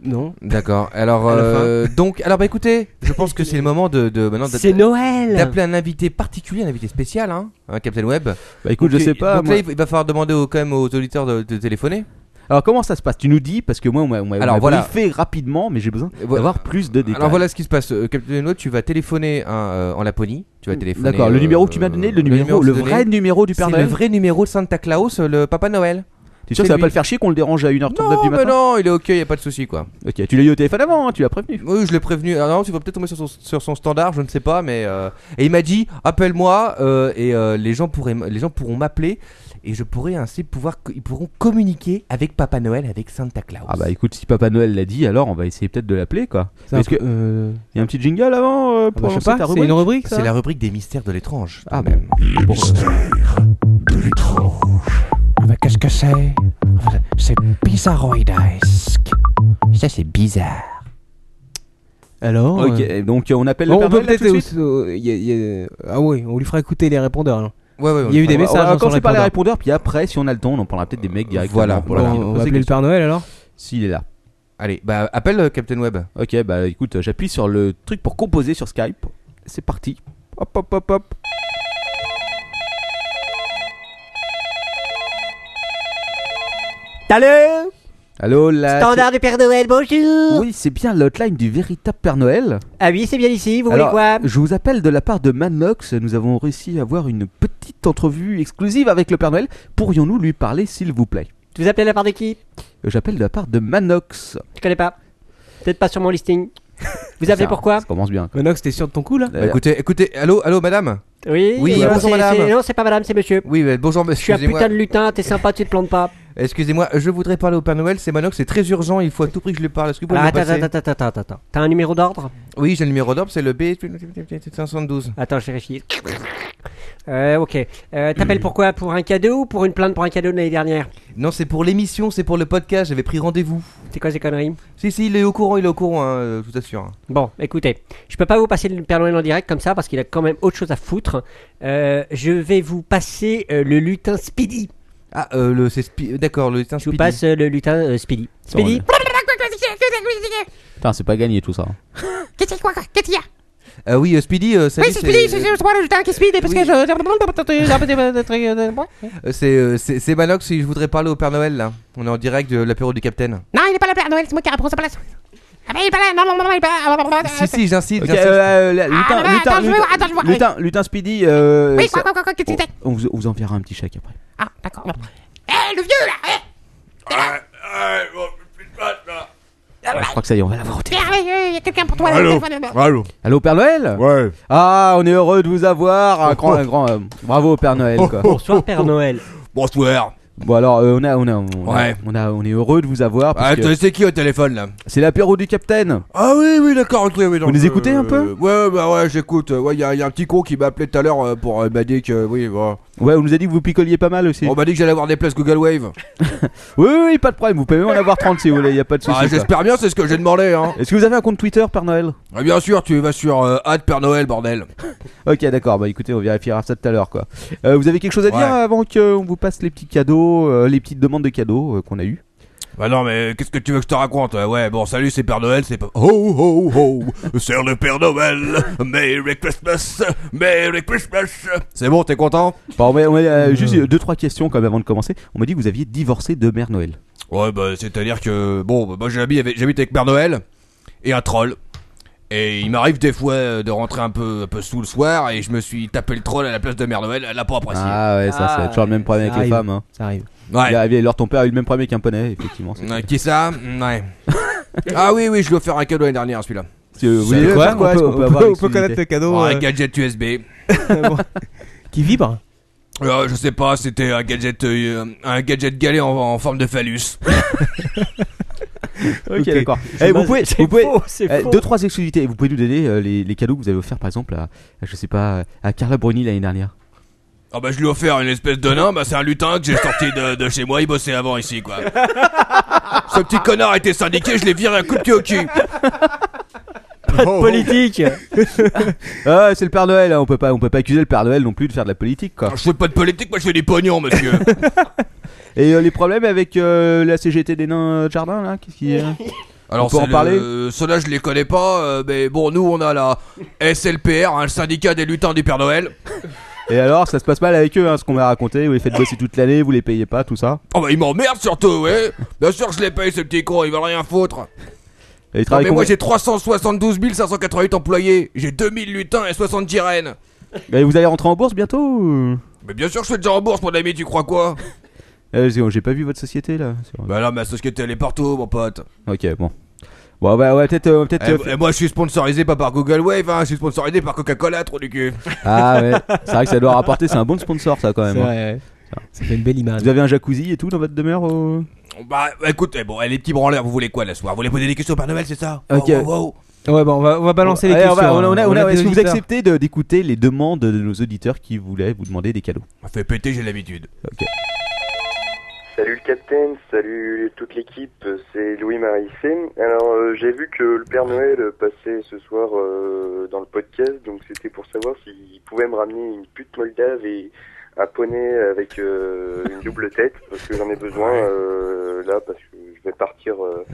[SPEAKER 5] Non
[SPEAKER 6] D'accord. Alors,
[SPEAKER 5] À la
[SPEAKER 6] euh, donc, alors bah écoutez, je pense que c'est le moment de, de maintenant d'a-
[SPEAKER 4] C'est Noël
[SPEAKER 6] d'appeler un invité particulier, un invité spécial, hein, hein, Captain Web.
[SPEAKER 3] Bah écoute,
[SPEAKER 6] Donc,
[SPEAKER 3] je sais pas.
[SPEAKER 6] Donc
[SPEAKER 3] moi-
[SPEAKER 6] là, il va falloir demander au- quand même aux auditeurs de, de téléphoner.
[SPEAKER 3] Alors comment ça se passe Tu nous dis parce que moi on m'a on m'a- on
[SPEAKER 6] Alors,
[SPEAKER 3] m'a
[SPEAKER 6] voilà.
[SPEAKER 3] briefé rapidement, mais j'ai besoin
[SPEAKER 6] Et voilà.
[SPEAKER 3] d'avoir plus de détails.
[SPEAKER 6] Alors voilà ce qui se passe. Euh, Captain Web, tu vas téléphoner hein, euh, en Laponie. Tu vas téléphoner.
[SPEAKER 3] D'accord, le
[SPEAKER 6] euh,
[SPEAKER 3] numéro que tu m'as donné, le numéro,
[SPEAKER 6] que
[SPEAKER 3] le
[SPEAKER 6] je t'ai
[SPEAKER 3] vrai
[SPEAKER 6] donné,
[SPEAKER 3] numéro du Père
[SPEAKER 6] C'est le
[SPEAKER 3] Noël.
[SPEAKER 6] vrai numéro de Santa Claus, euh, le Papa Noël.
[SPEAKER 3] T'es sûr
[SPEAKER 6] c'est
[SPEAKER 3] que ça va
[SPEAKER 6] lui.
[SPEAKER 3] pas le faire chier qu'on le dérange à 1h39
[SPEAKER 6] Non,
[SPEAKER 3] du
[SPEAKER 6] mais
[SPEAKER 3] matin
[SPEAKER 6] non, il est ok, y a pas de souci quoi.
[SPEAKER 3] Ok, tu l'as eu au téléphone avant, hein, tu l'as prévenu.
[SPEAKER 6] Oui, je l'ai prévenu. Alors, non, tu vas peut-être tomber sur son, sur son standard, je ne sais pas, mais euh, et il m'a dit appelle-moi euh, et euh, les gens pourraient, m- les gens pourront m'appeler et je pourrai ainsi pouvoir, co- ils pourront communiquer avec Papa Noël, avec Santa Claus.
[SPEAKER 3] Ah bah écoute, si Papa Noël l'a dit, alors on va essayer peut-être de l'appeler quoi. Est-ce que
[SPEAKER 5] euh,
[SPEAKER 3] y a un petit jingle avant euh,
[SPEAKER 5] ah
[SPEAKER 3] pour
[SPEAKER 5] bah, je sais pas,
[SPEAKER 3] lancer ta
[SPEAKER 5] c'est
[SPEAKER 3] rubrique
[SPEAKER 5] une rubrique ça
[SPEAKER 6] c'est la rubrique des mystères de l'étrange.
[SPEAKER 3] Ah bon.
[SPEAKER 1] Les mystères de l'étrange.
[SPEAKER 10] Ah bah, qu'est-ce que c'est Ah bah, C'est bizarroïdesque. Ça, c'est bizarre.
[SPEAKER 5] Alors euh,
[SPEAKER 3] Ok, donc euh, on appelle
[SPEAKER 5] bon,
[SPEAKER 3] le
[SPEAKER 5] on
[SPEAKER 3] Père
[SPEAKER 5] peut
[SPEAKER 3] Noël là, tout de
[SPEAKER 5] peut-être.
[SPEAKER 3] suite
[SPEAKER 5] euh, y a- y a- Ah oui, on lui fera écouter les répondeurs. alors.
[SPEAKER 6] Ouais, ouais, on
[SPEAKER 5] Il y a eu
[SPEAKER 6] fera-
[SPEAKER 5] des
[SPEAKER 3] On va-
[SPEAKER 5] messages.
[SPEAKER 3] On va
[SPEAKER 5] hein, sur
[SPEAKER 3] commencer par les
[SPEAKER 5] répondeur.
[SPEAKER 3] répondeurs, puis après, si on a le temps, on en parlera peut-être des mecs directement.
[SPEAKER 6] voilà.
[SPEAKER 3] pour la
[SPEAKER 5] Bon,
[SPEAKER 3] vie.
[SPEAKER 5] on va
[SPEAKER 3] Posez
[SPEAKER 5] appeler
[SPEAKER 3] quelque
[SPEAKER 5] le Père Noël alors
[SPEAKER 3] chose. S'il est là.
[SPEAKER 6] Allez, bah appelle euh, Captain Web.
[SPEAKER 3] Ok, bah écoute, j'appuie sur le truc pour composer sur Skype. C'est parti. Hop, hop, hop, hop.
[SPEAKER 4] Allô
[SPEAKER 3] Allô, là.
[SPEAKER 4] Standard du Père Noël, bonjour
[SPEAKER 3] Oui, c'est bien l'outline du véritable Père Noël.
[SPEAKER 4] Ah oui, c'est bien ici, vous
[SPEAKER 3] Alors,
[SPEAKER 4] voulez quoi
[SPEAKER 3] Je vous appelle de la part de Manox. Nous avons réussi à avoir une petite entrevue exclusive avec le Père Noël. Pourrions-nous lui parler, s'il vous plaît
[SPEAKER 4] Tu vous appelez de la part de qui
[SPEAKER 3] Euh, J'appelle de la part de Manox.
[SPEAKER 4] Je connais pas. Peut-être pas sur mon listing. Vous appelez
[SPEAKER 3] Ça-
[SPEAKER 4] pourquoi
[SPEAKER 3] Ça commence bien.
[SPEAKER 5] Manox, t'es sûr de ton coup là
[SPEAKER 6] Bah, écoutez, écoutez, allô, allô, madame.
[SPEAKER 4] Oui,
[SPEAKER 6] Oui,
[SPEAKER 4] non,
[SPEAKER 6] bonjour,
[SPEAKER 4] c'est-
[SPEAKER 6] madame.
[SPEAKER 4] c'est- Non, c'est pas madame, c'est monsieur.
[SPEAKER 6] Oui, bah, bonjour,
[SPEAKER 4] Je suis
[SPEAKER 6] monsieur.
[SPEAKER 4] un putain
[SPEAKER 6] Excusez-moi,
[SPEAKER 4] de lutin, t'es sympa, tu te plantes pas.
[SPEAKER 6] excusez-moi, je voudrais parler au Père Noël. C'est Manox, c'est très urgent. Il faut à tout prix que je lui parle. Est-ce que vous pouvez
[SPEAKER 4] Alors,
[SPEAKER 6] me
[SPEAKER 4] Ah, attends,
[SPEAKER 6] passer
[SPEAKER 4] attends, attends, attends, attends, attends. T'as un numéro d'ordre
[SPEAKER 6] Oui, j'ai le numéro d'ordre, c'est le B 512.
[SPEAKER 4] Attends, je vérifie. Euh, ok. Euh, T'appelles pourquoi Pour un cadeau ou pour une plainte pour un cadeau de l'année dernière
[SPEAKER 6] Non, c'est pour l'émission, c'est pour le podcast, j'avais pris rendez-vous.
[SPEAKER 4] C'est quoi ces conneries
[SPEAKER 6] Si, si, il est au courant, il est au courant, hein, euh, je vous assure.
[SPEAKER 4] Bon, écoutez, je peux pas vous passer le Père Noël en direct comme ça parce qu'il a quand même autre chose à foutre. Euh, je vais vous passer euh, le lutin Speedy.
[SPEAKER 1] Ah, euh, le, c'est Spi- euh, d'accord, le destin
[SPEAKER 4] Je vous
[SPEAKER 1] Speedy.
[SPEAKER 4] passe euh, le lutin euh, Speedy. Speedy
[SPEAKER 11] Putain, c'est pas gagné tout ça.
[SPEAKER 12] [LAUGHS] Qu'est-ce qu'il y a Qu'est-ce qu'il y a
[SPEAKER 1] Euh, oui, euh, Speedy, euh, salut,
[SPEAKER 12] Oui, c'est Speedy, c'est c'est moi le lutin qui est Speedy, parce que je...
[SPEAKER 1] euh, c'est, euh, c'est, c'est Manox, je voudrais parler au Père Noël là. On est en direct de l'apéro du Capitaine.
[SPEAKER 12] Non, il n'est pas là, Père Noël, c'est moi qui reprends sa place. Ah ben, il est pas là, non, non, non, il est pas là.
[SPEAKER 1] Si, si, j'insiste,
[SPEAKER 3] Ok,
[SPEAKER 1] j'insiste.
[SPEAKER 3] euh, euh, la-
[SPEAKER 12] Ah,
[SPEAKER 3] lutin,
[SPEAKER 12] bah,
[SPEAKER 3] lutin,
[SPEAKER 12] attends, je
[SPEAKER 3] lutin,
[SPEAKER 12] vais voir, attends, je vois.
[SPEAKER 3] lutin, lutin Speedy. euh,
[SPEAKER 12] Oui,
[SPEAKER 3] ça-
[SPEAKER 12] quoi, quoi, quoi, quoi, qu'est-ce
[SPEAKER 1] Oh.
[SPEAKER 12] que c'est
[SPEAKER 3] on, vous, on vous enverra un petit chèque après.
[SPEAKER 12] Ah, d'accord. bon. Eh, le vieux, là, eh Ah,
[SPEAKER 3] Ouais, je crois que ça y est, on va l'avoir au téléphone.
[SPEAKER 12] Pierre, eh, il y a quelqu'un pour toi, là, au
[SPEAKER 13] Allô
[SPEAKER 12] téléphone.
[SPEAKER 13] Allô
[SPEAKER 3] Allô, Père Noël
[SPEAKER 13] Ouais.
[SPEAKER 3] Ah, on est heureux de vous avoir. Un grand, un grand. euh, bravo, Père Noël. Quoi.
[SPEAKER 4] Bonsoir Père Noël.
[SPEAKER 13] Bonsoir.
[SPEAKER 3] Bon alors, euh, on a, on a, on a-
[SPEAKER 1] Ouais.
[SPEAKER 3] on a, on est heureux de vous avoir. parce
[SPEAKER 1] [LAUGHS] Ah,
[SPEAKER 3] que
[SPEAKER 1] attends, c'est qui au téléphone là
[SPEAKER 3] c'est l'apéro du Capitaine.
[SPEAKER 1] Ah oui, oui, d'accord, ok, oui. donc,
[SPEAKER 3] Vous les écoutez un peu
[SPEAKER 1] euh, Ouais, bah ouais, j'écoute. Ouais, y a, y a un petit con qui m'a appelé tout à l'heure euh, pour euh, m'a dit que oui, voilà.
[SPEAKER 3] Ouais, on nous a dit que vous picoliez pas mal aussi.
[SPEAKER 1] On m'a dit que j'allais avoir des places Google Wave.
[SPEAKER 3] [LAUGHS] Oui, oui, oui, pas de problème. Vous pouvez même en avoir 30 si vous voulez. Y a pas de souci.
[SPEAKER 1] Ah,
[SPEAKER 3] quoi.
[SPEAKER 1] j'espère bien, c'est ce que j'ai demandé, hein.
[SPEAKER 3] Est-ce que vous avez un compte Twitter, Père Noël
[SPEAKER 1] Ah, bien sûr, tu vas sur euh, Hâte Père Noël, bordel. [LAUGHS]
[SPEAKER 3] Ok, d'accord. Bah écoutez, on vérifiera ça tout à l'heure, quoi. Euh, vous avez quelque chose à
[SPEAKER 1] Ouais.
[SPEAKER 3] dire avant qu'on vous passe les petits cadeaux, euh, les petites demandes de cadeaux euh, qu'on a eues
[SPEAKER 1] Bah non, mais qu'est-ce que tu veux que je te raconte Euh, Ouais, bon, salut, c'est Père Noël, c'est pas.
[SPEAKER 13] Ho, ho, ho, c'est le Père Noël. Merry Christmas, Merry Christmas.
[SPEAKER 1] C'est bon, t'es content
[SPEAKER 3] Bon, mais, mais, euh, juste euh, deux trois questions quand même avant de commencer. On m'a dit que vous aviez divorcé de Mère Noël.
[SPEAKER 1] Ouais, bah c'est à dire que bon, bah, moi j'habite avec, j'habite avec Père Noël et un troll. Et il m'arrive des fois euh, de rentrer un peu, un peu sous le soir et je me suis tapé le troll à la place de Mère Noël, elle a pas apprécié.
[SPEAKER 3] Ah ouais, ça, c'est
[SPEAKER 8] Ah,
[SPEAKER 3] toujours le même problème
[SPEAKER 8] ça
[SPEAKER 3] avec les
[SPEAKER 8] arrive.
[SPEAKER 3] femmes. Hein.
[SPEAKER 8] Ça arrive.
[SPEAKER 1] ouais.
[SPEAKER 3] Il a- Alors ton père a eu le même problème qu'un poney,
[SPEAKER 1] [LAUGHS]
[SPEAKER 3] effectivement. c'est-
[SPEAKER 1] Euh, qui ça Mm,
[SPEAKER 3] [LAUGHS]
[SPEAKER 1] Ouais. ah oui, oui, je lui ai offert un cadeau l'année dernière celui-là.
[SPEAKER 3] Euh, Vous voulez
[SPEAKER 8] C'est
[SPEAKER 3] faire quoi Est-ce qu'on peut avoir Ah
[SPEAKER 8] on peut
[SPEAKER 3] l'exclusivité
[SPEAKER 8] connaître le cadeau
[SPEAKER 1] Oh,
[SPEAKER 8] euh,
[SPEAKER 1] un
[SPEAKER 8] [LAUGHS]
[SPEAKER 1] gadget USB.
[SPEAKER 8] bon, qui vibre.
[SPEAKER 1] Euh, je sais pas, c'était un gadget, euh, un gadget galet en, en forme de phallus.
[SPEAKER 3] [LAUGHS] Ok,
[SPEAKER 8] Ok.
[SPEAKER 3] d'accord. Eh,
[SPEAKER 4] C'est
[SPEAKER 3] vous
[SPEAKER 4] pas-
[SPEAKER 3] pouvez,
[SPEAKER 4] c'est
[SPEAKER 3] vous pouvez
[SPEAKER 4] faux, c'est
[SPEAKER 3] euh,
[SPEAKER 4] faux.
[SPEAKER 3] deux trois exclusivités. Vous pouvez nous donner euh, les, les cadeaux que vous avez offerts, par exemple, à, à, je sais pas, à Carla Bruni l'année dernière.
[SPEAKER 1] Ah bah je lui ai offert une espèce de nain, bah c'est un lutin que j'ai sorti de, de chez moi, il bossait avant ici quoi. Ce petit connard était syndiqué, je l'ai viré un coup de pied au cul. Oh.
[SPEAKER 4] Pas de politique.
[SPEAKER 3] Ah, c'est le Père Noël. hein, On peut pas, on peut pas accuser le Père Noël non plus de faire de la politique, quoi.
[SPEAKER 1] Ah, Je fais pas de politique, moi je fais des pognons monsieur.
[SPEAKER 3] Et euh, les problèmes avec euh, la CGT des nains de jardin, là, qu'est-ce qui est
[SPEAKER 1] [LAUGHS] Alors
[SPEAKER 3] On peut
[SPEAKER 1] c'est
[SPEAKER 3] en
[SPEAKER 1] le-
[SPEAKER 3] parler
[SPEAKER 1] Ceux-là je les connais pas, euh, mais bon nous on a la SLPR, hein, le syndicat des lutins du Père Noël.
[SPEAKER 3] Et alors, ça se passe mal avec eux, hein, ce qu'on m'a raconté. Vous les faites bosser toute l'année, vous les payez pas, tout ça.
[SPEAKER 1] Oh bah ils m'emmerdent surtout, ouais. Bien sûr que je les paye ce petit con, ils veulent rien foutre.
[SPEAKER 3] Et ils
[SPEAKER 1] Non,
[SPEAKER 3] travaillent
[SPEAKER 1] mais moi
[SPEAKER 3] combien-
[SPEAKER 1] j'ai 372 588 employés, j'ai 2000 lutins et 60 rennes.
[SPEAKER 3] Et vous allez rentrer en bourse bientôt ou-
[SPEAKER 1] Mais bien sûr que je suis déjà en bourse mon ami, tu crois quoi
[SPEAKER 3] Euh, j'ai- J'ai pas vu votre société là. sur-
[SPEAKER 1] Bah là ma société elle est partout mon pote.
[SPEAKER 3] Ok, bon. Bon, bah ouais, peut-être, euh, peut-être.
[SPEAKER 1] Eh,
[SPEAKER 3] euh,
[SPEAKER 1] eh, moi je suis sponsorisé pas par Google Wave, hein, je suis sponsorisé par Coca-Cola, trop du cul.
[SPEAKER 3] Ah
[SPEAKER 1] [LAUGHS]
[SPEAKER 3] ouais, c'est vrai que ça doit rapporter, c'est un bon sponsor ça quand
[SPEAKER 8] C'est
[SPEAKER 3] même. hein.
[SPEAKER 8] vrai. ouais. Ça fait une belle image.
[SPEAKER 3] Vous avez un jacuzzi et tout dans votre demeure au-
[SPEAKER 1] Bah écoutez, bon, eh, les petits branleurs, vous voulez quoi la soirée Vous voulez poser des questions au Père Noël, c'est ça
[SPEAKER 3] Ok.
[SPEAKER 1] Wow, wow, wow.
[SPEAKER 8] Ouais, bon, on va, on va balancer les
[SPEAKER 3] Eh, on
[SPEAKER 8] questions.
[SPEAKER 3] va- on a- on a-
[SPEAKER 8] hein.
[SPEAKER 3] on a-
[SPEAKER 8] On a
[SPEAKER 3] Est-ce
[SPEAKER 8] des
[SPEAKER 3] que vous
[SPEAKER 8] auditeurs.
[SPEAKER 3] acceptez de- d'écouter les demandes de nos auditeurs qui voulaient vous demander des cadeaux
[SPEAKER 1] Ça fait péter, j'ai l'habitude.
[SPEAKER 14] Salut le capitaine, salut toute l'équipe, c'est Louis Marissé. Alors euh, j'ai vu que le Père Noël passait ce soir euh, dans le podcast, donc c'était pour savoir s'il pouvait me ramener une pute moldave et un poney avec euh, une double tête, parce que j'en ai besoin euh, là, parce que je vais partir euh,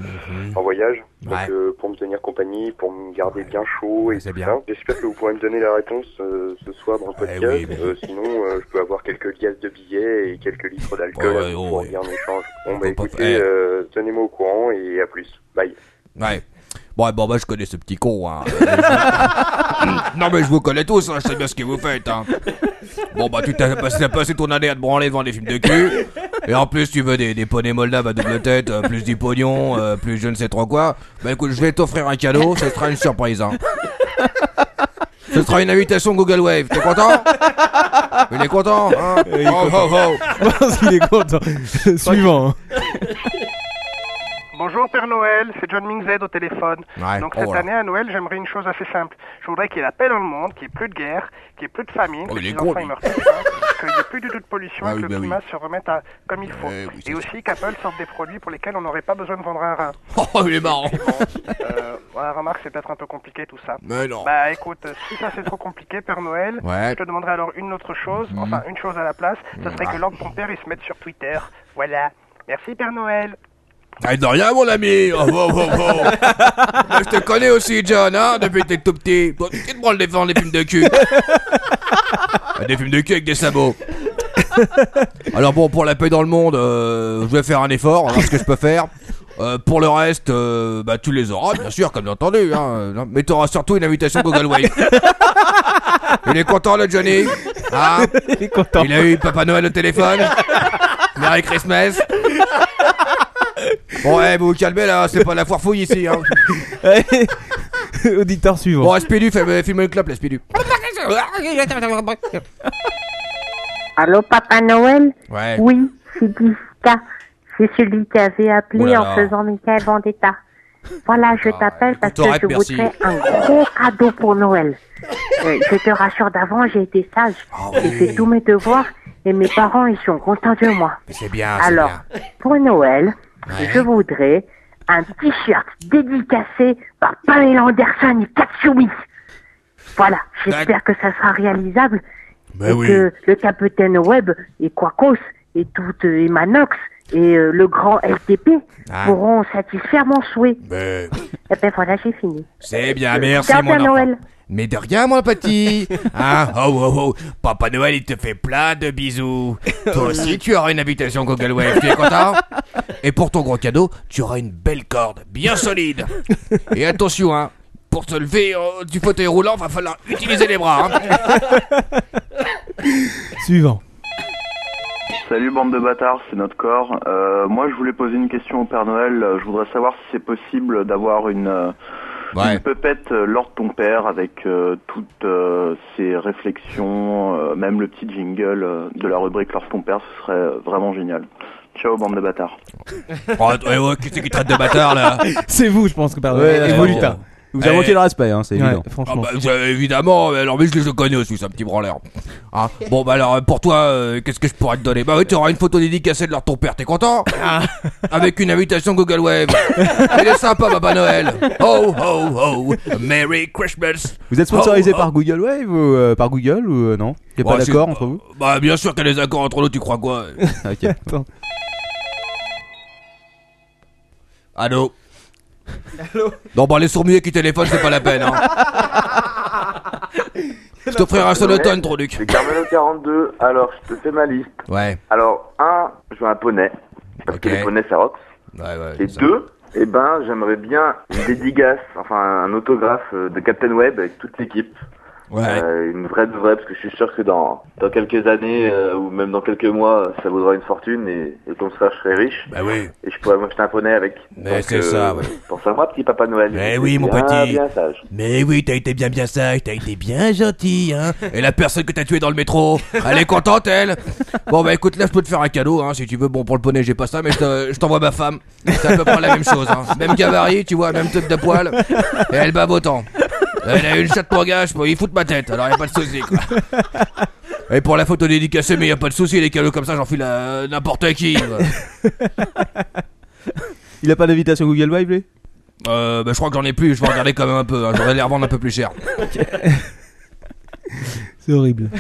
[SPEAKER 14] en voyage, donc,
[SPEAKER 1] Mhm. Ouais.
[SPEAKER 14] euh, pour me tenir compagnie, pour me garder bien chaud
[SPEAKER 1] Ouais,
[SPEAKER 14] et
[SPEAKER 1] c'est
[SPEAKER 14] tout
[SPEAKER 1] bien.
[SPEAKER 14] ça. J'espère que vous pourrez me donner la réponse euh, ce soir dans le
[SPEAKER 1] Eh
[SPEAKER 14] podcast,
[SPEAKER 1] oui, mais-
[SPEAKER 14] Euh, sinon euh, je peux avoir quelques liasses de billets et quelques litres d'alcool
[SPEAKER 1] Ouais,
[SPEAKER 14] que
[SPEAKER 1] ouais,
[SPEAKER 14] pour
[SPEAKER 1] ouais.
[SPEAKER 14] rien en échange. Bon
[SPEAKER 1] On
[SPEAKER 14] bah
[SPEAKER 1] peut pas
[SPEAKER 14] écoutez,
[SPEAKER 1] faire.
[SPEAKER 14] euh, tenez-moi au courant et à plus. Bye.
[SPEAKER 1] Ouais. Bon, eh, bon, bah je connais ce petit con, hein. [LAUGHS] non mais je vous connais tous, hein, je sais bien ce que vous faites, hein. Bon, bah tu t'as passé, t'as passé ton année à te branler devant des films de cul. Et en plus tu veux des, des poneys moldaves à double tête, euh, plus du pognon, euh, plus je ne sais trop quoi. Bah écoute, je vais t'offrir un cadeau, ce sera une surprise, hein. Ce sera une invitation Google Wave, t'es content Il est content, hein Oh, oh, oh.
[SPEAKER 8] Parce qu'il est
[SPEAKER 5] [LAUGHS]
[SPEAKER 8] content. Suivant.
[SPEAKER 14] Bonjour Père Noël, c'est John Mingzed au téléphone.
[SPEAKER 1] Ouais,
[SPEAKER 14] Donc
[SPEAKER 1] oh,
[SPEAKER 14] cette
[SPEAKER 1] voilà.
[SPEAKER 14] année à Noël, j'aimerais une chose assez simple. Je voudrais qu'il y ait la paix dans le monde, qu'il n'y ait plus de guerre, qu'il n'y ait plus de famine,
[SPEAKER 1] Oh,
[SPEAKER 14] que
[SPEAKER 1] il est
[SPEAKER 14] les
[SPEAKER 1] gros,
[SPEAKER 14] enfants
[SPEAKER 1] lui. [LAUGHS]
[SPEAKER 14] ils meurent pas de faim,
[SPEAKER 8] qu'il n'y ait plus du tout de pollution
[SPEAKER 1] Ah
[SPEAKER 8] et que
[SPEAKER 1] oui, bah
[SPEAKER 8] le
[SPEAKER 1] oui.
[SPEAKER 8] climat se remette à, comme il faut.
[SPEAKER 1] Eh oui, c'est
[SPEAKER 8] et aussi qu'Apple sorte des produits pour lesquels on n'aurait pas besoin de vendre un
[SPEAKER 1] [LAUGHS]
[SPEAKER 8] rein.
[SPEAKER 1] Oh, il est marrant.
[SPEAKER 8] [LAUGHS] Euh, ouais, remarque, c'est peut-être un peu compliqué tout ça.
[SPEAKER 1] Mais non.
[SPEAKER 8] Bah écoute, si ça c'est trop compliqué, Père Noël,
[SPEAKER 1] Ouais. Mhm.
[SPEAKER 8] je te demanderai alors une autre chose, enfin une chose à la place, ça
[SPEAKER 1] Ah.
[SPEAKER 8] serait que l'homme ton père il se mette sur Twitter. Voilà. Merci Père Noël.
[SPEAKER 1] Ah, de rien, mon ami. Oh, oh, oh, oh. Mais je te connais aussi, John, hein, depuis que t'es tout petit. Bon, tu te branles les vents, les films de cul. Ah, Des films de cul avec des sabots. [LAUGHS] Alors bon, pour la paix dans le monde, euh, je vais faire un effort, voir ce que je peux faire. Euh, pour le reste, euh, bah, tu les auras, bien sûr, comme entendu. Hein, Euh, non, mais t'auras surtout une invitation Google [LAUGHS] Wave. Il est content, le Johnny. Hein Il est content. Il a eu Papa Noël au téléphone. Merry Christmas. Bon, eh, vous vous calmez là, c'est pas la foire fouille ici. [LAUGHS] Hein.
[SPEAKER 5] Auditeur suivant.
[SPEAKER 1] Bon, Spidu, fais- filme le clope, la Spidu.
[SPEAKER 12] Ah,
[SPEAKER 13] Allô, Papa Noël
[SPEAKER 1] Ouais.
[SPEAKER 13] Oui, c'est Gusta. C'est celui qui avait appelé
[SPEAKER 1] Ouh là
[SPEAKER 13] en
[SPEAKER 1] là.
[SPEAKER 13] faisant Michael Vendetta. Voilà, je t'appelle parce que
[SPEAKER 1] écoute,
[SPEAKER 13] je
[SPEAKER 1] arrête, merci.
[SPEAKER 13] voudrais un gros cadeau pour Noël. Euh, je te rassure d'avant, j'ai été sage. J'ai fait tous mes devoirs et mes parents, ils sont contents de moi.
[SPEAKER 1] C'est bien. c'est
[SPEAKER 13] Alors, [LAUGHS]
[SPEAKER 1] bien.
[SPEAKER 13] pour Noël,
[SPEAKER 1] Ouais.
[SPEAKER 13] je voudrais un t-shirt dédicacé par Pamela Anderson et Katsumi. Voilà, j'espère que ça sera réalisable.
[SPEAKER 1] Ben
[SPEAKER 13] et
[SPEAKER 1] oui.
[SPEAKER 13] que le capitaine Webb et Quacos et tout euh, et Manox et euh, le grand LTP
[SPEAKER 1] Ah.
[SPEAKER 13] pourront satisfaire mon souhait.
[SPEAKER 1] Ben,
[SPEAKER 13] Et ben voilà, j'ai fini.
[SPEAKER 1] c'est bien, merci
[SPEAKER 13] Ciao,
[SPEAKER 1] mon
[SPEAKER 13] Père
[SPEAKER 1] enfant.
[SPEAKER 13] Noël.
[SPEAKER 1] Mais de rien, mon petit. Hein oh, oh, oh. Papa Noël, il te fait plein de bisous. Toi aussi, tu auras une invitation Google Wave. Tu es content Et pour ton gros cadeau, tu auras une belle corde, bien solide. Et attention, hein. Pour te lever euh, du fauteuil roulant, va falloir utiliser les bras. hein.
[SPEAKER 5] [LAUGHS] Suivant.
[SPEAKER 15] Salut bande de bâtards, c'est notre corps. Euh, moi je voulais poser une question au Père Noël. Euh, Je voudrais savoir si c'est possible d'avoir une, euh, une pépette euh, Lord ton père avec euh, toutes euh, ses réflexions, euh, même le petit jingle euh, de la rubrique Lord ton père, ce serait euh, vraiment génial. Ciao bande de bâtards.
[SPEAKER 1] Oh,
[SPEAKER 5] [LAUGHS]
[SPEAKER 1] ouais, ouais, qu'est-ce qui traite de bâtard là
[SPEAKER 5] C'est vous, je pense que pardon.
[SPEAKER 3] Ouais,
[SPEAKER 5] Et
[SPEAKER 3] euh,
[SPEAKER 5] vous,
[SPEAKER 3] bon.
[SPEAKER 5] Lutin.
[SPEAKER 3] Vous avez
[SPEAKER 1] Eh.
[SPEAKER 3] manqué le respect, hein, c'est
[SPEAKER 5] Ouais,
[SPEAKER 3] évident.
[SPEAKER 5] franchement.
[SPEAKER 1] Ah bah, ça, évidemment, mais alors mais je le connais aussi, c'est un petit branleur.
[SPEAKER 5] [LAUGHS]
[SPEAKER 1] Hein bon bah alors euh, pour toi, euh, qu'est-ce que je pourrais te donner Bah oui, tu auras une photo dédicacée de leur ton père, t'es
[SPEAKER 5] [LAUGHS]
[SPEAKER 1] content
[SPEAKER 5] Ah.
[SPEAKER 1] Avec une invitation Google Wave. Il est sympa, Papa Noël. Oh oh oh, Merry Christmas.
[SPEAKER 3] Vous êtes sponsorisé
[SPEAKER 1] Oh, oh.
[SPEAKER 3] par Google Wave ou euh, par Google ou euh, non Il n'y a
[SPEAKER 1] Ouais,
[SPEAKER 3] pas
[SPEAKER 1] c'est-
[SPEAKER 3] d'accord entre vous
[SPEAKER 1] Bah bien sûr qu'il y a des accords entre nous, tu crois quoi
[SPEAKER 3] [LAUGHS] Ok. Attends.
[SPEAKER 1] Allô Non bah les sourds-muets qui téléphonent, c'est pas la peine. Hein. Je t'offrirai un sonotone, trop duc.
[SPEAKER 16] C'est Carmelo 42, alors je te fais ma liste.
[SPEAKER 1] Ouais.
[SPEAKER 16] Alors, un, je veux un poney, parce que les poneys ça rock. Et deux, eh ben, j'aimerais bien une dédicace, enfin un autographe euh, de Captain Web avec toute l'équipe. Euh, une vraie de vraie, parce que je suis sûr que dans, dans quelques années, euh, ou même dans quelques mois, ça vaudra une fortune, et, et comme ça je serai riche.
[SPEAKER 1] Bah oui.
[SPEAKER 16] Et je pourrais m'acheter un poney avec.
[SPEAKER 1] Mais
[SPEAKER 16] Donc,
[SPEAKER 1] c'est ça, ouais.
[SPEAKER 16] Pense à moi, petit Papa Noël.
[SPEAKER 1] Eh oui, mon
[SPEAKER 16] Bien,
[SPEAKER 1] petit.
[SPEAKER 16] bien sage.
[SPEAKER 1] Mais oui, t'as été bien bien sage, t'as été bien gentil, hein. Et la personne que t'as tuée dans
[SPEAKER 16] [LAUGHS]
[SPEAKER 1] le métro, elle est contente, elle. Bon bah écoute, là je peux te faire un cadeau, hein, si tu veux. Bon pour le poney, j'ai pas ça, mais je te- je t'envoie ma femme. C'est à peu près la même chose, hein. Même gabarit, tu vois, même truc de poil. Et elle bat autant. Elle a une chatte pour gage, bon, il fout de ma tête, alors y a pas de souci. Quoi. Et pour la photo dédicacée, mais y a pas de souci, les cadeaux comme ça, j'en file à n'importe qui. quoi.
[SPEAKER 3] Il a pas d'invitation Google Wave, lui
[SPEAKER 1] Euh, bah, je crois que j'en ai plus, je vais regarder quand même un peu. Hein. J'aurais les revendre un peu plus cher.
[SPEAKER 3] hein.
[SPEAKER 5] C'est
[SPEAKER 3] [LAUGHS]
[SPEAKER 5] horrible.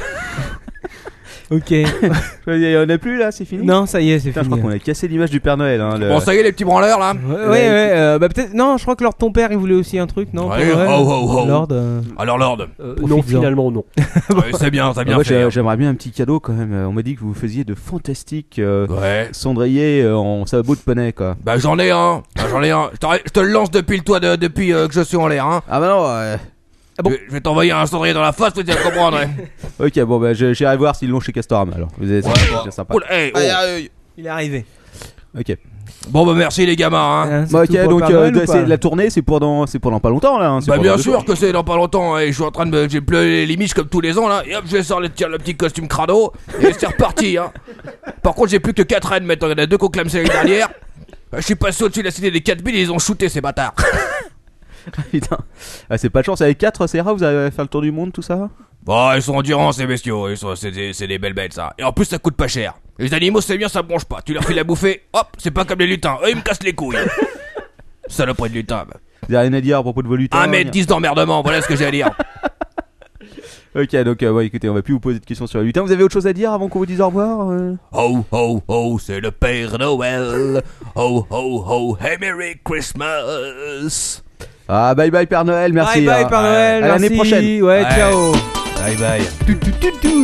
[SPEAKER 5] ok.
[SPEAKER 3] Il en a plus là, c'est fini
[SPEAKER 5] Non, ça y est, c'est
[SPEAKER 3] fini. Je crois qu'on a cassé l'image du Père Noël. Hein, le-
[SPEAKER 1] Bon, ça y est, les petits branleurs là.
[SPEAKER 5] Ouais, ouais, ouais, euh, bah peut-être. Non, je crois que Lord ton père, il voulait aussi un truc, non
[SPEAKER 1] Ouais,
[SPEAKER 5] pour Noël
[SPEAKER 1] oh, oh, oh.
[SPEAKER 5] Lord. euh,
[SPEAKER 1] Alors Lord
[SPEAKER 4] non, finalement,
[SPEAKER 3] [LAUGHS]
[SPEAKER 4] non.
[SPEAKER 1] Ouais, c'est bien, c'est
[SPEAKER 3] Ah,
[SPEAKER 1] bien
[SPEAKER 3] moi,
[SPEAKER 1] fait. hein.
[SPEAKER 3] j'ai- J'aimerais bien un petit cadeau quand même. Euh, On m'a dit que vous faisiez de fantastiques euh,
[SPEAKER 1] Ouais.
[SPEAKER 3] cendriers euh, en sabot de poney, quoi.
[SPEAKER 1] Bah j'en ai un, Bah, j'en ai un. Je t'arrête- je te le lance depuis le toit de- depuis euh, que je suis en l'air. Hein.
[SPEAKER 3] Ah bah non. Ah
[SPEAKER 1] Je, je vais t'envoyer un cendrier dans la face, tu vas comprendre.
[SPEAKER 3] [LAUGHS]
[SPEAKER 1] hein.
[SPEAKER 3] Ok, bon, bah je- j'irai voir s'ils l'ont chez Castoram alors. Vous êtes c'est sympa.
[SPEAKER 1] Oula, hey, oh.
[SPEAKER 5] Il est arrivé.
[SPEAKER 3] Ok.
[SPEAKER 1] Bon bah merci les gamins. Hein.
[SPEAKER 3] Bah, ok, donc euh, c'est- la tournée, c'est pendant, c'est pendant pas longtemps là. hein, c'est
[SPEAKER 1] Bah
[SPEAKER 3] pendant
[SPEAKER 1] bien
[SPEAKER 3] deux [LAUGHS]
[SPEAKER 1] sûr que c'est dans pas longtemps. hein. Je suis en train de me... j'ai pleuré les limites comme tous les ans là. Et hop, je vais sortir le, tiens, le petit costume crado et c'est reparti. Hein. Par contre, j'ai plus que 4 reines maintenant. Il y en a deux qu'on clame l'année
[SPEAKER 3] [LAUGHS]
[SPEAKER 1] dernière. Je suis passé au-dessus de la cité des 4000 et ils ont shooté ces bâtards.
[SPEAKER 3] Putain, ah, c'est pas de chance. Avec 4 CRA, vous allez faire le tour du monde, tout ça
[SPEAKER 1] Bon, Bah, ils sont endurants ces bestiaux, ils sont, c'est des, c'est des belles bêtes ça. Et en plus ça coûte pas cher. Les animaux c'est bien, ça bronche pas. Tu leur files à bouffer, hop, c'est pas comme les lutins. Eux ils me cassent les [LAUGHS] couilles. Saloperie de lutin.
[SPEAKER 3] Vous avez rien à dire à propos de vos lutins euh,
[SPEAKER 1] 1m10 d'emmerdement, voilà ce que j'ai à dire.
[SPEAKER 3] Ok, donc euh, ouais, écoutez, on va plus vous poser de questions sur les lutins. Vous avez autre chose à dire avant qu'on vous dise au revoir euh
[SPEAKER 1] Oh, oh, oh, c'est le [LAUGHS] Père Noël. Oh, oh, oh, hey Merry Christmas.
[SPEAKER 3] Ah, bye bye Père Noël, merci.
[SPEAKER 5] Bye bye,
[SPEAKER 3] hein.
[SPEAKER 5] Père Noël,
[SPEAKER 3] À l'année
[SPEAKER 5] merci.
[SPEAKER 3] prochaine.
[SPEAKER 5] Ouais, ciao.
[SPEAKER 1] Bye bye.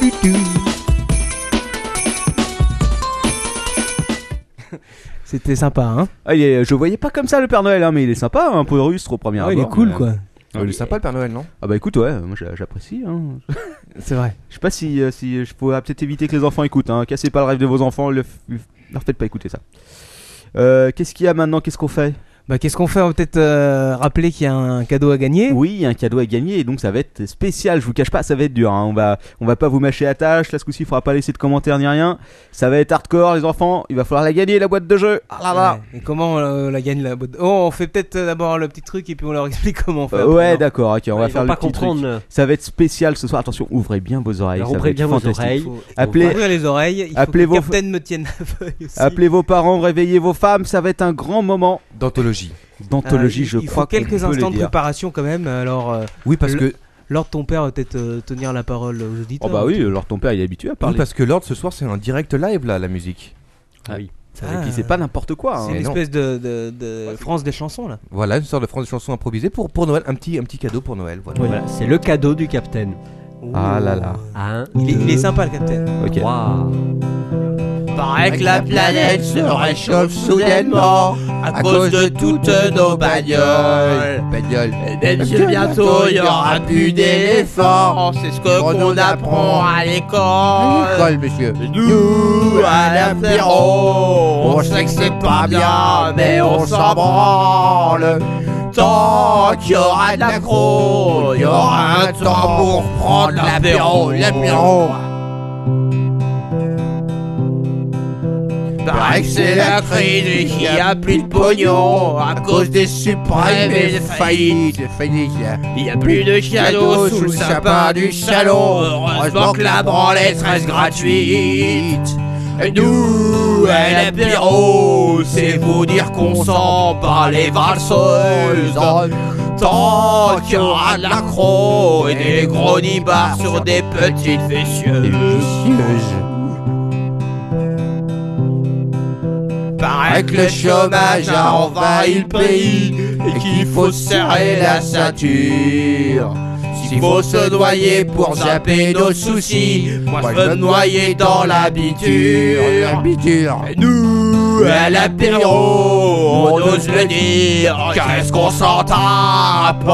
[SPEAKER 5] C'était sympa, hein
[SPEAKER 3] Ah, il est- je voyais pas comme ça le Père Noël, hein, mais il est sympa, un peu rustre au premier
[SPEAKER 5] Ouais, il
[SPEAKER 3] abord,
[SPEAKER 5] est cool,
[SPEAKER 3] mais-
[SPEAKER 5] quoi.
[SPEAKER 3] Ah,
[SPEAKER 6] il est sympa le Père Noël, non
[SPEAKER 3] Ah bah écoute, ouais, moi j'a- j'apprécie. Hein.
[SPEAKER 5] C'est vrai.
[SPEAKER 3] Je sais pas si, euh, si je pourrais peut-être éviter que les enfants écoutent. Hein. Cassez pas le rêve de vos enfants, le f- leur faites pas écouter ça. Euh, qu'est-ce qu'il y a maintenant Qu'est-ce qu'on fait
[SPEAKER 5] Bah, qu'est-ce qu'on fait On va peut-être euh, rappeler qu'il y a un cadeau à gagner.
[SPEAKER 3] Oui, il y a un cadeau à gagner et donc ça va être spécial. Je vous cache pas, ça va être dur. hein. On va, on va pas vous mâcher à tâche. Là, ce coup-ci, il faudra pas laisser de commentaires ni rien. Ça va être hardcore, les enfants. Il va falloir la gagner la boîte de jeu. Ah là là.
[SPEAKER 5] Ouais. Et comment euh, on la gagne la boîte Oh, on fait peut-être euh, d'abord le petit truc et puis on leur [LAUGHS] explique comment on fait.
[SPEAKER 3] Euh,
[SPEAKER 5] après,
[SPEAKER 3] ouais,
[SPEAKER 5] non
[SPEAKER 3] d'accord. Ok, on
[SPEAKER 5] Ouais,
[SPEAKER 3] va
[SPEAKER 5] ils
[SPEAKER 3] faire
[SPEAKER 5] vont
[SPEAKER 3] le
[SPEAKER 5] pas
[SPEAKER 3] petit
[SPEAKER 5] comprendre. euh.
[SPEAKER 3] truc. Ça va être spécial ce soir. Attention, ouvrez bien vos oreilles.
[SPEAKER 5] Alors,
[SPEAKER 3] ça va
[SPEAKER 5] ouvrez
[SPEAKER 3] être
[SPEAKER 5] bien vos
[SPEAKER 3] fantastique.
[SPEAKER 5] oreilles. Faut-
[SPEAKER 3] Appelez,
[SPEAKER 5] Ouvrir les oreilles. Il
[SPEAKER 3] appelez
[SPEAKER 5] faut que
[SPEAKER 3] vos,
[SPEAKER 5] le capitaine me tienne la feuille aussi.
[SPEAKER 3] appelez vos parents, réveillez vos femmes. Ça va être un grand moment
[SPEAKER 6] d'anthologie.
[SPEAKER 3] D'anthologie,
[SPEAKER 5] Euh,
[SPEAKER 3] je
[SPEAKER 5] il- il
[SPEAKER 3] crois.
[SPEAKER 5] faut quelques instants de préparation quand même. Alors,
[SPEAKER 6] oui, parce que-
[SPEAKER 5] Lors ton père va peut-être euh, tenir la parole aux auditeurs.
[SPEAKER 6] Oh
[SPEAKER 5] hein.
[SPEAKER 6] bah oui,
[SPEAKER 3] alors ton père il est habitué à
[SPEAKER 6] Oui, parce que l'ordre ce soir c'est un direct live là, la musique.
[SPEAKER 3] Ah oui.
[SPEAKER 5] Ah, C'est
[SPEAKER 3] hein.
[SPEAKER 6] Mais
[SPEAKER 5] une
[SPEAKER 6] non.
[SPEAKER 5] espèce de, de- de France des chansons là.
[SPEAKER 6] Voilà, une sorte de France de chansons improvisées pour, pour Noël, un petit, un petit cadeau pour Noël. Voilà.
[SPEAKER 4] Oui, voilà, c'est le cadeau du capitaine.
[SPEAKER 8] hein.
[SPEAKER 3] Ah là Euh, là.
[SPEAKER 4] Un,
[SPEAKER 5] Il est,
[SPEAKER 3] Euh,
[SPEAKER 5] il est
[SPEAKER 4] deux,
[SPEAKER 5] sympa le capitaine.
[SPEAKER 3] Ok.
[SPEAKER 12] Paraît que la planète se réchauffe soudainement à cause de toutes nos bagnoles. Et même si bientôt il n'y aura plus d'éléphants, c'est ce que qu'on apprend à l'école.
[SPEAKER 6] monsieur.
[SPEAKER 12] Nous, à l'apéro, on sait que c'est pas bien, mais on s'en branle. Tant qu'il y aura de l'accro, il y aura un temps pour prendre l'apéro, l'apéro. Paraît que c'est la crise et qu'il n'y a plus de pognon à cause des suprêmes et des faillites. Il n'y a plus de cadeaux sous le sapin du salon. Heureusement que la branlette reste gratuite. Et nous, à l'apéro, c'est vous dire qu'on s'en bat les valseuses. Tant qu'il y aura de l'accro et des gros nibards sur des petites fessieuses. Paraît que le chômage a envahi le pays et qu'il faut serrer la ceinture. S'il faut se noyer pour zapper nos soucis, moi je veux me noyer dans l'habitude. Et Nous, à l'apéro, on ose le dire, qu'est-ce qu'on s'en tape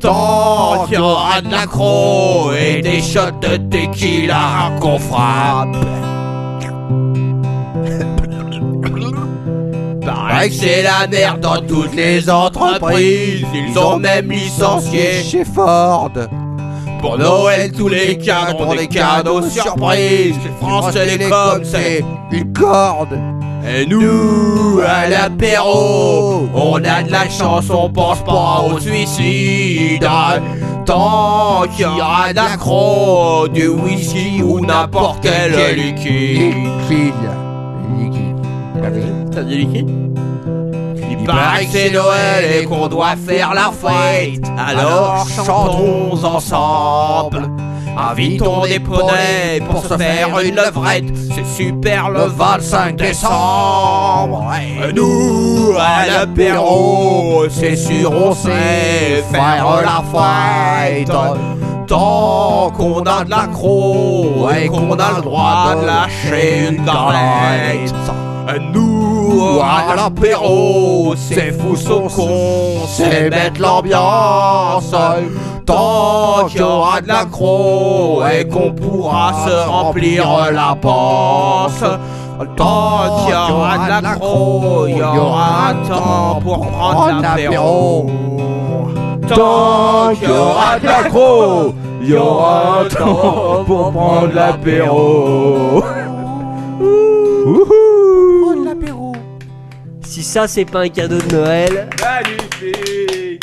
[SPEAKER 12] Tant qu'il y aura de l'accro et des shots de tequila qu'on frappe. Pareil que c'est la merde dans toutes les entreprises. Ils ont même licencié chez Ford. Pour Noël, tous les cadres ont des cadeaux surprises. Chez France Télécom, c'est une corde. Et nous, à l'apéro, on a de la chance, on pense pas au suicide. Tant qu'il y aura d'accro, du whisky ou n'importe quel liquide. T'as dit liquide Il paraît que c'est Noël et qu'on doit faire la fête. Alors chantons ensemble. Invitons des poneys pour se faire une levrette. C'est super le 25 décembre. Et nous, à l'apéro, c'est sûr, on sait faire la fête. Tant qu'on a de l'accro et qu'on a le droit de lâcher une galette. Et Nous, à l'apéro, c'est fou son con, c'est mettre l'ambiance. Tant qu'il y aura de l'accro et qu'on pourra se remplir la panse. Tant qu'il y aura de l'accro, il y aura un temps pour prendre l'apéro. Tant qu'il y aura de l'accro, il y aura un temps pour prendre l'apéro.
[SPEAKER 4] Si ça, c'est pas un cadeau de Noël.
[SPEAKER 3] Magnifique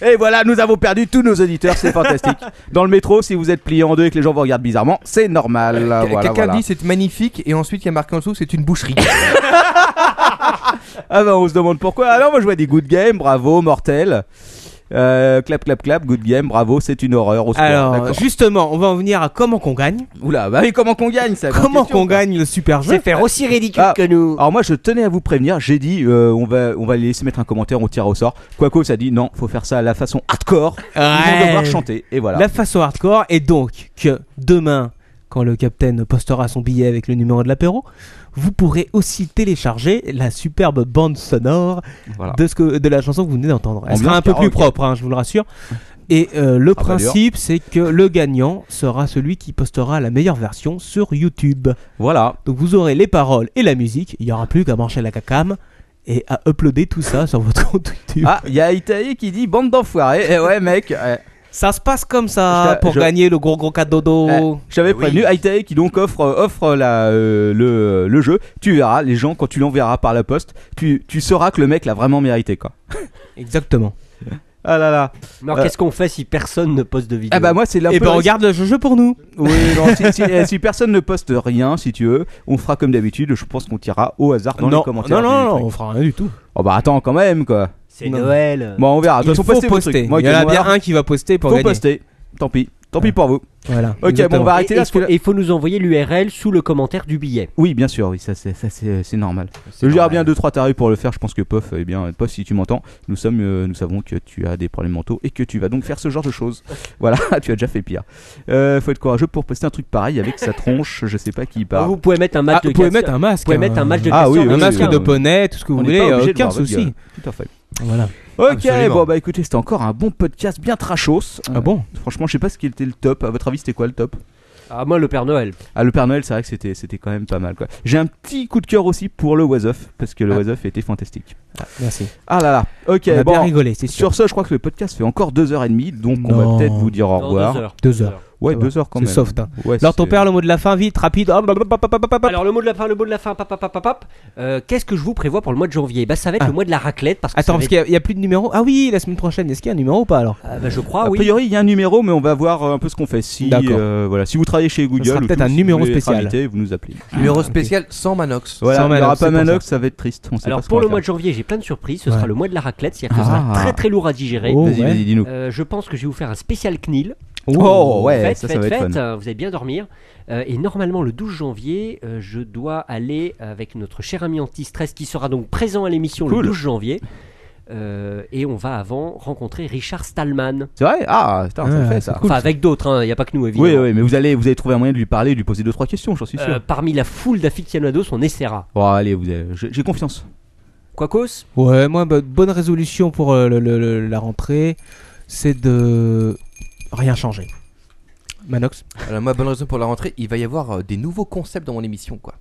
[SPEAKER 3] Et voilà, nous avons perdu tous nos auditeurs,
[SPEAKER 5] [LAUGHS]
[SPEAKER 3] c'est fantastique. Dans le métro, si vous êtes plié en deux et que les gens vous regardent bizarrement, c'est normal.
[SPEAKER 5] Euh,
[SPEAKER 3] Voilà,
[SPEAKER 6] Quelqu'un
[SPEAKER 3] voilà.
[SPEAKER 6] dit c'est magnifique et ensuite il y a marqué en dessous c'est une boucherie.
[SPEAKER 3] Ah bah on se demande pourquoi. Alors moi je vois des good game, bravo, mortel. Euh, clap clap clap, good game, bravo, c'est une horreur au secours.
[SPEAKER 5] Alors,
[SPEAKER 3] D'accord.
[SPEAKER 5] justement, on va en venir à comment qu'on gagne.
[SPEAKER 3] Oula, bah oui, comment qu'on gagne ça
[SPEAKER 5] Comment qu'on gagne le super jeu
[SPEAKER 3] Ah, Alors moi je tenais à vous prévenir, j'ai dit euh, on va on va les laisser mettre un commentaire, on tire au sort. Quaco ça dit non, faut faire ça à la façon hardcore. Ils vont
[SPEAKER 5] Ouais.
[SPEAKER 3] devoir chanter et voilà.
[SPEAKER 5] La façon hardcore est donc que demain, quand le capitaine postera son billet avec le numéro de l'apéro, vous pourrez aussi télécharger la superbe bande sonore
[SPEAKER 3] Voilà.
[SPEAKER 5] de, ce que, de la chanson que vous venez d'entendre. Elle
[SPEAKER 3] Ambiance
[SPEAKER 5] sera un peu plus
[SPEAKER 3] karaoké.
[SPEAKER 5] propre, hein, je vous le rassure. Et euh, le
[SPEAKER 3] Ah bah,
[SPEAKER 5] principe, c'est que le gagnant sera celui qui postera la meilleure version sur YouTube.
[SPEAKER 3] Voilà.
[SPEAKER 5] Donc vous aurez les paroles et la musique. Il n'y aura plus qu'à marcher la cacame et à uploader tout ça sur votre compte YouTube.
[SPEAKER 3] Ah, il y a Itaï qui dit bande d'enfoirés. Eh ouais mec.
[SPEAKER 5] Ça se passe comme ça Ah, pour gagner le gros gros cadeau d'eau.
[SPEAKER 3] Je t'avais Eh, prévenu, Hightech qui donc offre, euh, offre la, euh, le, euh, le jeu. Tu verras, les gens, quand tu l'enverras par la poste, tu, tu sauras que le mec l'a vraiment mérité. quoi.
[SPEAKER 5] [LAUGHS] Exactement.
[SPEAKER 3] Ah là là.
[SPEAKER 4] Alors qu'est-ce qu'on fait si personne ne poste de vidéo
[SPEAKER 3] Ah bah moi c'est là.
[SPEAKER 4] Eh ben,
[SPEAKER 5] regarde le jeu pour nous.
[SPEAKER 3] Oui, non,
[SPEAKER 5] [LAUGHS]
[SPEAKER 3] si, si- eh, si personne ne poste rien, si tu veux, on fera comme d'habitude. Je pense qu'on tirera au hasard dans
[SPEAKER 5] non,
[SPEAKER 3] les commentaires.
[SPEAKER 5] non, non,
[SPEAKER 3] du
[SPEAKER 5] non,
[SPEAKER 3] truc.
[SPEAKER 5] on fera rien du tout.
[SPEAKER 3] Oh bah attends quand même quoi.
[SPEAKER 4] [LAUGHS] C'est Noël.
[SPEAKER 3] Bon on verra. De
[SPEAKER 5] Il
[SPEAKER 3] toute façon,
[SPEAKER 5] faut
[SPEAKER 3] postez vos
[SPEAKER 5] poster.
[SPEAKER 3] trucs. Moi,
[SPEAKER 5] Il y en a
[SPEAKER 3] que-
[SPEAKER 5] bien
[SPEAKER 3] voilà.
[SPEAKER 5] un qui va poster pour
[SPEAKER 3] Faut
[SPEAKER 5] gagner.
[SPEAKER 3] poster. Tant pis. Tant pis pour vous.
[SPEAKER 5] Voilà.
[SPEAKER 3] Ok, bon, on va arrêter
[SPEAKER 4] Et- et
[SPEAKER 3] là. parce que
[SPEAKER 4] faut-
[SPEAKER 3] là-
[SPEAKER 4] Et il faut nous envoyer l'URL sous le commentaire du billet.
[SPEAKER 3] Oui, bien sûr, oui, ça c'est ça, c'est- c'est normal. Je dirais bien deux trois tarés pour le faire. Je pense que Pof, eh bien Pof, si tu m'entends, nous sommes, euh, nous savons que tu as des problèmes mentaux et que tu vas donc faire ce genre de choses. [LAUGHS] Voilà, tu as déjà fait pire. Euh, faut être courageux pour poster un truc pareil avec sa tronche. Je sais pas qui
[SPEAKER 4] Ah,
[SPEAKER 3] parle.
[SPEAKER 4] Vous pouvez mettre un match
[SPEAKER 5] Ah,
[SPEAKER 4] de
[SPEAKER 5] vous pouvez
[SPEAKER 4] castor-
[SPEAKER 5] mettre un masque,
[SPEAKER 4] Vous pouvez
[SPEAKER 5] hein.
[SPEAKER 4] mettre un match de
[SPEAKER 5] Ah
[SPEAKER 4] castor-
[SPEAKER 5] oui, oui, Un oui, masque oui. de poney, tout ce que vous
[SPEAKER 3] On n'est
[SPEAKER 5] voulez,
[SPEAKER 3] pas obligé
[SPEAKER 5] euh,
[SPEAKER 3] de
[SPEAKER 5] aucun
[SPEAKER 3] voir votre
[SPEAKER 5] souci.
[SPEAKER 3] gueule. Tout à fait.
[SPEAKER 5] Voilà.
[SPEAKER 3] Ok,
[SPEAKER 5] Absolument.
[SPEAKER 3] bon bah écoutez, c'était encore un bon podcast bien trashos.
[SPEAKER 5] Ah bon
[SPEAKER 3] Franchement, je sais pas ce qui était le top. À votre avis, c'était quoi le top
[SPEAKER 4] Ah moi le Père Noël.
[SPEAKER 3] Ah le Père Noël, c'est vrai que c'était c'était quand même pas mal quoi. J'ai un petit coup de cœur aussi pour le Was Off parce que le Was Off était fantastique.
[SPEAKER 5] Ah. Merci.
[SPEAKER 3] Ah là là, ok.
[SPEAKER 5] On a
[SPEAKER 3] bon,
[SPEAKER 5] bien rigolé, c'est sûr.
[SPEAKER 3] Sur ce, je crois que le podcast fait encore deux heures et demie, donc on va
[SPEAKER 5] Non.
[SPEAKER 3] peut-être vous dire au
[SPEAKER 5] Non,
[SPEAKER 3] revoir.
[SPEAKER 5] deux heures. Deux heures.
[SPEAKER 3] Ouais,
[SPEAKER 5] Ça
[SPEAKER 3] deux
[SPEAKER 5] va.
[SPEAKER 3] heures quand
[SPEAKER 5] C'est
[SPEAKER 3] même.
[SPEAKER 5] soft, hein.
[SPEAKER 3] Ouais,
[SPEAKER 5] Alors ton
[SPEAKER 3] c'est-
[SPEAKER 5] père, le mot de la fin, vite, rapide. Ah, blablabla, blablabla.
[SPEAKER 4] Alors le mot de la fin, le mot de la fin, pap, pap, pap, pap, pap. Euh, Qu'est-ce que je vous prévois pour le mois de janvier Bah ça va être le mois de la raclette parce que ça
[SPEAKER 5] Ah. Attends,
[SPEAKER 4] va
[SPEAKER 5] parce
[SPEAKER 4] être-
[SPEAKER 5] qu'il n'y a, plus de numéro. Ah oui, la semaine prochaine, est-ce qu'il y a un numéro ou pas alors Ah,
[SPEAKER 4] bah, Je crois,
[SPEAKER 3] A priori, il y a un numéro, mais on va voir euh, un peu ce qu'on fait. Si,
[SPEAKER 5] D'accord.
[SPEAKER 3] euh, voilà, si vous travaillez chez Google,
[SPEAKER 5] sera
[SPEAKER 3] ou
[SPEAKER 5] peut-être
[SPEAKER 3] tout,
[SPEAKER 5] un
[SPEAKER 3] si
[SPEAKER 5] numéro
[SPEAKER 3] vous voulez être
[SPEAKER 5] spécial.
[SPEAKER 3] invité, vous nous appelez. Ah,
[SPEAKER 6] Numéro spécial sans Manox.
[SPEAKER 3] Voilà,
[SPEAKER 5] Sans
[SPEAKER 3] il n'y aura
[SPEAKER 5] Manox,
[SPEAKER 3] pas
[SPEAKER 5] c'est pour
[SPEAKER 3] Manox, ça. va être triste. On sait
[SPEAKER 4] Alors
[SPEAKER 3] pas ce
[SPEAKER 4] pour
[SPEAKER 3] qu'on
[SPEAKER 4] le
[SPEAKER 3] va
[SPEAKER 4] mois de
[SPEAKER 3] faire.
[SPEAKER 4] janvier, j'ai plein de surprises. Ce
[SPEAKER 3] Ouais.
[SPEAKER 4] sera le mois de la raclette, c'est-à-dire que ce sera
[SPEAKER 3] Ah.
[SPEAKER 4] très très lourd à digérer.
[SPEAKER 3] Oh, Vas-y, ouais. vas-y, dis-nous.
[SPEAKER 4] Euh, je pense que je vais vous faire un spécial CNIL.
[SPEAKER 3] Oh, Oh, ouais,
[SPEAKER 4] faites,
[SPEAKER 3] ça, ça
[SPEAKER 4] faites,
[SPEAKER 3] va être
[SPEAKER 4] faites,
[SPEAKER 3] fun.
[SPEAKER 4] euh, vous allez bien dormir. Euh, et normalement le 12 janvier, euh, je dois aller avec notre cher ami anti-stress qui sera donc présent à l'émission
[SPEAKER 3] Cool.
[SPEAKER 4] le 12 janvier. Euh, et on va avant rencontrer Richard Stallman.
[SPEAKER 3] C'est vrai Ah, putain, ça le fait ça.
[SPEAKER 4] Enfin avec d'autres, il n'y a pas que nous évidemment.
[SPEAKER 3] Oui, oui, mais vous allez, vous allez trouver un moyen de lui parler, de lui poser deux trois questions, j'en suis sûr.
[SPEAKER 4] Euh, parmi la foule d'aficionados, on essaiera.
[SPEAKER 3] Bon, allez, vous avez- j'ai j'ai confiance.
[SPEAKER 4] Quacos
[SPEAKER 5] Ouais, moi, bah, bonne résolution pour euh, le- le- le- la rentrée, c'est de rien changer. [LAUGHS] Manox
[SPEAKER 6] Alors moi, bonne raison pour la rentrée, il va y avoir euh, des nouveaux concepts dans mon émission, quoi.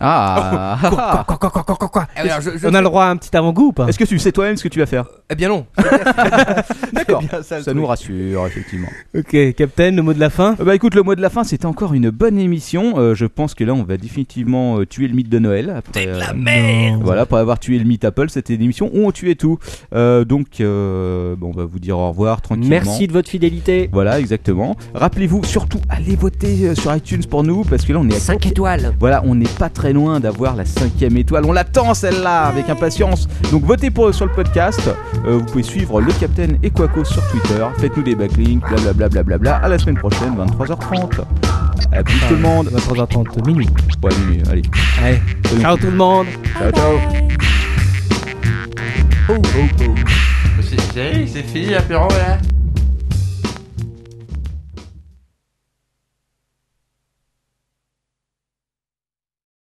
[SPEAKER 3] Ah.
[SPEAKER 6] Quoi, quoi, quoi, quoi, quoi, quoi, quoi. Eh bien, je- je-
[SPEAKER 5] On a le droit à un petit avant-goût ou pas
[SPEAKER 3] Est-ce que tu sais toi-même ce que tu
[SPEAKER 6] [LAUGHS]
[SPEAKER 3] vas faire
[SPEAKER 6] Eh bien non.
[SPEAKER 3] D'accord.
[SPEAKER 6] C'est Eh bien ça,
[SPEAKER 3] Ça,
[SPEAKER 6] le
[SPEAKER 3] nous
[SPEAKER 6] truc.
[SPEAKER 3] rassure effectivement.
[SPEAKER 5] Ok, Captain, le mot de la fin
[SPEAKER 3] Bah écoute, le mot de la fin, c'était encore une bonne émission. Euh, je pense que là, on va définitivement euh, tuer le mythe de Noël. Après, euh, Voilà, pour avoir tué le mythe Apple, c'était une émission où on tuait tout. Euh, donc, euh, bon, on va vous dire au revoir tranquillement.
[SPEAKER 4] Merci de votre fidélité.
[SPEAKER 3] Voilà, exactement. Rappelez-vous, surtout, allez voter euh, sur iTunes pour nous, parce que là, on est à
[SPEAKER 4] 5 étoiles.
[SPEAKER 3] Voilà, on n'est pas très loin d'avoir la cinquième étoile. On l'attend, celle-là, avec impatience. Donc, votez pour sur le podcast. Euh, vous pouvez suivre le Captain et Quaco sur Twitter. Faites-nous des backlinks, blablabla. Bla, bla, bla. À la semaine prochaine, 23h30. À plus tout le monde.
[SPEAKER 5] 23h30, minuit.
[SPEAKER 3] Ouais, minuit, allez.
[SPEAKER 5] Allez,
[SPEAKER 3] Salut.
[SPEAKER 5] ciao tout le monde
[SPEAKER 3] Ciao, ciao.
[SPEAKER 6] C'est fini l'apéro là